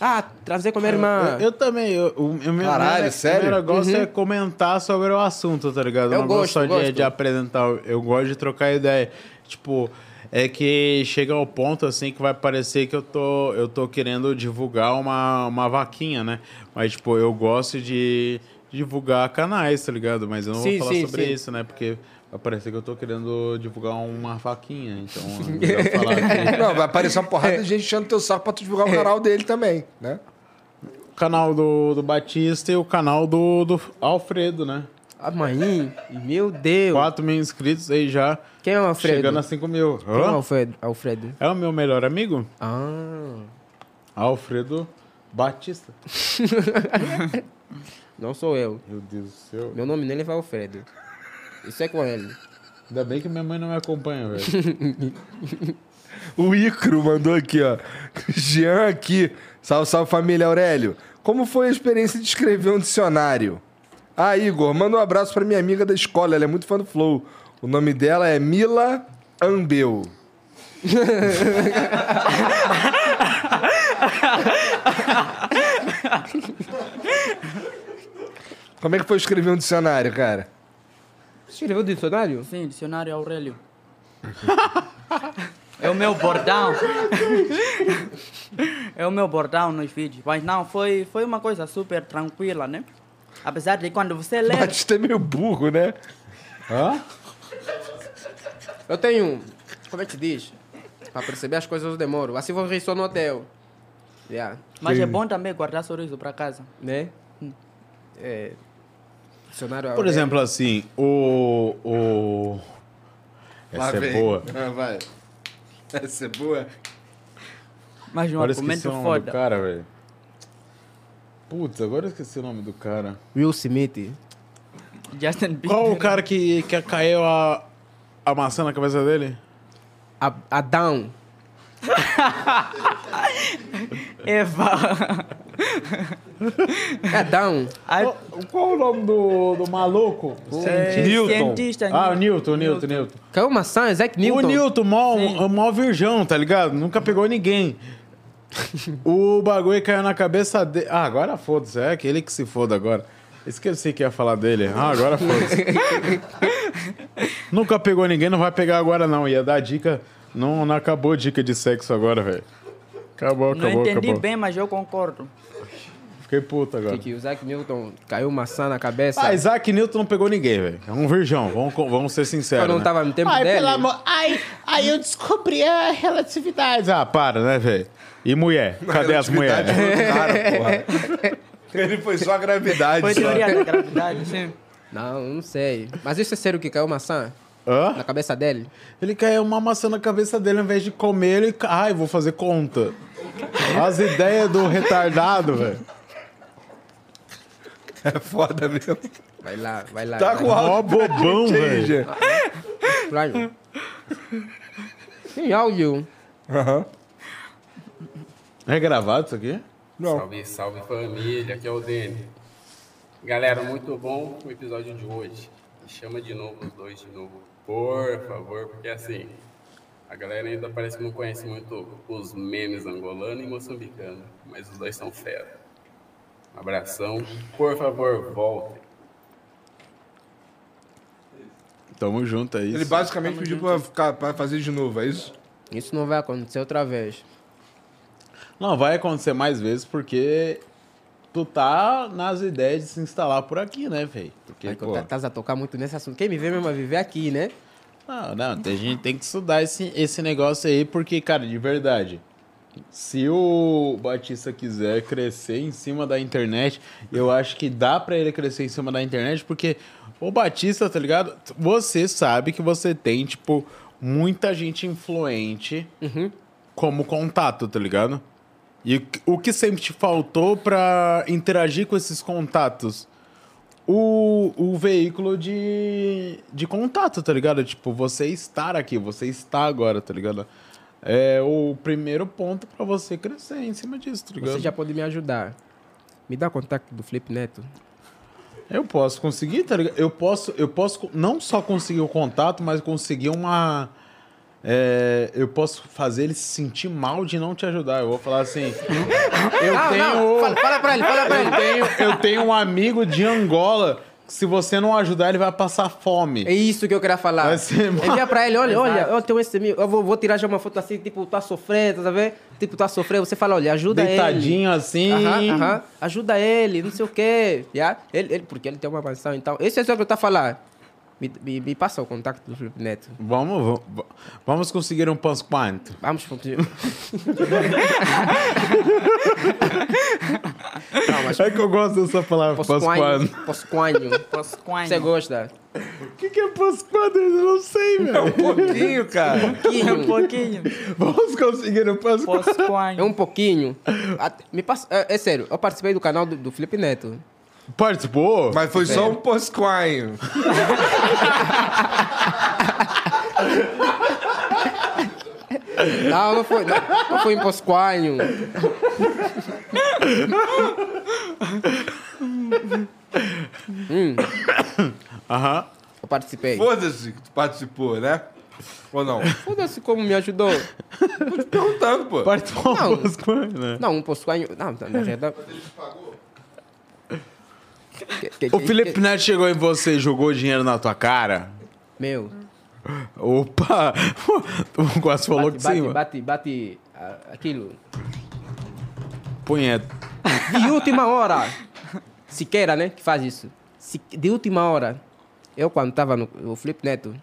Ah, trazer com a minha irmã.
Eu, eu também. Eu, o, o meu
Caralho,
meu-
sério?
meu negócio é comentar sobre o assunto, tá ligado?
Uhum. Eu
não
gosto,
só de,
gosto.
de apresentar, eu gosto de trocar ideia. Tipo, é que chega ao ponto assim que vai parecer que eu tô, eu tô querendo divulgar uma, uma vaquinha, né? Mas, tipo, eu gosto de divulgar canais, tá ligado? Mas eu não
Sim,
vou falar
sim,
sobre
sim.
isso, né? Porque vai parecer que eu tô querendo divulgar uma vaquinha. Então, é melhor falar aqui.
Não, vai aparecer uma porrada de gente enchendo teu saco pra tu divulgar o canal dele também, né?
O canal do, do Batista e o canal do, do Alfredo, né?
Amanhã, meu Deus.
4 mil inscritos aí já.
Quem é o Alfredo?
Chegando a 5 mil.
Quem é o
Hã?
Alfredo? Alfredo.
É o meu melhor amigo?
Ah,
Alfredo Batista.
não sou eu.
Meu Deus do céu.
Meu nome nele é Alfredo. Isso é com ele.
Ainda bem que minha mãe não me acompanha, velho.
O Icro mandou aqui, ó. Jean aqui. Salve, salve família Aurélio. Como foi a experiência de escrever um dicionário? Ah, Igor, manda um abraço pra minha amiga da escola. Ela é muito fã do Flow. O nome dela é Mila Ambeu. Como é que foi escrever um dicionário, cara?
Escreveu o dicionário?
Sim, dicionário Aurélio. é o meu bordão. é o meu bordão nos vídeos. Mas não, foi, foi uma coisa super tranquila, né? Apesar de quando você lê.
Batista é meio burro, né?
Hã?
Eu tenho. Como é que se diz? Pra perceber as coisas eu demoro. Assim vou rir só no hotel. Yeah.
Mas é bom também guardar sorriso pra casa.
Né? É. Dicionário é
Por exemplo, assim, o. o...
Lá
Essa é
vem.
boa.
Ah, Vai. Essa é boa.
Mas um
Agora eu esqueci
argumento
o nome do
foda.
cara, velho. Putz, agora eu esqueci o nome do cara.
Will Smith.
Justin Bieber.
Qual o cara que, que caiu a, a maçã na cabeça dele?
Ab- Adão.
Eva.
É Adão.
Ai,
Qual o nome do, do maluco?
é, Cientista.
Ah, o Newton, Newton, Newton.
Caiu maçã, é Zack Newton.
O Newton, mó, um, mó virgão, tá ligado? Nunca pegou ninguém. o bagulho caiu na cabeça dele. Ah, agora foda-se. É aquele que se foda agora. Esqueci que ia falar dele. Ah, agora foda-se. Nunca pegou ninguém, não vai pegar agora não. Ia dar dica. Não, não acabou a dica de sexo agora, velho. Acabou,
Não
acabou,
entendi
acabou.
bem, mas eu concordo.
Fiquei puto agora.
Que, que o Zack Newton caiu maçã na cabeça.
Ah, Isaac Newton não pegou ninguém, velho. É um virgão, vamos, co- vamos ser sinceros.
eu não
né?
tava no tempo
Ai,
dele.
pelo amor-
Ai, aí eu descobri a relatividade.
Mas, ah, para, né, velho? E mulher? Cadê as mulheres? É.
Cara, porra. Ele foi só a gravidade.
Foi
só.
teoria da gravidade, sim.
Não, não sei. Mas isso é sério que caiu maçã
Hã?
na cabeça dele?
Ele caiu uma maçã na cabeça dele, ao invés de comer, ele. ca- Ai, vou fazer conta. As ideias do retardado, velho.
É foda mesmo.
Vai lá, vai lá.
Tá
vai
com
lá.
Ó, bobão, velho.
Veja.
Estranho. Tem áudio.
Aham.
É gravado isso aqui?
Salve, salve família, aqui é o Dene. Galera, muito bom o episódio de hoje. Me chama de novo os dois de novo, por favor, porque assim, a galera ainda parece que não conhece muito os memes angolano e moçambicano, mas os dois são fera. Um abração, por favor, voltem.
Tamo junto, é isso.
Ele basicamente pediu pra, ficar, pra fazer de novo, é isso?
Isso não vai acontecer outra vez.
Não, vai acontecer mais vezes porque tu tá nas ideias de se instalar por aqui, né, velho? Porque,
Mas
pô.
tá- Tás a tocar muito nesse assunto. Quem me vê mesmo vai viver aqui, né?
Não, não, tem- a gente tem que estudar esse, esse negócio aí, porque, cara, de verdade. Se o Batista quiser crescer em cima da internet, eu acho que dá pra ele crescer em cima da internet, porque o Batista, tá ligado? Você sabe que você tem, tipo, muita gente influente como contato, tá ligado? E o que- o que sempre te faltou pra interagir com esses contatos? o, o veículo de, de contato, tá ligado? Tipo, você estar aqui, você está agora, tá ligado? É o primeiro ponto pra você crescer em cima disso, tá ligado?
Você já pode me ajudar. Me dá contato do Felipe Neto.
Eu posso conseguir, tá ligado? Eu posso, eu posso co- não só conseguir o contato, mas conseguir uma. é, eu posso fazer ele se sentir mal de não te ajudar. Eu vou falar assim. Eu
Não,
tenho.
não, fala- fala pra ele, fala pra
eu
ele.
Tenho, eu tenho um amigo de Angola. que Se você não ajudar, ele vai passar fome. É
isso que eu queria falar.
Vai ser mal.
Envia pra ele, olha,
Exato.
olha, eu tenho esse mil, eu vou, vou tirar já uma foto assim, tipo, tá sofrendo, tá vendo? Tipo, tá sofrendo, você fala, olha, ajuda ele.
Deitadinho assim.
Aham, aham. Ajuda ele, não sei o quê. já? Ele, ele, porque ele tem uma mansão, então. Esse é só que eu tá falando. Me, me, me passa o contato do Felipe Neto.
Vamos, vamos, vamos conseguir um pão quanto?
Vamos conseguir.
É que eu gosto dessa palavra, pão
Posquanho.
quanto.
Posquanho.
Posquanho.
Você gosta?
O que, que é Pasquado? Eu não sei, velho. É um
pouquinho, cara.
Um pouquinho.
Vamos conseguir um o Pasquado.
É um pouquinho. Até- Me passa, é, é sério, eu participei do canal do, do Felipe Neto.
Participou?
Mas foi só
É.
um posquinho.
Não, não foi. Não, não foi em Posquanho. Hum.
Aham.
Eu participei.
Foda-se que tu participou, né? Ou não?
Foda-se como me ajudou.
Tô te perguntando, pô.
Participou
Não.
um Pasquado, né?
Não, um Posquanho. Não, na verdade. Que- que-
O
que-
Felipe
que-
Neto chegou em você e jogou dinheiro na tua cara?
Meu.
Opa! O Quase falou
Bate,
que
bate,
sim, mano.
bate, bate, ah, aquilo.
Punheta.
De última hora. Siqueira, né? Que faz isso. Se- De última hora. Eu, quando tava no. O Felipe Neto.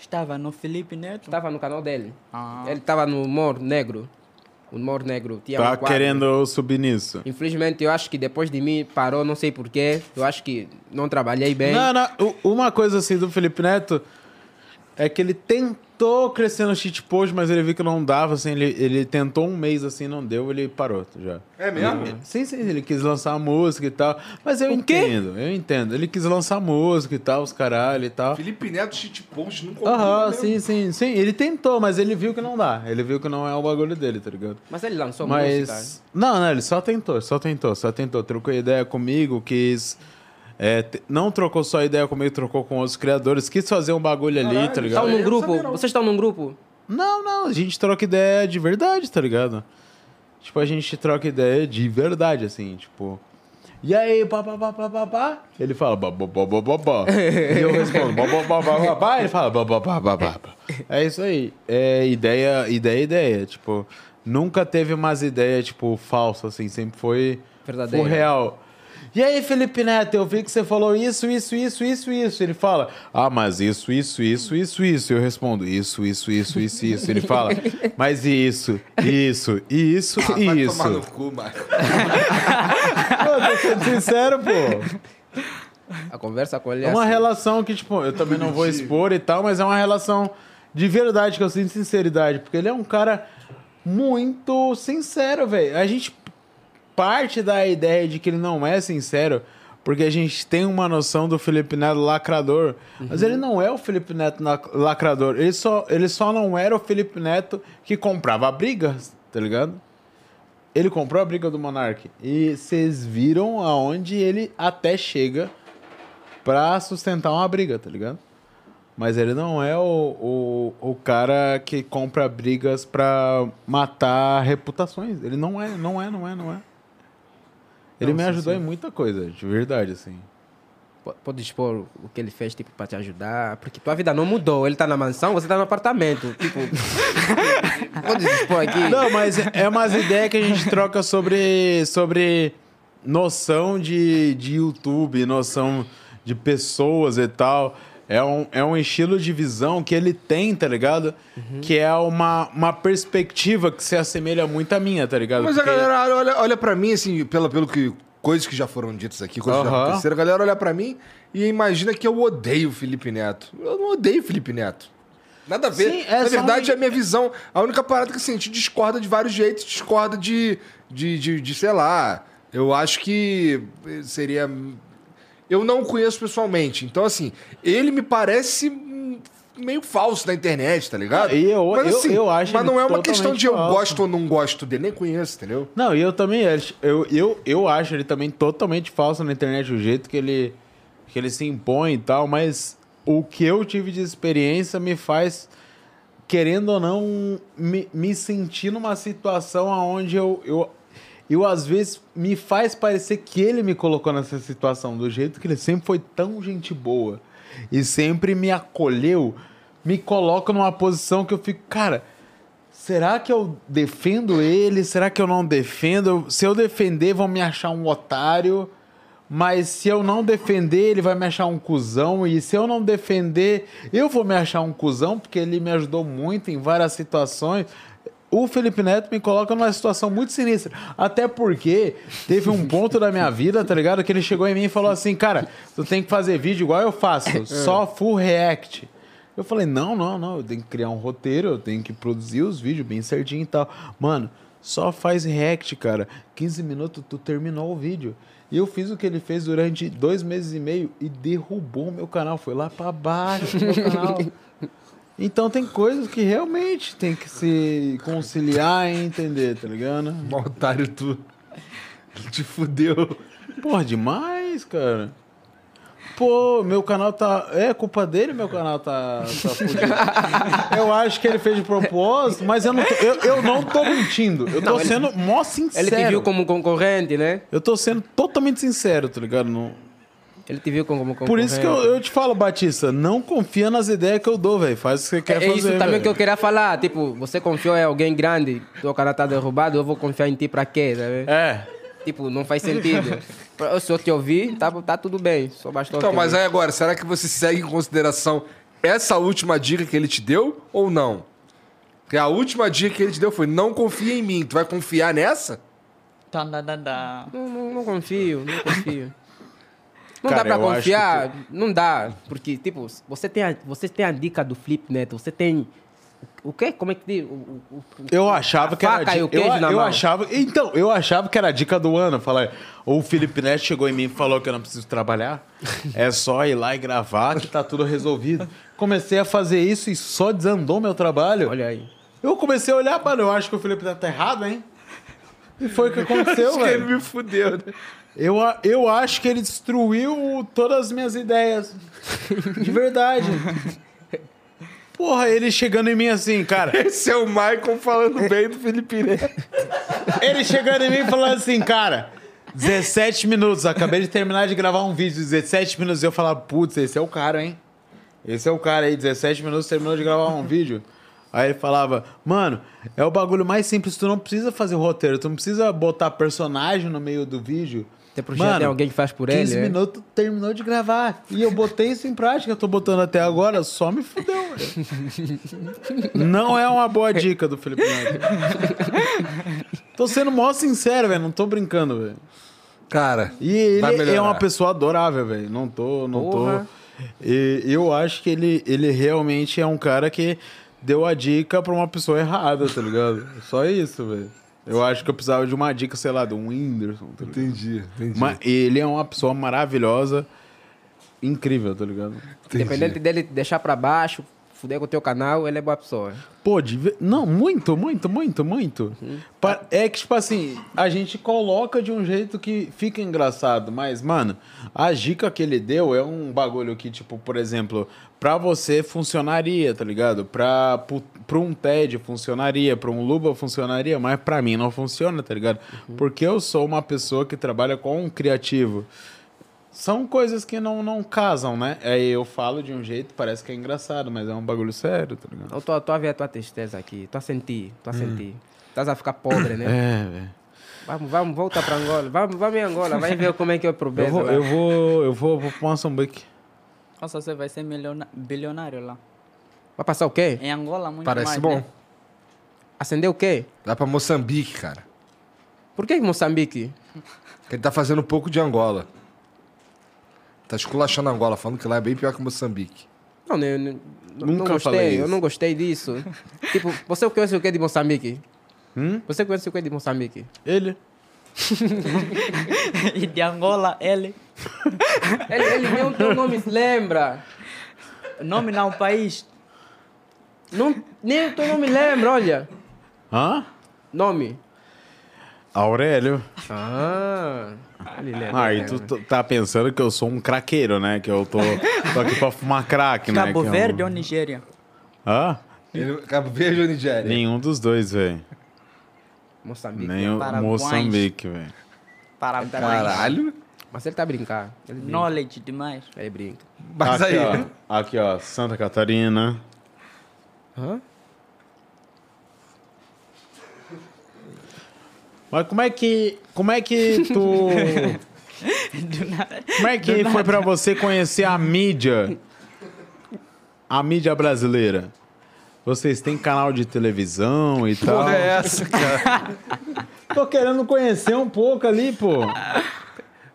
Estava no Felipe Neto.
Tava no canal dele.
Ah.
Ele tava no humor negro. O humor negro. Tinha um
Tá
quadro.
querendo subir nisso.
Infelizmente, eu acho que depois de mim parou, não sei porquê. Eu acho que não trabalhei bem.
Não, não. u- Uma coisa assim do Felipe Neto é que ele tentou crescer no cheat post, mas ele viu que não dava, assim, ele, ele tentou um mês assim, não deu, ele parou já.
É mesmo?
Ele- Sim, sim, ele quis lançar a música e tal. Mas eu
O quê?
entendo, eu entendo. Ele quis lançar a música e tal, os caralho e tal.
Felipe Neto, shitpost, né? não comprou.
Aham,
mesmo.
sim, sim, sim. Ele tentou, mas ele viu que não dá. Ele viu que não é o bagulho dele, tá ligado?
Mas ele lançou
Mas.
música.
Não, não, ele só tentou, só tentou, só tentou. Trocou ideia comigo, quis. é, te- Não trocou só ideia comigo, trocou com outros criadores, quis fazer um bagulho ali, tá ligado?
Estão num grupo? Vocês estão num grupo?
Não, não, a gente troca ideia de verdade, tá ligado? Tipo, a gente troca ideia de verdade, assim, tipo. E aí, pá, pá, pá, pá, pá, pá? Ele fala, bá, bá, bá, bá, bá, bá. E eu respondo, bá, bá, bá, bá, bá, bá. Ele fala, bá, bá, bá, bá, bá, bá. É isso aí. É ideia, ideia, ideia. Tipo, nunca teve umas ideias, tipo, falsas, assim. Sempre foi...
Verdadeira.
O real. E aí, Felipe Neto, eu vi que você falou isso, isso, isso, isso, isso. Ele fala, ah, mas isso, isso, isso, isso, isso. Eu respondo, isso, isso, isso, isso, isso. Ele fala, mas isso, isso, isso
Ah,
e
vai
isso.
tomar no cu, Marco.
Pô, tô sendo sincero, pô.
A conversa com ele
É uma
assim.
relação que, tipo, eu também não vou expor e tal, mas é uma relação de verdade, que eu sinto sinceridade. Porque ele é um cara muito sincero, velho. A gente parte da ideia de que ele não é sincero, porque a gente tem uma noção do Felipe Neto lacrador. Mas ele não é o Felipe Neto na- lacrador. Ele só, ele só não era o Felipe Neto que comprava brigas, tá ligado? Ele comprou a briga do Monark. E vocês viram aonde ele até chega pra sustentar uma briga, tá ligado? Mas ele não é o, o, o cara que compra brigas pra matar reputações. Ele não é, não é, não é, não é. Ele
Não,
me
sim,
ajudou
sim.
em muita coisa, de verdade, assim.
Po- Pode expor o- o que ele fez, tipo, pra te ajudar. Porque tua vida não mudou. Ele tá na mansão, você tá no apartamento. Tipo. pode expor aqui.
Não, mas é umas ideias que a gente troca sobre, sobre noção de, de YouTube, noção de pessoas e tal. É um, é um estilo de visão que ele tem, tá ligado?
Uhum.
Que é uma, uma perspectiva que se assemelha muito à minha, tá ligado?
Mas a
Porque-
galera olha, olha pra mim, assim, pelo, pelo que. Coisas que já foram ditas aqui, coisas que já
Aham.
aconteceram. A galera olha pra mim e imagina que eu odeio o Felipe Neto. Eu não odeio o Felipe Neto. Nada a ver.
Sim, é
Na
só
verdade,
um-
é a minha visão. A única parada que assim, a gente discorda de vários jeitos, discorda de, de, de, de, sei lá. Eu acho que seria. Eu não o conheço pessoalmente. Então, assim, ele me parece um meio falso na internet, tá ligado?
E eu- eu- eu acho
Mas
ele
não é uma questão
totalmente
de eu
falso.
gosto ou não gosto dele, nem conheço, entendeu?
Não, e eu também acho. Eu, eu, eu acho ele também totalmente falso na internet, o jeito que ele, que ele se impõe e tal, mas o que eu tive de experiência me faz, querendo ou não, me, me sentir numa situação onde eu, eu, eu, às vezes, me faz parecer que ele me colocou nessa situação, do jeito que ele sempre foi tão gente boa e sempre me acolheu, me coloca numa posição que eu fico, cara. Será que eu defendo ele? Será que eu não defendo? Se eu defender, vão me achar um otário. Mas se eu não defender, ele vai me achar um cuzão. E se eu não defender, eu vou me achar um cuzão, porque ele me ajudou muito em várias situações. O Felipe Neto me coloca numa situação muito sinistra. Até porque teve um ponto da minha vida, tá ligado? Que ele chegou em mim e falou assim: Cara, tu tem que fazer vídeo igual eu faço, só full react. Eu falei, não, não, não, eu tenho que criar um roteiro, eu tenho que produzir os vídeos bem certinho e tal. Mano, só faz react, cara. 15 minutos, tu terminou o vídeo. E eu fiz o que ele fez durante dois meses e meio e derrubou o meu canal. Foi lá pra baixo do meu canal. Então tem coisas que realmente tem que se conciliar e entender, tá ligado?
Maltário tu. Te fudeu.
Porra, demais, cara. Pô, meu canal tá. É culpa dele, meu canal tá, tá fudido. Eu acho que ele fez de propósito, mas eu não tô, eu, eu não tô mentindo. Eu tô
Não, ele-
sendo mó sincero.
Ele te viu como concorrente, né?
Eu tô sendo totalmente sincero, tá ligado? Não-
Ele te viu como concorrente.
Por isso que eu, eu te falo, Batista, não confia nas ideias que eu dou, velho. Faz o que você quer
É
fazer.
isso também
velho.
que eu queria falar. Tipo, você confiou em alguém grande, teu cara tá derrubado, eu vou confiar em ti pra quê, sabe?
É.
Tipo, não faz sentido. Eu, se eu te ouvir, tá, tá tudo bem. Só bastou
Então,
te
mas
ouvir.
aí agora, será que você segue em consideração essa última dica que ele te deu ou não? Porque a última dica que ele te deu foi: não confia em mim. Tu vai confiar nessa?
Tan, tan, tan, tan.
é-
Não, não, não confio, não confio. Não
Cara,
dá pra
eu acho que
confiar, não dá. Porque, tipo, você tem a, você tem a dica do Flip Neto, você tem. O quê? Como é que diz? O- o- o-
Eu achava
A
que era
faca e
dica.
o queijo
eu,
na
eu
mão.
achava, então, eu achava que era a dica do ano, falar, o Felipe Neto chegou em mim e falou que eu não preciso trabalhar. É só ir lá e gravar que tá tudo resolvido. Comecei a fazer isso e só desandou meu trabalho.
Olha aí.
Eu comecei a olhar, mano, eu acho que o Felipe Neto tá errado, hein? E foi o que aconteceu,
Acho que ele
velho.
me fudeu, né?
Eu, a- eu acho que ele destruiu todas as minhas ideias. De verdade. Porra, ele chegando em mim assim, cara.
Esse é o Maicon falando bem do Felipe Neto.
Ele chegando em mim e falando assim, cara, 17 minutos, acabei de terminar de gravar um vídeo, 17 minutos, e eu falar, putz, esse é o cara, hein? Esse é o cara aí, 17 minutos, terminou de gravar um vídeo. Aí ele falava, mano, é o bagulho mais simples, tu não precisa fazer roteiro, tu não precisa botar personagem no meio do vídeo.
Até porque já tem alguém que faz por
15
ele, né?
minutos, terminou de gravar. E eu botei isso em prática, tô botando até agora, só me fudeu. velho. Não é uma boa dica do Felipe Neto. Tô sendo mó sincero, velho, não tô brincando, velho.
Cara,
E ele é
melhorar.
uma pessoa adorável, velho. Não tô, não
Porra.
tô. E eu acho que ele, ele realmente é um cara que deu a dica pra uma pessoa errada, tá ligado? Só isso, velho. Eu acho que eu precisava de uma dica, sei lá, do Whindersson, tá ligado?
Entendi, entendi.
Mas ele é uma pessoa maravilhosa, incrível, tá ligado?
Independente dele te deixar pra baixo, fuder com o teu canal, ele é boa pessoa.
Pô, de ve- não, muito, muito, muito, muito. Pa- É que, tipo assim, a gente coloca de um jeito que fica engraçado, mas, mano, a dica que ele deu é um bagulho que, tipo, por exemplo, pra você funcionaria, tá ligado? Pra, pro- pra um TED funcionaria, pra um Luba funcionaria, mas pra mim não funciona, tá ligado? Porque eu sou uma pessoa que trabalha com um criativo. São coisas que não, não casam, né? Aí eu falo de um jeito, parece que é engraçado, mas é um bagulho sério, tá ligado?
Eu Então, tô, tô a ver a tua tristeza aqui, tô a sentir, tô a sentir. Estás a ficar pobre, né?
Hum. É, velho.
Vamos, vamos, volta pra Angola. Vamos, vamos em Angola, vai ver como é que é o
Eu
problema.
vou,
lá.
né?
eu vou, eu vou, vou pra Moçambique.
Nossa, você vai ser miliona- bilionário lá.
Vai passar o quê?
Em Angola, muito
Parece
mais,
bom.
né?
Acender o quê?
Dá pra Moçambique, cara.
Por que Moçambique?
Ele tá fazendo um pouco de Angola. Tá esculachando Angola, falando que lá é bem pior que Moçambique.
Não, eu, eu, não
Nunca
gostei,
falei isso.
eu não gostei disso. tipo, você conhece o que de Moçambique?
Hum?
Você conhece o que de Moçambique?
Ele?
e de Angola, ele.
Ele, ele nem o teu nome se lembra.
Nome não, um país. Não, nem tu não me lembra, olha.
Hã?
Nome?
Aurélio.
Ah.
É,
Aí
né?
tu
né?
t- tá pensando que eu sou um craqueiro, né? Que eu tô, tô aqui pra fumar crack, né?
Cabo
Que é um-
Verde ou Nigéria?
Hã?
Ele- Cabo Verde ou Nigéria?
Nenhum dos dois, velho.
Moçambique.
Nem o
Paraguai.
Moçambique, velho.
Parabéns.
Mas ele tá a brincar. Ele brinca.
Knowledge demais.
Ele brinca.
Mas
aqui,
aí-
Ó, aqui, ó. Santa Catarina.
Hã?
Mas como é que. Como é que tu. como é que foi pra você conhecer a mídia? A mídia brasileira? Vocês têm canal de televisão e tal?
Porra é essa, cara?
né? Tô querendo conhecer um pouco ali, pô.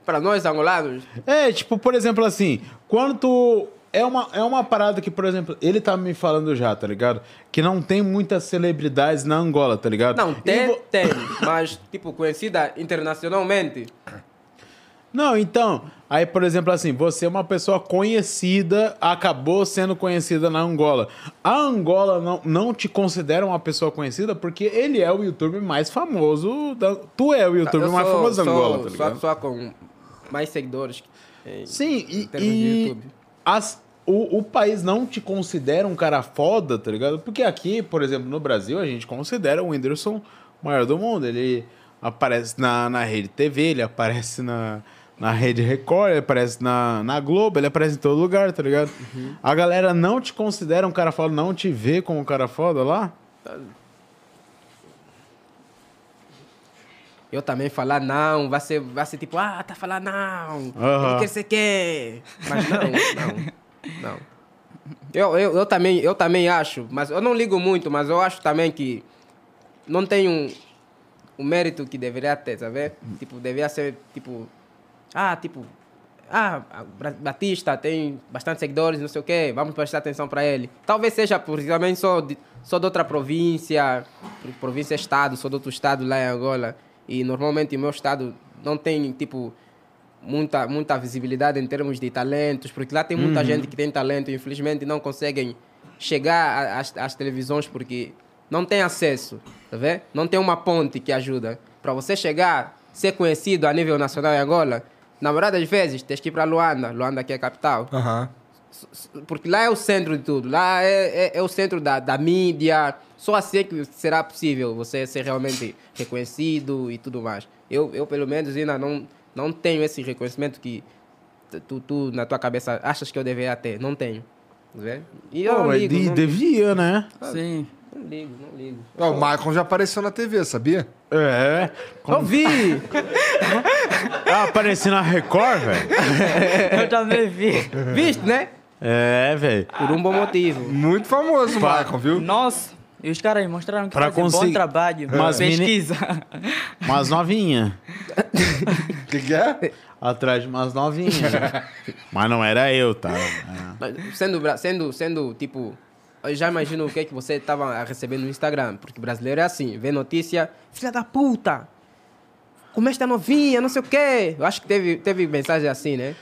Pra nós, angolanos,
É, tipo, por exemplo, assim, quando tu. É uma, é uma parada que, por exemplo, ele tá me falando já, tá ligado? Que não tem muitas celebridades na Angola, tá ligado?
Não, tem,
E vo-
tem, mas tipo, conhecida internacionalmente.
Não, então, aí, por exemplo, assim, você é uma pessoa conhecida, acabou sendo conhecida na Angola. A Angola não, não te considera uma pessoa conhecida porque ele é o youtuber mais famoso da. Tu é o youtuber mais
Tá, sou-
famoso da
sou-
Angola, tá
sou a
ligado?
pessoa com mais seguidores. eh,
Sim, e,
termos de
e
YouTube.
as- o, o país não te considera um cara foda, tá ligado? Porque aqui, por exemplo, no Brasil, a gente considera o Whindersson o maior do mundo. Ele aparece na, na rede TV, ele aparece na, na rede Record, ele aparece na, na Globo, ele aparece em todo lugar, tá ligado?
Uhum.
A galera não te considera um cara foda, não te vê como um cara foda lá?
Eu também falar não, vai ser, vai ser tipo, ah, tá falando não,
Aham.
ele quer ser quê? Mas não, não, não. Eu, eu, eu, também, eu também acho, mas eu não ligo muito, mas eu acho também que não tem um, o mérito que deveria ter, sabe? Tipo, deveria ser, tipo, ah, tipo, ah, a Bra- Batista tem bastante seguidores, não sei o quê, vamos prestar atenção para ele. Talvez seja por também sou de, sou de outra província, pro- província estado, sou de outro estado lá em Angola, e normalmente o meu estado não tem, tipo, muita, muita visibilidade em termos de talentos, porque lá tem muita gente que tem talento e infelizmente não conseguem chegar a- às, às televisões porque não tem acesso, tá vendo? Não tem uma ponte que ajuda. Para você chegar, ser conhecido a nível nacional em Angola, na maioria das vezes, tens que ir para Luanda, Luanda que é a capital
Aham.
porque lá é o centro de tudo, lá é, é, é o centro da, da mídia. Só assim é que será possível você ser realmente reconhecido e tudo mais. Eu, eu pelo menos, ainda não, não tenho esse reconhecimento que tu- tu, tu, na tua cabeça, achas que eu deveria ter. Não tenho. Tá vendo? E eu
Pô,
não
mas
ligo.
de-
Não,
devia, né?
Sim.
não ligo, não ligo.
Ó, o Michael já apareceu na TV, sabia?
É.
Eu vi!
Ah, aparecendo na Record, velho?
Eu também vi.
Viste, né?
É, velho.
Por um bom motivo.
Muito famoso o Michael, viu?
Nossa, e os caras mostraram que
Pra
fazem
conseguir-
bom trabalho.
Mas mini-
Pesquisa.
Umas novinhas.
O que, que é?
Atrás de umas novinhas. Mas não era eu, tá?
Mas Sendo, bra- sendo, sendo, tipo, eu já imagino o que, que você estava a receber no Instagram, porque brasileiro é assim, vê notícia, filha da puta, como é esta novinha, não sei o quê. Eu acho que teve, teve mensagem assim, né?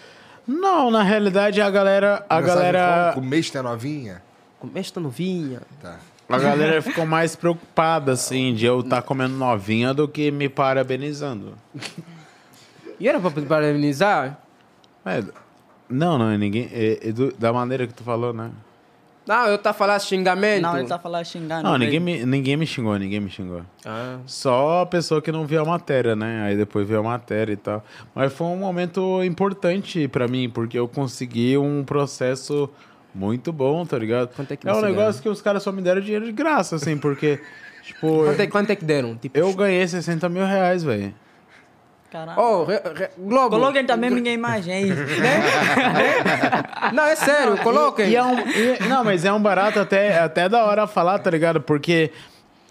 Não, na realidade a galera. A galera.
Com mesta novinha?
Como é esta novinha.
Tá.
A galera ficou mais preocupada, assim, de eu estar comendo novinha do que me parabenizando.
E era para parabenizar?
É, não, não, ninguém. é- é do- da maneira que tu falou, né?
Não, eu tá falando xingamento.
Não, ele tá falando xingando.
Não,
mesmo.
ninguém me, ninguém me xingou, ninguém me xingou.
Ah,
Só a pessoa que não viu a matéria, né? Aí depois viu a matéria e tal. Mas foi um momento importante pra mim, porque eu consegui um processo muito bom, tá ligado?
Quanto é que
um
você
negócio
ganha?
que os caras só me deram dinheiro de graça, assim, porque, tipo,
quanto, é, quanto é que deram? Tipo,
eu ganhei 60 mil reais, velho.
Caralho.
Oh, re, re, Globo.
Coloquem também minha imagem aí.
Não, é sério, coloquem.
E é um- e- não, mas é um barato até, até da hora falar, tá ligado? Porque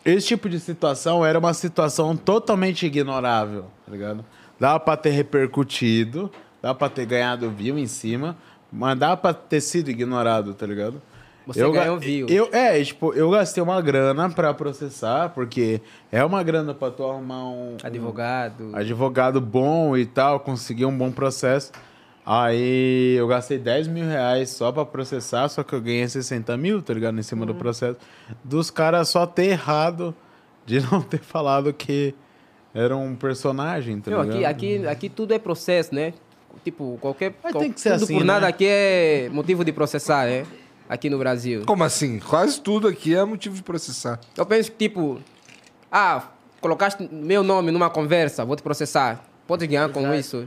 esse tipo de situação era uma situação totalmente ignorável, tá ligado? Dava pra ter repercutido, dava pra ter ganhado view em cima, mas dava pra ter sido ignorado, tá ligado?
Você
ga-
ganhou view.
Eu, é, tipo, eu gastei uma grana pra processar, porque é uma grana pra tu arrumar um... um-
Advogado.
advogado bom e tal, conseguir um bom processo. Aí eu gastei 10 mil reais só pra processar, só que eu ganhei 60 mil, tá ligado? Em cima do
Uhum.
processo. Dos caras só ter errado de não ter falado que era um personagem, tá
Não,
ligado?
aqui, aqui, aqui tudo é processo, né? Tipo, qualquer.
tem que ser
tudo
assim,
por nada
né?
aqui é motivo de processar, é? Aqui no Brasil.
Como assim? Quase tudo aqui é motivo de processar.
Eu penso que, tipo, ah, colocaste meu nome numa conversa, vou te processar. Pode ganhar com isso.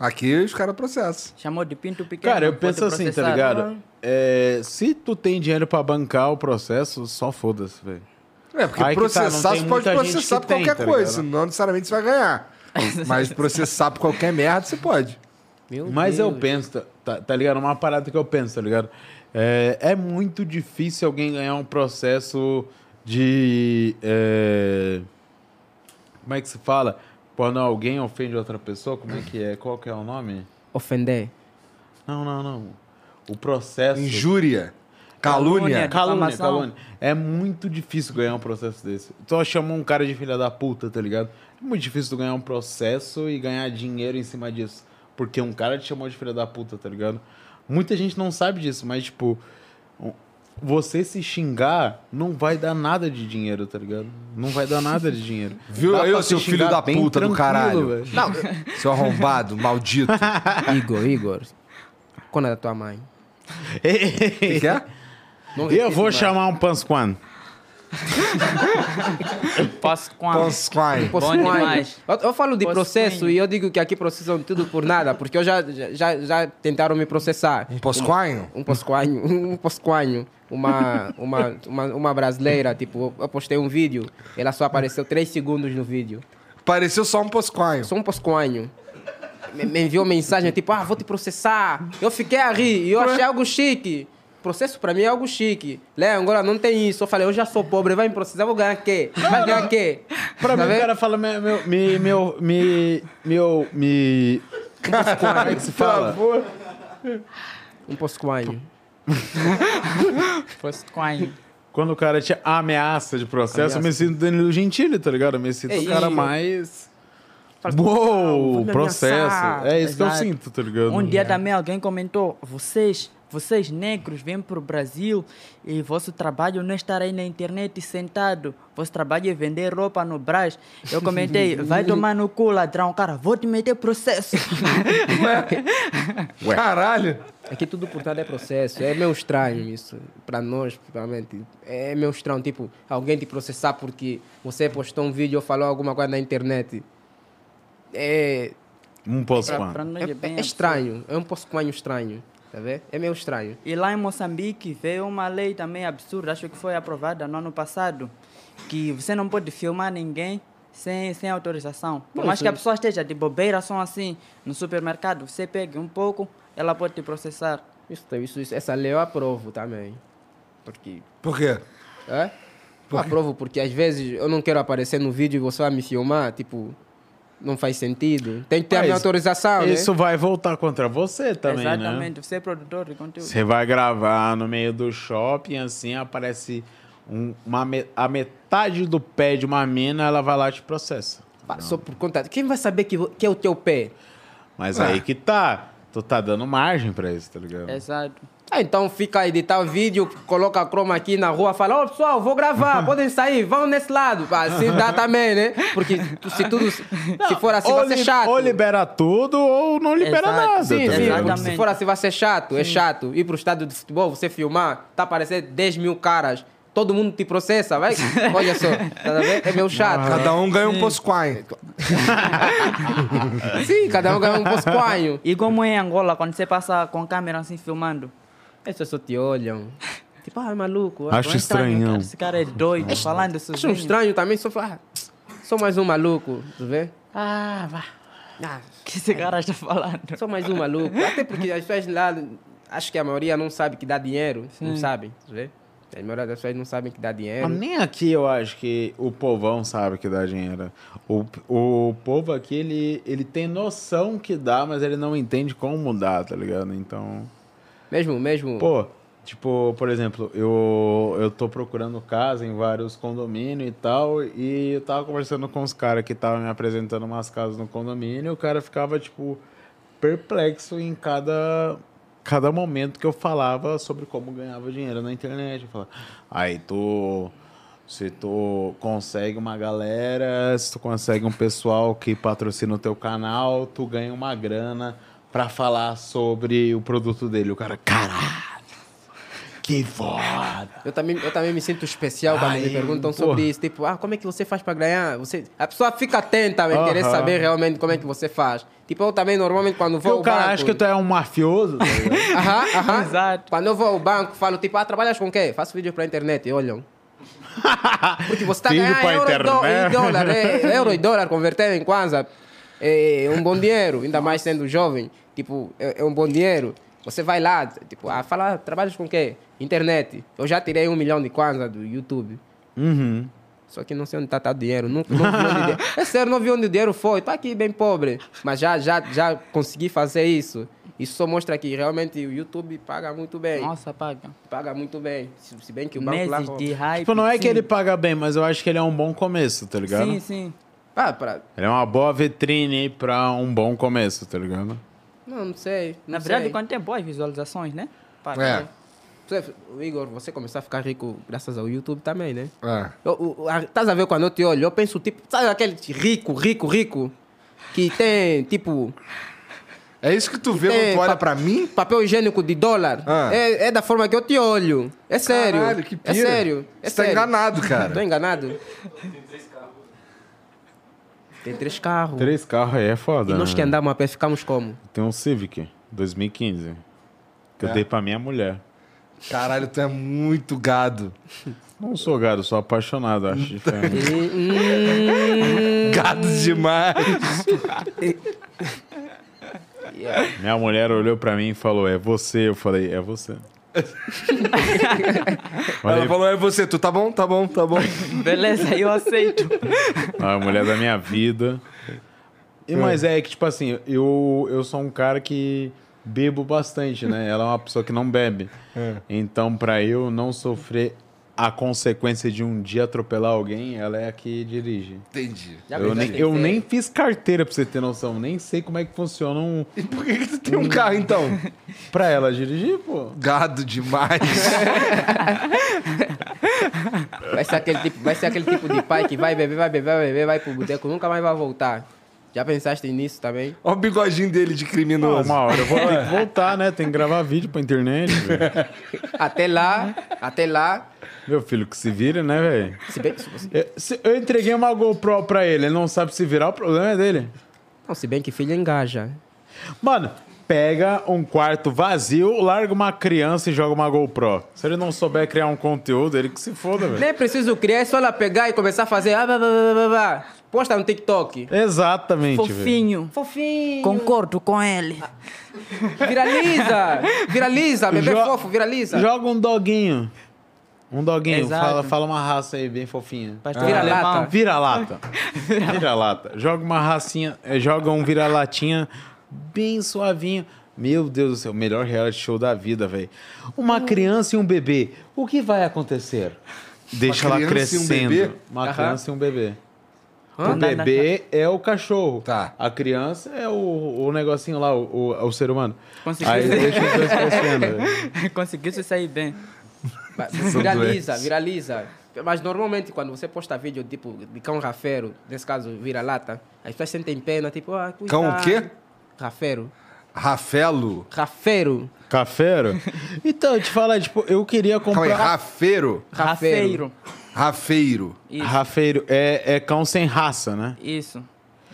Aqui os caras processam.
Chamou de pinto pequeno.
Cara, eu
pode
penso assim, tá
processar. né?
ligado? É, se tu tem dinheiro pra bancar o processo, só foda-se, velho.
É, porque
Aí que tá, não
processar
tem
você pode
muita gente
processar
que
por
tem,
qualquer
tá
coisa,
ligado?
não necessariamente você vai ganhar. Mas processar por qualquer merda você pode.
Mas eu penso, tá- tá, tá ligado? Uma parada que eu penso, tá ligado? É, é muito difícil alguém ganhar um processo de. é, como é que se fala? Quando alguém ofende outra pessoa, como é que é? Qual que é o nome?
Ofender.
Não, não, não. O processo.
Injúria. Calúnia.
Calúnia, calúnia.
Difamação.
calúnia. É muito difícil ganhar um processo desse. Só chamou um cara de filha da puta, tá ligado? É muito difícil tu ganhar um processo e ganhar dinheiro em cima disso. Porque um cara te chamou de filha da puta, tá ligado? Muita gente não sabe disso, mas, tipo, você se xingar não vai dar nada de dinheiro, tá ligado? Não vai dar nada de dinheiro.
Viu
Dá
aí,
pra
ô,
se
seu filho
xingar
da
bem
puta do
tranquilo,
caralho.
velho.
Não, seu arrombado, maldito.
Igor, Igor. Conta da tua mãe.
que
é?
Eu vou chamar um Pansquan.
Pasquim.
Pasquim.
Bom demais.
Eu, eu falo de processo e eu digo que aqui processam tudo por nada, porque eu já, já- já, já tentaram me processar. Um
posquinho?
Um posquinho, um posquinho. Uma, uma, uma, uma brasileira, tipo, eu postei um vídeo, ela só apareceu 3 segundos no vídeo.
Pareceu só um posquinho.
Só um posquinho. Me, me enviou mensagem, tipo, ah, vou te processar. Eu fiquei a rir e eu achei algo chique. Processo pra mim é algo chique. Lé, agora não tem isso. Eu falei, eu já sou pobre, vai me processar, vou ganhar quê? Vai ganhar quê? Tá
Pra mim, o
vendo?
cara fala meu. Meu. Me. Meu. Me. Meu. Me. Como é que se fala?
Um posquinho.
Pasquim.
Quando o cara te ameaça de processo, eu me
Ameaça.
sinto Danilo Gentili, tá ligado? Eu me sinto
Ei,
o cara
ei.
mais. Uou,
me
processo.
ameaçar.
É isso que eu
Exato.
sinto, tá ligado?
Um dia também alguém comentou, vocês, vocês negros vêm pro Brasil e vosso trabalho não é estar aí na internet sentado. Vosso trabalho é vender roupa no Brás. Eu comentei, vai tomar no cu, ladrão. Cara, vou te meter processo.
Ué.
Caralho!
Aqui tudo por trás é processo. É meio estranho isso. Para nós, principalmente. É meio estranho, tipo, alguém te processar porque você postou um vídeo ou falou alguma coisa na internet. É.
Um
posquinho. Pra- pra nós é
É,
bem
é estranho. É um posquinho estranho. Tá vendo? É meio estranho.
E lá em Moçambique veio uma lei também absurda, acho que foi aprovada no ano passado, que você não pode filmar ninguém sem, sem autorização. Por
Não,
mais
isso
que a
é-
pessoa esteja de bobeira, só assim, no supermercado, você pegue um pouco, ela pode te processar.
Isso, então, isso, isso- essa lei eu aprovo também. Porque.
Por quê?
É? Eu aprovo porque às vezes eu não quero aparecer no vídeo e você vai me filmar, tipo. Não faz sentido. Tem que ter a minha
Mas
autorização, né?
Isso vai voltar contra você também, né?
Exatamente, você é produtor de conteúdo.
Você vai gravar no meio do shopping, assim, aparece um- uma me- a metade do pé de uma mina, ela vai lá e te processa.
Só por conta. Quem vai saber que, vo- que é o teu pé?
Mas
Ah.
aí que tá. Tu tá dando margem pra isso, tá ligado?
Exato.
Ah, então fica a editar o vídeo, coloca a croma aqui na rua, fala, ô pessoal, vou gravar, podem sair, vão nesse lado. Ah, se dá também, né? Porque tu- se tudo. se for assim, vai ser
li-
chato.
ou libera tudo ou não libera
Exato.
nada.
Sim,
tá
sim.
ligado?
Se for assim, vai ser chato. É chato. Ir pro estádio de futebol, você filmar, tá aparecendo 10 mil caras. Todo mundo te processa, vai. Olha só, tá vendo? É meio chato.
Cada um ganha
Hum.
um posquinho.
Sim, cada um ganha um posquinho.
E como é em Angola, quando você passa com câmera assim filmando?
Essas só te olham. Tipo, ah, maluco.
Acho
é
estranhão.
cara, Esse cara é doido, falando sozinho.
Acho um estranho também, só falar. "Ah, Sou mais um maluco, tu vê?
Ah, vá.
Ah,
que esse cara está falando?
Sou mais um maluco. Até porque as pessoas lá, acho que a maioria não sabe que dá dinheiro. Não
Sim.
sabem, tu vê? A maioria das pessoas não sabem que dá dinheiro.
Mas nem aqui eu acho que o povão sabe que dá dinheiro. O, o povo aqui, ele, ele tem noção que dá, mas ele não entende como dá, tá ligado? Então.
Mesmo, mesmo.
Pô, tipo, por exemplo, eu, eu tô procurando casa em vários condomínios e tal, e eu tava conversando com os caras que estavam me apresentando umas casas no condomínio, e o cara ficava, tipo, perplexo em cada, cada momento que eu falava sobre como ganhava dinheiro na internet. Eu falava, aí tu. Se tu consegue uma galera, se tu consegue um pessoal que patrocina o teu canal, tu ganha uma grana pra falar sobre o produto dele. O cara, caralho, que foda.
Eu também, eu também me sinto especial quando
Aí,
me perguntam
porra.
sobre isso. Tipo, ah, como é que você faz para ganhar? Você... A pessoa fica atenta a querer
Aham.
saber realmente como é que você faz. Tipo, eu também normalmente quando
Porque
vou
o
ao
cara
banco...
acha que tu é um mafioso. tá ligado?
Aham, aham. Exato. Quando eu vou ao banco, falo tipo, ah, trabalhas com o quê? Faço vídeo pra internet e olham.
Ah,
Porque você tá
Vídeo
ganhando
pra
euro, e dó-
internet.
e dólar, é, euro e dólar convertendo em Kwanza. É um bom dinheiro, ainda mais sendo jovem. Tipo, é, é um bom dinheiro. Você vai lá, tipo, ah, fala, trabalhas com o quê? Internet. Eu já tirei um milhão de Kwanza do YouTube.
Uhum.
Só que não sei onde tá, tá o dinheiro. Não, não vi onde o dinheiro. É sério, não vi onde o dinheiro foi. Tá aqui bem pobre. Mas já, já, já consegui fazer isso. Isso só mostra que realmente o YouTube paga muito bem.
Nossa, paga.
Paga muito bem. Se, se bem que o banco lá...
Meses de hype.
Tipo, não é que
sim.
ele paga bem, mas eu acho que ele é um bom começo, tá ligado?
Sim, sim.
Ah, pra...
Ele é uma boa vitrine pra um bom começo, tá ligado?
Não, não sei.
Na
não
verdade,
sei.
quando tem boas visualizações, né?
É.
Você- o Igor, você começou a ficar rico graças ao YouTube também, né?
É.
Eu- eu- a- Estás a ver quando eu te olho? Eu penso, tipo, sabe aquele rico, rico, rico? Que tem, tipo.
É isso que tu vê quando tu olha pra mim?
Papel higiênico de dólar.
Ah.
É, é da forma que eu te olho. É sério.
Caralho, que
É
pira.
sério. É
Você tá
sério.
enganado, cara.
Tô enganado. Tem três carros.
Três carros aí é foda.
E nós
né?
que andamos a pé ficamos como?
Tem um Civic 2015 que
É.
eu dei pra minha mulher.
Caralho, tu é muito gado.
Não sou gado, sou apaixonado, acho diferente.
Hum,
Hum.
Gado demais.
minha mulher olhou pra mim e falou: "É você". Eu falei: "É você".
Ela falou, é você. Tu tá bom, tá bom, tá bom.
Beleza, eu aceito.
Não, a mulher da minha vida. E, mas é que, tipo assim, eu, eu sou um cara que bebo bastante, né? Ela é uma pessoa que não bebe. Então, pra eu não sofrer a consequência de um dia atropelar alguém, ela é a que dirige.
Entendi.
Eu nem, eu nem fiz carteira, pra você ter noção. Nem sei como é que funciona um...
E por que, que tu tem um carro, então?
Pra ela dirigir, pô.
Gado demais.
Vai ser, aquele tipo, vai ser aquele tipo de pai que vai beber, vai beber, vai beber, vai pro boteco, nunca mais vai voltar. Já pensaste nisso também?
Olha o bigodinho dele de
Não,
criminoso.
uma hora eu vou ter que voltar, né? Tem que gravar vídeo pra internet, velho.
Até lá, até lá.
Meu filho, que se vira, né, velho?
Se bem, se você-
É, se- Eu entreguei uma GoPro pra ele, ele não sabe se virar, o problema é dele.
não, se bem que filho engaja.
Mano, pega um quarto vazio, larga uma criança e joga uma GoPro. Se ele não souber criar um conteúdo, ele que se foda, velho.
Nem preciso criar, é só ela pegar e começar a fazer. ah, blá, blá, blá, blá, blá. Posta no TikTok.
Exatamente, velho.
Fofinho.
Fofinho.
Concordo com ele.
Viraliza. Viraliza, bebê
Jo-
fofo, viraliza.
Joga um doguinho. Um doguinho.
Exato.
Fala, fala uma raça aí, bem fofinha.
Pastor
Vira
alemão.
lata.
Ah, Vira-lata. Vira-lata. Joga uma racinha, eh, joga um vira-latinha bem suavinho. Meu Deus do céu, melhor reality show da vida, velho. Uma criança e um bebê, o que vai acontecer? Deixa ela
criança e um
crescendo.
bebê?
uma
Aham.
criança e um bebê.
Hã?
O bebê é o cachorro.
Tá.
A criança é o, o negocinho lá, o, o- o ser humano.
Conseguiu.
Aí deixa os dois crescendo. velho.
Conseguiu se sair bem.
Vai, Viraliza, viraliza. Mas normalmente quando você posta vídeo tipo de cão rafeiro, nesse caso vira-lata, as pessoas sentem pena, tipo, ah, coitado.
Cão o quê?
Rafeiro.
Ah.
Rafelo?
Rafeiro.
Cafeiro? Então, eu te falar, tipo, eu queria
Calma aí,
comprar.
rafeiro?
Rafeiro.
Rafeiro.
Rafeiro.
Isso.
Rafeiro, é, é cão sem raça, né?
Isso.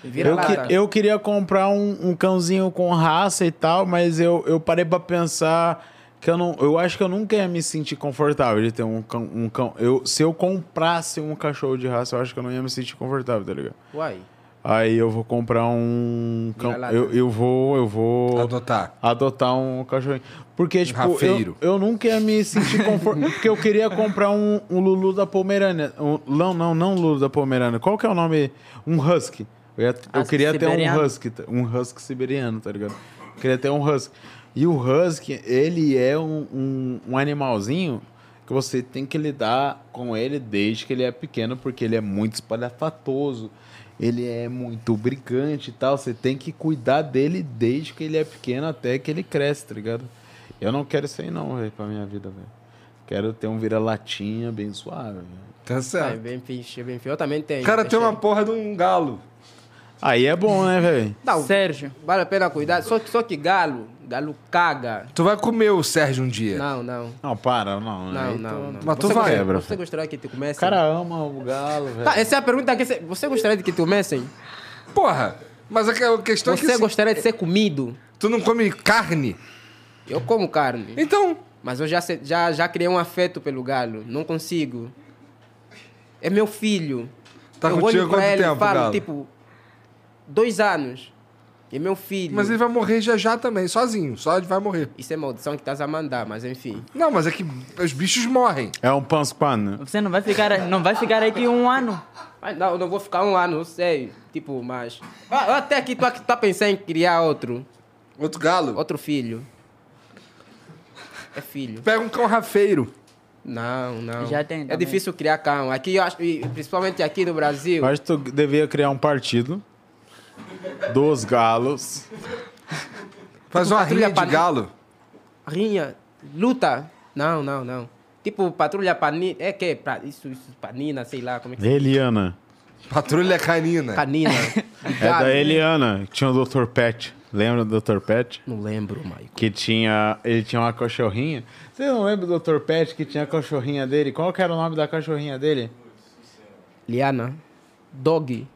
Eu, que-
Vira-lata.
eu queria comprar um, um cãozinho com raça e tal, mas eu, eu parei pra pensar que eu não. Eu acho que eu nunca ia me sentir confortável de ter um cão. Um cão. Eu, se eu comprasse um cachorro de raça, eu acho que eu não ia me sentir confortável, tá ligado?
Uai.
Aí eu vou comprar um cão.
Vira-lata.
Eu, eu vou. Eu vou.
Adotar.
Adotar um cachorrinho. Porque, tipo, eu,
rafeiro.
eu nunca ia me sentir confortável. porque eu queria comprar um, um Lulu da Pomerânia. Um- não, não, não Lulu da Pomerânia. Qual que é o nome? Um Husky. Eu, ia- eu
Husky
queria ter
siberiano.
um Husky. tá- Um Husky siberiano, tá ligado? Eu queria ter um Husky. E o Husky, ele é um, um, um animalzinho que você tem que lidar com ele desde que ele é pequeno, porque ele é muito espalhafatoso. ele é muito brigante e tal. Você tem que cuidar dele desde que ele é pequeno até que ele cresce, tá ligado? Eu não quero isso aí, não, velho, pra minha vida, velho. Quero ter um vira-latinha bem suave.
Tá
É bem fixe, é bem fixe. Eu também tenho.
Cara, tem
deixei.
uma porra de um galo.
Aí é bom, né, velho?
Não, Sérgio. Vale a pena cuidar. Só, que- só que galo, galo caga.
Tu vai comer o Sérgio um dia.
Não, não.
Não, para, não. né?
Não,
aí
não, não.
Mas tu
Você
vai,
gostaria-
Ebra.
Você gostaria que te comessem?
O cara ama o galo, velho.
Tá, essa é a pergunta que você... Você gostaria de que te comessem?
Porra, mas a que- a questão é
Você
que... assim,
gostaria de ser comido?
Tu não come carne?
Eu como carne.
Então,
Mas eu já, se- já, já criei um afeto pelo galo. Não consigo. É meu filho.
Tá
eu
contigo há
olho pra
quanto
ele
tempo,
e falo,
galo?
tipo, dois anos. É meu filho.
mas ele vai morrer já já também, sozinho. Só ele vai morrer.
Isso é maldição que estás a mandar, mas enfim.
Não, mas é que os bichos morrem.
É um panspan.
Você não vai ficar, não vai ficar aqui um ano.
Mas não, eu não vou ficar um ano, eu sei. Tipo, mas. Ah, eu até aqui tô, aqui, tô pensando em criar outro.
Outro galo.
Outro filho. É filho.
Pega um cão rafeiro.
Não, não.
Já tem
É
também.
difícil criar cão. Aqui, eu acho, e principalmente aqui no Brasil.
Eu acho que tu devia criar um partido dos galos.
Faz uma
patrulha
rinha de
pan-
galo.
Rinha, luta. Não, não, não. Tipo, patrulha panina. É que? Pra, isso, isso, panina, sei lá como é que
Eliana.
Patrulha canina.
Canina.
É da Eliana, que tinha o Dr. Pet. Lembra do Dr. Pet?
Não lembro, Maico.
Que tinha. Ele tinha uma cachorrinha. Você não lembra do Dr. Pet que tinha a cachorrinha dele? Qual que era o nome da cachorrinha dele?
Liana. Dog.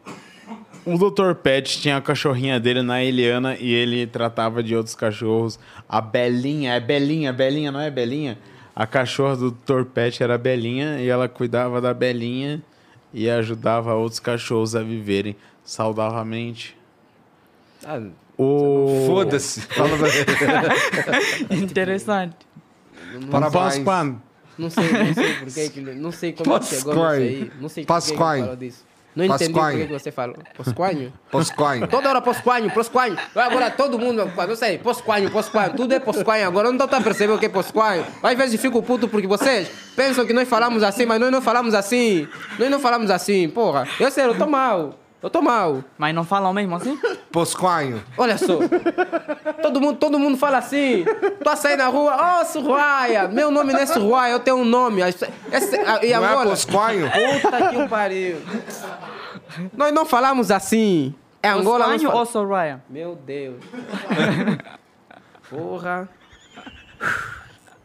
O Dr. Pet tinha a cachorrinha dele na Eliana e ele tratava de outros cachorros. A Belinha, é Belinha, Belinha, não é Belinha? A cachorra do Dr. Pet era a Belinha e ela cuidava da Belinha e ajudava outros cachorros a viverem saudavelmente.
Ah,
O...
Foda-se. Fala
Interessante.
Um
Parabéns.
Panspan.
não sei, não sei por que que. Não sei como é que chegou nisso aí. Não sei por que que
Pasquale.
falou disso. Não entendi por
Pasquale.
que que você falou. Posquanho?
Poscoin.
Toda hora posquanho, posquanho. Agora todo mundo, não sei, posquanho, posquanho. Tudo é posquanho agora. Eu Não tá percebendo o que é posquanho. Às vezes fico puto porque vocês pensam que nós falamos assim, mas nós não falamos assim. Nós não falamos assim, porra. Eu sei, eu tô mal. Eu tô mal.
Mas não falam mesmo assim?
Poscoinho.
Olha só. Todo mundo, todo mundo fala assim. Tô a sair na rua, ô oh, Surruaia. Meu nome não é Surruaia, eu tenho um nome. As- esse- a- e
Não é
agora?
poscoinho?
Puta que um pariu. Nós não falamos assim. É Angola. nós
Osmanho
fala-
ou Soraya?
Meu Deus. Porra.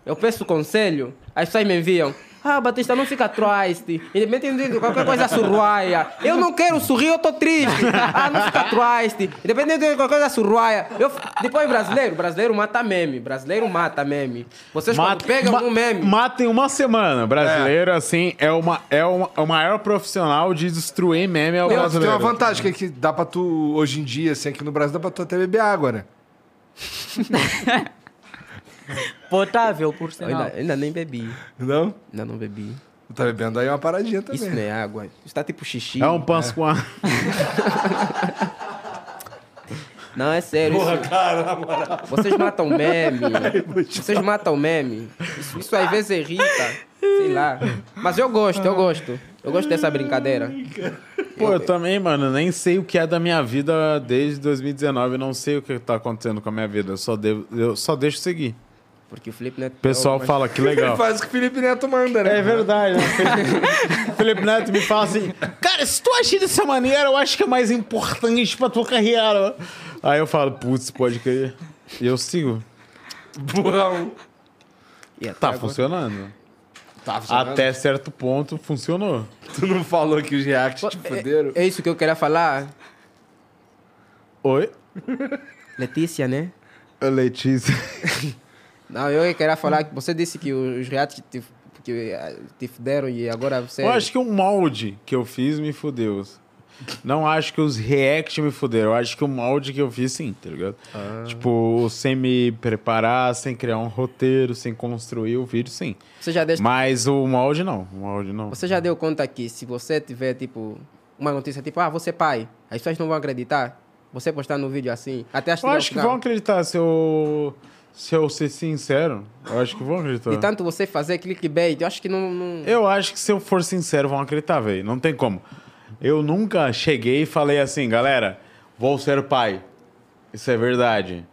Eu peço conselho, as pessoas me enviam. Ah, Batista, não fica triste. Independente de um qualquer coisa, surruaia. Eu não quero sorrir, eu tô triste. Ah, não fica triste. Independente de qualquer coisa, surruaia. Eu, depois, brasileiro. Brasileiro mata meme. Brasileiro mata meme. Vocês quando pegam
ma-
um meme...
Mata em uma semana. Brasileiro, assim, é, uma, é uma- o maior profissional de destruir meme é o
Não, tu tem
brasileiro.
uma vantagem que, é que dá pra tu, hoje em dia, assim, aqui no Brasil, dá pra tu até beber água, né?
Potável, por
Eu ainda, é.
sinal.
ainda nem bebi.
Não?
Ainda não bebi.
Tu tá bebendo aí uma paradinha também.
Isso não é água. Isso tá tipo xixi.
É um Panspan.
Não, é sério. Porra, cara, na moral. Vocês matam meme. Vocês matam meme. Isso, isso às vezes irrita. Sei lá. Mas eu gosto, eu gosto. Eu gosto dessa brincadeira.
Pô, eu também, mano, nem sei o que é da minha vida desde 2019. Eu não sei o que tá acontecendo com a minha vida. Eu só, devo, eu só deixo seguir.
Porque o Felipe é Neto.
O pessoal
Mas-
fala que
Ele
legal.
faz o que o Felipe Neto manda, né?
É verdade. Né? Felipe- Felipe Neto me fala assim: Cara, se tu agir dessa maneira, eu acho que é mais importante pra tua carreira. Aí eu falo: Putz, pode crer. E eu sigo.
Burrão.
E até
Tá
agora-
funcionando.
Tá funcionando?
Até certo ponto funcionou.
Tu não falou que os reacts te fuderam?
É, é isso que eu queria falar.
Oi?
Letícia, né?
Letícia.
Não, eu queria falar que você disse que os reatos te, que, ah, te fuderam e agora você.
Eu acho que o molde que eu fiz me fudeu. Não acho que os react me fuderam. Eu acho que o molde que eu fiz, sim, tá ligado?
Ah.
Tipo, sem me preparar, sem criar um roteiro, sem construir o vídeo, sim.
Você já deixa.
Mas o molde não. O molde não.
Você já deu conta que se você tiver, tipo, uma notícia tipo, ah, você é pai, as pessoas não vão acreditar. Você postar no vídeo assim, até as
Eu acho que vão acreditar se eu. Se eu ser sincero, eu acho que vão
De
acreditar.
tanto você fazer clickbait, eu acho que não. não-
Eu acho que se eu for sincero, vão acreditar, velho. Não tem como. Eu nunca cheguei e falei assim, galera, vou ser pai. Isso é verdade.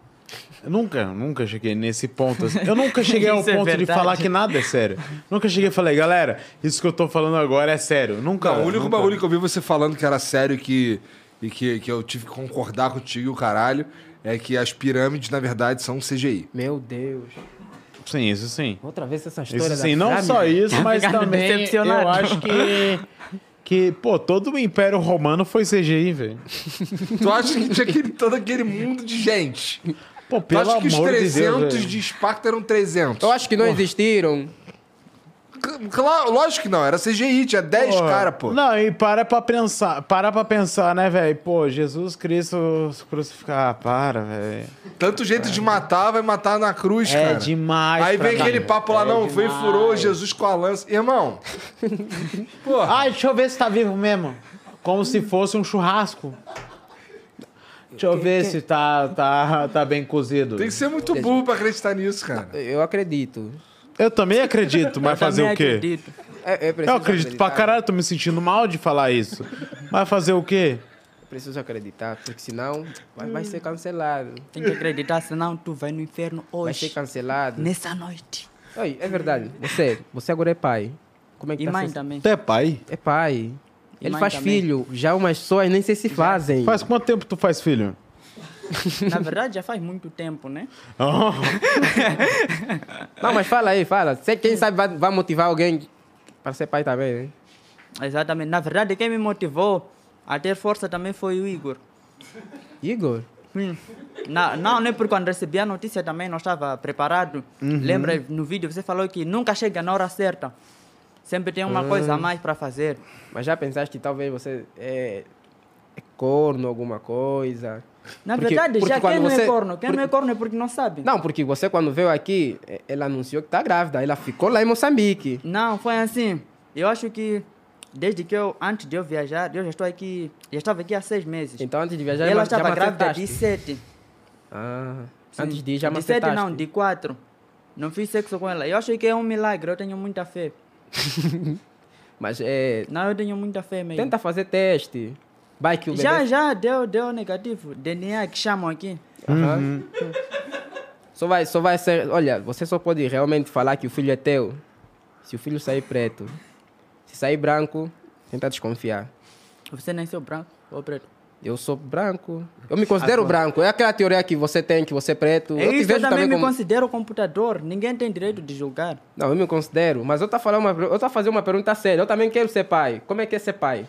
Eu nunca, nunca cheguei nesse ponto. assim. Eu nunca cheguei ao
Isso é
ponto de
verdade.
falar que nada é sério. Nunca cheguei e falei, galera, isso que eu tô falando agora é sério. Nunca.
Não, o único
nunca.
bagulho que eu vi você falando que era sério e que, e que, que eu tive que concordar contigo, e o caralho, é que as pirâmides, na verdade, são CGI.
Meu Deus.
Sim, isso sim.
Outra vez essa
Isso
história da
sim, assim, não só
pirâmide.
isso, mas
Obrigado,
também
decepcionado.
eu acho que que pô, todo o Império Romano foi CGI, velho.
Tu acha que tinha aquele- todo aquele mundo de gente?
Pô,
tu acha
pelo
que os
amor de Deus,
300
velho.
de Esparta eram 300?
Eu acho que não existiram.
Claro, lógico que não, era CGI, tinha 10
Pô,
caras, pô.
Não, e para pra pensar, para pra pensar, né, velho? Pô, Jesus Cristo crucificado. Ah, para, velho.
Tanto jeito de matar, vai matar na cruz,
É
cara.
demais
Aí
pra
vem
mim.
aquele papo lá,
É
não, foi e
demais.
furou Jesus com a lança. Irmão,
Ai, deixa eu ver se tá vivo mesmo.
Como se fosse um churrasco. Deixa eu ver se tá, tá, tá bem cozido.
tem que ser muito burro pra acreditar nisso, cara.
Eu acredito.
Eu também acredito, mas fazer o quê?
É, é preciso
Eu acredito pra
acreditar.
caralho, tô me sentindo mal de falar isso. Mas fazer o quê?
É preciso acreditar, porque senão vai, vai ser cancelado.
Tem que acreditar, senão tu vai no inferno
Vai ser
hoje.
cancelado.
Nessa noite.
Oi, é verdade. Você, você agora é pai. Como é que
E
tá
mãe
seu-
também.
Tu é pai?
É pai.
E
Ele
mãe
faz
também.
filho. Já umas pessoas nem sei se fazem.
Faz quanto tempo tu faz filho?
Na verdade, já faz muito tempo, né?
Oh,
Não, mas fala aí, fala. Você, quem sabe vai, vai motivar alguém para ser pai também, né?
Exatamente. Na verdade, quem me motivou a ter força também foi o Igor.
Igor?
Hum. Na, não, né? Porque quando recebi a notícia também não estava preparado.
Uhum.
Lembra no vídeo você falou que nunca chega na hora certa. Sempre tem
Ah.
uma coisa a mais para fazer.
Mas já pensaste que talvez você é, é corno, alguma coisa?
Na
Porque-
verdade,
porque
já quem
quando
não
você-
é corno? Quem não
porque-
é corno é porque não sabe.
Não, porque você quando veio aqui, é, ela anunciou que tá grávida. Ela ficou lá em Moçambique.
Não, foi assim. Eu acho que desde que eu, antes de eu viajar, eu já estou aqui, já estava aqui há seis meses.
Então antes de
E
viajar,
ela
já
estava
já
grávida de
macetaste.
sete.
Ah,
Sim.
antes de ir, já
De sete
macetaste.
não, de quatro. Não fiz sexo com ela. Eu acho que é um milagre, eu tenho muita fé.
Mas é,
Não, eu tenho muita fé mesmo.
tenta fazer teste. Vai que o bebê...
Já, já, deu, deu negativo. DNA que chamam aqui.
Aham. Só vai, só vai ser... Olha, você só pode realmente falar que o filho é teu se o filho sair preto. Se sair branco, tenta desconfiar.
Você nasceu branco ou preto?
Eu sou branco. Eu me considero branco. É aquela teoria que você tem, que você é preto.
É
eu te
isso, eu
vejo
também
também
me
como...
considero computador. Ninguém tem direito de julgar.
Não, eu me considero. Mas eu tô, falando uma... eu tô fazendo uma pergunta séria. Eu também quero ser pai. Como é que é ser pai?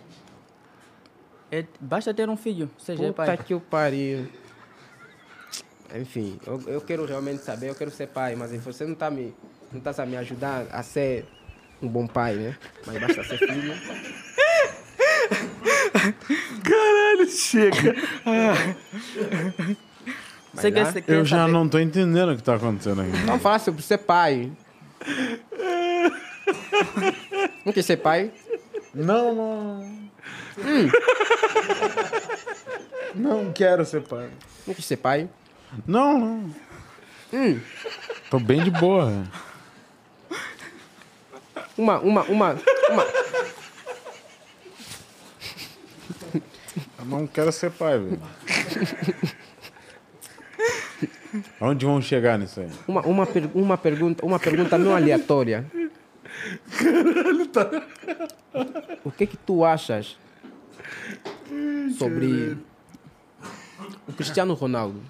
É- basta ter um filho, seja
Puta
pai.
que o pariu. Enfim, eu, eu quero realmente saber, eu quero ser pai, mas você não tá me, não tá sabe, me ajudar a ser um bom pai, né? Mas basta ser filho.
caralho, chega.
Você quer,
lá,
você quer
Eu já
saber-
não tô entendendo o que tá acontecendo aqui.
Não fala sobre ser pai. Não quer ser pai?
Não, não. Não quero ser pai.
Não quer ser pai?
Não, não. Hum. Tô bem de boa.
Uma, uma, uma, uma.
Eu não quero ser pai, velho. Onde vão chegar nisso aí?
Uma, uma, per- uma pergunta, uma pergunta não aleatória. O que que tu achas sobre o Cristiano Ronaldo?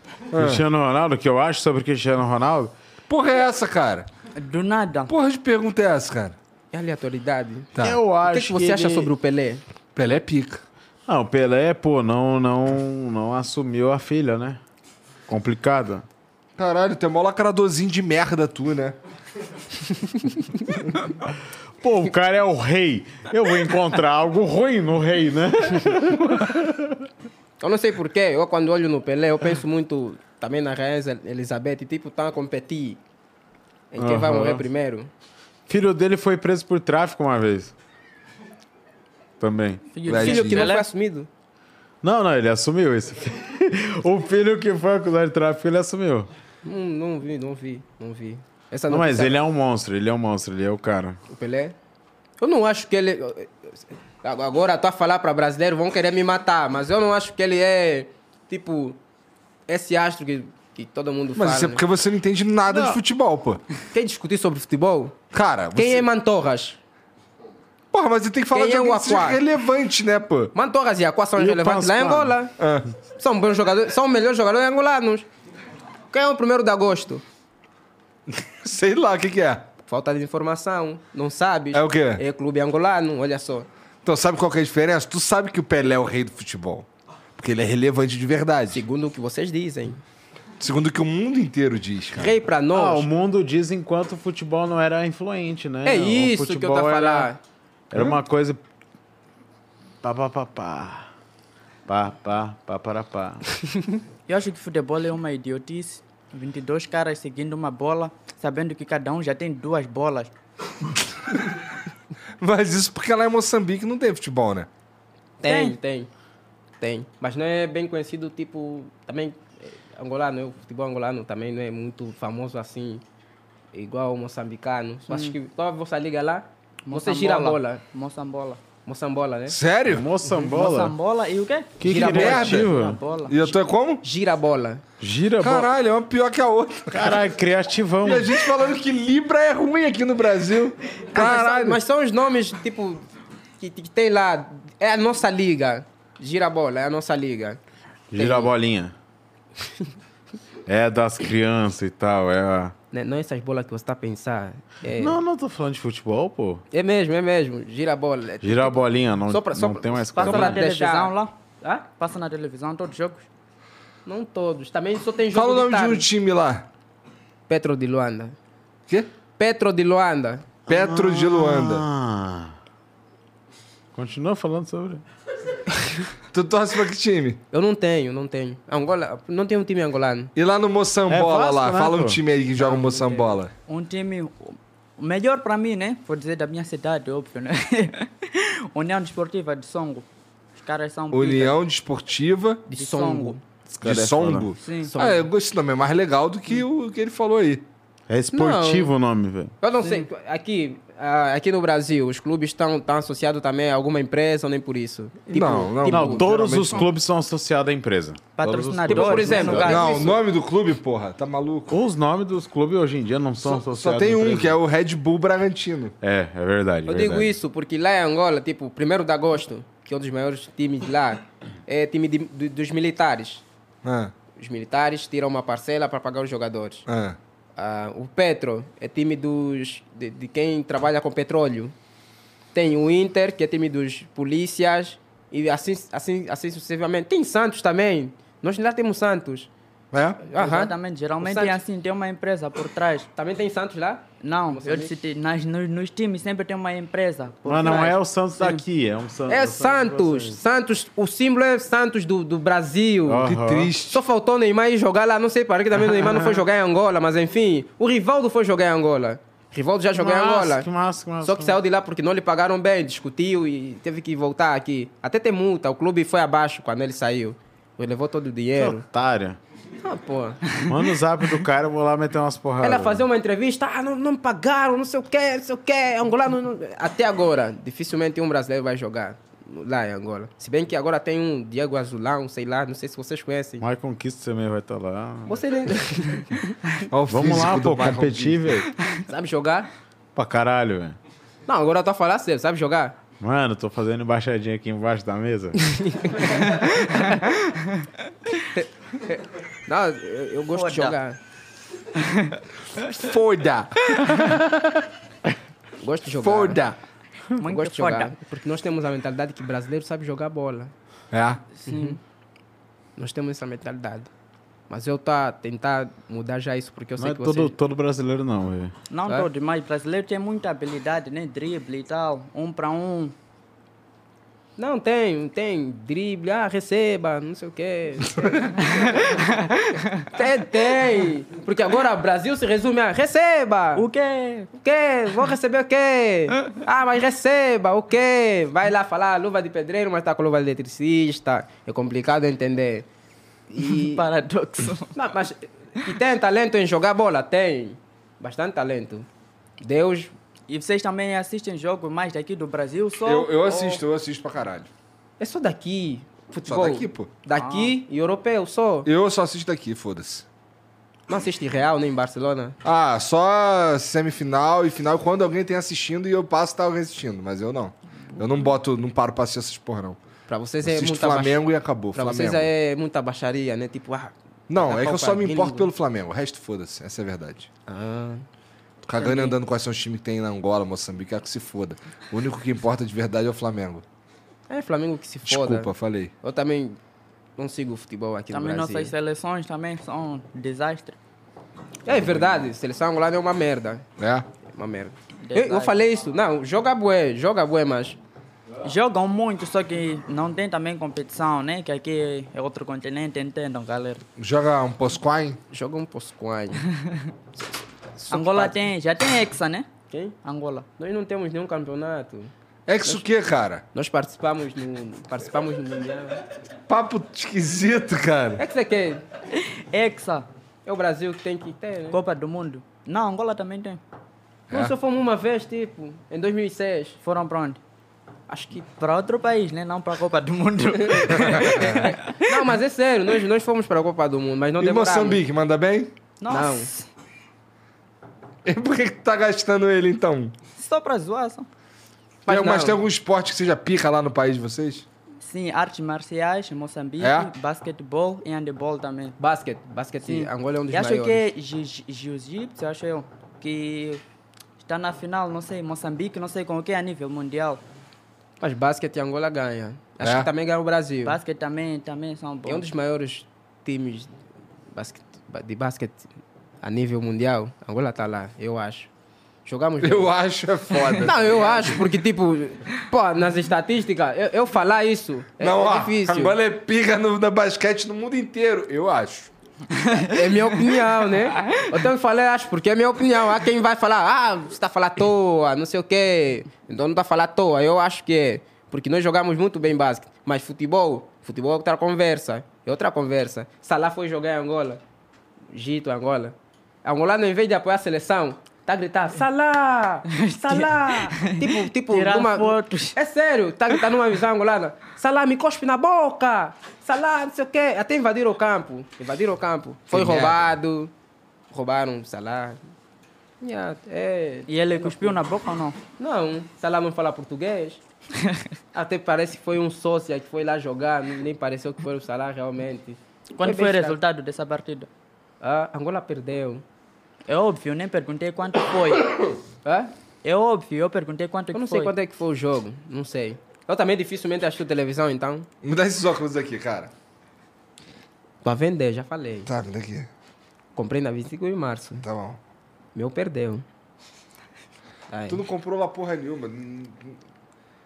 Cristiano Ronaldo, o que eu acho sobre Cristiano Ronaldo?
Porra é essa, cara?
Do nada.
Porra de pergunta é essa, cara?
É aleatoriedade?
Tá.
Eu
O
acho
que, que você acha
ele-
sobre o Pelé?
Pelé é pica.
Não, Ah, o Pelé, pô, não, não, não assumiu a filha, né? Complicado.
Caralho, tem mó lacradorzinho de merda tu, né?
Pô, o cara é o rei. Eu vou encontrar algo ruim no rei, né?
Eu não sei porquê, eu quando olho no Pelé, eu penso muito também na Rainha Elizabeth, tipo, tá a competir em quem vai
Aham.
morrer primeiro.
Filho dele foi preso por tráfico uma vez. Também.
Filho,
Vai,
Filho que não
Pelé?
foi assumido.
Não, não, ele assumiu isso. o filho que foi acusado de tráfico, ele assumiu.
Hum, não vi, não vi, não vi. Essa
Não, mas
notícia-
é ele é um monstro, ele é um monstro, ele é o cara.
O Pelé? Eu não acho que ele. Agora tô a falar para brasileiro, vão querer me matar, mas eu não acho que ele é, tipo, esse astro que, que todo mundo fala.
Mas isso é
né?
porque você não entende nada de
Não.
futebol, pô.
Quer discutir sobre futebol?
Cara, você...
Quem é Mantorras?
Porra, mas você tem que falar
Quem
de
é
alguém
o
que seja
Aquá?
relevante, né, pô? Ah,
Mantorras e Aquá são
E o
relevantes lá em
Pascoal?
Angola. São bons jogadores, são melhores jogadores angolanos. Quem é o primeiro de agosto?
Sei lá, o que, é?
Falta de informação, não sabes.
É o quê?
É clube angolano, olha só.
Então, sabe qual que é a diferença? Tu sabe que o Pelé é o rei do futebol. Porque ele é relevante de verdade.
Segundo o que vocês dizem.
Segundo o que o mundo inteiro diz, cara.
Rei pra nós.
Ah, o mundo diz enquanto o futebol não era influente, né?
É
O
isso que eu tô Hum?
futebol
a
era-
falar.
Era uma coisa. Pá, pá, pá, pá. Pá, pá, pá, para, pá.
Eu acho que futebol é uma idiotice. 22 caras seguindo uma bola, sabendo que cada um já tem duas bolas.
Mas isso porque lá em Moçambique não tem futebol, né?
Tem, tem. Tem. Mas não é bem conhecido, tipo, também eh, angolano, o futebol angolano também não é muito famoso assim, igual o moçambicano. Eu Acho que só você liga lá, você gira a bola.
Moçambola.
Moçambola, né?
Sério?
Moçambola e o quê?
Que
Gira a bola.
criativo.
Gira a bola.
E eu tô é como?
Gira a bola.
Gira
Tá
a
Caralho,
bola.
é uma pior que a outra.
Caralho, criativão.
E a gente falando que Libra é ruim aqui no Brasil. Caralho.
Mas são os nomes, tipo, que, que tem lá. É a nossa liga. Gira a bola, é a nossa liga.
Gira a bolinha. É das crianças e tal, é. a-
Né, Não essas bolas que você tá pensando. É,
Não, não tô falando de futebol, pô.
é mesmo, é mesmo. Gira a bola.
Gira a bolinha, não,
Só pra- só
não
pra-
tem mais
passa
Passa
coisa.
na televisão lá? tá? Passa na televisão todos os jogos?
Não todos. Também só tem jogo
Fala o
de
nome de
tarde.
um time lá.
Petro de Luanda.
Quê?
Petro de Luanda.
Petro de Luanda.
Ah. Continua falando sobre.
Tu torce pra que time?
Eu não tenho, não tenho. Angola, não tem um time angolano.
E lá no Moçambola,
É Vasco,
lá,
né,
fala um
pô?
time aí que
É,
joga Moçambola.
Um time. O melhor para mim, né? Vou dizer da minha cidade, óbvio, né? União Desportiva de Songo. Os caras são.
União Desportiva
pica. é. de
de Songo.
Sim.
Ah, eu gostei esse nome, é mais legal do que o que ele falou aí.
É esportivo o nome, velho.
Eu não sei. Aqui, ah, aqui no Brasil, os clubes estão tão associados também a alguma empresa ou nem por isso?
Tipo,
Tipo,
Não, não,
Não, todos os
geralmente-
clubes são associados à empresa.
Patrocinadores.
Tipo, por
né,
exemplo,
no caso.
Não, o
isso.
nome do clube, porra, tá maluco?
Os nomes dos clubes hoje em dia não são
Só,
associados.
tem
à
um,
empresa.
que é o Red Bull Bragantino.
É, é verdade.
Eu
verdade.
digo isso porque lá em Angola, tipo, 1 de agosto, que é um dos maiores times lá, é time de- do- dos militares.
Ah,
Os militares tiram uma parcela para pagar os jogadores.
ah.
Ah, o Petro é time dos de, de quem trabalha com petróleo. Tem o Inter, que é time dos polícias, e assim, assim, assim sucessivamente. Tem Santos também. Nós lá temos Santos.
É?
Aham.
Exatamente,
O
geralmente
Santos-
é assim, tem uma empresa por trás.
Também tem Santos lá?
Não, eu
Moçambique?
disse, te- nas, nos, nos times sempre tem uma empresa. por
Mas não
trás.
é o Santos daqui, é um Santos.
É Santos. Santos, o símbolo é Santos do, do Brasil.
Aham.
Que triste.
Só faltou o Neymar ir jogar lá, não sei para que também o Neymar não foi jogar em Angola, mas enfim, o Rivaldo foi jogar em Angola. Rivaldo já jogou em
Massa,
Angola.
que massa, que massa,
Só que
que
saiu de lá porque não lhe pagaram bem, discutiu e teve que voltar aqui. Até tem multa, o clube foi abaixo quando ele saiu. Ele levou todo o
Que
dinheiro.
otário.
Ah, pô.
Manda o zap do cara, eu vou lá meter umas porradas.
Ela fazer uma entrevista, ah, não, não me pagaram, não sei o que, não sei o que, angolano. não- Até agora, dificilmente um brasileiro vai jogar lá em Angola. Se bem que agora tem um Diego Azulão, sei lá, não sei se vocês conhecem.
Michael Kiss também vai
tá
estar lá.
Você nem-
Ó, o
Vamos
físico
lá,
do
pô,
Michael
competir, velho.
sabe jogar?
Pra caralho, velho.
Não, agora eu tô a falar sério, sabe jogar?
Mano, tô fazendo embaixadinha aqui embaixo da mesa.
Não, eu, eu gosto de
Foda.
jogar.
Keaton. Foda!
Gosto de jogar.
Foda!
Hum, Eu
Muito
gosto de
foda.
jogar. Porque nós temos a mentalidade que brasileiro sabe jogar bola. Uhum.
É?
Nós temos essa mentalidade. Mas eu tô a tentar mudar já isso, porque eu
não
sei
é
que
todo,
vocês...
todo brasileiro, não, velho.
Não
Sabe?
todo, mas brasileiro tem muita habilidade, né? Drible e tal, um para um.
Não, tem, tem. Drible, ah, receba, não sei o quê. tem, tem. Porque agora o Brasil se resume a receba.
O é quê?
O quê? Vou receber o quê? Ah, mas receba, o quê? Vai lá falar luva de pedreiro, mas tá com luva de eletricista. É complicado entender. E...
Paradoxo.
Não, mas que tem talento em jogar bola? Tem. Bastante talento. Deus
E vocês também assistem jogos mais daqui do Brasil só?
Eu, eu
Ou-
assisto, eu assisto pra caralho.
É só daqui. Futebol.
daqui, pô. Ah.
Daqui e europeu só.
Eu só assisto daqui, foda-se.
Não assiste Real nem Barcelona?
Ah, só semifinal e final quando alguém tem assistindo e eu passo tá alguém assistindo, mas eu não. Eu não boto, não paro pra assistir essas porra, não.
Pra vocês
eu
é
assisto
muita
Flamengo e
baix-
acabou,
Pra
Flamengo.
vocês é muita baixaria, né? Tipo, ah.
Não,
cada
é que eu
Copa,
só me
ninguém
importo
liga.
pelo Flamengo. O resto, foda-se. Essa é a verdade.
Ah.
Tô cagando e andando quais são os times que tem na Angola, Moçambique. É que se foda. O único que importa de verdade é o Flamengo.
É Flamengo que se foda.
Desculpa, falei.
Eu também não sigo o futebol aqui
Também
no Brasil.
nossas seleções também são um desastre.
É verdade, seleção angolana é uma merda.
É?
Uma merda. Eu, eu falei isso, não, joga bué, joga bué, mas.
Jogam muito, só que não tem também competição, né? Que aqui é outro continente, entendam, galera.
Joga um Posquain?
Joga um Posquain.
Angola tem, já tem Hexa, né?
Quem?
Angola.
Nós não temos nenhum campeonato.
É que isso o quê, cara?
Nós participamos no, participamos no Mundial.
Papo esquisito, cara.
É que você quer?
Hexa,
É o Brasil que tem que ter, né?
Copa do Mundo. Não, Angola também tem.
Nós só fomos uma vez, tipo, em 2006.
Foram pra onde?
Acho que.
Pra outro país, né? Não pra Copa do Mundo.
Não, mas é sério, nós, nós fomos para a Copa do Mundo, mas não
E
demoramos.
Moçambique, manda bem?
Nossa.
E por que, que tu tá gastando ele, então?
Só pra zoar, só.
Mas,
Mas
tem, mas
não.
tem algum esporte que seja pica lá no país de vocês?
Sim, artes marciais, em Moçambique,
É?
basquetebol e handebol também.
Basquete, basquete,
Sim.
Angola é um dos
E acho
maiores.
que é Gi- Gi- Egito, acho eu, que está na final, não sei, Moçambique, não sei com que a nível mundial.
Mas basquete Angola ganha. Acho
É?
que também ganha o Brasil.
Basquete também, também são bons.
É um dos maiores times basquete- de basquete a nível mundial. Angola está lá, eu acho. Jogamos. bem.
Eu acho é foda.
Não, eu acho, porque, tipo, pô, nas estatísticas, eu, eu falar isso é,
Não,
é
ó,
difícil.
Angola é pica no, na basquete no mundo inteiro, eu acho.
É minha opinião, né? Eu tenho que falar, acho, porque é minha opinião. Há quem vai falar, ah, você está falando à toa, não sei o quê. Então não está falando à toa. Eu acho que é. Porque nós jogamos muito bem basquete. Mas futebol, futebol é outra conversa. É outra conversa. Salah foi jogar em Angola. Egito, Angola. Angolano, em vez de apoiar a seleção, tá a gritar, Salah! Salah! tipo, tipo...
Tirar
numa-
fotos.
É sério, tá gritando numa visão angolana. Salah, me cospe na boca! Salah, não sei o quê. Até invadiram o campo. Invadiram o campo. Foi
merda.
roubado. Roubaram o Salah. Yeah, é...
E ele cuspiu na boca ou não?
Não, Salah não fala português. Até parece que foi um sócio que foi lá jogar. Nem pareceu que foi o Salah realmente.
Quanto
bem
foi o
estranho.
resultado dessa partida?
Ah, Angola perdeu.
É óbvio, nem perguntei quanto foi.
Hã?
É óbvio, eu perguntei quanto
Eu
que
não
foi.
sei quanto é que foi o jogo, não sei. Eu também dificilmente assisto televisão, então.
Me dá esses óculos aqui, cara.
Pra vender, já falei.
Tá, me dá aqui.
Comprei na 25 de março.
Tá bom.
Meu perdeu. Aí.
Tu não comprou lá porra nenhuma.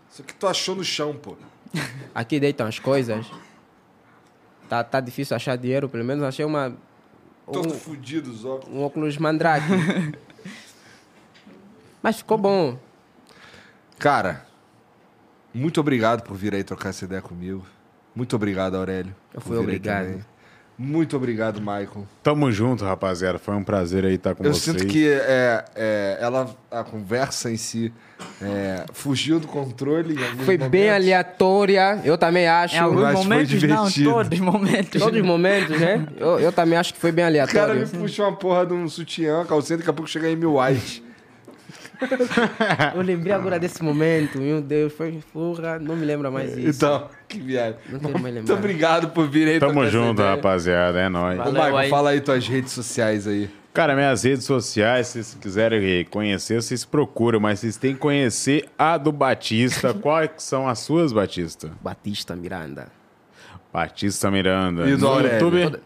Isso aqui tu achou no chão, pô.
Aqui deitam as coisas. Tá, tá difícil achar dinheiro, pelo menos achei uma,
Todo fudido os óculos.
um óculos mandrake. Mas ficou bom.
Cara, muito obrigado por vir aí trocar essa ideia comigo. Muito obrigado, Aurélio.
Eu
por vir
fui
aí
obrigado.
também. Muito obrigado, Michael.
Tamo junto, rapaziada. Foi um prazer aí estar com
Eu
vocês.
sinto que é, é, ela, a conversa em si é, fugiu do controle. em alguns
Foi bem
momentos.
aleatória, eu também acho.
Em alguns
Mas foi
momentos, não,
divertido.
todos os momentos.
Todos os momentos, né? Eu, eu também acho que foi bem
O cara me
aleatório.
puxou uma porra de um sutiã, uma calcinha, daqui a pouco chega em mil white.
Eu lembrei agora desse momento, meu Deus, foi porra, não me lembra mais isso.
Então, que viagem.
Não quero mais
Muito
lembrar.
obrigado por vir aí.
Tamo
trocar essa
junto,
ideia.
rapaziada. É nóis.
Ô, Michael, fala aí tuas redes sociais aí.
Cara, minhas redes sociais, se vocês quiserem conhecer, vocês procuram, mas vocês têm que conhecer a do Batista. Quais que são as suas, Batista?
Batista Miranda.
Batista Miranda.
E do
É, no
Aurélio?
YouTube.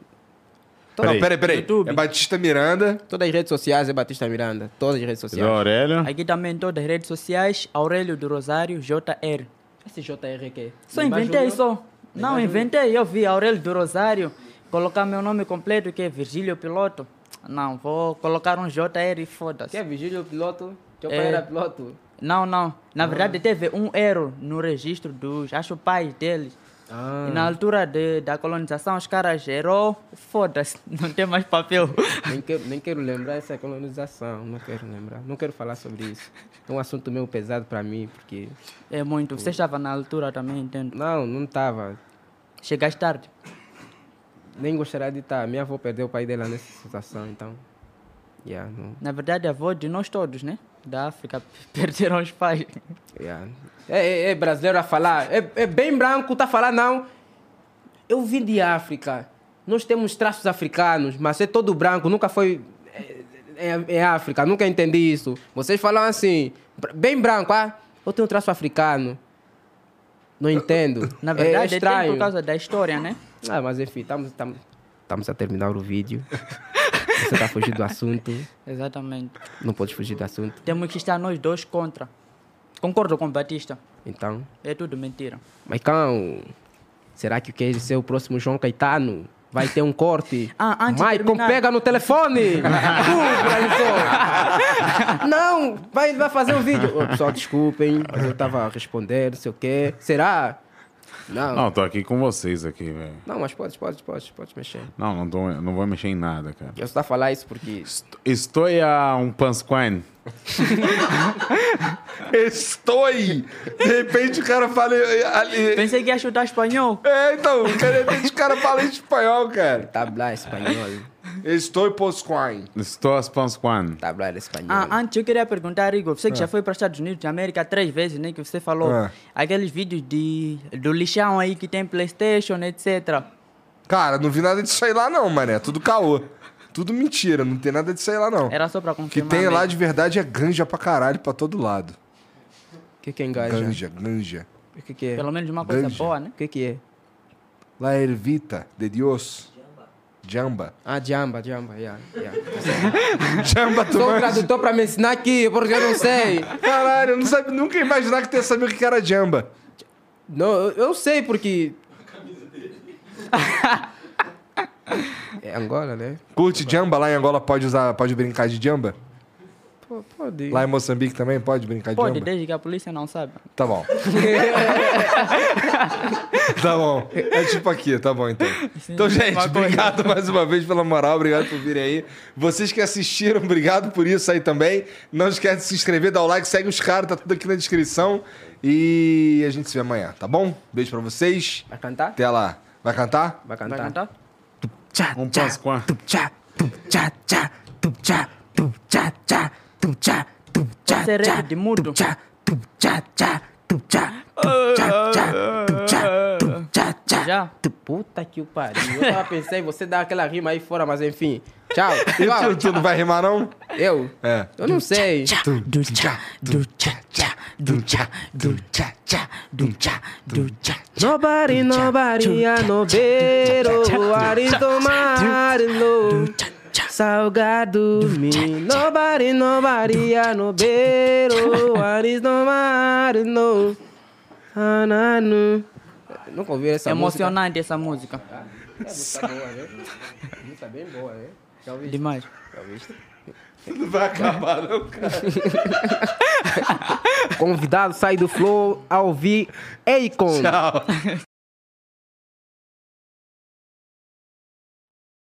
Não,
Peraí.
peraí, peraí.
YouTube.
É Batista Miranda.
Todas as redes sociais é Batista Miranda. Todas as redes
E do
sociais.
Aurélio.
Aqui também todas as redes sociais, Aurélio do Rosário, JR.
Esse JR que
Só inventei só. Não, inventei. Eu vi Aurélio do Rosário colocar meu nome completo, que é Virgílio Piloto. Não, vou colocar um JR e
Que é
foda-se.
Vigílio Piloto? Teu
É.
pai era piloto? Ah.
Não, não. Na verdade, teve um erro no registro dos, acho, pais dele.
Ah.
E na altura de- da colonização, os caras gerou, foda-se, não tem mais papel.
Nem quero, nem quero lembrar essa colonização, não quero lembrar, não quero falar sobre isso. É um assunto meio pesado para mim, porque.
É muito. Você estava na altura também, entendo.
Não, não estava.
Chegaste tarde.
Nem gostaria de estar. Minha avó perdeu o pai dela nessa situação, então. Yeah, não.
Na verdade, a avó de nós todos, né? Da África, perderam os pais.
Yeah. É, é- é brasileiro a falar, é, é bem branco, tá a falar não. Eu vim de África, nós temos traços africanos, mas é todo branco, nunca foi é, é- é África, nunca entendi isso. Vocês falam assim, br- bem branco, ah, eu tenho traço africano. Não entendo.
Na verdade,
é
é tem
estranho.
por causa da história, né?
Ah, mas enfim, estamos a terminar o vídeo. Você tá fugindo do assunto,
Exatamente.
não pode fugir do assunto,
Temos que estar nós dois contra. Concordo com o Batista.
então.
É tudo mentira.
Maicão, será que quer ser o próximo João Caetano? Vai ter um corte.
Ah, antes de
Maicon,
terminar-
pega no telefone! Desculpa, não, vai, vai fazer um vídeo. Ô, pessoal, desculpem, mas eu tava respondendo, não sei o quê. Será? Não.
Não, tô aqui com vocês aqui, velho.
Não, mas pode, pode, pode, pode mexer.
Não, não, tô, não vou mexer em nada, cara.
Eu só falar isso porque.
Estou a um pansquine.
Estou! De repente o cara fala. eh, Ali...
Pensei que ia chutar espanhol.
É, então, de repente o cara fala em espanhol, cara.
Tablar espanhol.
Estou posquine.
Estou a pansquine.
Tablar espanhol.
Ah, antes eu queria perguntar, Igor, você que já foi para os Estados Unidos da América três vezes, né? Que você falou.
É.
Aqueles vídeos de, do lixão aí que tem Playstation, etc.
Cara, não vi nada disso aí lá, não, mané. Tudo caô. Tudo mentira, não tem nada disso aí lá, não.
Era só para
O que
confirmar.
tem lá
mesmo.
de verdade é ganja pra caralho, pra todo lado.
O que, que é engaja?
Ganja, ganja.
O que, que é?
Pelo menos uma coisa
Ganja.
boa, né?
O que, que é?
La ervita de Dios. Jamba.
Ah, jamba, jamba, yeah, yeah.
Jamba, tu
Sou um
manja?
tradutor pra me ensinar aqui, porque eu não sei.
Caralho, eu não sabia, nunca ia imaginar que tu ia saber o que era jamba.
Não, eu, eu sei porque. é Angola, né?
Curte jamba lá em Angola, pode usar, pode brincar de jamba?
Pô, pode.
Lá em Moçambique também pode brincar de
Pode,
jamba?
desde que a polícia não saiba.
Tá bom. tá bom. É tipo aqui, tá bom então. Então, gente, obrigado mais uma vez pela moral, obrigado por virem aí. Vocês que assistiram, obrigado por isso aí também. Não esquece de se inscrever, dar o like, segue os caras, tá tudo aqui na descrição. E a gente se vê amanhã, tá bom? Beijo pra vocês.
Vai cantar?
Até lá. Vai cantar?
Vai
Vai
cantar?
cantar?
Um pansquine.
Você é rap de mudo? Já?
Puta que o pariu. Eu tava pensando em você dar aquela rima aí fora, mas enfim. Tchau.
E
Tchau.
tu, tu não vai rimar, não?
Eu?
É.
Eu não sei. Nobody, nobody, I know better. What is the matter, Salgado, me. Nobody, nobody, I know better. What is the matter, no? Ananu. Nunca ouvi essa música.
Emocionante essa música.
Música boa, né? Música bem boa, né? Já ouvi.
Demais.
Não vai acabar, não, cara.
Convidado, sai do flow a ouvir Akon.
Tchau.